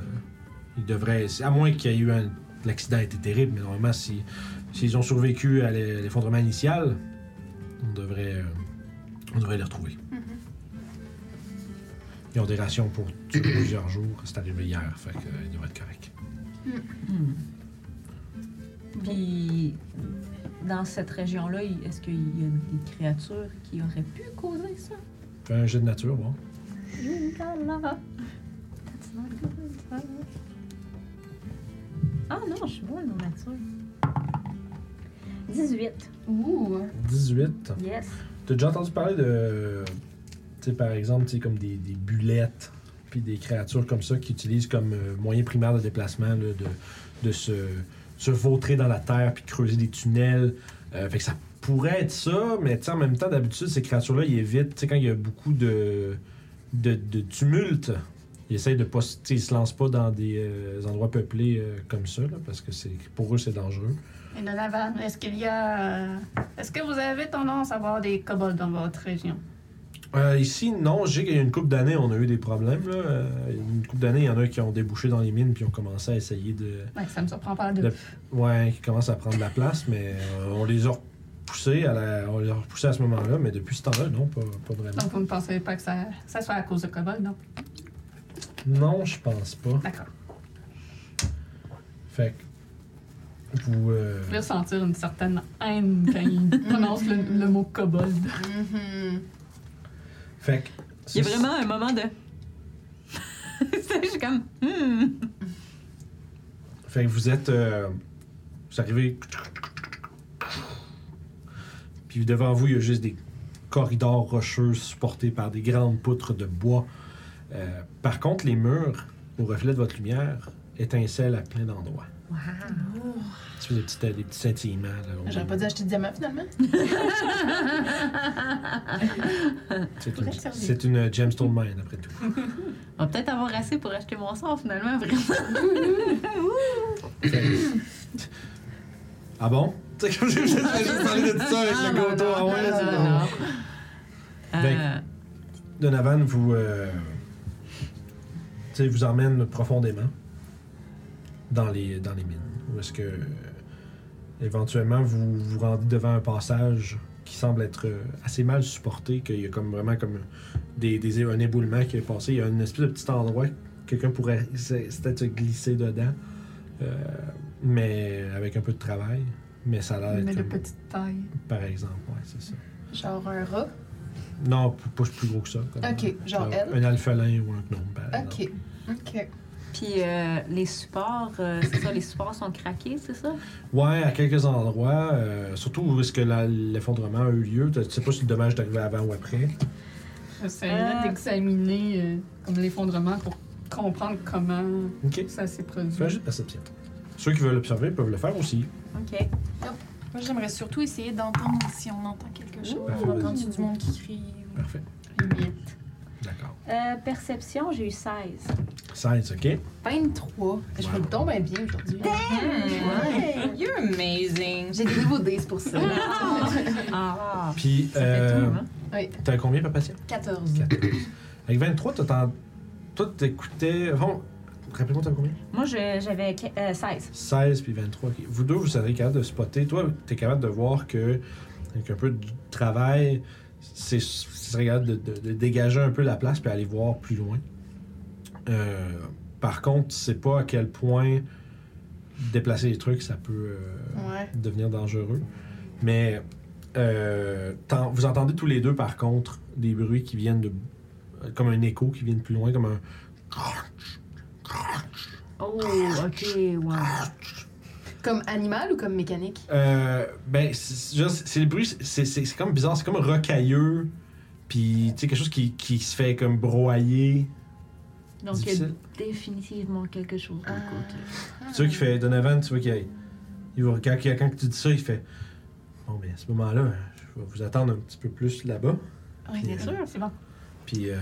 [SPEAKER 1] ils devraient, à moins qu'il y ait eu un... L'accident a été terrible, mais normalement, si S'ils ont survécu à l'e- l'effondrement initial, on devrait, euh, on devrait les retrouver. Ils ont des rations pour tuer plusieurs jours. C'est arrivé hier, fait qu'ils devraient être corrects.
[SPEAKER 8] Hmm. Puis, dans cette région-là, il- est-ce qu'il y a des créatures qui auraient pu causer ça?
[SPEAKER 1] Fais un jet de nature, bon.
[SPEAKER 8] Ah non, je suis bonne en nature. 18.
[SPEAKER 3] Ouh.
[SPEAKER 1] 18.
[SPEAKER 8] Yes.
[SPEAKER 1] T'as déjà entendu parler de. Tu sais, par exemple, tu sais, comme des, des bulettes, puis des créatures comme ça qui utilisent comme euh, moyen primaire de déplacement là, de, de se, se vautrer dans la terre, puis de creuser des tunnels. Euh, fait que ça pourrait être ça, mais tu sais, en même temps, d'habitude, ces créatures-là, ils évitent. Tu sais, quand il y a beaucoup de, de, de tumulte, ils essayent de pas. se- Tu sais, ils se lancent pas dans des euh, endroits peuplés euh, comme ça, là, parce que c'est pour eux, c'est dangereux.
[SPEAKER 2] Et Donovan, est-ce qu'il y a. euh, Est-ce que vous avez tendance à voir des kobolds dans votre région?
[SPEAKER 1] Euh, ici, non. Je sais qu'il y a une couple d'années, on a eu des problèmes. Là. Euh, Une couple d'années, il y en a qui ont débouché dans les mines puis ont commencé à essayer de.
[SPEAKER 2] Ouais, Ben, ça me surprend pas de.
[SPEAKER 1] Le- Ouais, qui commencent à prendre la place, mais euh, on les a repoussés à, la... on les a repoussés à ce moment-là, mais depuis ce temps-là, non, pas, pas vraiment.
[SPEAKER 2] Donc vous ne pensez pas que ça, ça soit à cause de kobolds, non?
[SPEAKER 1] Non, je pense pas.
[SPEAKER 2] D'accord.
[SPEAKER 1] Fait Fait que vous. euh,
[SPEAKER 2] Je sentir une certaine haine quand il prononce le, le mot kobold.
[SPEAKER 3] Mhm.
[SPEAKER 1] fait que.
[SPEAKER 8] Il y a vraiment un moment de. C'est- je suis comme. Hmm.
[SPEAKER 1] Fait que vous êtes. euh, vous arrivez. Puis devant vous, il y a juste des corridors rocheux supportés par des grandes poutres de bois. Euh, par contre, les murs, au reflet de votre lumière, étincellent à plein d'endroits. Tu fais des petits, euh, des petits scintillements. là, au
[SPEAKER 3] J'aurais
[SPEAKER 1] bout.
[SPEAKER 3] pas dû acheter de diamant finalement.
[SPEAKER 1] C'est
[SPEAKER 8] Pourrait
[SPEAKER 1] une,
[SPEAKER 8] te servir.
[SPEAKER 1] c'est une euh, gemstone mine, après tout.
[SPEAKER 8] On va peut-être avoir assez pour acheter mon sort finalement, vraiment.
[SPEAKER 1] Fait que- ah bon? C'est comme j'ai juste parler de tout ça avec
[SPEAKER 8] Ah,
[SPEAKER 1] le
[SPEAKER 8] non,
[SPEAKER 1] gâteau.
[SPEAKER 8] non,
[SPEAKER 1] Ah ouais,
[SPEAKER 8] non,
[SPEAKER 1] c'est
[SPEAKER 8] non,
[SPEAKER 1] bon.
[SPEAKER 8] non. Euh,
[SPEAKER 1] Ben, Donovan vous, euh, tu sais, vous emmène profondément dans les, dans les mines. Où est-ce que euh, éventuellement vous vous rendez devant un passage qui semble être euh, assez mal supporté, qu'il y a comme vraiment comme des, des- un éboulement qui est passé. Il y a une espèce de petit endroit que quelqu'un pourrait se- peut-être se glisser dedans, euh, mais avec un peu de travail. Mais ça a l'air
[SPEAKER 2] Mais
[SPEAKER 1] d'être
[SPEAKER 2] de
[SPEAKER 1] comme-
[SPEAKER 2] petite taille.
[SPEAKER 1] par exemple, ouais, c'est ça.
[SPEAKER 3] Genre un rat.
[SPEAKER 1] Non, p- pas plus gros que ça. quand même.
[SPEAKER 3] Ok, genre
[SPEAKER 1] Un-
[SPEAKER 3] elle?
[SPEAKER 1] Un alphelin ou un gnome, par exemple.
[SPEAKER 3] Ok. Ok.
[SPEAKER 8] Puis euh, les supports, euh, c'est ça, les supports sont craqués, c'est ça?
[SPEAKER 1] Ouais, à quelques endroits, euh, surtout où est-ce que la- l'effondrement a eu lieu. Tu tu sais pas si le dommage est arrivé avant ou après.
[SPEAKER 2] J'essaierais
[SPEAKER 8] Ah.
[SPEAKER 2] d'examiner euh, comme l'effondrement pour comprendre comment
[SPEAKER 1] Ok.
[SPEAKER 2] ça s'est
[SPEAKER 1] Fais un
[SPEAKER 2] produit.
[SPEAKER 1] jeu de perception. Ceux qui veulent observer peuvent le faire aussi.
[SPEAKER 8] Ok.
[SPEAKER 6] Moi, j'aimerais surtout essayer d'entendre si on entend quelque chose.
[SPEAKER 1] Parfait,
[SPEAKER 6] On
[SPEAKER 1] vas-y.
[SPEAKER 6] entend du monde qui crie.
[SPEAKER 1] Parfait.
[SPEAKER 8] Huit.
[SPEAKER 1] D'accord.
[SPEAKER 5] Euh, perception, j'ai eu 16.
[SPEAKER 1] 16, ok.
[SPEAKER 3] 23. Je
[SPEAKER 1] Wow.
[SPEAKER 3] me tombe bien aujourd'hui. hein.
[SPEAKER 7] Hey, you're amazing.
[SPEAKER 3] J'ai des nouveaux dés c'est pour ça.
[SPEAKER 8] Ah,
[SPEAKER 1] Puis,
[SPEAKER 8] ça fait
[SPEAKER 1] euh,
[SPEAKER 8] tout, hein?
[SPEAKER 1] t'as combien, Papa Sia?
[SPEAKER 3] 14.
[SPEAKER 1] 14. Avec 23, t'as t'en- Toi, t'écoutais. Bon, rappelle-moi, t'as combien?
[SPEAKER 5] Moi, je- j'avais que- euh, 16.
[SPEAKER 1] 16 puis 23. ok. Vous deux, vous serez capable de spotter. Toi, tu es capable de voir que, avec un peu de travail, c'est tu serais capable de, de- de dégager un peu la place puis aller voir plus loin. Euh, par contre, tu sais pas à quel point déplacer les trucs, ça peut euh,
[SPEAKER 3] Ouais.
[SPEAKER 1] devenir dangereux. Mais euh, t'en- vous entendez tous les deux, par contre, des bruits qui viennent de. comme un écho qui vient de plus loin, comme un.
[SPEAKER 8] Oh, ok, ouais.
[SPEAKER 3] Comme animal ou comme mécanique?
[SPEAKER 1] Euh, ben, c'est c'est juste- c'est le bruit, c'est- c'est c'est comme bizarre, c'est comme rocailleux, puis tu sais, quelque chose qui, qui se fait comme broyer.
[SPEAKER 8] Donc, il y a
[SPEAKER 1] difficile.
[SPEAKER 8] définitivement quelque chose de côté.
[SPEAKER 1] Tu vois qui fait Donovan, tu vois qu'il il va- quand, quand tu dis ça, il fait Bon, ben, à ce moment-là, je vais vous attendre un petit peu plus là-bas,
[SPEAKER 8] Oui,
[SPEAKER 1] bien sûr,
[SPEAKER 8] c'est bon.
[SPEAKER 1] puis euh,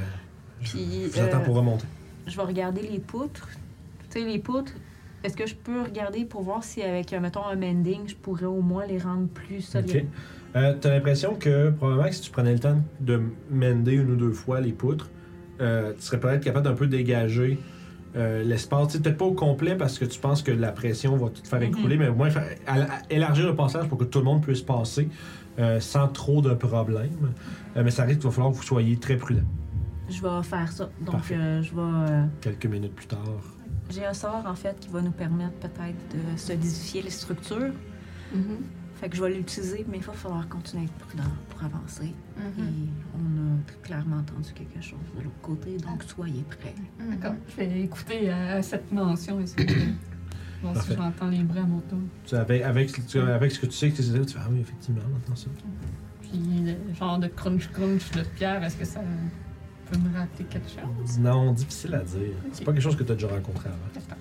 [SPEAKER 1] je
[SPEAKER 8] Puis,
[SPEAKER 1] vous attends
[SPEAKER 8] euh,
[SPEAKER 1] pour remonter.
[SPEAKER 8] je vais regarder les poutres. Tu sais, les poutres, est-ce que je peux regarder pour voir si, avec, euh, mettons, un mending, je pourrais au moins les rendre plus solides?
[SPEAKER 1] Ok. Euh, T'as l'impression que probablement que si tu prenais le temps de mender une ou deux fois les poutres, euh, tu serais peut-être capable d'un peu dégager euh, l'espace. Tu sais, Peut-être pas au complet parce que tu penses que la pression va tout te faire écrouler, mais au moins faire- à- à- élargir le passage pour que tout le monde puisse passer euh, sans trop de problèmes. Euh, mais ça risque qu'il va falloir que vous soyez très prudent.
[SPEAKER 8] Je vais faire ça. Donc,
[SPEAKER 1] Parfait.
[SPEAKER 8] euh, je vais. euh,
[SPEAKER 1] Quelques minutes plus tard.
[SPEAKER 8] J'ai un sort, en fait, qui va nous permettre peut-être de solidifier les structures.
[SPEAKER 5] Mm-hmm.
[SPEAKER 2] Mhm.
[SPEAKER 8] Fait que je vais l'utiliser, mais il va falloir continuer à être prudent pour avancer.
[SPEAKER 5] Mm. Mhm.
[SPEAKER 8] Et on a très clairement entendu quelque chose de l'autre côté, donc
[SPEAKER 5] Ah.
[SPEAKER 8] soyez prêts.
[SPEAKER 6] Mhm.
[SPEAKER 2] D'accord. Je vais écouter à, à cette mention. essayer de voir
[SPEAKER 1] Parfait.
[SPEAKER 2] si j'entends les bruits à mon tour.
[SPEAKER 1] Tu sais, avec, avec, tu- avec ce que tu sais que tu sais, tu fais Ah oui, effectivement, maintenant ça.
[SPEAKER 2] Puis le genre de crunch-crunch de pierre, est-ce que ça peut me rappeler quelque chose?
[SPEAKER 1] Non, difficile à dire. C'est pas quelque chose que tu as déjà rencontré avant.
[SPEAKER 2] D'accord.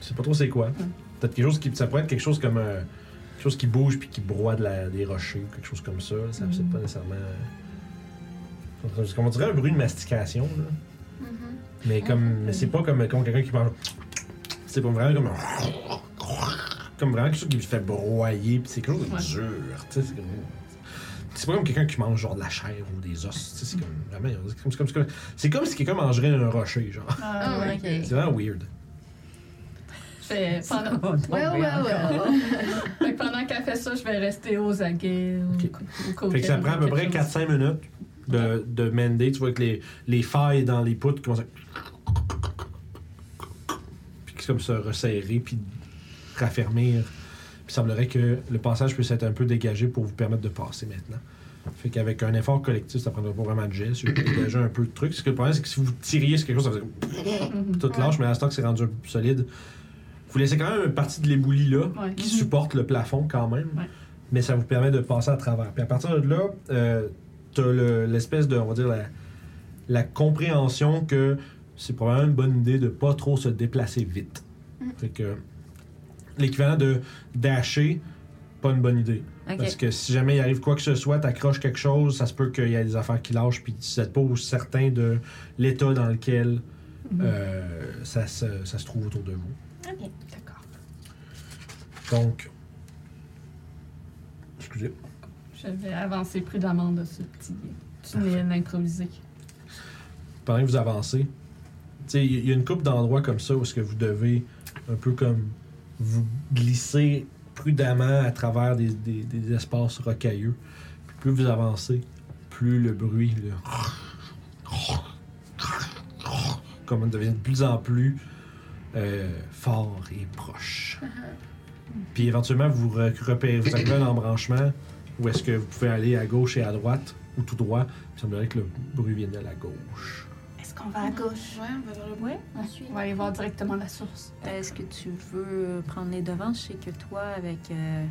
[SPEAKER 1] Tu sais pas trop c'est quoi. Peut-être quelque chose qui. Ça pourrait être quelque chose comme un. Quelque chose qui bouge puis qui broie de la- des rochers ou quelque chose comme ça. Ça c'est pas nécessairement. euh, Comme on dirait un bruit de mastication, là. Mais comme. Mais c'est pas comme, comme quelqu'un qui parle. C'est pas vraiment comme un. Comme vraiment quelque chose qui me fait broyer, puis c'est quelque chose de
[SPEAKER 2] Ouais.
[SPEAKER 1] dur. Tu sais, c'est comme. C'est pas comme quelqu'un qui mange genre de la chair ou des os. tu sais, C'est comme, vraiment, c'est comme, c'est comme, c'est comme si quelqu'un mangerait un rocher, genre.
[SPEAKER 3] Ah, ouais,
[SPEAKER 1] C'est vraiment weird.
[SPEAKER 2] Je vais- pendant,
[SPEAKER 3] Well, well, well.
[SPEAKER 2] fait que pendant qu'elle fait ça, je vais rester aux aguets. au-
[SPEAKER 1] Ok.
[SPEAKER 2] au côté
[SPEAKER 1] Fait que ça prend à peu près
[SPEAKER 2] quelque
[SPEAKER 1] 4-5 minutes de, de mender. Tu vois que les, les failles dans les poutres commencent à. Puis c'est comme se resserrer, puis raffermir. Puis il semblerait que le passage puisse être un peu dégagé pour vous permettre de passer maintenant. Fait qu'avec un effort collectif, ça prendrait pas vraiment de jet. Si vous dégagez un peu de trucs, parce que le problème, c'est que si vous tiriez sur quelque chose, ça faisait comme toute lâche, mais à l'instant que c'est rendu un peu plus solide, vous laissez quand même une partie de l'éboulis là,
[SPEAKER 2] Ouais.
[SPEAKER 1] qui supporte le plafond quand même,
[SPEAKER 2] Ouais.
[SPEAKER 1] mais ça vous permet de passer à travers. Puis à partir de là, euh, t'as le- l'espèce de, on va dire, la, la compréhension que c'est probablement une bonne idée de pas trop se déplacer vite.
[SPEAKER 2] Mm.
[SPEAKER 1] Fait que l'équivalent de dasher, pas une bonne idée.
[SPEAKER 8] Ok.
[SPEAKER 1] Parce que si jamais il arrive quoi que ce soit, t'accroches quelque chose, ça se peut qu'il y ait des affaires qui lâchent, puis tu n'êtes pas aussi certain de l'état dans lequel euh, ça, se, ça se trouve autour de vous.
[SPEAKER 5] Ok.
[SPEAKER 1] Donc. Excusez.
[SPEAKER 2] Je vais avancer prudemment de ce petit tunnel improvisé.
[SPEAKER 1] Pendant que vous avancez, tu sais, il y- il y a une coupe d'endroits comme ça où est-ce que vous devez un peu comme vous glisser prudemment à travers des, des- des espaces rocailleux. Puis plus vous avancez, plus le bruit, le comme devient de plus en plus euh, fort et proche. Puis éventuellement, vous re- repérez, vous arrivez à un embranchement où est-ce que vous pouvez aller à gauche et à droite ou tout droit. Il semblerait que le bruit vienne de la gauche.
[SPEAKER 5] Est-ce qu'on
[SPEAKER 2] Ah.
[SPEAKER 5] va à gauche?
[SPEAKER 6] Ouais, on va vers le bois.
[SPEAKER 5] Ouais.
[SPEAKER 2] On va aller voir directement la source.
[SPEAKER 5] Est-ce que tu veux prendre les devants? Je sais que toi, avec euh,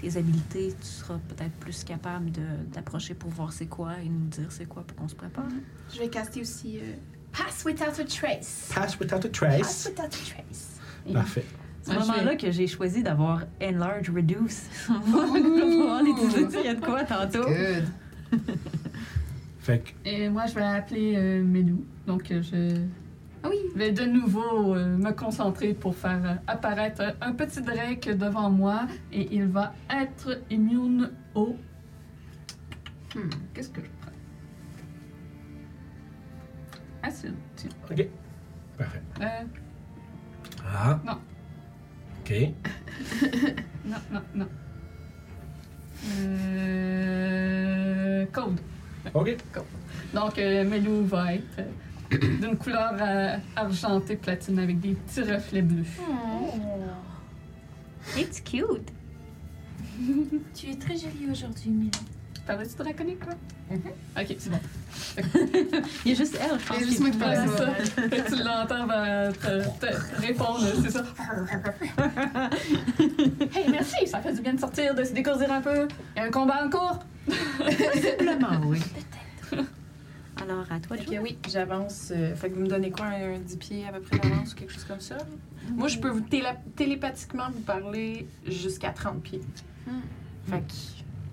[SPEAKER 5] tes habiletés, tu seras peut-être plus capable de- d'approcher pour voir c'est quoi et nous dire c'est quoi pour qu'on se prépare.
[SPEAKER 6] Je vais caster aussi euh, Pass Without a Trace.
[SPEAKER 1] Pass without a
[SPEAKER 6] Pass
[SPEAKER 1] trace. Mm-hmm.
[SPEAKER 6] Without a Trace.
[SPEAKER 1] Parfait.
[SPEAKER 8] C'est
[SPEAKER 2] Ouais,
[SPEAKER 8] ce
[SPEAKER 2] je
[SPEAKER 8] moment-là
[SPEAKER 2] vais-
[SPEAKER 8] que j'ai choisi d'avoir Enlarge Reduce. On va pouvoir l'utiliser. Il y a de quoi tantôt.
[SPEAKER 3] Good.
[SPEAKER 1] Fait que
[SPEAKER 2] Et moi, je vais appeler euh, Melou. Donc, euh, je
[SPEAKER 6] Ah oui.
[SPEAKER 2] vais de nouveau euh, me concentrer pour faire euh, apparaître un, un petit Drake devant moi et il va être immune au. Hmm, Qu'est-ce que je prends? Acide, tiens.
[SPEAKER 1] Parfait.
[SPEAKER 2] Euh,
[SPEAKER 1] Ah.
[SPEAKER 2] Non.
[SPEAKER 1] OK.
[SPEAKER 2] non, non, non. Euh, code.
[SPEAKER 1] OK.
[SPEAKER 2] Donc, euh, Melou va être euh, d'une couleur euh, argentée platine avec des petits reflets bleus.
[SPEAKER 5] It's cute!
[SPEAKER 6] Tu es très jolie aujourd'hui, Milo.
[SPEAKER 2] Parlais-tu draconique, quoi? Ok, c'est bon.
[SPEAKER 8] Il y a juste elle, je pense.
[SPEAKER 3] Il y a juste
[SPEAKER 8] qui-
[SPEAKER 3] moi qui parle.
[SPEAKER 2] Ouais,
[SPEAKER 3] Ouais,
[SPEAKER 2] c'est ça.
[SPEAKER 3] ouais.
[SPEAKER 2] Fait que tu l'entends va te, te répondre, c'est ça. hey, merci, ça fait du bien de sortir, de se décourdir un peu. Il y a un combat en cours.
[SPEAKER 8] Probablement, oui.
[SPEAKER 5] Alors, à toi de
[SPEAKER 6] Ok,
[SPEAKER 5] jouer.
[SPEAKER 6] Ben oui, j'avance. euh, fait que vous me donnez quoi, un, un 10 pieds à peu près d'avance ou quelque chose comme ça? là? Moi, je peux vous téla- télépathiquement vous parler jusqu'à 30 pieds. Fait que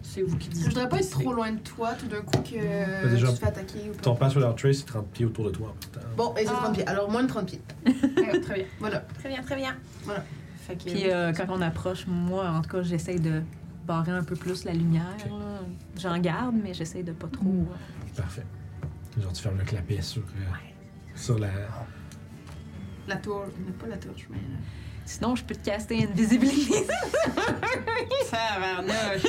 [SPEAKER 6] c'est vous qui
[SPEAKER 3] Je
[SPEAKER 6] dites.
[SPEAKER 3] voudrais pas être trop loin de toi tout d'un coup que euh,
[SPEAKER 1] Bah, déjà,
[SPEAKER 3] tu te fais attaquer ou pas.
[SPEAKER 1] Ton pass without trace, c'est 30 pieds autour de toi en même temps.
[SPEAKER 3] Bon, et c'est
[SPEAKER 6] Ah.
[SPEAKER 3] 30 pieds. Alors, moins de 30 pieds.
[SPEAKER 6] Ouais, très bien,
[SPEAKER 3] Voilà.
[SPEAKER 6] très bien, très bien.
[SPEAKER 3] Voilà.
[SPEAKER 6] Fait que,
[SPEAKER 8] Puis euh, quand on approche, moi, en tout cas, j'essaie de barrer un peu plus la lumière. là. J'en garde, mais j'essaie de pas trop. euh,
[SPEAKER 1] Parfait. Genre, tu fermes le clapet sur, euh, sur la.
[SPEAKER 3] La tour. Mais pas la torche, mais. euh,
[SPEAKER 8] Sinon, je peux te caster Invisibility.
[SPEAKER 6] Tabarnouche!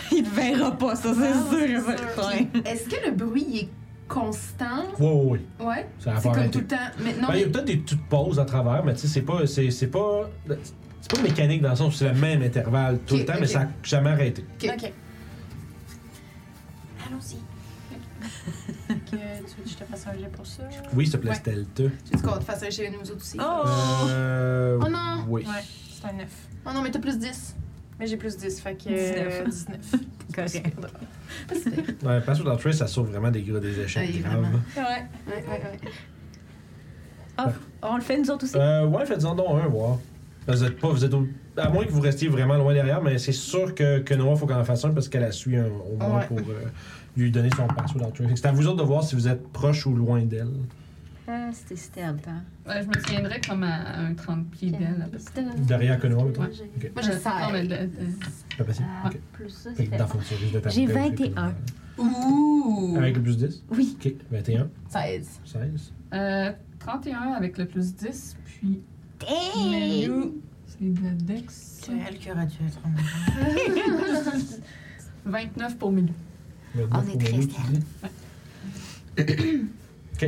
[SPEAKER 8] Il te verra pas, ça, c'est
[SPEAKER 3] Ah,
[SPEAKER 8] sûr et
[SPEAKER 3] c'est sûr.
[SPEAKER 8] certain.
[SPEAKER 3] Est-ce que le bruit est constant?
[SPEAKER 1] Oui, oui, oui.
[SPEAKER 3] Ouais.
[SPEAKER 1] Ça va
[SPEAKER 3] C'est
[SPEAKER 1] pas
[SPEAKER 3] comme
[SPEAKER 1] arrêter.
[SPEAKER 3] tout le temps. Maintenant,
[SPEAKER 1] Ben, il y a peut-être des petites pauses à travers, mais tu sais, c'est pas. C'est c'est pas. C'est pas mécanique dans le sens où c'est le même intervalle tout le
[SPEAKER 3] Ok,
[SPEAKER 1] temps, mais
[SPEAKER 3] ok.
[SPEAKER 1] ça a jamais arrêté.
[SPEAKER 6] Ok. Allons-y. Fait que,
[SPEAKER 3] euh,
[SPEAKER 6] tu veux que je te fasse un jet pour ça?
[SPEAKER 1] Oui, s'il te plaît,
[SPEAKER 3] Ouais.
[SPEAKER 1] Stealth.
[SPEAKER 3] tu dis qu'on va te faire ça chez nous autres aussi.
[SPEAKER 8] Oh!
[SPEAKER 1] Euh.
[SPEAKER 3] Oh non!
[SPEAKER 1] Oui.
[SPEAKER 6] Ouais, c'est un 9.
[SPEAKER 3] Oh non, mais t'as plus 10.
[SPEAKER 6] Mais j'ai plus 10, fait que. euh, 19.
[SPEAKER 8] Correct.
[SPEAKER 1] Ouais, pass without trace, ça sauve vraiment des, gros- des échecs
[SPEAKER 3] Ouais,
[SPEAKER 1] graves.
[SPEAKER 3] vraiment.
[SPEAKER 6] ouais.
[SPEAKER 3] Ouais, ouais, ouais.
[SPEAKER 8] On le fait nous autres aussi?
[SPEAKER 1] Euh, ouais, faites-en donc un, voir. Parce que Vous êtes pas, vous êtes au- à moins que vous restiez vraiment loin derrière, mais c'est sûr que, que Noah, faut qu'elle en fasse un parce qu'elle a suit un- au moins
[SPEAKER 3] Ouais.
[SPEAKER 1] pour euh, lui donner son passo dans C'est à vous autres de voir si vous êtes proche ou loin d'elle.
[SPEAKER 5] Ah, C'était stealth, hein?
[SPEAKER 2] Ouais, je me tiendrais comme à un 30 pieds d'elle. à peu près.
[SPEAKER 1] Derrière que Noah, mettons.
[SPEAKER 2] Ouais.
[SPEAKER 1] Ok,
[SPEAKER 3] Moi, je
[SPEAKER 2] Non, mais
[SPEAKER 3] sais.
[SPEAKER 2] de- de-
[SPEAKER 1] c'est pas facile.
[SPEAKER 5] Ah,
[SPEAKER 1] Ok.
[SPEAKER 5] Plus ça,
[SPEAKER 1] Fait que
[SPEAKER 5] c'était
[SPEAKER 1] dans le fond, tu risques d'être à
[SPEAKER 8] J'ai
[SPEAKER 1] peu près où c'est
[SPEAKER 8] 21.
[SPEAKER 1] que-
[SPEAKER 3] Ouh!
[SPEAKER 1] Avec le plus 10
[SPEAKER 8] Oui.
[SPEAKER 1] Ok, 21,
[SPEAKER 3] 16.
[SPEAKER 1] 16.
[SPEAKER 2] Euh, 31 avec le plus 10, puis
[SPEAKER 8] Hey!
[SPEAKER 2] Melou, c'est de Dex.
[SPEAKER 7] elle qui aurait dû être en
[SPEAKER 2] 29 pour Melou.
[SPEAKER 1] On est très Ok.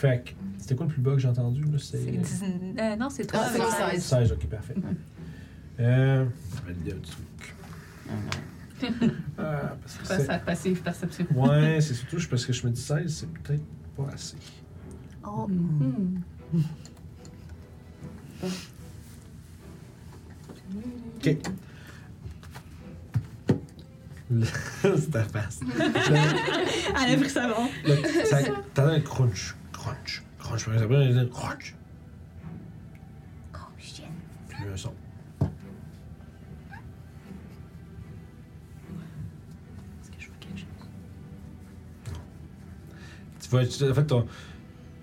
[SPEAKER 1] Fait que, c'était quoi le plus bas que j'ai entendu? là? C'est
[SPEAKER 5] C'est 19 euh, non, c'est
[SPEAKER 3] Ah, c'est
[SPEAKER 5] 3.
[SPEAKER 3] 16.
[SPEAKER 1] 16, ok, parfait. Euh, je vais le dire, du truc. Ah, parce que
[SPEAKER 2] Ça,
[SPEAKER 1] c'est-
[SPEAKER 2] ça passive perception.
[SPEAKER 1] Ouais, c'est surtout parce que je me dis 16, c'est peut-être pas assez.
[SPEAKER 2] Hmm.
[SPEAKER 1] Le- C'était fast.
[SPEAKER 5] Elle a pris sa bombe.
[SPEAKER 1] Le- ça- T'entends un crunch, crunch, crunch. Par exemple, il y a un crunch. Puis euh, il y a un son.
[SPEAKER 5] Est-ce que je vois quelque chose?
[SPEAKER 1] Tu vois, tu- en fait, ton-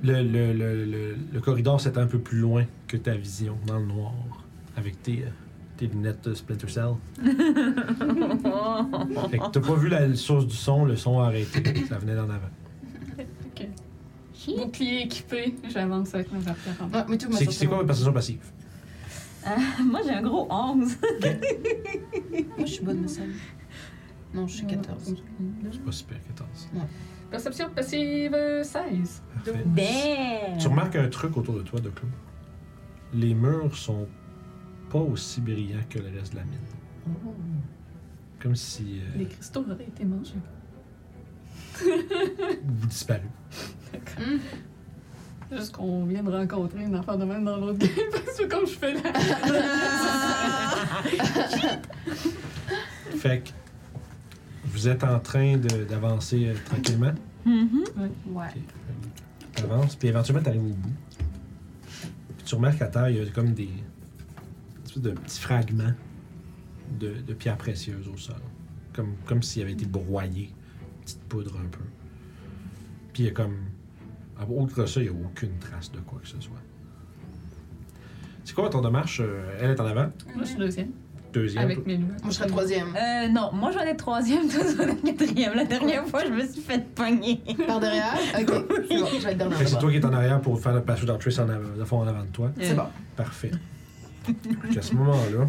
[SPEAKER 1] le, le, le, le, le corridor s'étend un peu plus loin que ta vision, dans le noir, avec tes, euh, tes lunettes euh, Splinter Cell. Fait que t'as pas vu la source du son, le son a arrêté. Ça venait d'en avant.
[SPEAKER 2] Bouclier équipé, j'avance avec ma rapière en bas.
[SPEAKER 3] Ouais, mais tout, moi,
[SPEAKER 1] C'est
[SPEAKER 3] surtout,
[SPEAKER 1] c'est quoi
[SPEAKER 3] moi.
[SPEAKER 1] la perception passive?
[SPEAKER 5] Moi, j'ai un gros 11.
[SPEAKER 3] Moi, je suis bonne, me semble. Non, je suis 14.
[SPEAKER 1] C'est pas super 14.
[SPEAKER 2] Perception passive euh, 16.
[SPEAKER 1] Parfait.
[SPEAKER 5] Ben.
[SPEAKER 8] Ben,
[SPEAKER 5] Damn!
[SPEAKER 1] Tu remarques un truc autour de toi, de Claude. Les murs sont pas aussi brillants que le reste de la mine. Comme si euh,
[SPEAKER 2] Les cristaux auraient été mangés.
[SPEAKER 1] vous disparus.
[SPEAKER 2] Juste qu'on vient de rencontrer une affaire de même dans l'autre game, parce que comme je fais là.
[SPEAKER 1] Fait que vous êtes en train de- d'avancer euh, tranquillement.
[SPEAKER 8] Mm-hmm.
[SPEAKER 3] Ouais.
[SPEAKER 1] T'avances, puis éventuellement t'arrives au bout. Puis tu remarques à terre, il y a comme des espèces de petits fragments de, de pierres précieuses au sol. Comme, comme s'il avait été broyé. Petite poudre un peu. Puis il y a comme. à- Autre que ça, il n'y a aucune trace de quoi que ce soit. C'est quoi ton de marche? euh, Elle est en avant.
[SPEAKER 2] Moi, je suis deuxième,
[SPEAKER 1] Deuxième.
[SPEAKER 2] avec mes lunettes.
[SPEAKER 3] Moi, je serais troisième.
[SPEAKER 5] Euh, non, moi j'en ai troisième, toi j'en ai quatrième. La dernière fois, je me suis fait pogner.
[SPEAKER 3] Par derrière? Ok. C'est bon, je vais être
[SPEAKER 1] Fait que c'est
[SPEAKER 3] dernière.
[SPEAKER 1] toi qui es en arrière pour faire le passage d'entrée en avant- de fond en avant de toi.
[SPEAKER 5] Euh,
[SPEAKER 3] C'est bon.
[SPEAKER 1] Parfait. Puis à ce moment-là.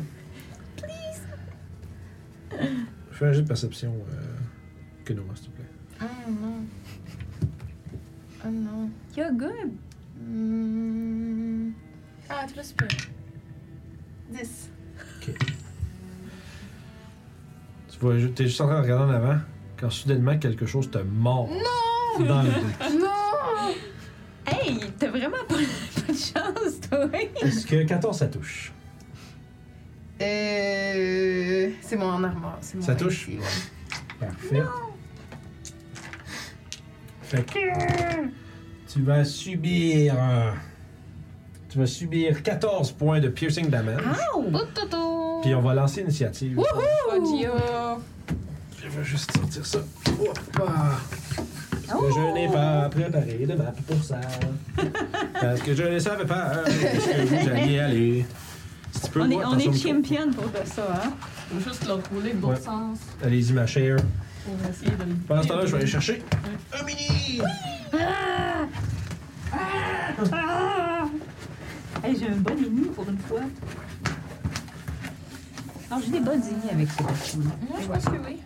[SPEAKER 1] Fais un jeu de perception, euh, Kenoma, s'il te plaît.
[SPEAKER 3] Oh non. Oh non.
[SPEAKER 5] You're good.
[SPEAKER 3] Hmm. Ah, tu l'as super. 10.
[SPEAKER 1] Tu vois, ju- t'es juste en train de regarder en avant quand soudainement quelque chose te mord. Non! Dans le dos.
[SPEAKER 3] Non!
[SPEAKER 5] Hey, t'as vraiment pas, pas de chance, toi.
[SPEAKER 1] Est-ce que 14 ça touche?
[SPEAKER 3] Euh, c'est mon armoire. c'est mon
[SPEAKER 1] Ça touche?
[SPEAKER 3] ici, ouais.
[SPEAKER 1] Parfait. Fait que. Tu vas subir. un- Tu vas subir 14 points de piercing damage. Puis on va lancer l'initiative. Je vais juste sortir ça. Hoppa! Parce que je n'ai
[SPEAKER 5] Oh!
[SPEAKER 1] pas préparé de map pour ça. Parce que je ne savais pas où est-ce que vous alliez aller. Si tu peux,
[SPEAKER 5] On est,
[SPEAKER 1] moi,
[SPEAKER 5] on est
[SPEAKER 1] attention,
[SPEAKER 5] championne pour ça, hein.
[SPEAKER 2] Faut juste leur rouler de bon
[SPEAKER 1] Ouais.
[SPEAKER 2] sens
[SPEAKER 1] Allez-y, ma chère.
[SPEAKER 2] pour essayer de.
[SPEAKER 1] Pendant ce temps-là, je vais aller chercher un mini!
[SPEAKER 5] Hey, j'ai un bon mini pour une fois. Alors, j'ai des bonnes ignis avec ce parti.
[SPEAKER 6] Moi, je pense que oui.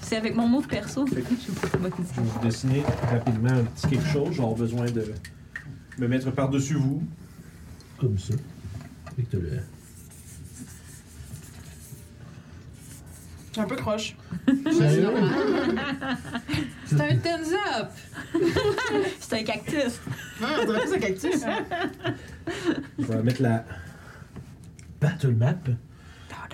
[SPEAKER 5] C'est avec mon mot de perso, fait que je suis pas bonne
[SPEAKER 1] Je vais vous dessiner rapidement un petit quelque chose. J'aurai besoin de me mettre par-dessus vous. Comme ça. Avec le...
[SPEAKER 3] Je suis un peu croche.
[SPEAKER 1] Sérieux?
[SPEAKER 3] C'est un thumbs up!
[SPEAKER 5] C'est un cactus.
[SPEAKER 3] Ouais, Ah, on dirait plus un cactus. hein.
[SPEAKER 1] Je vais mettre la battle map.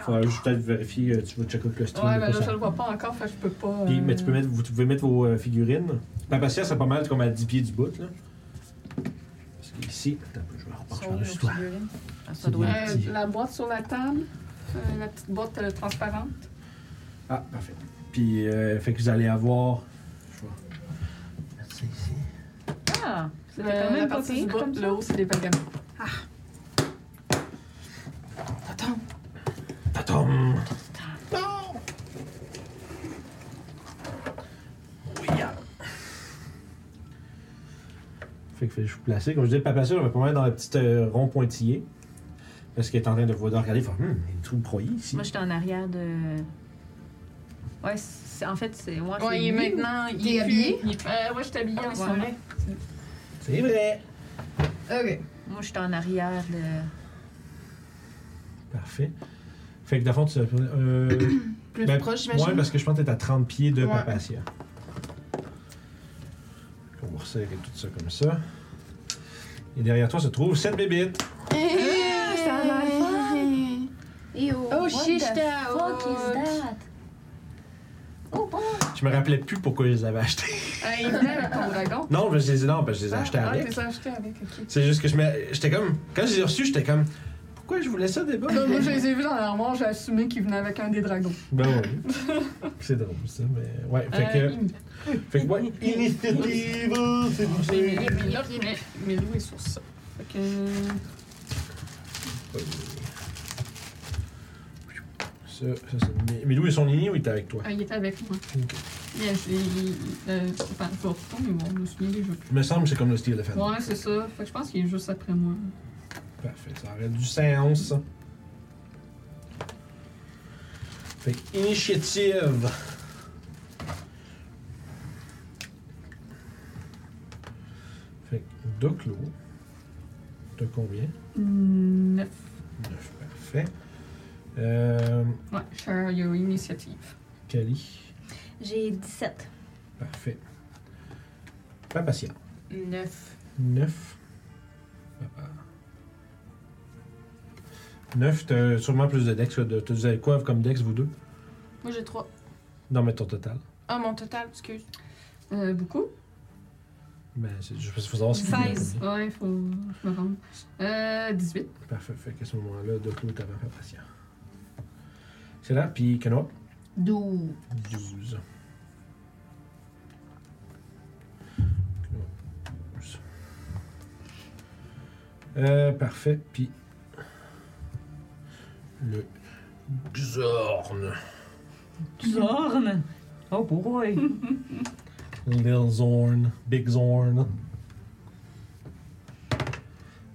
[SPEAKER 1] Faudra juste peut-être vérifier, euh, tu vas checker que le stream.
[SPEAKER 2] Ouais,
[SPEAKER 1] n'est pas
[SPEAKER 2] mais là, je
[SPEAKER 1] ça.
[SPEAKER 2] le vois pas encore, fait que je peux pas.
[SPEAKER 1] Puis,
[SPEAKER 2] euh,
[SPEAKER 1] mais tu peux mettre, vous, vous pouvez mettre vos euh, figurines. La patience, c'est pas mal comme à 10 pieds du bout, là. Parce qu'ici, attends, un peu, je vais repartir par-dessus toi. C'est bien
[SPEAKER 2] euh,
[SPEAKER 1] petit.
[SPEAKER 2] la boîte sur la table, euh, la petite boîte euh, transparente.
[SPEAKER 1] Ah, parfait. Puis, euh, fait que vous allez avoir. Je vais mettre ça ici.
[SPEAKER 5] Ah,
[SPEAKER 2] Le,
[SPEAKER 5] c'était quand
[SPEAKER 2] la
[SPEAKER 5] même pas
[SPEAKER 2] partie Euh, du
[SPEAKER 5] pire
[SPEAKER 2] bas,
[SPEAKER 5] comme ça.
[SPEAKER 2] le haut, c'est des vagabonds.
[SPEAKER 3] Attends.
[SPEAKER 1] Tatom!
[SPEAKER 3] Non!
[SPEAKER 1] Oui! ah. Fait que fait que je vous placer. Comme je disais, papa sûr, on va pas mal dans le petit euh, rond pointillé. Parce qu'il est en train de, de regarder. Il fait, hum, il y a des trous broyés ici.
[SPEAKER 5] Moi, j'étais en arrière de. Ouais, c'est- en fait, c'est. Ouais, c'est
[SPEAKER 6] Ouais, il est
[SPEAKER 5] lui.
[SPEAKER 6] maintenant.
[SPEAKER 3] T'es
[SPEAKER 6] Il est
[SPEAKER 3] habillé?
[SPEAKER 6] plus-
[SPEAKER 2] Euh, ouais, je t'habillais en
[SPEAKER 5] Ouais.
[SPEAKER 1] C'est vrai.
[SPEAKER 3] Ok.
[SPEAKER 8] Moi, je suis en arrière de.
[SPEAKER 1] Parfait. Fait que, dans le fond, tu vas. Euh,
[SPEAKER 3] Plus
[SPEAKER 1] ben,
[SPEAKER 3] proche,
[SPEAKER 1] ouais,
[SPEAKER 3] j'imagine.
[SPEAKER 1] parce que je pense que t'es à 30 pieds de
[SPEAKER 3] Ouais.
[SPEAKER 1] Papatia. On va resserrer tout ça comme ça. Et derrière toi se trouve cette bébite.
[SPEAKER 3] Eh. Hey!
[SPEAKER 4] ça a l'air fun.
[SPEAKER 3] Oh, shit,
[SPEAKER 4] What
[SPEAKER 3] j'étais
[SPEAKER 4] the fuck
[SPEAKER 3] out.
[SPEAKER 4] is that? Oh, oh.
[SPEAKER 1] Je me rappelais plus pourquoi je les avais achetées.
[SPEAKER 2] Ah, il venait avec ton dragon.
[SPEAKER 1] Non, parce que je les ai, non, parce que je les ai
[SPEAKER 2] Ah,
[SPEAKER 1] achetées
[SPEAKER 2] ah,
[SPEAKER 1] avec.
[SPEAKER 2] t'es acheté avec, ok.
[SPEAKER 1] C'est juste que je me. J'étais comme. Quand je les ai reçus, j'étais comme. Pourquoi je voulais ça débat?
[SPEAKER 2] Comme Ben, moi, je les ai vus dans l'armoire, j'ai assumé qu'ils venaient avec un des dragons.
[SPEAKER 1] Ben oui. C'est drôle ça, mais. Ouais, fait que.
[SPEAKER 2] Euh,
[SPEAKER 1] Fait que, ouais. Initiative, c'est
[SPEAKER 2] il- Je l'ai
[SPEAKER 1] poussé.
[SPEAKER 2] mis- il est mis là, mais Milou est sur ça. Fait que. euh,
[SPEAKER 1] Ça, ça, c'est. Mais- Mais Lou et son lignée ou il était avec toi?
[SPEAKER 2] Ah, il est avec moi.
[SPEAKER 1] Ok.
[SPEAKER 2] Yes, il, il, euh, enfin, je vais retourner voir, je me souviens des jeux.
[SPEAKER 1] Il me semble que c'est comme le style de fan.
[SPEAKER 2] Ouais, c'est ça. Fait que je pense qu'il est juste après moi.
[SPEAKER 1] Parfait, ça aurait du séance. ça. Fait que, initiative. Fait que, Doclo, t'as combien?
[SPEAKER 2] Neuf.
[SPEAKER 1] 9, parfait. Euh,
[SPEAKER 2] Ouais, share your initiative.
[SPEAKER 1] Kali,
[SPEAKER 5] J'ai 17.
[SPEAKER 1] parfait. Papatia,
[SPEAKER 6] 9.
[SPEAKER 1] 9. Papa. 9, t'as sûrement plus de dex que de. T'as vous quoi comme dex, vous deux?
[SPEAKER 6] Moi, j'ai 3.
[SPEAKER 1] Non, mais ton total.
[SPEAKER 6] Ah, mon total, excuse.
[SPEAKER 2] Euh, beaucoup?
[SPEAKER 1] Ben, c'est juste parce qu'il faut savoir ce qu'il y a.
[SPEAKER 6] 16.
[SPEAKER 2] Ouais, il faut je me rendre. Euh, 18.
[SPEAKER 1] Parfait. Fait qu'à ce moment-là, Doclo est avant Papatia. C'est là, puis Kenoa,
[SPEAKER 3] D'où?
[SPEAKER 1] 12. Kenoa, 12. Euh, parfait, puis. Le Xorn.
[SPEAKER 8] Zorn! Oh boy!
[SPEAKER 1] Lil Zorn, Big Zorn.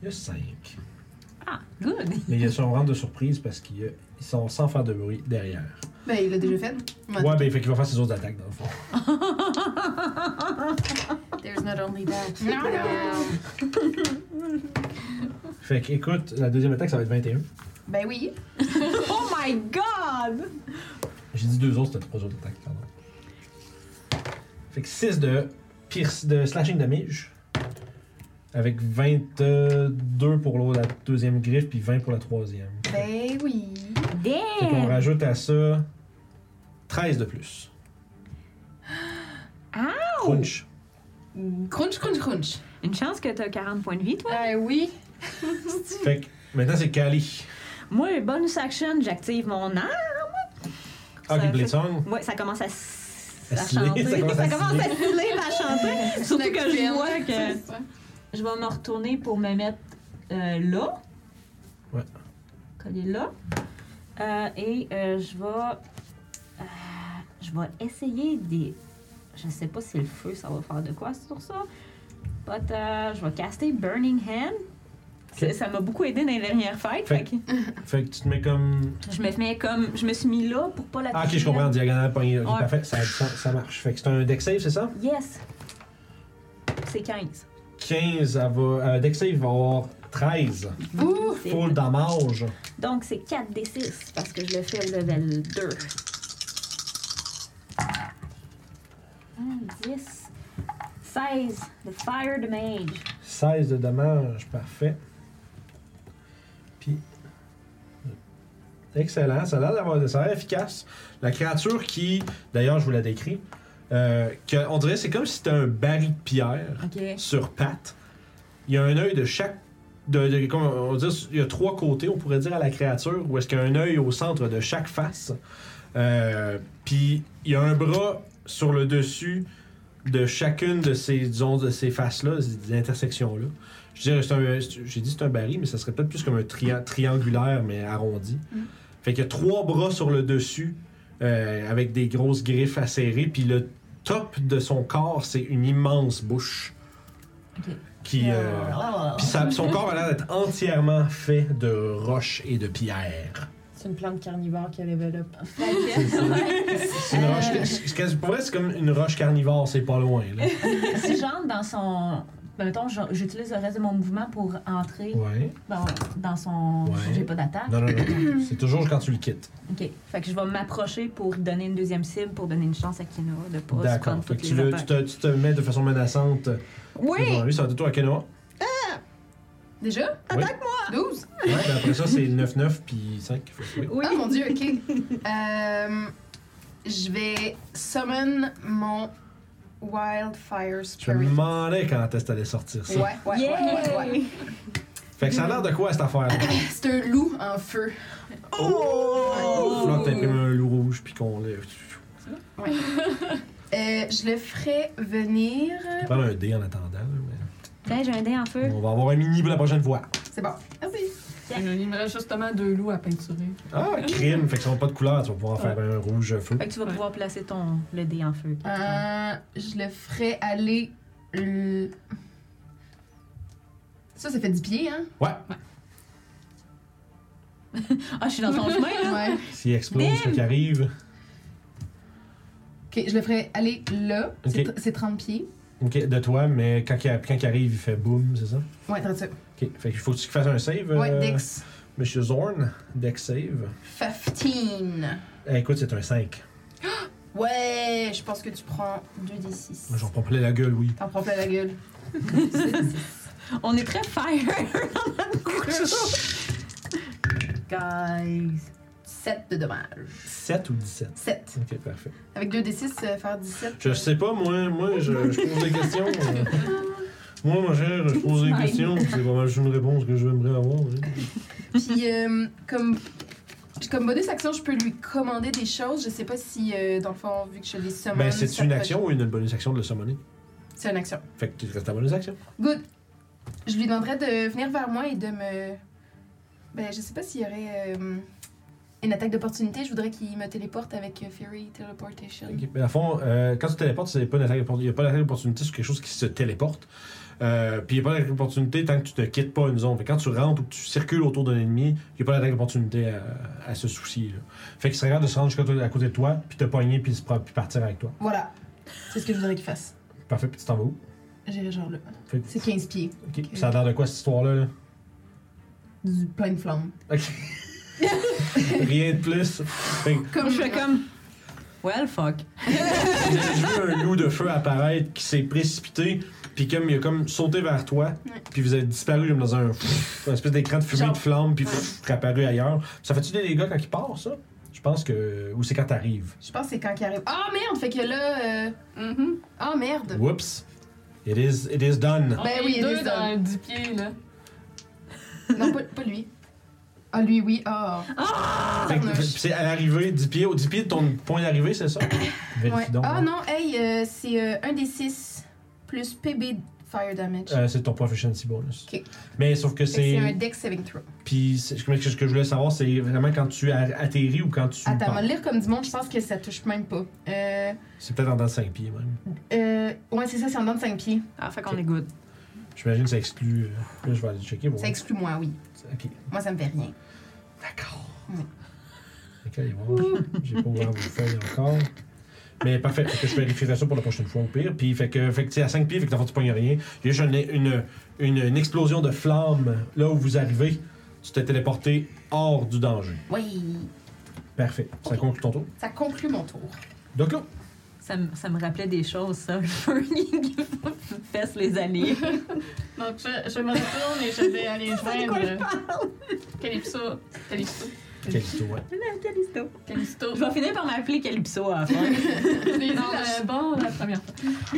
[SPEAKER 1] Il y a 5.
[SPEAKER 8] Ah, good!
[SPEAKER 1] Mais il y a son rang de surprise parce qu'il y a- ils sont sans faire de bruit derrière.
[SPEAKER 3] Ben, il l'a déjà fait. Ouais.
[SPEAKER 1] Ouais, ben fait qu'il va faire ses autres attaques dans le fond.
[SPEAKER 3] There's not only that.
[SPEAKER 2] Non,
[SPEAKER 3] non!
[SPEAKER 1] Fait que écoute, la deuxième attaque ça va être 21.
[SPEAKER 3] Ben oui.
[SPEAKER 8] Oh my god!
[SPEAKER 1] J'ai dit deux autres, c'était trois autres attaques, pardon. Fait que 6 de pierce de slashing damage. Avec 22 pour l'autre- la deuxième griffe, puis 20 pour la troisième. Fait
[SPEAKER 3] Ben oui.
[SPEAKER 1] qu'on
[SPEAKER 8] Damn!
[SPEAKER 1] rajoute à ça 13 de plus. Crunch.
[SPEAKER 3] Crunch, crunch, crunch.
[SPEAKER 8] Une chance que t'as 40 points de vie, toi.
[SPEAKER 2] Euh,
[SPEAKER 3] Ah oui.
[SPEAKER 1] Fait que maintenant c'est Kali.
[SPEAKER 8] Moi, bonus action, j'active mon arme.
[SPEAKER 1] Ah,
[SPEAKER 8] Ça
[SPEAKER 1] qui
[SPEAKER 8] fait-
[SPEAKER 1] Blade Song.
[SPEAKER 8] Ouais, ça commence à, s-
[SPEAKER 1] À
[SPEAKER 8] à
[SPEAKER 1] sciller,
[SPEAKER 8] chanter.
[SPEAKER 1] ça commence à
[SPEAKER 8] Ça commence à sciller, à chanter. Surtout que je
[SPEAKER 3] Snack
[SPEAKER 8] vois que.
[SPEAKER 2] C'est ça.
[SPEAKER 5] Je vais me retourner pour me mettre euh, là.
[SPEAKER 1] Ouais.
[SPEAKER 5] Coller là.
[SPEAKER 8] Euh, et euh, je vais. euh, je vais essayer des. Je sais pas si le feu, ça va faire de quoi sur ça. But, euh, je vais caster Burning Hand. Ça- Ça m'a beaucoup aidé dans les dernières fêtes.
[SPEAKER 1] Fait-
[SPEAKER 8] fait que
[SPEAKER 1] Fait que tu te mets comme
[SPEAKER 8] je me mets comme. Je me suis mis là pour pas la
[SPEAKER 1] Ah, ok, je
[SPEAKER 8] toucher,
[SPEAKER 1] comprends,
[SPEAKER 8] là.
[SPEAKER 1] diagonale, poignée. Ok,
[SPEAKER 8] Ouais.
[SPEAKER 1] Parfait, ça, ça, ça marche. Fait que c'est un deck save, c'est ça?
[SPEAKER 8] Yes! C'est 15.
[SPEAKER 1] 15, elle va. euh, deck save va avoir 13.
[SPEAKER 3] Ouh!
[SPEAKER 8] C'est-
[SPEAKER 1] Full damage.
[SPEAKER 8] Donc, c'est 4 des 6 parce que je le fais au level 2. 10, 16, the fire damage.
[SPEAKER 1] 16 de dommages, parfait. Puis. Excellent, ça a l'air d'avoir. Ça a l'air efficace. La créature qui. D'ailleurs, je vous la décris. euh, que, on dirait c'est comme si c'était un baril de pierre
[SPEAKER 8] Ok.
[SPEAKER 1] sur pattes. Il y a un œil de chaque. De, de- comment on dit, il y a trois côtés, on pourrait dire, à la créature, où est-ce qu'il y a un œil au centre de chaque face. Euh, Puis il y a un bras sur le dessus de chacune de ces, disons, de ces faces-là, ces intersections-là. Je dirais, c'est un- c'est- j'ai dit c'est un baril, mais ça serait peut-être plus comme un tria- triangulaire, mais arrondi. Fait qu'il y a trois bras sur le dessus, euh, avec des grosses griffes acérées, puis le top de son corps, c'est une immense bouche. Qui, euh, puis ça- son corps a l'air d'être entièrement fait de roches et de pierres.
[SPEAKER 4] C'est une plante carnivore qui a level up.
[SPEAKER 1] C'est une roche. c'est- c'est- Pour vrai, c'est comme une roche carnivore, c'est pas loin. Là.
[SPEAKER 8] si j'entre dans son
[SPEAKER 5] Ben, mettons, je- j'utilise le reste de mon mouvement pour entrer
[SPEAKER 1] Ouais.
[SPEAKER 5] dans, dans son.
[SPEAKER 1] Ouais.
[SPEAKER 5] J'ai pas d'attaque.
[SPEAKER 1] Non, non, non. C'est toujours quand tu le quittes.
[SPEAKER 5] Ok. Fait que je vais m'approcher pour donner une deuxième cible pour donner une chance à Kinoa de pas se
[SPEAKER 1] D'accord.
[SPEAKER 5] prendre
[SPEAKER 1] Fait
[SPEAKER 5] toutes
[SPEAKER 1] que tu,
[SPEAKER 5] les
[SPEAKER 1] le-
[SPEAKER 5] attaques.
[SPEAKER 1] tu te, tu te mets de façon menaçante
[SPEAKER 7] Oui!
[SPEAKER 1] devant lui. Ça va être toi à Kenoa.
[SPEAKER 3] Euh, Déjà?
[SPEAKER 1] Oui.
[SPEAKER 3] 12?
[SPEAKER 1] Ouais, ben après ça, c'est 9-9 puis 5.
[SPEAKER 3] Oui. Oh mon dieu, ok. Euh, je vais summon mon Wildfire
[SPEAKER 1] Je me
[SPEAKER 3] Spirit.
[SPEAKER 1] demandais quand est-ce que t'allais sortir ça.
[SPEAKER 3] Ouais, ouais, ouais, ouais, ouais.
[SPEAKER 1] Fait que ça a l'air de quoi cette affaire-là?
[SPEAKER 3] C'est un loup en feu.
[SPEAKER 1] Oh! Faut que t'imprimes un loup rouge puis qu'on le.
[SPEAKER 3] Euh, je le ferai venir.
[SPEAKER 1] Prends un dé en attendant. là, mais-
[SPEAKER 5] Tiens, j'ai un dé en feu.
[SPEAKER 1] On va avoir un mini pour la prochaine fois.
[SPEAKER 3] C'est bon. Merci.
[SPEAKER 2] Il me reste justement deux loups à peinturer.
[SPEAKER 1] Ah, crime! Fait que si on a pas de couleur, tu vas pouvoir en faire un rouge feu.
[SPEAKER 5] Fait que tu vas
[SPEAKER 2] Ouais.
[SPEAKER 5] pouvoir placer ton le dé en feu.
[SPEAKER 3] Euh, je le ferai aller. le- Ça, ça fait 10 pieds, hein?
[SPEAKER 1] Ouais!
[SPEAKER 5] Ah, je suis dans ton chemin, là.
[SPEAKER 3] Ouais.
[SPEAKER 1] S'il explose, ce qui arrive.
[SPEAKER 3] Ok, je le ferai aller là.
[SPEAKER 1] Ok.
[SPEAKER 3] C'est tr- C'est 30 pieds.
[SPEAKER 1] Ok, de toi, mais quand il, quand il arrive, il fait boum, c'est ça?
[SPEAKER 3] Ouais, 30 ça.
[SPEAKER 1] Ok, fait qu'il faut que tu fasses un save.
[SPEAKER 3] Ouais,
[SPEAKER 1] euh,
[SPEAKER 3] Dex.
[SPEAKER 1] Monsieur Zorn, deck save.
[SPEAKER 3] 15.
[SPEAKER 1] Eh, écoute, c'est un 5.
[SPEAKER 3] Ouais, je pense que tu prends 2d6.
[SPEAKER 1] J'en prends plein la gueule, oui.
[SPEAKER 3] T'en prends plein la gueule.
[SPEAKER 5] On est très fire dans notre Guys.
[SPEAKER 3] 7 de dommages.
[SPEAKER 1] 7 ou 17?
[SPEAKER 3] 7.
[SPEAKER 1] Ok, parfait.
[SPEAKER 3] Avec 2d6, euh, faire 17.
[SPEAKER 1] Je sais pas, moi, moi je, je pose des questions. euh. Moi, ma chère, je pose des questions, puis c'est pas mal juste une réponse que je aimerais avoir. hein.
[SPEAKER 3] Puis, euh, comme, comme bonus action, je peux lui commander des choses. Je sais pas si, euh, dans le fond, vu que je les summon...
[SPEAKER 1] Ben,
[SPEAKER 3] ça
[SPEAKER 1] c'est une
[SPEAKER 3] peut-
[SPEAKER 1] action ou une bonus action de le summoner?
[SPEAKER 3] C'est une action.
[SPEAKER 1] Fait que tu restes à bonus action.
[SPEAKER 3] Good. Je lui demanderais de venir vers moi et de me... Ben, je sais pas s'il y aurait euh, une attaque d'opportunité. Je voudrais qu'il me téléporte avec euh, Fairy Teleportation.
[SPEAKER 1] Ok, Mais à fond, euh, quand tu téléportes, c'est pas une attaque d'opportunité. Il n'y a pas d'attaque d'opportunité sur quelque chose qui se téléporte. Euh, puis il n'y a pas d'attaque d'opportunité tant que tu te quittes pas une zone. Fait que quand tu rentres ou que tu circules autour d'un ennemi, il n'y a pas d'attaque d'opportunité à, à se soucier. là. Fait qu'il serait capable de se rendre jusqu'à toi- à côté de toi, puis te pogner, puis, se pro- puis partir avec toi.
[SPEAKER 3] Voilà. C'est ce que je voudrais qu'il fasse.
[SPEAKER 1] Parfait, puis tu t'en vas où?
[SPEAKER 3] J'irai genre là.
[SPEAKER 1] Fait que-
[SPEAKER 3] C'est 15 pieds.
[SPEAKER 1] ok, puis ça a l'air de quoi cette histoire-là? là?
[SPEAKER 3] Du plein de flammes.
[SPEAKER 1] Ok. Rien de plus. Fait que
[SPEAKER 3] Comme
[SPEAKER 5] Je fais comme. Well, fuck.
[SPEAKER 1] j'ai vu un loup de feu apparaître qui s'est précipité, puis comme il a comme sauté vers toi,
[SPEAKER 3] Ouais.
[SPEAKER 1] puis vous avez disparu comme dans un, un espèce d'écran de fumée
[SPEAKER 3] Genre.
[SPEAKER 1] de flamme, puis pff, réapparu ailleurs. Ça fait-tu des dégâts quand il part, ça? Je pense que. Ou c'est quand t'arrives.
[SPEAKER 3] Je pense que c'est quand qu'il arrive. Ah merde, fait que là. euh,
[SPEAKER 2] Mhm.
[SPEAKER 3] Ah merde.
[SPEAKER 1] Whoops. It is, it is done.
[SPEAKER 2] On
[SPEAKER 3] Ben
[SPEAKER 2] est
[SPEAKER 3] oui, il
[SPEAKER 2] deux
[SPEAKER 3] est
[SPEAKER 2] dans
[SPEAKER 3] dans-
[SPEAKER 2] le 10 pieds, là.
[SPEAKER 3] Non, pas, pas lui. Ah, lui, oui. Ah.
[SPEAKER 1] Fait que-
[SPEAKER 3] Tabarnouche.
[SPEAKER 1] fait- puis c'est à l'arrivée, 10 pieds, au 10 pieds de ton point d'arrivée, c'est ça? Vérifie
[SPEAKER 3] Ouais.
[SPEAKER 1] donc. hein.
[SPEAKER 3] Ah non, hey, euh, c'est euh, un des 6 plus PB de fire damage.
[SPEAKER 1] Euh, c'est ton proficiency bonus.
[SPEAKER 3] Ok.
[SPEAKER 1] Mais sauf que
[SPEAKER 3] Fait que c'est
[SPEAKER 1] c'est.
[SPEAKER 3] un deck saving throw.
[SPEAKER 1] Puis c'est- ce que ce que je voulais savoir, c'est vraiment quand tu a- atterris ou quand tu.
[SPEAKER 3] Attends, on
[SPEAKER 1] pars.
[SPEAKER 3] va le lire comme du monde, je pense que ça touche même pas. Euh,
[SPEAKER 1] C'est peut-être en dedans de 5 pieds même.
[SPEAKER 3] euh, ouais, c'est ça, c'est en dedans de 5 pieds.
[SPEAKER 5] Ah, fait qu'on est good.
[SPEAKER 1] J'imagine que ça exclut. euh, Là, je vais aller checker. Bon.
[SPEAKER 3] Ça exclut moi, oui.
[SPEAKER 1] Ok.
[SPEAKER 3] Moi, ça me fait rien.
[SPEAKER 1] D'accord.
[SPEAKER 3] Oui.
[SPEAKER 1] Ok, allez voir. J'ai pas ouvert vos feuilles encore. Mais parfait, Fait que je vérifierai ça pour la prochaine fois au pire. Puis fait que, fait que tu sais, à 5 pieds, fait que dans le fond, tu pognes rien. Il y a juste une, une, une, une explosion de flammes là où vous arrivez. Tu t'es téléporté hors du danger.
[SPEAKER 3] Oui.
[SPEAKER 1] Parfait. Ça conclut ton tour.
[SPEAKER 3] Ça conclut mon tour.
[SPEAKER 1] Donc là,
[SPEAKER 5] Ça, me- ça me rappelait des choses, ça. Le feu qui fesse les années.
[SPEAKER 2] Donc, je, je me retourne et je vais aller joindre euh, Calypso. Calypso.
[SPEAKER 1] Calito, ouais.
[SPEAKER 5] Calisto.
[SPEAKER 2] Calypso.
[SPEAKER 5] Je vais finir par m'appeler Calypso à la fin.
[SPEAKER 2] Je l'ai dit dans le bon la première fois.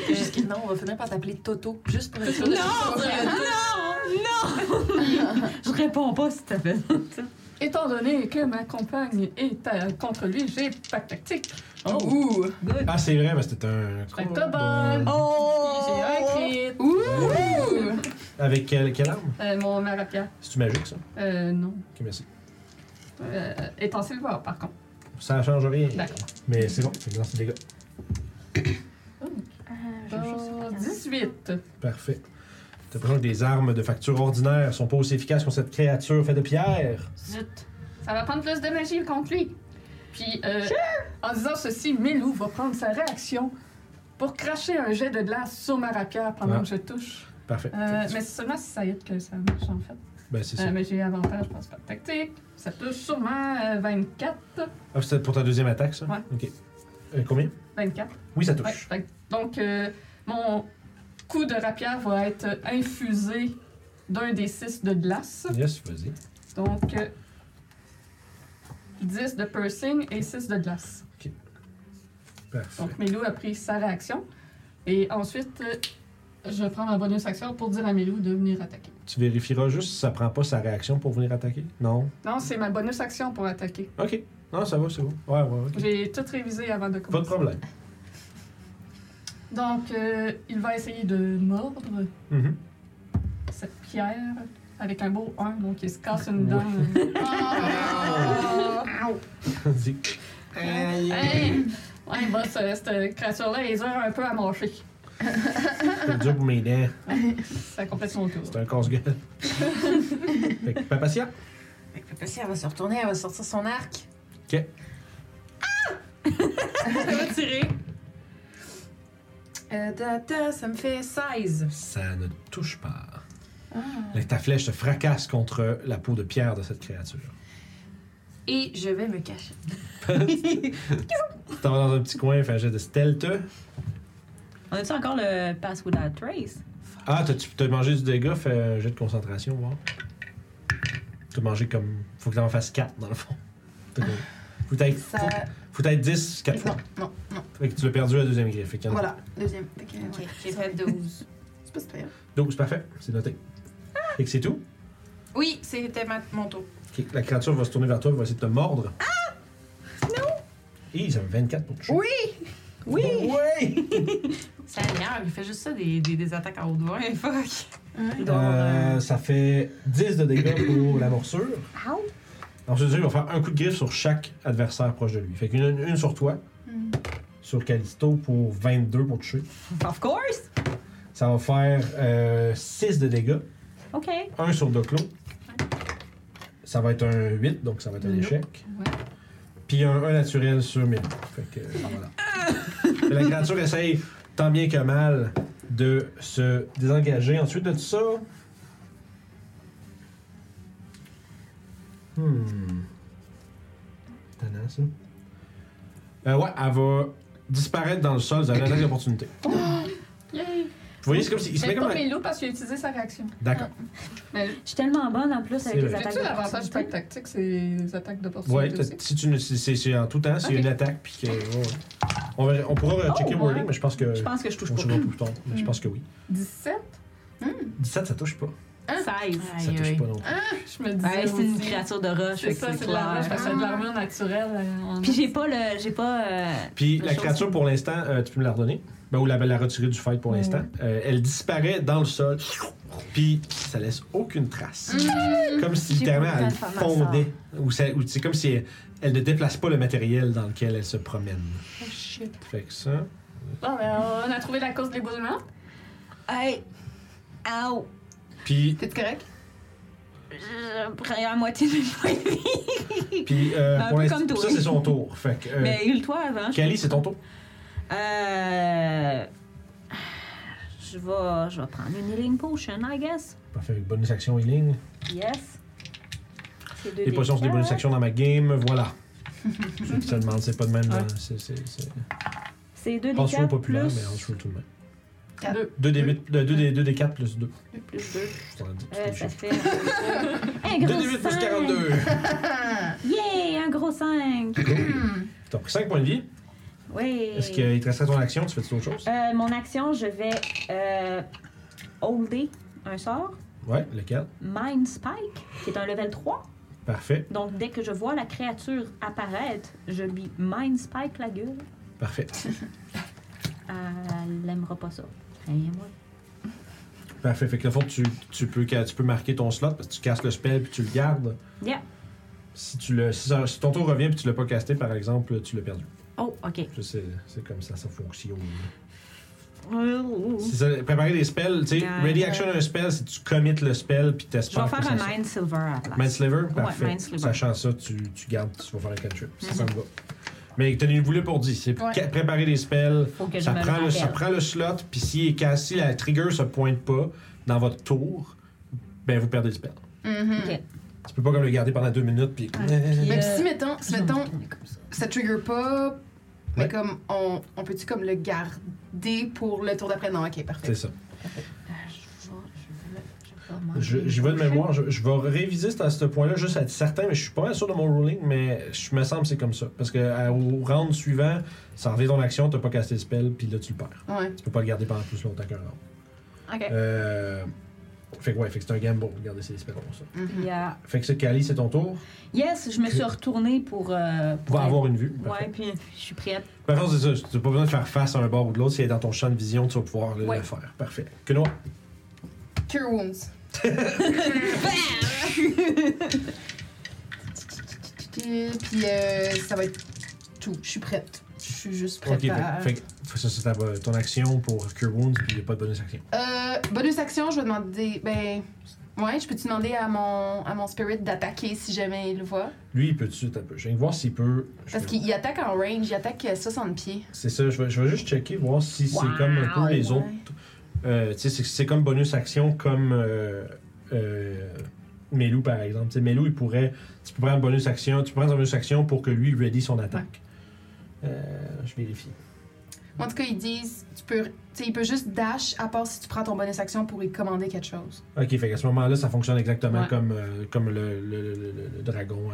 [SPEAKER 7] Juste que- non, on va finir par t'appeler Toto, juste pour être sûr
[SPEAKER 5] Non!
[SPEAKER 7] de-
[SPEAKER 5] Non! Non! Je réponds pas si t'as fait ça.
[SPEAKER 2] Étant donné que ma compagne est euh, contre lui, j'ai pas de tactique.
[SPEAKER 5] Oh!
[SPEAKER 3] Ouh.
[SPEAKER 5] Good!
[SPEAKER 1] Ah, c'est vrai, mais c'était un.
[SPEAKER 2] Un kobold.
[SPEAKER 5] Oh!
[SPEAKER 2] J'ai un crit.
[SPEAKER 3] Ouh.
[SPEAKER 1] Avec quelle, quelle arme
[SPEAKER 2] Euh, mon marapia.
[SPEAKER 1] C'est-tu magique, ça
[SPEAKER 2] Euh, non.
[SPEAKER 1] Ok, merci.
[SPEAKER 2] Euh, est en silver, par contre.
[SPEAKER 1] Ça change rien.
[SPEAKER 2] D'accord.
[SPEAKER 1] Mais c'est bon, c'est c'est des dégâts.
[SPEAKER 2] Donc, 18.
[SPEAKER 1] Parfait. T'as l'impression que des armes de facture ordinaire sont pas aussi efficaces que cette créature faite de pierre.
[SPEAKER 2] Zut. Ça va prendre plus de magie contre lui. Puis, euh, en disant ceci, Milou va prendre sa réaction pour cracher un jet de glace sur Marapia pendant
[SPEAKER 1] Ah.
[SPEAKER 2] que je touche.
[SPEAKER 1] Parfait.
[SPEAKER 2] Euh, mais c'est seulement si ça hit que ça marche, en fait.
[SPEAKER 1] ben, c'est
[SPEAKER 2] Euh,
[SPEAKER 1] ça.
[SPEAKER 2] mais j'ai avantage par spot tactique. Ça touche sûrement euh, 24.
[SPEAKER 1] Ah, c'était pour ta deuxième attaque, ça?
[SPEAKER 2] Ouais.
[SPEAKER 1] Ok. Euh, combien?
[SPEAKER 2] 24.
[SPEAKER 1] Oui, ça touche.
[SPEAKER 2] Ouais, fait que- donc, euh, mon coup de rapière va être infusé d'un des six de glace.
[SPEAKER 1] Yes, vas-y.
[SPEAKER 2] Donc, euh, 10 de piercing et 6 de glace.
[SPEAKER 1] Parfait.
[SPEAKER 2] Donc, Melou a pris sa réaction. Et ensuite, euh, je prends ma bonus action pour dire à Melou de venir attaquer.
[SPEAKER 1] Tu vérifieras juste si ça prend pas sa réaction pour venir attaquer? Non.
[SPEAKER 2] Non, c'est ma bonus action pour attaquer.
[SPEAKER 1] Ok. Non, ça va, c'est bon. Ouais, ouais, ok.
[SPEAKER 2] J'ai tout révisé avant de
[SPEAKER 1] Pas de
[SPEAKER 2] commencer.
[SPEAKER 1] problème.
[SPEAKER 2] Donc, euh, il va essayer de mordre
[SPEAKER 1] Mhm.
[SPEAKER 2] cette pierre avec un beau 1, donc il se casse une dent. Ah!
[SPEAKER 1] Dis-
[SPEAKER 2] Hey! Ouais, boss, euh, cette créature-là est dure un peu à mâcher.
[SPEAKER 1] C'est dur pour mes dents.
[SPEAKER 2] Ça complète son tour.
[SPEAKER 1] C'est un casse-gueule. fait que, Papatia,
[SPEAKER 7] Fait que Pepsi, elle va se retourner, elle va sortir son arc.
[SPEAKER 1] Ok.
[SPEAKER 7] Elle Ah! va tirer. Euh, ta, ta, ça me fait 16.
[SPEAKER 1] ça ne touche pas.
[SPEAKER 8] Ah.
[SPEAKER 1] Là, Ta flèche se fracasse contre la peau de pierre de cette créature.
[SPEAKER 7] Et je vais me cacher.
[SPEAKER 1] Tu t'en vas dans un petit coin, fais un jet de stealth.
[SPEAKER 8] On a-tu encore le Pass Without Trace?
[SPEAKER 1] Ah, t'as- tu t'as mangé du dégât, fais un jet de concentration, voir. T'as mangé comme. Faut que t'en fasses 4 dans le fond.
[SPEAKER 8] Ah.
[SPEAKER 1] T'as- Faut que t'ailles-
[SPEAKER 3] Ça.
[SPEAKER 1] faut- faut que t'ailles 10, 4
[SPEAKER 3] Non,
[SPEAKER 1] fois.
[SPEAKER 3] non, non.
[SPEAKER 1] Fait que tu l'as perdu à la deuxième griffe. Fait qu'il y en a-
[SPEAKER 3] Voilà, deuxième. Fait que, ouais,
[SPEAKER 7] Ok, j'ai fait 12.
[SPEAKER 3] C'est pas super.
[SPEAKER 1] Donc c'est parfait, c'est noté.
[SPEAKER 8] Ah.
[SPEAKER 1] Fait que c'est tout.
[SPEAKER 6] Oui, c'était ma- mon tour.
[SPEAKER 1] Ok, La créature va se tourner vers toi, elle va essayer de te mordre. Ah! Non! Ils ont 24 pour toucher. Oui! Oui! Oui!
[SPEAKER 5] Seigneur, il fait juste ça, des, des, des attaques en haut de voix. Fuck.
[SPEAKER 1] Euh, ça fait 10 de dégâts pour la morsure. Ensuite, il va faire un coup de griffe sur chaque adversaire proche de lui. Fait qu'une une sur toi, Hmm. sur Callisto pour 22 pour toucher.
[SPEAKER 8] Of course!
[SPEAKER 1] Ça va faire 6 de dégâts.
[SPEAKER 8] OK.
[SPEAKER 1] Un sur Doclo. Ça va être un 8, donc ça va être un échec.
[SPEAKER 2] Ouais.
[SPEAKER 1] Puis un 1 naturel sur 1000. Fait que euh, voilà. Fait la créature essaye tant bien que mal de se désengager. Ensuite de tout ça. Hmm. Tannant, ça. Euh, ouais, elle va disparaître dans le sol. Vous avez une attaque d'opportunité.
[SPEAKER 2] Yay!
[SPEAKER 1] Vous voyez, c'est comme si. Il se met
[SPEAKER 2] Mais
[SPEAKER 1] comme
[SPEAKER 2] pas
[SPEAKER 1] un-
[SPEAKER 2] Melou parce qu'il a utilisé sa réaction.
[SPEAKER 1] D'accord.
[SPEAKER 8] Je suis tellement bonne en plus
[SPEAKER 1] C'est
[SPEAKER 8] avec les
[SPEAKER 1] vrai.
[SPEAKER 8] attaques.
[SPEAKER 2] J'ai-tu l'avantage
[SPEAKER 8] d'opportunité.
[SPEAKER 2] de tactique, c'est les attaques d'opportunité
[SPEAKER 1] Ouais, t'as-
[SPEAKER 2] aussi?
[SPEAKER 1] si tu ne- si- c'est c'est en tout temps, s'il y a
[SPEAKER 2] Ok.
[SPEAKER 1] une attaque, puis que. ouais, ouais. On, verra- on pourra euh,
[SPEAKER 8] Oh,
[SPEAKER 1] checker le wording,
[SPEAKER 2] ouais.
[SPEAKER 1] mais je pense que.
[SPEAKER 8] Je pense que je touche
[SPEAKER 1] on
[SPEAKER 8] pas. Hmm.
[SPEAKER 1] saura plus tard, mais je pense que oui.
[SPEAKER 2] 17?
[SPEAKER 1] 17, ça touche pas.
[SPEAKER 8] 16.
[SPEAKER 1] ça touche pas non plus.
[SPEAKER 8] Ah,
[SPEAKER 2] Je me disais
[SPEAKER 8] Ouais, c'est une
[SPEAKER 2] aussi.
[SPEAKER 8] créature de roche.
[SPEAKER 2] C'est
[SPEAKER 8] fait que
[SPEAKER 2] ça, c'est de
[SPEAKER 8] clair.
[SPEAKER 2] l'armure, parce que c'est de
[SPEAKER 6] Ah.
[SPEAKER 2] l'armure naturelle. euh, en-
[SPEAKER 8] Puis j'ai pas le. J'ai pas. euh,
[SPEAKER 1] Puis
[SPEAKER 8] La
[SPEAKER 1] la
[SPEAKER 8] chose-
[SPEAKER 1] créature, pour l'instant, euh, tu peux me la redonner. Ben, ou la, la retirer du fight pour l'instant. Euh, elle disparaît dans le sol, puis ça laisse aucune trace. Comme si
[SPEAKER 8] Hmm. J'ai pas
[SPEAKER 1] littéralement
[SPEAKER 8] eu le temps
[SPEAKER 1] elle
[SPEAKER 8] de faire ma
[SPEAKER 1] fondait. Ou, ça- ou c'est comme si elle, elle ne déplace pas le matériel dans lequel elle se promène.
[SPEAKER 8] Oh,
[SPEAKER 1] Fait que ça.
[SPEAKER 2] Bon, ben, on a trouvé la cause de l'éboulement.
[SPEAKER 8] Hey! Ow!
[SPEAKER 1] Puis,
[SPEAKER 3] T'es correct?
[SPEAKER 8] Je prends à moitié de mes points de vie.
[SPEAKER 1] puis euh,
[SPEAKER 8] Un
[SPEAKER 1] pour
[SPEAKER 8] peu
[SPEAKER 1] l'instant-
[SPEAKER 8] comme toi.
[SPEAKER 1] ça, c'est son tour. Fait que. euh,
[SPEAKER 8] Mais hurle-toi avant.
[SPEAKER 1] Kali, c'est ton tour.
[SPEAKER 8] Euh. Je vais. Je vais prendre une healing potion, I guess.
[SPEAKER 1] Parfait, avec bonus action healing.
[SPEAKER 8] Yes. C'est deux
[SPEAKER 1] Les
[SPEAKER 8] des
[SPEAKER 1] potions sont des
[SPEAKER 8] quatre.
[SPEAKER 1] bonus actions dans ma game, voilà. Je te demande, c'est pas de même. dans- c'est- c'est- c'est-
[SPEAKER 8] C'est deux des
[SPEAKER 1] Pas sûr
[SPEAKER 8] quatre
[SPEAKER 1] populaire,
[SPEAKER 8] plus,
[SPEAKER 1] mais on se fout tout de même.
[SPEAKER 3] Quatre.
[SPEAKER 2] Deux.
[SPEAKER 1] 2 des 8, 2 des 2 des 4 plus 2.
[SPEAKER 8] plus deux.
[SPEAKER 1] Je t'en dis.
[SPEAKER 8] Euh, ça fait...
[SPEAKER 1] 2
[SPEAKER 8] un gros
[SPEAKER 1] des 8 plus
[SPEAKER 8] cinq.
[SPEAKER 1] 42.
[SPEAKER 8] Yay! Un gros 5!
[SPEAKER 1] T'as pris 5 points de vie.
[SPEAKER 8] Oui.
[SPEAKER 1] Est-ce qu'il te resterait ton action Tu fais-tu autre chose
[SPEAKER 8] Euh, mon action, je vais euh, holder un sort,
[SPEAKER 1] Ouais, lequel
[SPEAKER 8] Mind Spike, qui est un level 3.
[SPEAKER 1] Parfait,
[SPEAKER 8] Donc, dès que je vois la créature apparaître, je lui Mind Spike la gueule.
[SPEAKER 1] parfait.
[SPEAKER 8] Elle n'aimera pas ça. Craignez-moi.
[SPEAKER 1] Parfait. Fait que le fond, tu, tu, peux, ca- tu peux marquer ton slot parce que tu casses le spell puis tu le gardes.
[SPEAKER 8] Yeah.
[SPEAKER 1] Si, tu le, si, ça- si ton tour revient puis tu l'as pas casté, par exemple, tu l'as perdu.
[SPEAKER 8] Oh, OK.
[SPEAKER 1] Je sais, C'est comme ça, ça fonctionne.
[SPEAKER 8] Je
[SPEAKER 1] C'est ça, préparer des spells, tu sais,
[SPEAKER 8] Ouais.
[SPEAKER 1] ready action un spell, c'est tu commits le spell puis t'espères
[SPEAKER 8] vais
[SPEAKER 1] que
[SPEAKER 8] faire
[SPEAKER 1] ça
[SPEAKER 8] un
[SPEAKER 1] sort.
[SPEAKER 8] Mind Silver à la place.
[SPEAKER 1] Manslaver, parfait.
[SPEAKER 8] Manslaver.
[SPEAKER 1] Sachant ça, tu, tu gardes, tu vas faire un cantrip.
[SPEAKER 8] Mm-hmm.
[SPEAKER 1] Ça, ça me va. Mais tenez-vous là pour 10. C'est
[SPEAKER 3] Ouais.
[SPEAKER 1] ca- préparer des spells,
[SPEAKER 8] Faut que je
[SPEAKER 1] ça
[SPEAKER 8] me le
[SPEAKER 1] prend, le, ça
[SPEAKER 8] rappelle.
[SPEAKER 1] prend le slot, puis si, si la trigger se pointe pas, dans votre tour, ben vous perdez le spell.
[SPEAKER 3] Mhm.
[SPEAKER 5] Ok.
[SPEAKER 1] Tu peux pas comme le garder pendant deux minutes puis.
[SPEAKER 8] Ah,
[SPEAKER 5] puis-
[SPEAKER 3] Même
[SPEAKER 5] Euh,
[SPEAKER 3] si, mettons, si, mettons, ça trigger pas, mais
[SPEAKER 1] Ouais.
[SPEAKER 3] comme, on, on peut-tu comme le garder pour le tour d'après? Non, ok, parfait.
[SPEAKER 1] C'est ça. Je, j'y vais de mémoire, je, je vais réviser c'est à ce point-là, juste à être certain, mais je suis pas mal sûr de mon ruling, mais je me semble que c'est comme ça. Parce que à- au round suivant, ça revient ton action, t'as pas casté le spell, puis là tu le perds.
[SPEAKER 3] Ouais.
[SPEAKER 1] Tu peux pas le garder pendant plus longtemps qu'un round.
[SPEAKER 6] Ok.
[SPEAKER 1] Euh, fait que ouais, fait que c'est un gamble, garder ses spells comme ça.
[SPEAKER 3] Mhm.
[SPEAKER 5] Yeah.
[SPEAKER 1] Fait que c'est Cali, c'est ton tour.
[SPEAKER 5] Yes, je me suis retournée pour. euh,
[SPEAKER 1] Tu
[SPEAKER 5] pour
[SPEAKER 1] vas avoir une vue. Parfait.
[SPEAKER 5] Ouais, puis je suis prête.
[SPEAKER 1] Par contre, c'est ça, tu n'as pas besoin de faire face à un bord ou de l'autre, si elle est dans ton champ de vision, tu vas pouvoir le,
[SPEAKER 5] Ouais.
[SPEAKER 1] le faire. Parfait. Que non,
[SPEAKER 3] Cure wounds. Bam! Puis euh, ça va être tout. Je suis prête. Je suis juste prête
[SPEAKER 1] Ok, fait,
[SPEAKER 3] à...
[SPEAKER 1] fait que ça c'est ta- ton action pour Cure Wounds, puis il n'y a pas de bonus action.
[SPEAKER 3] Euh, bonus action, je vais demander... Ben... Ouais, je peux-tu demander à mon, à mon spirit d'attaquer si jamais il le voit?
[SPEAKER 1] Lui, il peut tuer un peu. Je viens voir s'il peut. je
[SPEAKER 3] Parce
[SPEAKER 1] vais-
[SPEAKER 3] qu'il il attaque en range, il attaque à 60 pieds.
[SPEAKER 1] C'est ça, je vais, je vais juste checker, voir si c'est comme un peu les
[SPEAKER 3] ouais.
[SPEAKER 1] autres. Euh, tu sais, c'est- c'est comme bonus action, comme euh, euh, Melou par exemple. Tu sais, Melou, il pourrait. Tu peux prendre bonus action, tu peux prendre un bonus action pour que lui ready son attaque. Euh, je vérifie.
[SPEAKER 3] En tout cas, ils disent, tu peux, tu sais, il peut juste dash à part si tu prends ton bonus action pour y commander quelque chose.
[SPEAKER 1] Ok, fait qu'à ce moment-là, ça fonctionne exactement
[SPEAKER 3] Ouais.
[SPEAKER 1] comme, euh, comme le, le- le- le- le dragon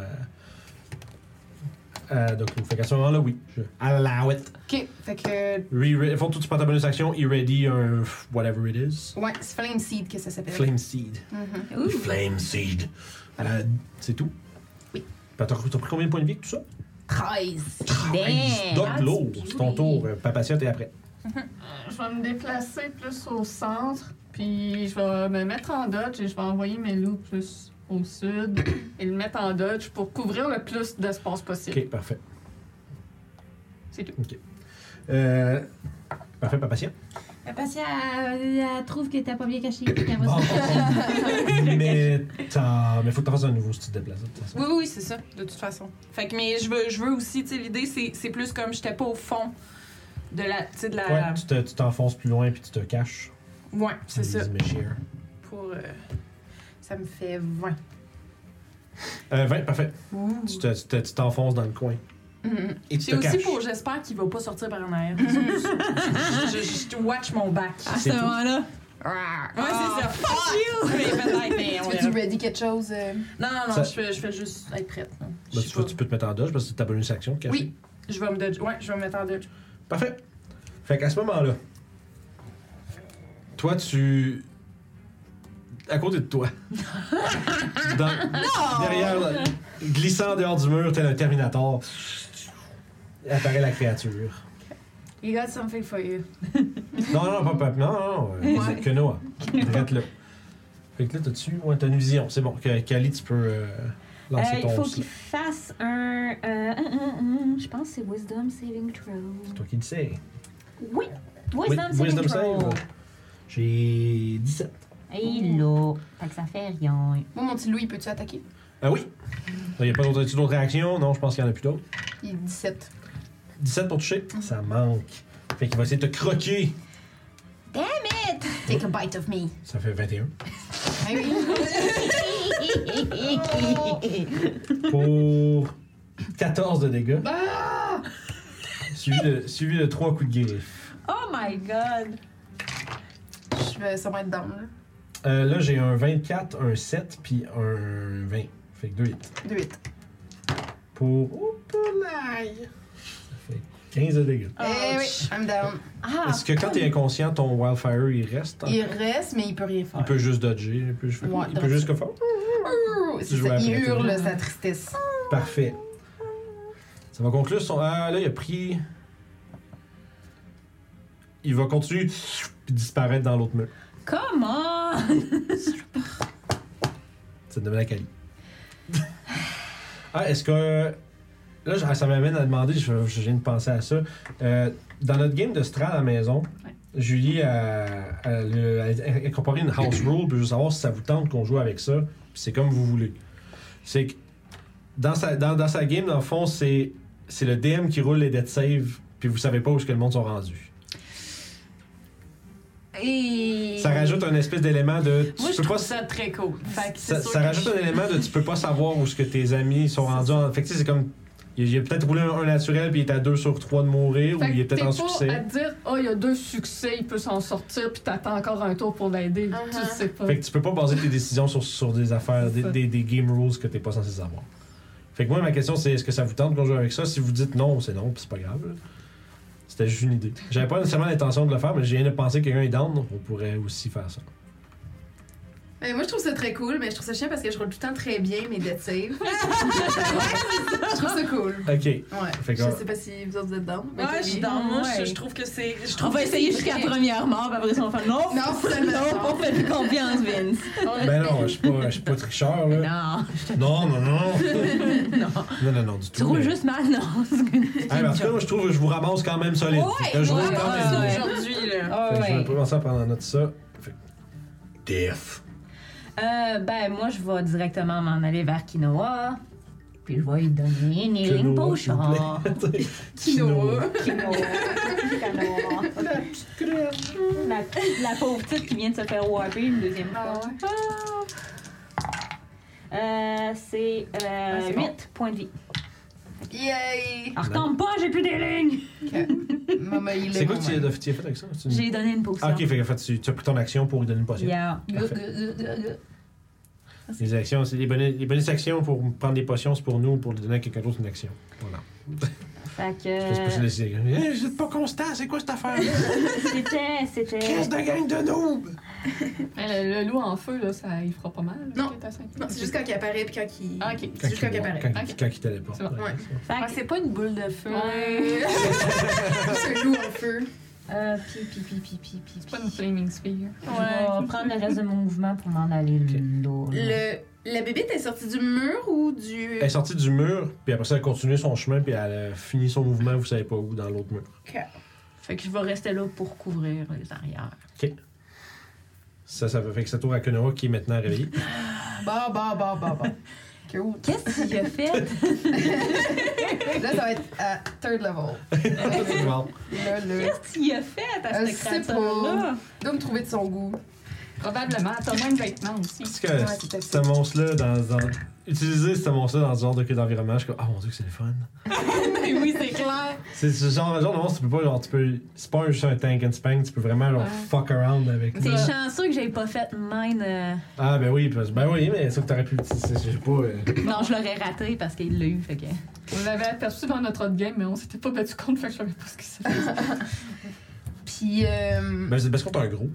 [SPEAKER 1] à, à Doku. Fait qu'à ce moment-là, oui. Je allow it.
[SPEAKER 3] Ok, fait que,
[SPEAKER 1] Re- re- faut tout tu prends ta bonus action, il ready un f- whatever it is.
[SPEAKER 3] ouais, c'est Flame Seed que ça s'appelle.
[SPEAKER 1] Flame Seed.
[SPEAKER 3] Mhm.
[SPEAKER 5] Ouh.
[SPEAKER 1] Flame Seed. Euh, c'est tout?
[SPEAKER 3] Oui.
[SPEAKER 1] Ben, T'as t'as pris combien de points de vie, que tout ça?
[SPEAKER 3] 13.
[SPEAKER 5] Damn.
[SPEAKER 1] Donc lourd. C'est ton tour. euh, Papa Sia, t'es après.
[SPEAKER 2] Je vais me déplacer plus au centre, puis je vais me mettre en dodge et je vais envoyer mes loups plus au sud et le mettre en dodge pour couvrir le plus d'espace possible.
[SPEAKER 1] Ok, parfait.
[SPEAKER 2] C'est tout.
[SPEAKER 1] Euh, parfait, Papa Sia.
[SPEAKER 7] Parce qu'elle trouve que t'as pas bien caché. puis qu'elle va
[SPEAKER 1] Bon.
[SPEAKER 7] se-
[SPEAKER 1] mais t'as- mais faut que t'en fasses un nouveau si tu te déplaces. de toute façon.
[SPEAKER 6] Oui, oui, oui, c'est ça, de toute façon. Fait que, mais je veux, je veux aussi, tu sais, l'idée, c'est c'est plus comme j'étais pas au fond de la. Tu sais, de la.
[SPEAKER 1] Ouais, tu te- tu t'enfonces plus loin puis tu te caches.
[SPEAKER 6] Ouais, c'est ça.
[SPEAKER 1] Easy Machine.
[SPEAKER 6] Pour. euh,
[SPEAKER 3] Ça me fait 20.
[SPEAKER 1] Euh, 20, parfait. Tu te- tu te- tu t'enfonces dans le coin.
[SPEAKER 2] Mm-hmm.
[SPEAKER 3] Mhm.
[SPEAKER 1] Et tu
[SPEAKER 6] C'est
[SPEAKER 1] te
[SPEAKER 6] aussi
[SPEAKER 1] caches.
[SPEAKER 6] pour. J'espère qu'il va pas sortir par en arrière. je, je- je watch mon back.
[SPEAKER 1] Ah, c'est tout.
[SPEAKER 6] Ouais, c'est ça. Fuck you! Mais peut-être, mais on
[SPEAKER 3] Tu veux-tu
[SPEAKER 6] verra.
[SPEAKER 3] ready quelque chose? euh?
[SPEAKER 6] Non, non, non,
[SPEAKER 1] Ça-
[SPEAKER 6] je, fais, je fais juste être prête. non.
[SPEAKER 1] Bah,
[SPEAKER 6] Je
[SPEAKER 1] tu,
[SPEAKER 6] sais
[SPEAKER 1] peux,
[SPEAKER 6] pas.
[SPEAKER 1] tu peux te mettre en dodge parce que c'est ta bonus action. cachée.
[SPEAKER 6] Oui, je vais me dodge. Ouais, je vais me mettre en dodge.
[SPEAKER 1] Parfait. Fait qu'à ce moment-là, toi, tu. À côté de toi. dans- Derrière, là, glissant en dehors du mur, tel un Terminator, apparaît la créature.
[SPEAKER 3] You got something for you.
[SPEAKER 1] Non, non, pas, pas non, non, euh, c'est que Noah. Arrête là. Fait que là, t'as-tu. Ouais, t'as une vision. C'est bon. Que- Kali, tu peux euh, lancer
[SPEAKER 5] Euh,
[SPEAKER 1] ton.
[SPEAKER 5] il faut
[SPEAKER 1] sl-
[SPEAKER 5] qu'il fasse un. euh, un, un, un, je pense que c'est Wisdom Saving Throw.
[SPEAKER 1] Toi qui le sais.
[SPEAKER 5] Oui!
[SPEAKER 1] Oui,
[SPEAKER 5] Wisdom Saving
[SPEAKER 1] Wisdom
[SPEAKER 5] Throw.
[SPEAKER 1] save. J'ai 17.
[SPEAKER 5] Et là. Fait que ça fait rien.
[SPEAKER 3] Moi, mon petit loup, il peut-tu attaquer?
[SPEAKER 1] Ah oui. Il n'y a pas d'autres y a-tu d'autres réactions? Non, je pense qu'il n'y en a plus d'autres.
[SPEAKER 3] Il est 17.
[SPEAKER 1] 17 pour toucher? Ça manque. Fait qu'il va essayer de te croquer.
[SPEAKER 3] Take a bite of me.
[SPEAKER 1] Ça fait 21.
[SPEAKER 3] Ah oui.
[SPEAKER 1] Pour 14 de dégâts.
[SPEAKER 3] Ah!
[SPEAKER 1] Suivi, de, suivi de 3 coups de griffe.
[SPEAKER 5] Oh my god!
[SPEAKER 3] Je vais sûrement être down, là.
[SPEAKER 1] Euh, là, j'ai un 24, un 7, puis un 20. Fait que 2 hits.
[SPEAKER 3] 2 hits.
[SPEAKER 1] Pour. Oh, polaille! Ça fait 15 de dégâts.
[SPEAKER 3] Eh oui, I'm down.
[SPEAKER 5] Ah!
[SPEAKER 1] Est-ce que quand t'es inconscient, ton Wildfire, il reste? en-
[SPEAKER 3] Il reste, mais il peut rien faire.
[SPEAKER 1] Il peut juste dodger. Il peut, juste-
[SPEAKER 3] Ouais,
[SPEAKER 1] il peut juste comme faire.
[SPEAKER 3] Ouh, c'est
[SPEAKER 1] Je vais
[SPEAKER 3] ça, Il
[SPEAKER 1] apprêter.
[SPEAKER 3] hurle sa tristesse.
[SPEAKER 1] Parfait. Ça va conclure son. Ah, là, il a pris. Il va continuer puis disparaître dans l'autre mur.
[SPEAKER 5] Comment?
[SPEAKER 1] Ça devient la Cali. ah, est-ce que. Là, je- ça m'amène à demander, je, je viens de penser à ça. Euh, dans notre game de Strat à la maison, Julie euh, a, a le- a incorporé une house rule, puis je veux savoir si ça vous tente qu'on joue avec ça, puis c'est comme vous voulez. C'est que dans sa, dans, dans sa game, dans le fond, c'est, c'est le DM qui roule les dead save, puis vous savez pas où est-ce que le monde sont rendus.
[SPEAKER 5] Et...
[SPEAKER 1] Ça rajoute un espèce d'élément de. Tu
[SPEAKER 2] Moi, je
[SPEAKER 1] peux pas
[SPEAKER 2] trouve ça très cool. Fait que c'est
[SPEAKER 1] ça,
[SPEAKER 2] sûr
[SPEAKER 1] ça
[SPEAKER 2] que
[SPEAKER 1] rajoute
[SPEAKER 2] je-
[SPEAKER 1] un élément de tu peux pas savoir où ce que tes amis sont rendus. En... Fait que tu sais, c'est comme. Il il a peut-être roulé un, un naturel puis il est à 2 sur 3 de mourir
[SPEAKER 2] Fait
[SPEAKER 1] ou
[SPEAKER 2] que
[SPEAKER 1] il est peut-être
[SPEAKER 2] t'es
[SPEAKER 1] en
[SPEAKER 2] pas à
[SPEAKER 1] succès.
[SPEAKER 2] te dire, oh, il y a deux succès, il peut s'en sortir, puis t'attends encore un tour pour l'aider.
[SPEAKER 3] Uh-huh.
[SPEAKER 2] Tu sais pas.
[SPEAKER 1] Fait que tu peux pas baser tes décisions sur, sur des affaires, des,
[SPEAKER 2] C'est ça.
[SPEAKER 1] des- des game rules que t'es pas censé savoir. Fait que moi, ma question, c'est est-ce que ça vous tente qu'on joue avec ça Si vous dites non, c'est non, puis c'est pas grave. là. C'était juste une idée. J'avais pas nécessairement l'intention de le faire, mais j'ai viens de penser que quelqu'un est down, on pourrait aussi faire ça.
[SPEAKER 3] Mais Eh, moi, je trouve ça très cool, mais je trouve ça chiant parce que je roule tout le temps très bien mes dead saves. je trouve ça cool.
[SPEAKER 1] Ok.
[SPEAKER 3] Ouais.
[SPEAKER 1] Fait que-
[SPEAKER 3] je sais pas si vous autres vous êtes dedans. mais
[SPEAKER 7] Ouais,
[SPEAKER 3] oui.
[SPEAKER 7] je suis dans moi, je-
[SPEAKER 8] Ouais.
[SPEAKER 7] je trouve que c'est. Je
[SPEAKER 8] On
[SPEAKER 7] trouve
[SPEAKER 8] va
[SPEAKER 7] que
[SPEAKER 8] essayer
[SPEAKER 7] c'est
[SPEAKER 8] jusqu'à la
[SPEAKER 7] vrai.
[SPEAKER 8] première mort, puis après ça, on va faire non.
[SPEAKER 3] Non, vous êtes
[SPEAKER 8] Non, on fait plus confiance, Vince.
[SPEAKER 1] Ben non, je suis pas, je suis pas tricheur, là.
[SPEAKER 8] Non.
[SPEAKER 1] Non, non, non. non, non, non, du tout.
[SPEAKER 8] Tu roules
[SPEAKER 1] mais-
[SPEAKER 8] juste mal, non.
[SPEAKER 1] Ah, mais en tout cas, moi, je trouve que je vous ramasse quand même solide. Fait que je roule quand même.
[SPEAKER 8] ouais.
[SPEAKER 1] bien.
[SPEAKER 7] Aujourd'hui, là.
[SPEAKER 8] Ah
[SPEAKER 1] Fait que Je vais commencer à prendre en note ça. Fait que- Def.
[SPEAKER 8] Euh, ben, moi, je vais directement m'en aller vers Quinoa. Puis je vais lui donner une healing
[SPEAKER 1] Quinoa,
[SPEAKER 8] potion.
[SPEAKER 1] s'il vous plaît.
[SPEAKER 3] Quinoa.
[SPEAKER 8] Quinoa. Quinoa. la, la pauvre petite qui vient de se faire warper une deuxième fois.
[SPEAKER 3] Ah ouais.
[SPEAKER 8] Euh, c'est euh,
[SPEAKER 3] Ah, c'est
[SPEAKER 8] 8
[SPEAKER 3] bon.
[SPEAKER 8] points de vie.
[SPEAKER 3] Yay!
[SPEAKER 8] Alors, retombe pas, j'ai plus des lignes!
[SPEAKER 3] Ok. Maman, il est.
[SPEAKER 1] C'est quoi que
[SPEAKER 3] mon
[SPEAKER 1] tu
[SPEAKER 3] mec.
[SPEAKER 1] as tu as fait avec ça? Tu-
[SPEAKER 8] J'ai donné une potion.
[SPEAKER 1] Ah, ok, fait, que, en fait, tu, tu as pris ton action pour lui donner une potion.
[SPEAKER 8] Yeah.
[SPEAKER 1] Parfait. Les actions, c'est les bonnes, les bonnes actions pour prendre des potions, c'est pour nous ou pour lui donner à quelqu'un d'autre une action. Voilà.
[SPEAKER 8] Fait que.
[SPEAKER 1] Je sais pas
[SPEAKER 5] Euh.
[SPEAKER 1] si c'est- Eh, vous êtes pas constant, c'est quoi cette affaire-là?
[SPEAKER 8] C'était. C'était.
[SPEAKER 1] Qu'est-ce de gang de noobs?
[SPEAKER 2] Mais le, le loup en feu, là, ça il fera pas mal.
[SPEAKER 3] Non.
[SPEAKER 2] ok, t'as cinq.
[SPEAKER 3] Non, c'est juste quand il apparaît puis quand il.
[SPEAKER 2] Ah, ok.
[SPEAKER 3] C'est juste quand il
[SPEAKER 1] voit-
[SPEAKER 3] apparaît.
[SPEAKER 1] quand-
[SPEAKER 2] Ok.
[SPEAKER 1] quand il téléporte.
[SPEAKER 2] C'est bon,
[SPEAKER 3] ouais.
[SPEAKER 1] ça.
[SPEAKER 8] Fait
[SPEAKER 3] Ah,
[SPEAKER 8] que.
[SPEAKER 3] c'est pas une boule de feu.
[SPEAKER 2] Ouais.
[SPEAKER 3] Euh, C'est un loup en feu.
[SPEAKER 8] Euh, pi, pi, pi, pi, pi, pi.
[SPEAKER 2] C'est pas une flaming sphere.
[SPEAKER 8] Je vais prendre le reste de mon mouvement pour m'en aller là.
[SPEAKER 3] Le... La bébête est sortie du mur ou du.
[SPEAKER 1] Elle est sortie du mur, puis après ça, elle a continué son chemin, puis elle a fini son mouvement, vous savez pas où, dans l'autre mur.
[SPEAKER 8] Fait que je vais rester là pour couvrir les arrières.
[SPEAKER 1] Ça, ça fait que ça tourne à Konoha qui est maintenant réveillée.
[SPEAKER 3] Bah, bah, bah, bah, bah. Cool.
[SPEAKER 8] Qu'est-ce qu'il a fait?
[SPEAKER 3] Là, ça va être à third level.
[SPEAKER 1] Wow.
[SPEAKER 3] Là, là.
[SPEAKER 8] Qu'est-ce qu'il a fait à
[SPEAKER 3] Euh,
[SPEAKER 8] cette
[SPEAKER 3] c'est
[SPEAKER 8] créature-là?
[SPEAKER 3] Doit me trouver de son goût.
[SPEAKER 2] Probablement. T'as moins de vêtements aussi.
[SPEAKER 1] Parce que
[SPEAKER 3] Ouais, tout à fait.
[SPEAKER 1] ce monstre-là, dans, dans- utiliser ce monstre-là dans ce genre de- d'environnement, je suis comme, ah mon dieu, que c'est le fun.
[SPEAKER 2] Mais oui, c'est clair.
[SPEAKER 1] C'est ce genre, genre de monstre, tu peux pas, genre, tu peux. C'est pas juste un tank and spank, tu peux vraiment, genre,
[SPEAKER 2] Ouais.
[SPEAKER 1] fuck around avec.
[SPEAKER 8] T'es
[SPEAKER 1] lui.
[SPEAKER 8] chanceux que j'aie pas fait mine. euh,
[SPEAKER 1] Ah, ben oui, parce, ben oui, mais ça que t'aurais pu. c'est- c'est- J'ai pas. euh,
[SPEAKER 8] Non, je l'aurais raté parce qu'il l'a eu, fait que.
[SPEAKER 2] On l'avait aperçu dans notre autre game, mais on s'était pas battu contre, fait que je savais pas ce que c'était.
[SPEAKER 3] Puis. Euh...
[SPEAKER 1] Ben c'est parce qu'on t'a un gros.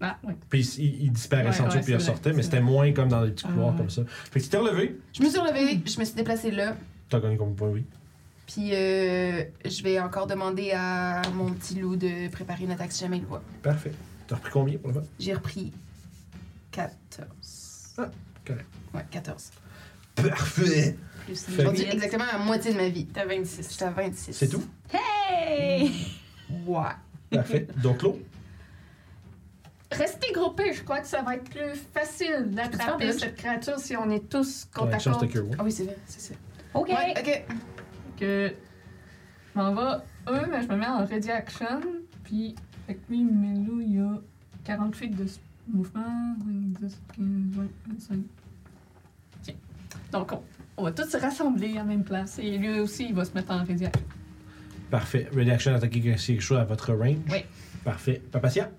[SPEAKER 2] Ah, oui.
[SPEAKER 1] Puis il, il disparaissait
[SPEAKER 2] Ouais,
[SPEAKER 1] en dessous,
[SPEAKER 2] ouais,
[SPEAKER 1] puis il
[SPEAKER 2] c'est vrai,
[SPEAKER 1] ressortait, mais
[SPEAKER 2] c'est
[SPEAKER 1] c'était moins comme dans les petits
[SPEAKER 2] Ah,
[SPEAKER 1] couloirs
[SPEAKER 2] ouais.
[SPEAKER 1] comme ça. Fait que tu t'es relevé,
[SPEAKER 3] Je me suis relevée, je me suis déplacée là.
[SPEAKER 1] t'as gagné comme point, oui.
[SPEAKER 3] Puis euh, je vais encore demander à mon petit loup de préparer une attaque si jamais il le voit.
[SPEAKER 1] Parfait. T'as repris combien pour le faire?
[SPEAKER 3] J'ai repris 14.
[SPEAKER 1] Ah, correct.
[SPEAKER 3] Ouais, 14.
[SPEAKER 1] Parfait!
[SPEAKER 5] Plus
[SPEAKER 1] Fait-
[SPEAKER 3] Rendu exactement à la moitié de ma vie.
[SPEAKER 5] T'as 26.
[SPEAKER 3] J'étais à 26.
[SPEAKER 1] C'est tout?
[SPEAKER 8] Hey!
[SPEAKER 3] Ouais.
[SPEAKER 1] Parfait. Donc l'eau?
[SPEAKER 2] Restez groupés, je crois que ça va être plus facile d'attraper
[SPEAKER 3] Plus.
[SPEAKER 2] cette créature si on est tous
[SPEAKER 1] T'as
[SPEAKER 2] contre à
[SPEAKER 1] une chance de
[SPEAKER 2] contre.
[SPEAKER 1] cure.
[SPEAKER 3] Ah oui, c'est vrai, c'est ça.
[SPEAKER 8] Ok!
[SPEAKER 3] Ouais, ok.
[SPEAKER 2] Que je m'en vais eux, mais je me mets en ready action. Puis, fait que lui, Melo, il a 40 feet de s- mouvement. 5, 10, 15, 20, 25. Tiens. Donc, on, on va tous se rassembler en même place. Et lui aussi, il va se mettre en ready action.
[SPEAKER 1] Parfait. Ready action, attaquer quelque chose à votre range.
[SPEAKER 2] Oui.
[SPEAKER 1] Parfait. Papatia?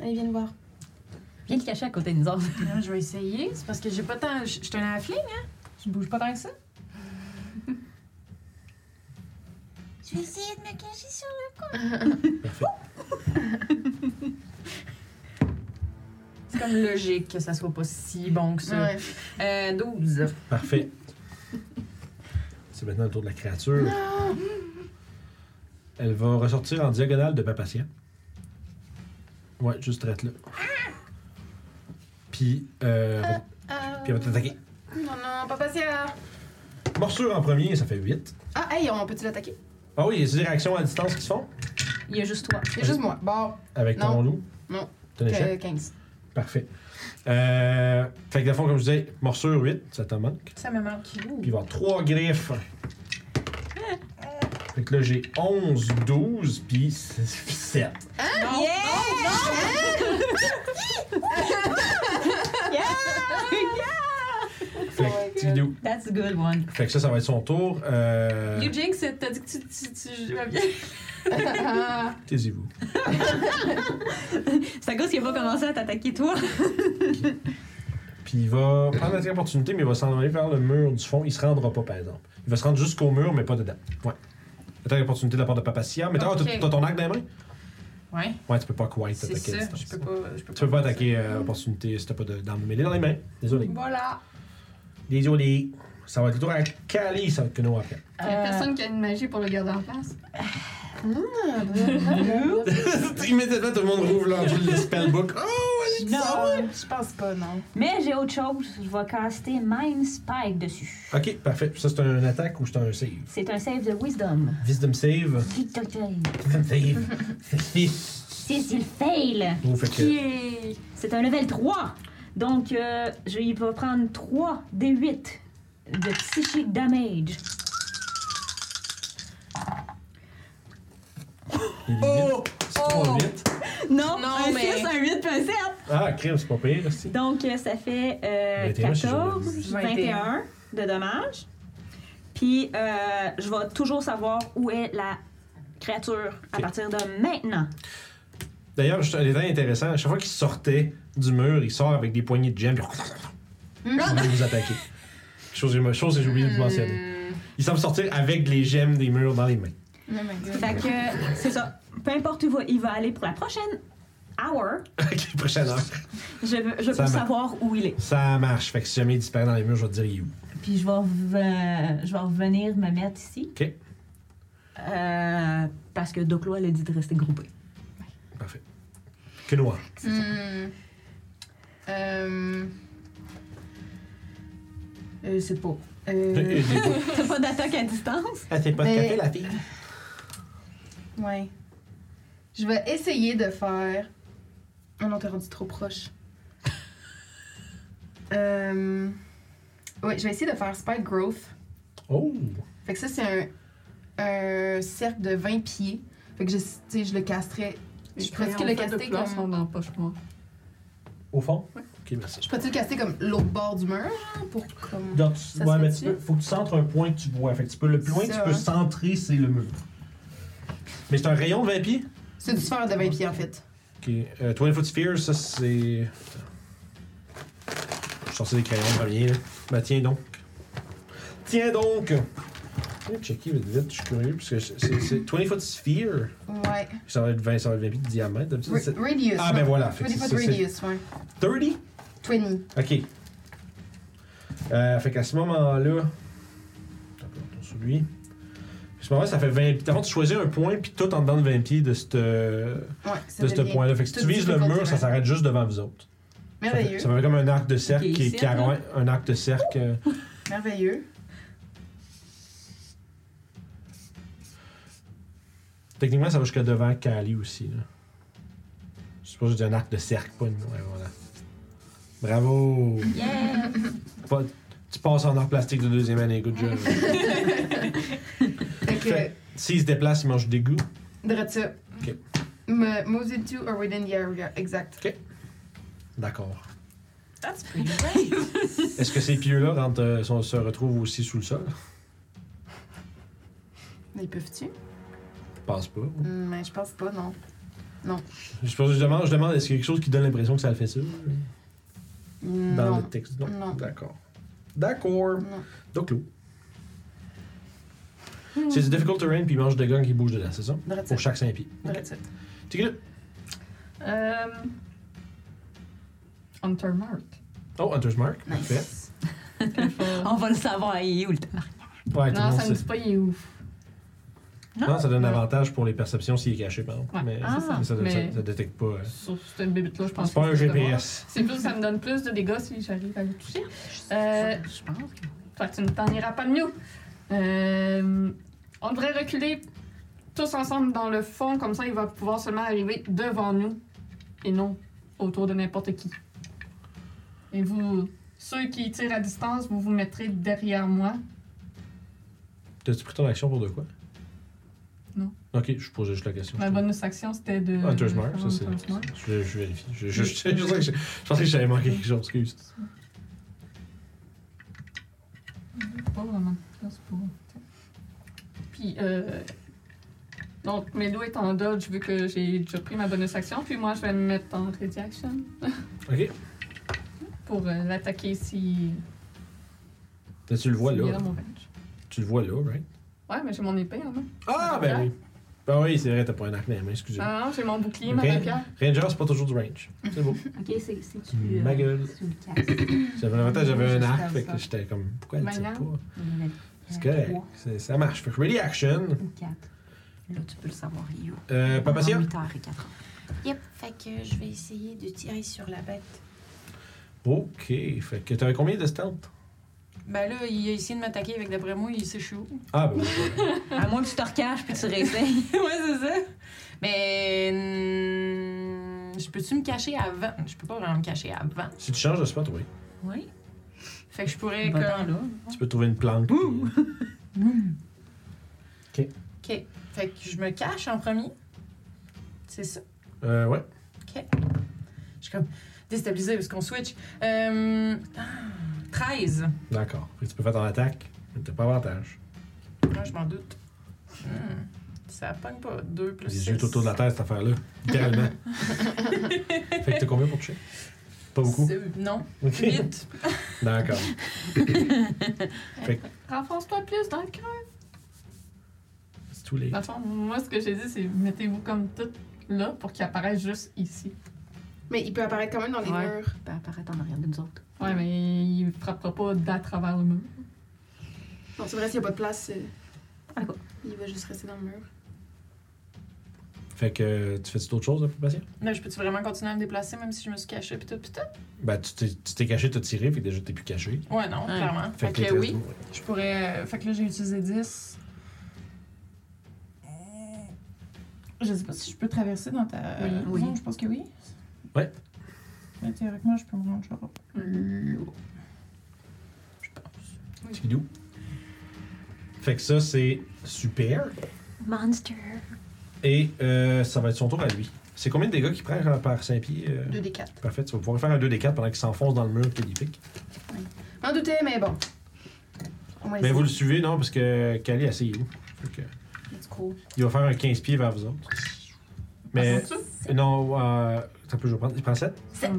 [SPEAKER 3] Allez, viens le voir.
[SPEAKER 8] Viens le cacher à côté de nous autres.
[SPEAKER 7] Non, je vais essayer. C'est parce que j'ai pas tant. Je je suis un halfling, hein? Je bouge pas tant que ça.
[SPEAKER 5] Je vais essayer de me cacher sur
[SPEAKER 1] Parfait.
[SPEAKER 7] C'est comme logique que ça soit pas si bon que ça.
[SPEAKER 3] Ouais.
[SPEAKER 7] Euh, 12.
[SPEAKER 1] Parfait. C'est maintenant le tour de la créature.
[SPEAKER 2] Ah!
[SPEAKER 1] Elle va ressortir en diagonale de Papatia. Ouais, juste traite là. Puis, euh, elle va-
[SPEAKER 3] Euh,
[SPEAKER 1] puis elle va t'attaquer.
[SPEAKER 3] Non, non, pas patient.
[SPEAKER 1] Morsure en premier, ça fait 8.
[SPEAKER 3] Ah, hey, on peut-tu l'attaquer?
[SPEAKER 1] Ah oui, c'est des réactions à distance qui se font
[SPEAKER 8] Il y a juste toi.
[SPEAKER 3] C'est juste moi. Bon,
[SPEAKER 1] avec ton
[SPEAKER 3] Non.
[SPEAKER 1] loup.
[SPEAKER 3] Non.
[SPEAKER 1] Ton
[SPEAKER 3] que-
[SPEAKER 1] échec.
[SPEAKER 3] 15.
[SPEAKER 1] Parfait. Euh, fait que, dans le fond, comme je disais, morsure 8, ça te manque.
[SPEAKER 7] Ça me manque.
[SPEAKER 1] Puis il va avoir trois griffes. Fait que là, j'ai 11, 12, puis 7.
[SPEAKER 3] Hein? Oh
[SPEAKER 1] Fait que, tu-
[SPEAKER 8] That's a good one.
[SPEAKER 1] fait que ça, ça va être son tour. Euh,
[SPEAKER 2] You jinx, t'as dit que tu, tu, tu jouais bien.
[SPEAKER 1] Taisez-vous.
[SPEAKER 8] C'est à cause qu'il va commencer à t'attaquer toi.
[SPEAKER 1] Puis il va prendre l'attaque opportunité, mais il va s'en aller vers le mur du fond. Il se rendra pas, par exemple. Il va se rendre jusqu'au mur, mais pas dedans. Ouais. Attaque opportunité de la part de Papacia. Mais t'as
[SPEAKER 6] Ok.
[SPEAKER 1] t'as- t'as ton arc dans les mains?
[SPEAKER 6] Ouais.
[SPEAKER 1] Ouais, tu peux pas quite
[SPEAKER 6] C'est
[SPEAKER 1] t'attaquer à
[SPEAKER 6] ça,
[SPEAKER 1] distance.
[SPEAKER 6] je peux pas. Je peux
[SPEAKER 1] Tu peux pas
[SPEAKER 6] faire ça.
[SPEAKER 1] attaquer euh, opportunité si t'as pas de- d'arme mêlée dans les mains. Désolé.
[SPEAKER 6] Voilà.
[SPEAKER 1] Désolé. Ça va être le tour à Cali, ça va être que nous après.
[SPEAKER 2] Y'a personne qui a une magie pour le garder en place.
[SPEAKER 1] Immédiatement, tout le monde rouvre leur jeu de spellbook. Oh, Alexa!
[SPEAKER 3] Non, je pense pas, non.
[SPEAKER 5] Mais j'ai autre chose. Je vais caster Mind Spike dessus.
[SPEAKER 1] Ok, parfait. Ça, c'est une attaque ou c'est un save?
[SPEAKER 5] C'est un save de Wisdom.
[SPEAKER 1] Wisdom save. Wisdom save.
[SPEAKER 5] Si il fail,
[SPEAKER 1] Oh, fait que-
[SPEAKER 5] c'est un level 3. Donc, euh, je, il va prendre 3 des 8 de psychic damage.
[SPEAKER 1] Il est
[SPEAKER 5] Oh!
[SPEAKER 1] vite. C'est trop
[SPEAKER 5] Oh!
[SPEAKER 1] vite.
[SPEAKER 5] Non,
[SPEAKER 6] Non,
[SPEAKER 5] un
[SPEAKER 6] mais-
[SPEAKER 5] 6, un 8, puis un 7.
[SPEAKER 1] Ah, crime, c'est pas pire. aussi.
[SPEAKER 5] Donc, euh, ça fait euh,
[SPEAKER 1] 21, Ben, si je me
[SPEAKER 5] 14,
[SPEAKER 3] dis.
[SPEAKER 5] 21 de dommages. Puis, euh, je vais toujours savoir où est la créature à
[SPEAKER 1] Ok.
[SPEAKER 5] partir de maintenant.
[SPEAKER 1] D'ailleurs, juste un détail intéressant, à chaque fois qu'il sortait du mur, il sort avec des poignées de gemmes. puis-
[SPEAKER 3] Hmm.
[SPEAKER 1] Il va vous attaquer. Chose, que- chose que j'ai oublié de vous mentionner.
[SPEAKER 3] Hmm.
[SPEAKER 1] Il semble sortir avec les gemmes des murs dans les mains.
[SPEAKER 5] Fait que, euh, c'est ça. Peu importe où va- il va aller pour la prochaine hour,
[SPEAKER 1] ok, prochaine heure.
[SPEAKER 5] je, veux- je
[SPEAKER 1] Ça marche.
[SPEAKER 5] peux savoir où il est.
[SPEAKER 1] Ça marche. Fait que si jamais il disparaît dans les murs, je vais te dire il est où.
[SPEAKER 8] Puis je vais, rev- je vais revenir me mettre ici.
[SPEAKER 1] Ok.
[SPEAKER 5] Euh,
[SPEAKER 8] Parce que Doclo, elle a dit de rester groupée.
[SPEAKER 1] Parfait. Que noir.
[SPEAKER 3] Hmm. Euh... Euh, c'est pas. Euh...
[SPEAKER 8] T'as pas d'attaque à distance?
[SPEAKER 1] Elle t'es Ah, pas
[SPEAKER 3] Mais-
[SPEAKER 1] café, la fille.
[SPEAKER 3] Ouais. Je vais essayer de faire. Ah non, t'es rendu trop proche. euh... Ouais, je vais essayer de faire Spike Growth.
[SPEAKER 1] Oh!
[SPEAKER 3] Fait que ça, c'est un, un cercle de 20 pieds. Fait que je, tu sais, je le casterais. Je pourrais-tu le caster
[SPEAKER 2] comme...
[SPEAKER 3] comme.
[SPEAKER 2] sont dans la poche, moi.
[SPEAKER 1] Au fond? Ok, merci.
[SPEAKER 3] Je pourrais-tu le caster comme l'autre bord du mur, genre, pour comme.
[SPEAKER 1] Donc, tu-
[SPEAKER 3] Ça se
[SPEAKER 1] ouais, mais tu
[SPEAKER 3] fait-tu?
[SPEAKER 1] peux, faut que tu centres un point que tu vois. Fait que tu peux, le plus loin que tu
[SPEAKER 3] Ça.
[SPEAKER 1] peux centrer, c'est le mur. Mais c'est un rayon de 20 pieds?
[SPEAKER 3] C'est du sphère de 20 pieds, en fait.
[SPEAKER 1] Ok. Euh, 20 Foot Sphere, ça c'est. euh, Je sortais des crayons premier. Là. Bah tiens donc. Tiens donc! Je vais checker vite vite, je suis curieux, parce que c'est- c'est c'est 20 Foot Sphere.
[SPEAKER 3] Ouais.
[SPEAKER 1] Ça va être 20, ça va être 20 pieds de diamètre. d'habitude,
[SPEAKER 3] Ra-
[SPEAKER 1] c'est
[SPEAKER 3] radius.
[SPEAKER 1] Ah, ben
[SPEAKER 3] ouais.
[SPEAKER 1] voilà, fait
[SPEAKER 3] 20
[SPEAKER 1] que
[SPEAKER 3] pas
[SPEAKER 1] ça,
[SPEAKER 3] de
[SPEAKER 1] c'est-
[SPEAKER 3] radius, ouais.
[SPEAKER 1] 30?
[SPEAKER 3] 20.
[SPEAKER 1] Ok. Euh, fait qu'à ce moment-là. Attends, on sur lui. À ce moment-là, ça fait 20 pieds. Avant, tu choisis un point, puis tout en dedans de 20 pieds de cette- euh, de
[SPEAKER 3] Ouais, ça
[SPEAKER 1] ce
[SPEAKER 3] devient
[SPEAKER 1] point-là. Fait que si
[SPEAKER 3] tout
[SPEAKER 1] tu vises
[SPEAKER 3] petit
[SPEAKER 1] le
[SPEAKER 3] peu
[SPEAKER 1] mur,
[SPEAKER 3] continu.
[SPEAKER 1] ça s'arrête juste devant vous autres. Ça fait-
[SPEAKER 3] Merveilleux.
[SPEAKER 1] Ça fait comme un arc de cercle
[SPEAKER 8] Ok,
[SPEAKER 1] qui est
[SPEAKER 8] ici, là.
[SPEAKER 1] carré- un arc de cercle. euh,
[SPEAKER 3] Merveilleux.
[SPEAKER 1] Techniquement, ça va jusqu'à devant Kali aussi. Là. Je suppose que j'ai dit un arc de cercle, pas une. Ouais, voilà. Bravo!
[SPEAKER 5] yeah!
[SPEAKER 1] Pas- Tu passes en arc plastique de deuxième année, good job.
[SPEAKER 3] Fait que,
[SPEAKER 1] Fait- S'il se déplace, il mange du dégoût.
[SPEAKER 3] droite ça.
[SPEAKER 1] Ok.
[SPEAKER 3] Me- Moves it to or within the area. Exact.
[SPEAKER 1] D'accord. Est-ce que ces pieux-là rentrent, euh, sont- se retrouvent aussi sous le sol?
[SPEAKER 3] Mais ils peuvent-tu?
[SPEAKER 1] Je pense pas.
[SPEAKER 6] Mm,
[SPEAKER 3] Hum, mais je pense pas, non.
[SPEAKER 1] Je suppose que je demande, je demande est-ce qu'il y a quelque chose qui donne l'impression que ça le fait ça?
[SPEAKER 3] Hum,
[SPEAKER 1] Dans
[SPEAKER 3] non.
[SPEAKER 1] le texte? Non.
[SPEAKER 3] Non.
[SPEAKER 1] D'accord. D'accord.
[SPEAKER 3] Non.
[SPEAKER 1] Donc, loup.
[SPEAKER 3] Hmm.
[SPEAKER 1] C'est du difficult terrain, puis il mange des gangs qui bougent dedans, c'est ça?
[SPEAKER 3] Droite ça.
[SPEAKER 1] Pour chaque 5 pieds.
[SPEAKER 3] Droite ça.
[SPEAKER 1] Tigre.
[SPEAKER 2] Euh... Hunter Mark.
[SPEAKER 1] Oh, Hunter's Mark. Parfait.
[SPEAKER 3] Nice.
[SPEAKER 8] On va le savoir, il est où Ah, le temps?
[SPEAKER 1] Ouais, tout le
[SPEAKER 2] Non,
[SPEAKER 1] monde
[SPEAKER 2] ça me dit
[SPEAKER 1] sait.
[SPEAKER 2] pas, il est ouf.
[SPEAKER 1] Non, ça donne
[SPEAKER 2] Non.
[SPEAKER 1] un avantage pour les perceptions s'il est caché, par exemple.
[SPEAKER 2] Ouais.
[SPEAKER 1] Mais
[SPEAKER 2] Ah,
[SPEAKER 1] ça, ça,
[SPEAKER 2] mais-
[SPEAKER 1] ça- ça détecte pas. euh,
[SPEAKER 2] Sur cette bébite-là, je pense
[SPEAKER 1] C'est pas
[SPEAKER 2] que
[SPEAKER 1] un
[SPEAKER 2] je vais
[SPEAKER 1] GPS.
[SPEAKER 2] C'est plus, ça me donne plus de dégâts si j'arrive à le toucher. Euh,
[SPEAKER 8] Je pense. que-
[SPEAKER 2] toi, tu ne t'en iras pas de mieux. Euh, on devrait reculer tous ensemble dans le fond, comme ça, il va pouvoir seulement arriver devant nous et non autour de n'importe qui. Et vous, ceux qui tirent à distance, vous vous mettrez derrière moi.
[SPEAKER 1] T'as-tu pris ton action pour de quoi?
[SPEAKER 2] Non.
[SPEAKER 1] Ok, je posais juste la question.
[SPEAKER 2] Ma bonus action, c'était de.
[SPEAKER 1] Hunter's Mark,
[SPEAKER 2] de-
[SPEAKER 1] ça c'est.
[SPEAKER 2] Hunter's Mark.
[SPEAKER 1] Je, je vérifie. Je, je, je, je, je- je pensais que j'avais manqué quelque chose, excuse.
[SPEAKER 2] Pas vraiment de place pour. Puis, euh, donc, Melo est en dodge vu que j'ai déjà pris ma bonus action. Puis moi, je vais me mettre en ready action
[SPEAKER 1] Ok.
[SPEAKER 2] pour euh, l'attaquer si.
[SPEAKER 1] Là, tu le vois
[SPEAKER 2] s'il est
[SPEAKER 1] là.
[SPEAKER 2] dans mon range.
[SPEAKER 1] Tu le vois là, right?
[SPEAKER 2] Ouais, mais j'ai mon épée hein. en main.
[SPEAKER 1] Ah, ben oui. Ben oui, c'est vrai, t'as pas un arc dans la main, excusez.
[SPEAKER 2] Ah, Non, non, j'ai mon bouclier,
[SPEAKER 1] Ok.
[SPEAKER 2] ma rapière.
[SPEAKER 6] Ah.
[SPEAKER 1] Ranger, c'est pas toujours du range. C'est beau.
[SPEAKER 5] Ok, c'est c'est tu. euh,
[SPEAKER 1] Ma gueule.
[SPEAKER 5] sous le casque.
[SPEAKER 1] J'avais l'avantage, j'avais un
[SPEAKER 3] Juste
[SPEAKER 1] arc,
[SPEAKER 3] comme
[SPEAKER 1] fait que
[SPEAKER 3] ça.
[SPEAKER 1] j'étais comme, pourquoi elle tire pas?
[SPEAKER 2] Maniable.
[SPEAKER 5] Il y en a
[SPEAKER 1] C'est correct.
[SPEAKER 5] trois
[SPEAKER 1] C'est- Ça marche. Fait que ready action.
[SPEAKER 5] ou quatre. Là, tu peux le savoir, Rio.
[SPEAKER 1] Euh, Papatia,
[SPEAKER 5] 8 heures et 4 heures.
[SPEAKER 7] Yep, fait que je vais essayer de tirer sur la bête.
[SPEAKER 1] Ok. Fait que t'avais combien de stealth?
[SPEAKER 6] Ben là, il a essayé de m'attaquer avec d'après moi, il sait je suis où.
[SPEAKER 1] Ah, ben oui.
[SPEAKER 5] À moins que tu te recaches puis tu réessayes.
[SPEAKER 6] ouais, c'est ça. Mais. hmm, Je peux-tu me cacher avant? Je peux pas vraiment me cacher avant.
[SPEAKER 1] si tu changes de spot, oui.
[SPEAKER 5] Oui.
[SPEAKER 6] Fait que je pourrais
[SPEAKER 5] Va-t'en
[SPEAKER 6] comme.
[SPEAKER 5] là.
[SPEAKER 1] Tu peux trouver une plante. puis-
[SPEAKER 6] Ok. Fait que je me cache en premier. C'est ça.
[SPEAKER 1] Euh, ouais.
[SPEAKER 6] Je suis comme déstabilisée parce qu'on switch. Euh... ah, 13.
[SPEAKER 1] D'accord. Fait que tu peux faire ton attaque, mais t'as pas avantage.
[SPEAKER 6] Moi, je m'en doute. Hmm. Ça pogne pas. 2 plus
[SPEAKER 1] Les
[SPEAKER 6] 6.
[SPEAKER 1] yeux tout autour de la tête, cette affaire-là. Littéralement. fait que t'as combien pour toucher? Pas beaucoup.
[SPEAKER 6] Non.
[SPEAKER 1] Ok.
[SPEAKER 6] 8.
[SPEAKER 1] D'accord.
[SPEAKER 2] Renforce-toi plus dans le cœur.
[SPEAKER 1] C'est tous les.
[SPEAKER 2] Dans le fond, moi, ce que j'ai dit, c'est mettez-vous comme tout là pour qu'il apparaisse juste ici.
[SPEAKER 3] Mais il peut apparaître quand même dans les
[SPEAKER 2] Ouais.
[SPEAKER 3] murs.
[SPEAKER 5] Tu peux apparaître en arrière de nous autres.
[SPEAKER 2] Ouais, mais il frappera pas d'à travers le mur.
[SPEAKER 3] Non, c'est vrai, s'il n'y a pas de place, euh,
[SPEAKER 5] Ah, quoi?
[SPEAKER 3] il va juste rester dans le mur.
[SPEAKER 1] Fait que euh, tu fais d'autres choses, là, Papatia?
[SPEAKER 6] Là, je peux-tu vraiment continuer à me déplacer même si je me suis cachée pis tout pis tout?
[SPEAKER 1] Ben, tu t'es- tu t'es caché, t'as tiré, fait que déjà t'es plus caché.
[SPEAKER 6] Ouais, non,
[SPEAKER 5] Ouais.
[SPEAKER 6] clairement. Fait,
[SPEAKER 1] il
[SPEAKER 6] que,
[SPEAKER 1] te reste-
[SPEAKER 6] oui, je pourrais. euh, Fait que là, j'ai utilisé 10.
[SPEAKER 7] Je sais pas si je peux traverser dans ta
[SPEAKER 5] Oui.
[SPEAKER 7] euh,
[SPEAKER 5] Oui.
[SPEAKER 7] zone, je pense que oui.
[SPEAKER 1] Ouais.
[SPEAKER 7] Mais théoriquement, je peux me rendre genre
[SPEAKER 1] Skidoo. Fait que ça, c'est super.
[SPEAKER 5] Monster.
[SPEAKER 1] Et euh, ça va être son tour à lui. C'est combien de dégâts qu'il prend euh, par 5 pieds euh,
[SPEAKER 3] 2d4.
[SPEAKER 1] Parfait, tu vas pouvoir faire un 2d4 pendant qu'il s'enfonce dans le mur qu'il pique.
[SPEAKER 3] M'en doutais, mais bon. Au moins,
[SPEAKER 1] Mais
[SPEAKER 3] c'est-
[SPEAKER 1] Ben, vous le suivez, non, parce que Kali, elle sait où. Fait que,
[SPEAKER 7] Let's go.
[SPEAKER 1] il va faire un 15 pieds vers vous autres. Mais. Non, euh, ça peut, je vais prendre. Il prend 7
[SPEAKER 7] 7.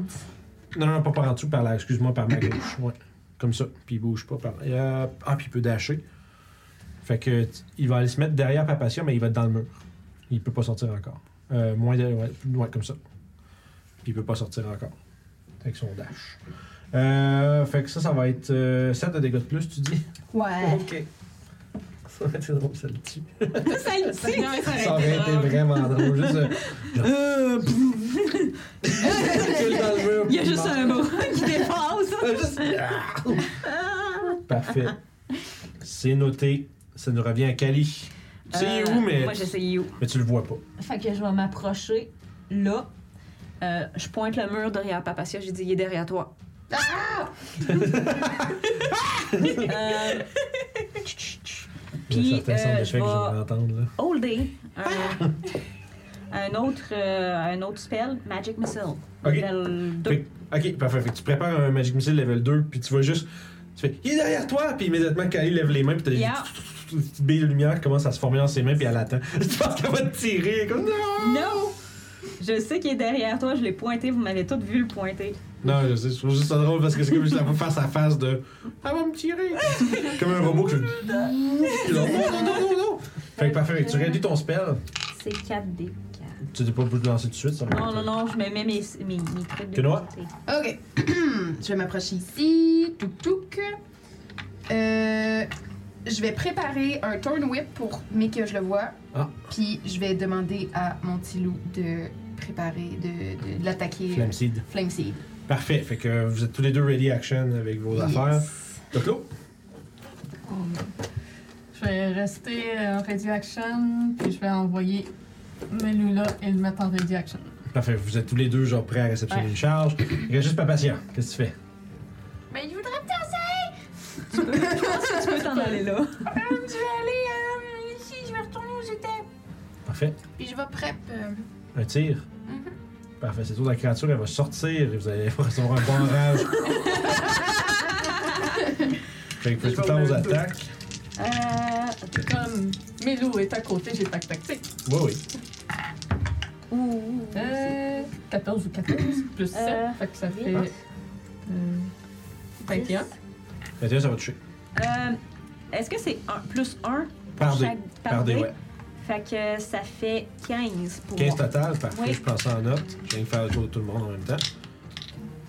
[SPEAKER 1] Non, non, pas par en dessous, par là, excuse-moi, par ma gauche. Ouais. Comme ça. Puis il bouge pas par là. Et, euh, ah, puis il peut dasher. Fait que t- il va aller se mettre derrière Papatia, mais il va être dans le mur. Il peut pas sortir encore. Euh, moins de. Ouais, plus- ouais, comme ça. Puis il peut pas sortir encore. Avec son dash. Euh, fait que ça, ça va être 7 de dégâts de plus, tu dis?
[SPEAKER 3] Ouais.
[SPEAKER 1] Ok. Ça aurait été drôle, ça le tue.
[SPEAKER 5] Ça le dit.
[SPEAKER 6] Non, mais ça
[SPEAKER 1] Ça aurait été vraiment drôle. Juste. euh, genre, euh, pouf. Recule dans le mur,
[SPEAKER 5] Il y a
[SPEAKER 1] puis
[SPEAKER 5] juste
[SPEAKER 1] mort.
[SPEAKER 5] un mot qui dépasse.
[SPEAKER 1] Juste- ah! Parfait. C'est noté. Ça nous revient à Cali. Tu sais
[SPEAKER 5] Euh,
[SPEAKER 1] où, mais,
[SPEAKER 5] Moi, j'essaye où.
[SPEAKER 1] mais tu le vois pas.
[SPEAKER 5] Fait que je vais m'approcher là. Euh, je pointe le mur derrière Papacia, j'ai dit il est derrière toi. Ah! Euh,
[SPEAKER 1] Il y
[SPEAKER 5] Puis,
[SPEAKER 1] a certains
[SPEAKER 5] euh,
[SPEAKER 1] centres
[SPEAKER 5] je
[SPEAKER 1] d'effets que j'aimerais
[SPEAKER 5] vais
[SPEAKER 1] entendre. Là.
[SPEAKER 5] holder un, un autre, euh, un autre spell, Magic Missile.
[SPEAKER 1] Ok.
[SPEAKER 5] Level deux.
[SPEAKER 1] Fait que- ok, parfait. Fait que tu prépares un Magic Missile level 2, puis tu vas juste. Tu fais Il est derrière toi! Puis immédiatement, Cali lève les mains, puis t'as
[SPEAKER 5] Yeah.
[SPEAKER 1] une petite bille de lumière qui commence à se former dans ses mains, puis elle attend. tu penses qu'elle va te tirer? Comme, non!
[SPEAKER 5] Non! Je sais qu'il est derrière toi, je l'ai pointé, vous m'avez toutes vu le pointer.
[SPEAKER 1] Non, je sais, je trouve juste ça drôle parce que c'est comme juste la face à face de Elle va me tirer! comme un robot que je. non, non, non, non, non! Fait que parfait, fait que tu réduis ton spell.
[SPEAKER 5] C'est 4 d
[SPEAKER 1] Tu t'es pas obligé de lancer tout de suite, ça va
[SPEAKER 5] Non,
[SPEAKER 1] être- euh,
[SPEAKER 5] non, non, je me mets mes, mes, mes trucs de
[SPEAKER 1] Quenoa?
[SPEAKER 5] côté.
[SPEAKER 3] Ok. je vais m'approcher ici. Touk touk. Euh, je vais préparer un turn whip pour mais que je le vois.
[SPEAKER 1] Ah.
[SPEAKER 3] Puis je vais demander à mon petit loup de préparer, de, de, de l'attaquer. Flame.
[SPEAKER 1] Flameseed.
[SPEAKER 3] Seed.
[SPEAKER 1] Parfait, fait que vous êtes tous les deux ready action avec vos affaires. Le clos?
[SPEAKER 2] Je vais rester euh, en ready action, puis je vais envoyer Melula et le mettre en ready action.
[SPEAKER 1] Parfait, vous êtes tous les deux genre prêts à réceptionner
[SPEAKER 2] Ouais.
[SPEAKER 1] une charge. Il reste juste pas patient. Qu'est-ce que tu fais?
[SPEAKER 6] Mais il voudrait.
[SPEAKER 5] Tu peux t'en aller là.
[SPEAKER 6] Je vais aller euh, ici, je vais retourner où j'étais.
[SPEAKER 1] Parfait.
[SPEAKER 6] Puis je vais prep. euh, Mhm.
[SPEAKER 1] Un tir. Parfait, c'est tout. La créature, elle va sortir et vous allez recevoir un bon rage. fait que faites tout le temps vos attaques.
[SPEAKER 8] Euh.
[SPEAKER 2] Comme Mélou est à côté, j'ai tac tactique.
[SPEAKER 1] Oui, oui.
[SPEAKER 8] Ouh.
[SPEAKER 2] Euh, 14 ou 14 plus 7,
[SPEAKER 8] Euh,
[SPEAKER 2] fait que ça
[SPEAKER 8] oui.
[SPEAKER 2] fait euh,
[SPEAKER 6] Ah.
[SPEAKER 2] 21.
[SPEAKER 1] 21, ça va toucher.
[SPEAKER 8] Euh, Est-ce que c'est un, plus 1 pour
[SPEAKER 1] Par deux.
[SPEAKER 8] chaque
[SPEAKER 1] Par des,
[SPEAKER 8] dé?
[SPEAKER 1] ouais.
[SPEAKER 8] Fait que ça fait 15 pour
[SPEAKER 1] 15
[SPEAKER 8] moi.
[SPEAKER 1] total, parfait.
[SPEAKER 8] Oui.
[SPEAKER 1] Je prends ça en note. Je viens de faire le tour de tout le monde en même temps.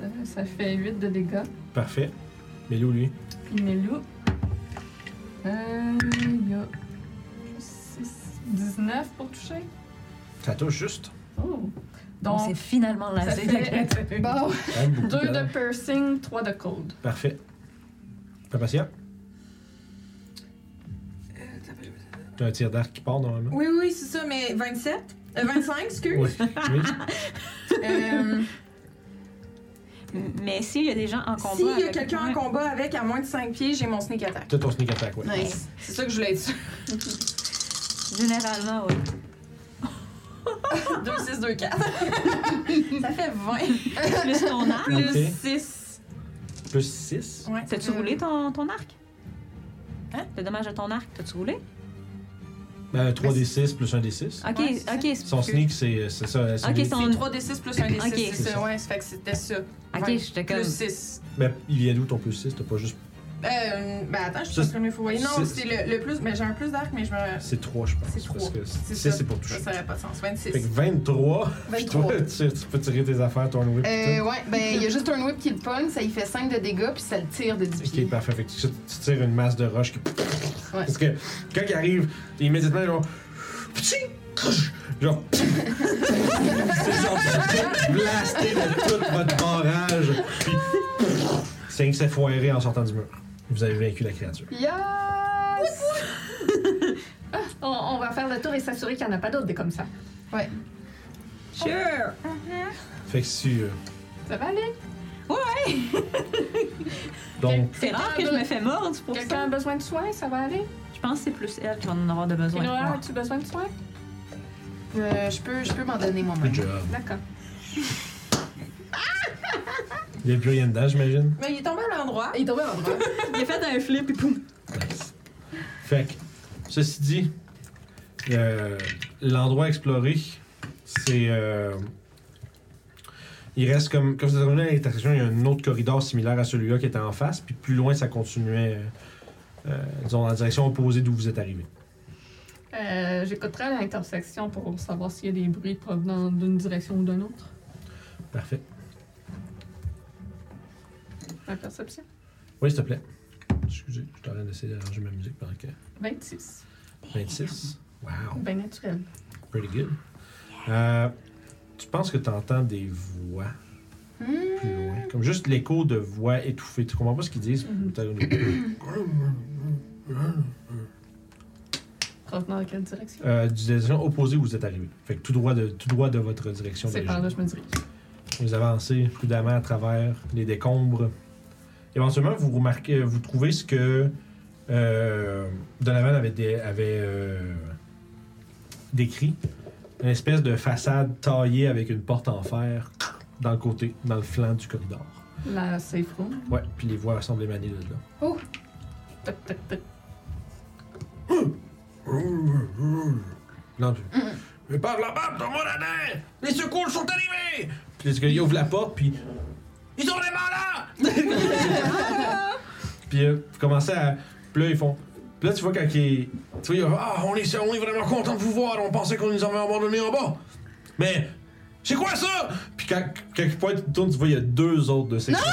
[SPEAKER 2] Euh, Ça fait 8 de dégâts.
[SPEAKER 1] Parfait. Mélou, lui.
[SPEAKER 2] Puis Mélou. Euh, il y a plus 6, 19 pour toucher.
[SPEAKER 1] Ça touche juste.
[SPEAKER 2] Oh.
[SPEAKER 8] Donc,
[SPEAKER 2] Donc,
[SPEAKER 8] c'est finalement la
[SPEAKER 2] ça
[SPEAKER 8] de la
[SPEAKER 2] fait
[SPEAKER 3] Bon,
[SPEAKER 1] Quand même beaucoup
[SPEAKER 2] 2
[SPEAKER 1] quand même.
[SPEAKER 2] de piercing, 3 de cold.
[SPEAKER 1] Parfait. Pas patient. Euh, T'as un tir d'arc qui part normalement.
[SPEAKER 7] Oui, oui, c'est ça, mais 27? Euh, 25, excuse.
[SPEAKER 1] Oui. oui.
[SPEAKER 7] Euh,
[SPEAKER 8] Mais s'il y a des gens en combat.
[SPEAKER 7] S'il y a
[SPEAKER 8] avec
[SPEAKER 7] quelqu'un en
[SPEAKER 8] moi,
[SPEAKER 7] combat avec à moins de 5 pieds, j'ai mon sneak attack.
[SPEAKER 1] T'as ton sneak attack, ouais.
[SPEAKER 3] nice.
[SPEAKER 7] C'est ça que je voulais être sûr.
[SPEAKER 8] Généralement, oui.
[SPEAKER 7] 2, 6, 2, 4. ça fait 20.
[SPEAKER 8] Plus ton arc.
[SPEAKER 7] Plus
[SPEAKER 1] Ok.
[SPEAKER 7] 6.
[SPEAKER 1] Plus 6.
[SPEAKER 7] Ouais.
[SPEAKER 8] T'as-tu
[SPEAKER 7] Euh,
[SPEAKER 8] roulé ton, ton arc?
[SPEAKER 7] Hein?
[SPEAKER 8] Le dommage à ton arc, t'as-tu roulé?
[SPEAKER 1] Ben, 3d6 plus 1d6.
[SPEAKER 8] Ok,
[SPEAKER 7] Ouais, c'est
[SPEAKER 8] ok. c'est-
[SPEAKER 1] Son sneak, c'est c'est ça. c'est
[SPEAKER 8] Ok,
[SPEAKER 1] lui.
[SPEAKER 8] son.
[SPEAKER 7] Ah, C'est 3d6 plus 1d6,
[SPEAKER 8] Ok.
[SPEAKER 7] c'est
[SPEAKER 1] C'est
[SPEAKER 7] ça.
[SPEAKER 1] ça.
[SPEAKER 7] Ouais, ça fait que c'était ça.
[SPEAKER 8] Ok,
[SPEAKER 7] ouais.
[SPEAKER 8] j'étais comme.
[SPEAKER 7] Plus 6.
[SPEAKER 1] Ben, il vient d'où ton plus 6 T'as pas juste.
[SPEAKER 7] Euh, ben attends, je suis
[SPEAKER 1] Ça,
[SPEAKER 7] en train de me fourvoyer. Non,
[SPEAKER 1] c'est-
[SPEAKER 7] c'est le, le plus. Mais j'ai un plus d'arc, mais je me.
[SPEAKER 1] C'est 3, je pense.
[SPEAKER 7] C'est trois.
[SPEAKER 1] Parce que
[SPEAKER 7] C'est
[SPEAKER 1] 6,
[SPEAKER 7] ça.
[SPEAKER 1] c'est pour toucher.
[SPEAKER 7] Ça, ça n'aurait pas de sens.
[SPEAKER 1] Fait que
[SPEAKER 7] 26.
[SPEAKER 1] 23.
[SPEAKER 3] 23.
[SPEAKER 1] Toi, tu, tu peux tirer tes affaires, ton whip.
[SPEAKER 3] Euh,
[SPEAKER 1] tout.
[SPEAKER 3] ouais, ben, il y a juste un whip qui le pogne, ça y fait 5 de dégâts, puis ça le tire de 10 pieds.
[SPEAKER 1] Ok, parfait. Fait que tu, tu tires une masse de roche qui.
[SPEAKER 3] Ouais.
[SPEAKER 1] Parce que quand il arrive, t'es immédiatement genre. Ptching! Crouch! Genre. C'est genre. Blasté de tout votre barrage. Puis. C'est un qui s'est foiré en sortant du mur. Vous avez vaincu la créature.
[SPEAKER 2] Yes! on, on va faire le tour et s'assurer qu'il n'y en a pas d'autres des comme ça.
[SPEAKER 7] Sure!
[SPEAKER 1] Fait que si. euh,
[SPEAKER 2] Ça va aller?
[SPEAKER 1] donc,
[SPEAKER 8] C'est rare que je me fais mordre pour
[SPEAKER 2] Quelqu'un
[SPEAKER 8] ça.
[SPEAKER 2] a besoin de soins? Ça va aller?
[SPEAKER 8] Je pense que c'est plus elle qui va en avoir de besoin. que
[SPEAKER 2] Noah,
[SPEAKER 8] moi.
[SPEAKER 2] as-tu besoin de soins?
[SPEAKER 3] Euh, je peux, je peux m'en donner moi-même.
[SPEAKER 1] good job.
[SPEAKER 2] D'accord.
[SPEAKER 1] Il n'y a plus rien dedans, j'imagine.
[SPEAKER 7] Mais il est tombé à l'endroit.
[SPEAKER 3] Il est tombé à l'endroit.
[SPEAKER 8] Il a fait un flip et poum.
[SPEAKER 1] Nice. Fait que, ceci dit, euh, l'endroit exploré, c'est. euh, il reste comme. Comme vous êtes revenu à l'intersection, il y a un autre corridor similaire à celui-là qui était en face, puis plus loin, ça continuait, euh, euh, disons, dans la direction opposée d'où vous êtes arrivé.
[SPEAKER 2] Euh, J'écouterai à l'intersection pour savoir s'il y a des bruits provenant d'une direction ou d'une autre.
[SPEAKER 1] Parfait.
[SPEAKER 2] Ma perception.
[SPEAKER 1] Oui, s'il te plaît. Excusez, je suis en train d'essayer d'arranger ma musique pendant que.
[SPEAKER 2] 26.
[SPEAKER 1] 26. Wow.
[SPEAKER 2] Ben naturel.
[SPEAKER 1] Pretty good. Euh, tu penses que tu entends des voix plus loin? Comme juste l'écho de voix étouffées. Tu comprends pas ce qu'ils disent? T'as une-
[SPEAKER 2] Provenant de quelle direction?
[SPEAKER 1] Euh, du direction opposée où vous êtes arrivé. Fait que tout droit de, tout droit de votre direction.
[SPEAKER 2] C'est
[SPEAKER 1] d'origine.
[SPEAKER 2] par là que je me dirige.
[SPEAKER 1] Vous avancez prudemment à travers les décombres. Éventuellement, vous remarquez, vous trouvez ce que euh, Donovan avait, dé- avait euh, décrit. Une espèce de façade taillée avec une porte en fer dans le côté, dans le flanc du corridor.
[SPEAKER 2] La safe room.
[SPEAKER 1] Ouais, puis les voix semblent émaner de là.
[SPEAKER 2] Toc, toc, toc.
[SPEAKER 1] Non, tu- Mais par là-bas, ton monadin! Les secours sont arrivés! Puis les gars, ils ouvrent la porte, puis. Ils sont vraiment là! Puis euh, vous commencez à. Puis là, ils font. Puis là, tu vois, quand ils. Tu vois, ils Ah, on est, on est vraiment content de vous voir. On pensait qu'on nous avait abandonnés en bas. Mais. C'est quoi ça? Puis quand, quand ils pointent, ils tournent, tu vois, il y a deux autres de ces créatures-là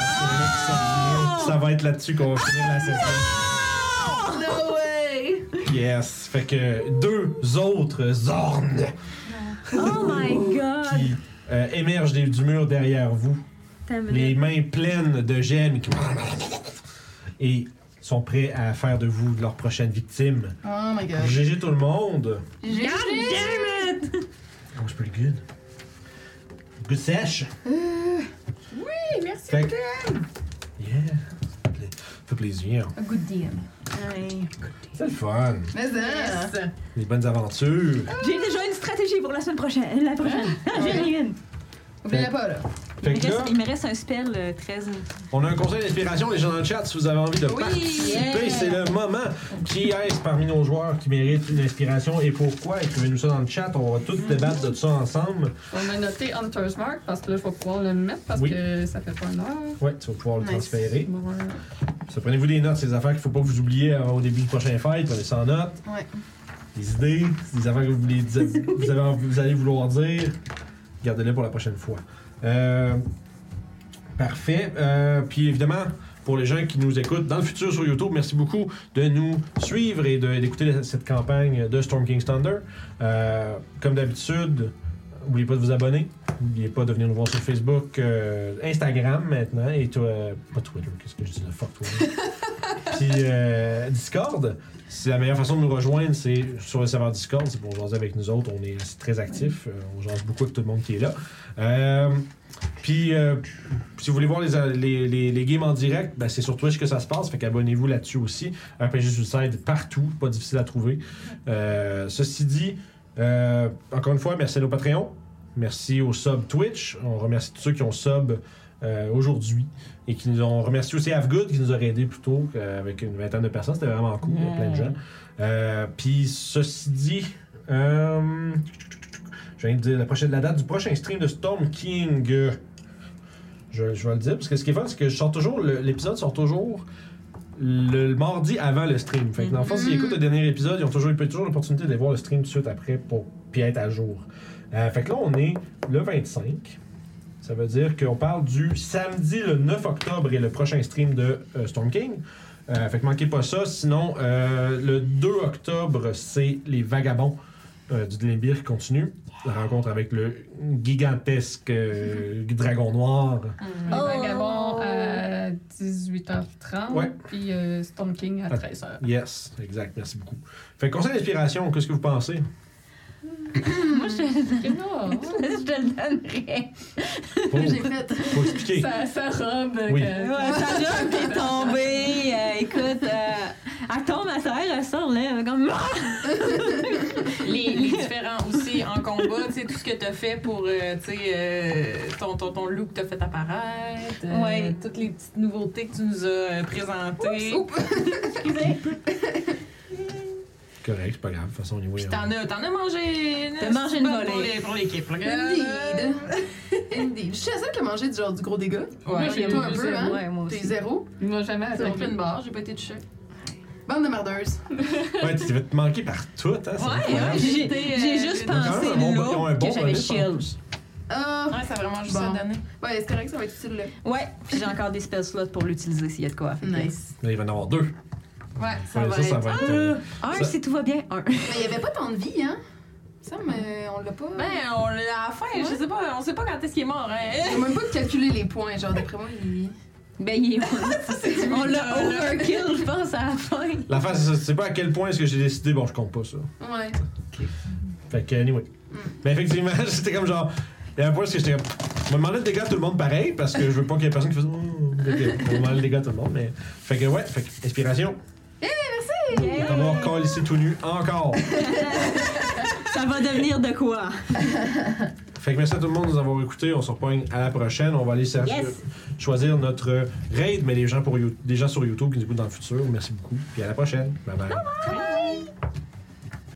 [SPEAKER 1] qui sont venues. Ça va être là-dessus qu'on va finir la session.
[SPEAKER 3] No way!
[SPEAKER 1] Yes! Fait que deux autres Zorn
[SPEAKER 8] Oh my god!
[SPEAKER 1] qui euh, émergent des- du mur derrière vous.
[SPEAKER 8] T'as
[SPEAKER 1] les mains pleines de gemmes qui... et sont prêts à faire de vous leur prochaine victime.
[SPEAKER 3] Oh my god.
[SPEAKER 1] GG tout le monde.
[SPEAKER 3] J'ai-
[SPEAKER 8] damn it!
[SPEAKER 1] Oh, c'est pretty good. Good sèche.
[SPEAKER 3] Euh,
[SPEAKER 7] Hey, merci.
[SPEAKER 1] Fait que- Yeah. Ça pla- fait plaisir.
[SPEAKER 3] A good DM.
[SPEAKER 1] C'est le fun.
[SPEAKER 3] Mais ça!
[SPEAKER 1] Des bonnes aventures.
[SPEAKER 3] Ah.
[SPEAKER 8] J'ai déjà une stratégie! pour la semaine prochaine. La prochaine. J'en ai une.
[SPEAKER 3] Oubliez pas, là.
[SPEAKER 1] Fait
[SPEAKER 8] Il
[SPEAKER 1] que
[SPEAKER 8] me,
[SPEAKER 1] là,
[SPEAKER 8] reste, il me reste un spell euh, très.
[SPEAKER 1] on a un conseil d'inspiration, les gens dans le chat, si vous avez envie de participer,
[SPEAKER 5] yeah.
[SPEAKER 1] c'est le moment. Qui est-ce parmi nos joueurs qui mérite une inspiration et pourquoi? Écrivez-nous ça dans le chat, on va tous débattre de ça ensemble.
[SPEAKER 2] On a noté Hunter's Mark parce que là, je vais pouvoir le mettre parce
[SPEAKER 1] Oui.
[SPEAKER 2] que ça fait pas une heure.
[SPEAKER 1] Ouais, tu vas pouvoir le
[SPEAKER 3] Nice.
[SPEAKER 1] transférer.
[SPEAKER 2] Bon, voilà.
[SPEAKER 1] Ça, prenez-vous des notes, ces affaires qu'il faut pas vous oublier avant au début du prochain fight, prenez ça en note.
[SPEAKER 3] Ouais.
[SPEAKER 1] Des idées, des affaires que vous, voulez, vous, avez, envie- vous allez vouloir dire, gardez-les pour la prochaine fois. Euh, parfait. Euh, puis évidemment, pour les gens qui nous écoutent dans le futur sur YouTube, merci beaucoup de nous suivre et de- d'écouter cette campagne de Storm King's Thunder. Euh, comme d'habitude, n'oubliez pas de vous abonner. N'oubliez pas de venir nous voir sur Facebook, euh, Instagram maintenant, et toi, euh, pas Twitter, qu'est-ce que je dis là, fuck Twitter. Puis euh, Discord, c'est la meilleure façon de nous rejoindre, c'est sur le serveur Discord, c'est pour jaser avec nous autres, on est c'est très actifs, euh, on jase beaucoup avec tout le monde qui est là. Euh, puis, euh, si vous voulez voir les, les, les, les games en direct, ben, c'est sur Twitch que ça se passe. Fait qu'abonnez-vous là-dessus aussi. RPG Suicide partout, pas difficile à trouver. Euh, ceci dit, euh, encore une fois, merci à nos Patreons. Merci aux sub Twitch. On remercie tous ceux qui ont sub euh, aujourd'hui. Et qui nous ont remercié aussi Avgood qui nous aurait aidé plus tôt euh, avec une vingtaine de personnes. C'était vraiment cool, il y a plein de gens. Euh, Puis, ceci dit, euh, je viens de dire la, prochaine, la date du prochain stream de Storm King. euh, je, je vais le dire, parce que ce qui est fun, c'est que je sors toujours, le- l'épisode sort toujours le, le mardi avant le stream. Fait que dans le fond, s'ils écoutent le dernier épisode, ils ont toujours, ils peuvent toujours l'opportunité d'aller voir le stream tout de suite après pour puis être à jour. Euh, fait que là, on est le 25. Ça veut dire qu'on parle du samedi le 9 octobre et le prochain stream de euh, Storm King. Euh, fait que manquez pas ça. Sinon, euh, le 2 octobre, c'est les Vagabonds euh, du Dlimbir qui continue. La rencontre avec le gigantesque euh, dragon noir.
[SPEAKER 2] Les Vagabonds à 18h30.
[SPEAKER 1] Ouais.
[SPEAKER 2] Puis euh, Storm King à
[SPEAKER 1] Ah.
[SPEAKER 2] 13h.
[SPEAKER 1] Yes, exact, merci beaucoup. Fait que conseil d'inspiration, qu'est-ce que vous pensez?
[SPEAKER 8] Moi, je,
[SPEAKER 2] Ok, non, ouais.
[SPEAKER 8] je te le donnerais.
[SPEAKER 1] Faut,
[SPEAKER 3] J'ai fait.
[SPEAKER 1] faut expliquer.
[SPEAKER 2] Sa, sa robe.
[SPEAKER 1] Oui.
[SPEAKER 2] que-
[SPEAKER 8] Ouais, sa jambe qui est tombée. euh, écoute, euh, elle tombe à terre, elle sort là, elle est comme.
[SPEAKER 5] les, les différents aussi en combat, tu sais, tout ce que t'as fait pour, euh, tu sais, euh, ton, ton, ton look que t'as fait apparaître, euh,
[SPEAKER 8] Ouais.
[SPEAKER 5] toutes les petites nouveautés que tu nous as euh, présentées.
[SPEAKER 1] Correct, c'est pas grave, de toute façon, on y hein.
[SPEAKER 5] Puis
[SPEAKER 1] va.
[SPEAKER 5] t'en as, t'en as mangé une.
[SPEAKER 8] T'as mangé une
[SPEAKER 5] bonne pour
[SPEAKER 8] volée.
[SPEAKER 5] les- Pour l'équipe, regarde.
[SPEAKER 3] Indeed. Indeed. Je suis la seule qui a mangé du, genre, du gros dégât.
[SPEAKER 2] Moi, j'ai
[SPEAKER 3] Et toi un
[SPEAKER 2] eu
[SPEAKER 3] peu,
[SPEAKER 2] zéro.
[SPEAKER 3] hein?
[SPEAKER 8] Ouais, moi
[SPEAKER 3] T'es
[SPEAKER 8] aussi.
[SPEAKER 3] zéro.
[SPEAKER 2] Il m'a jamais
[SPEAKER 6] J'ai
[SPEAKER 2] attaqué.
[SPEAKER 6] aucune barre, j'ai pas été touchée.
[SPEAKER 3] Bande de merdeuses.
[SPEAKER 1] Ouais, tu vas te manquer par tout, hein? c'est incroyable.
[SPEAKER 5] ouais,
[SPEAKER 8] J'ai
[SPEAKER 5] J'étais,
[SPEAKER 8] j'ai
[SPEAKER 5] euh,
[SPEAKER 8] juste
[SPEAKER 1] Ils ont quand
[SPEAKER 8] pensé
[SPEAKER 1] même un bon- ils ont un
[SPEAKER 8] là
[SPEAKER 1] bon
[SPEAKER 8] que j'avais
[SPEAKER 1] bonus, en
[SPEAKER 8] shield.
[SPEAKER 1] plus.
[SPEAKER 3] Ah.
[SPEAKER 5] Ouais, ça a vraiment juste
[SPEAKER 3] Bon.
[SPEAKER 5] ça donné.
[SPEAKER 3] Ouais, c'est correct, ça va être utile là.
[SPEAKER 8] Ouais, puis j'ai encore des spell slots pour l'utiliser s'il y a de quoi. Fait que-
[SPEAKER 3] Nice.
[SPEAKER 1] Là, il va y en avoir deux.
[SPEAKER 3] Ouais.
[SPEAKER 1] Ouais, ça, ça va être. euh,
[SPEAKER 8] Un,
[SPEAKER 1] Ça-
[SPEAKER 8] si tout va bien, un.
[SPEAKER 3] Mais il y avait pas tant de vie, hein? Ça, mais on l'a pas.
[SPEAKER 5] Ben, on l'a à la fin, je sais pas, on sait pas quand est-ce qu'il est mort, hein.
[SPEAKER 3] J'ai même pas calculé les points, genre d'après moi, il.
[SPEAKER 8] Ben, il est On l'a overkill, je pense, à la fin.
[SPEAKER 1] La face, c'est ça, c'est pas à quel point est-ce que j'ai décidé, bon, je compte pas ça.
[SPEAKER 3] Ouais.
[SPEAKER 1] Fait que, anyway. Mais effectivement, c'était comme genre. Il y a un point où j'étais comme. Je me demandais de dégâts à tout le monde pareil, parce que je veux pas qu'il y ait personne qui fasse. Oh, ok, on va demander des dégâts à tout le monde, mais. Fait que, ouais, fait que, inspiration. Eh, merci! On va voir quand lycée tout nu encore.
[SPEAKER 8] Ça va devenir de quoi?
[SPEAKER 1] Fait que merci à tout le monde de nous avoir écoutés. On se repogne à la prochaine. On va aller chercher-
[SPEAKER 8] Yes.
[SPEAKER 1] choisir notre raid, mais les gens, pour, You- les gens sur YouTube qui nous écoutent dans le futur, merci beaucoup. Puis à la prochaine. Bye bye.
[SPEAKER 3] Bye!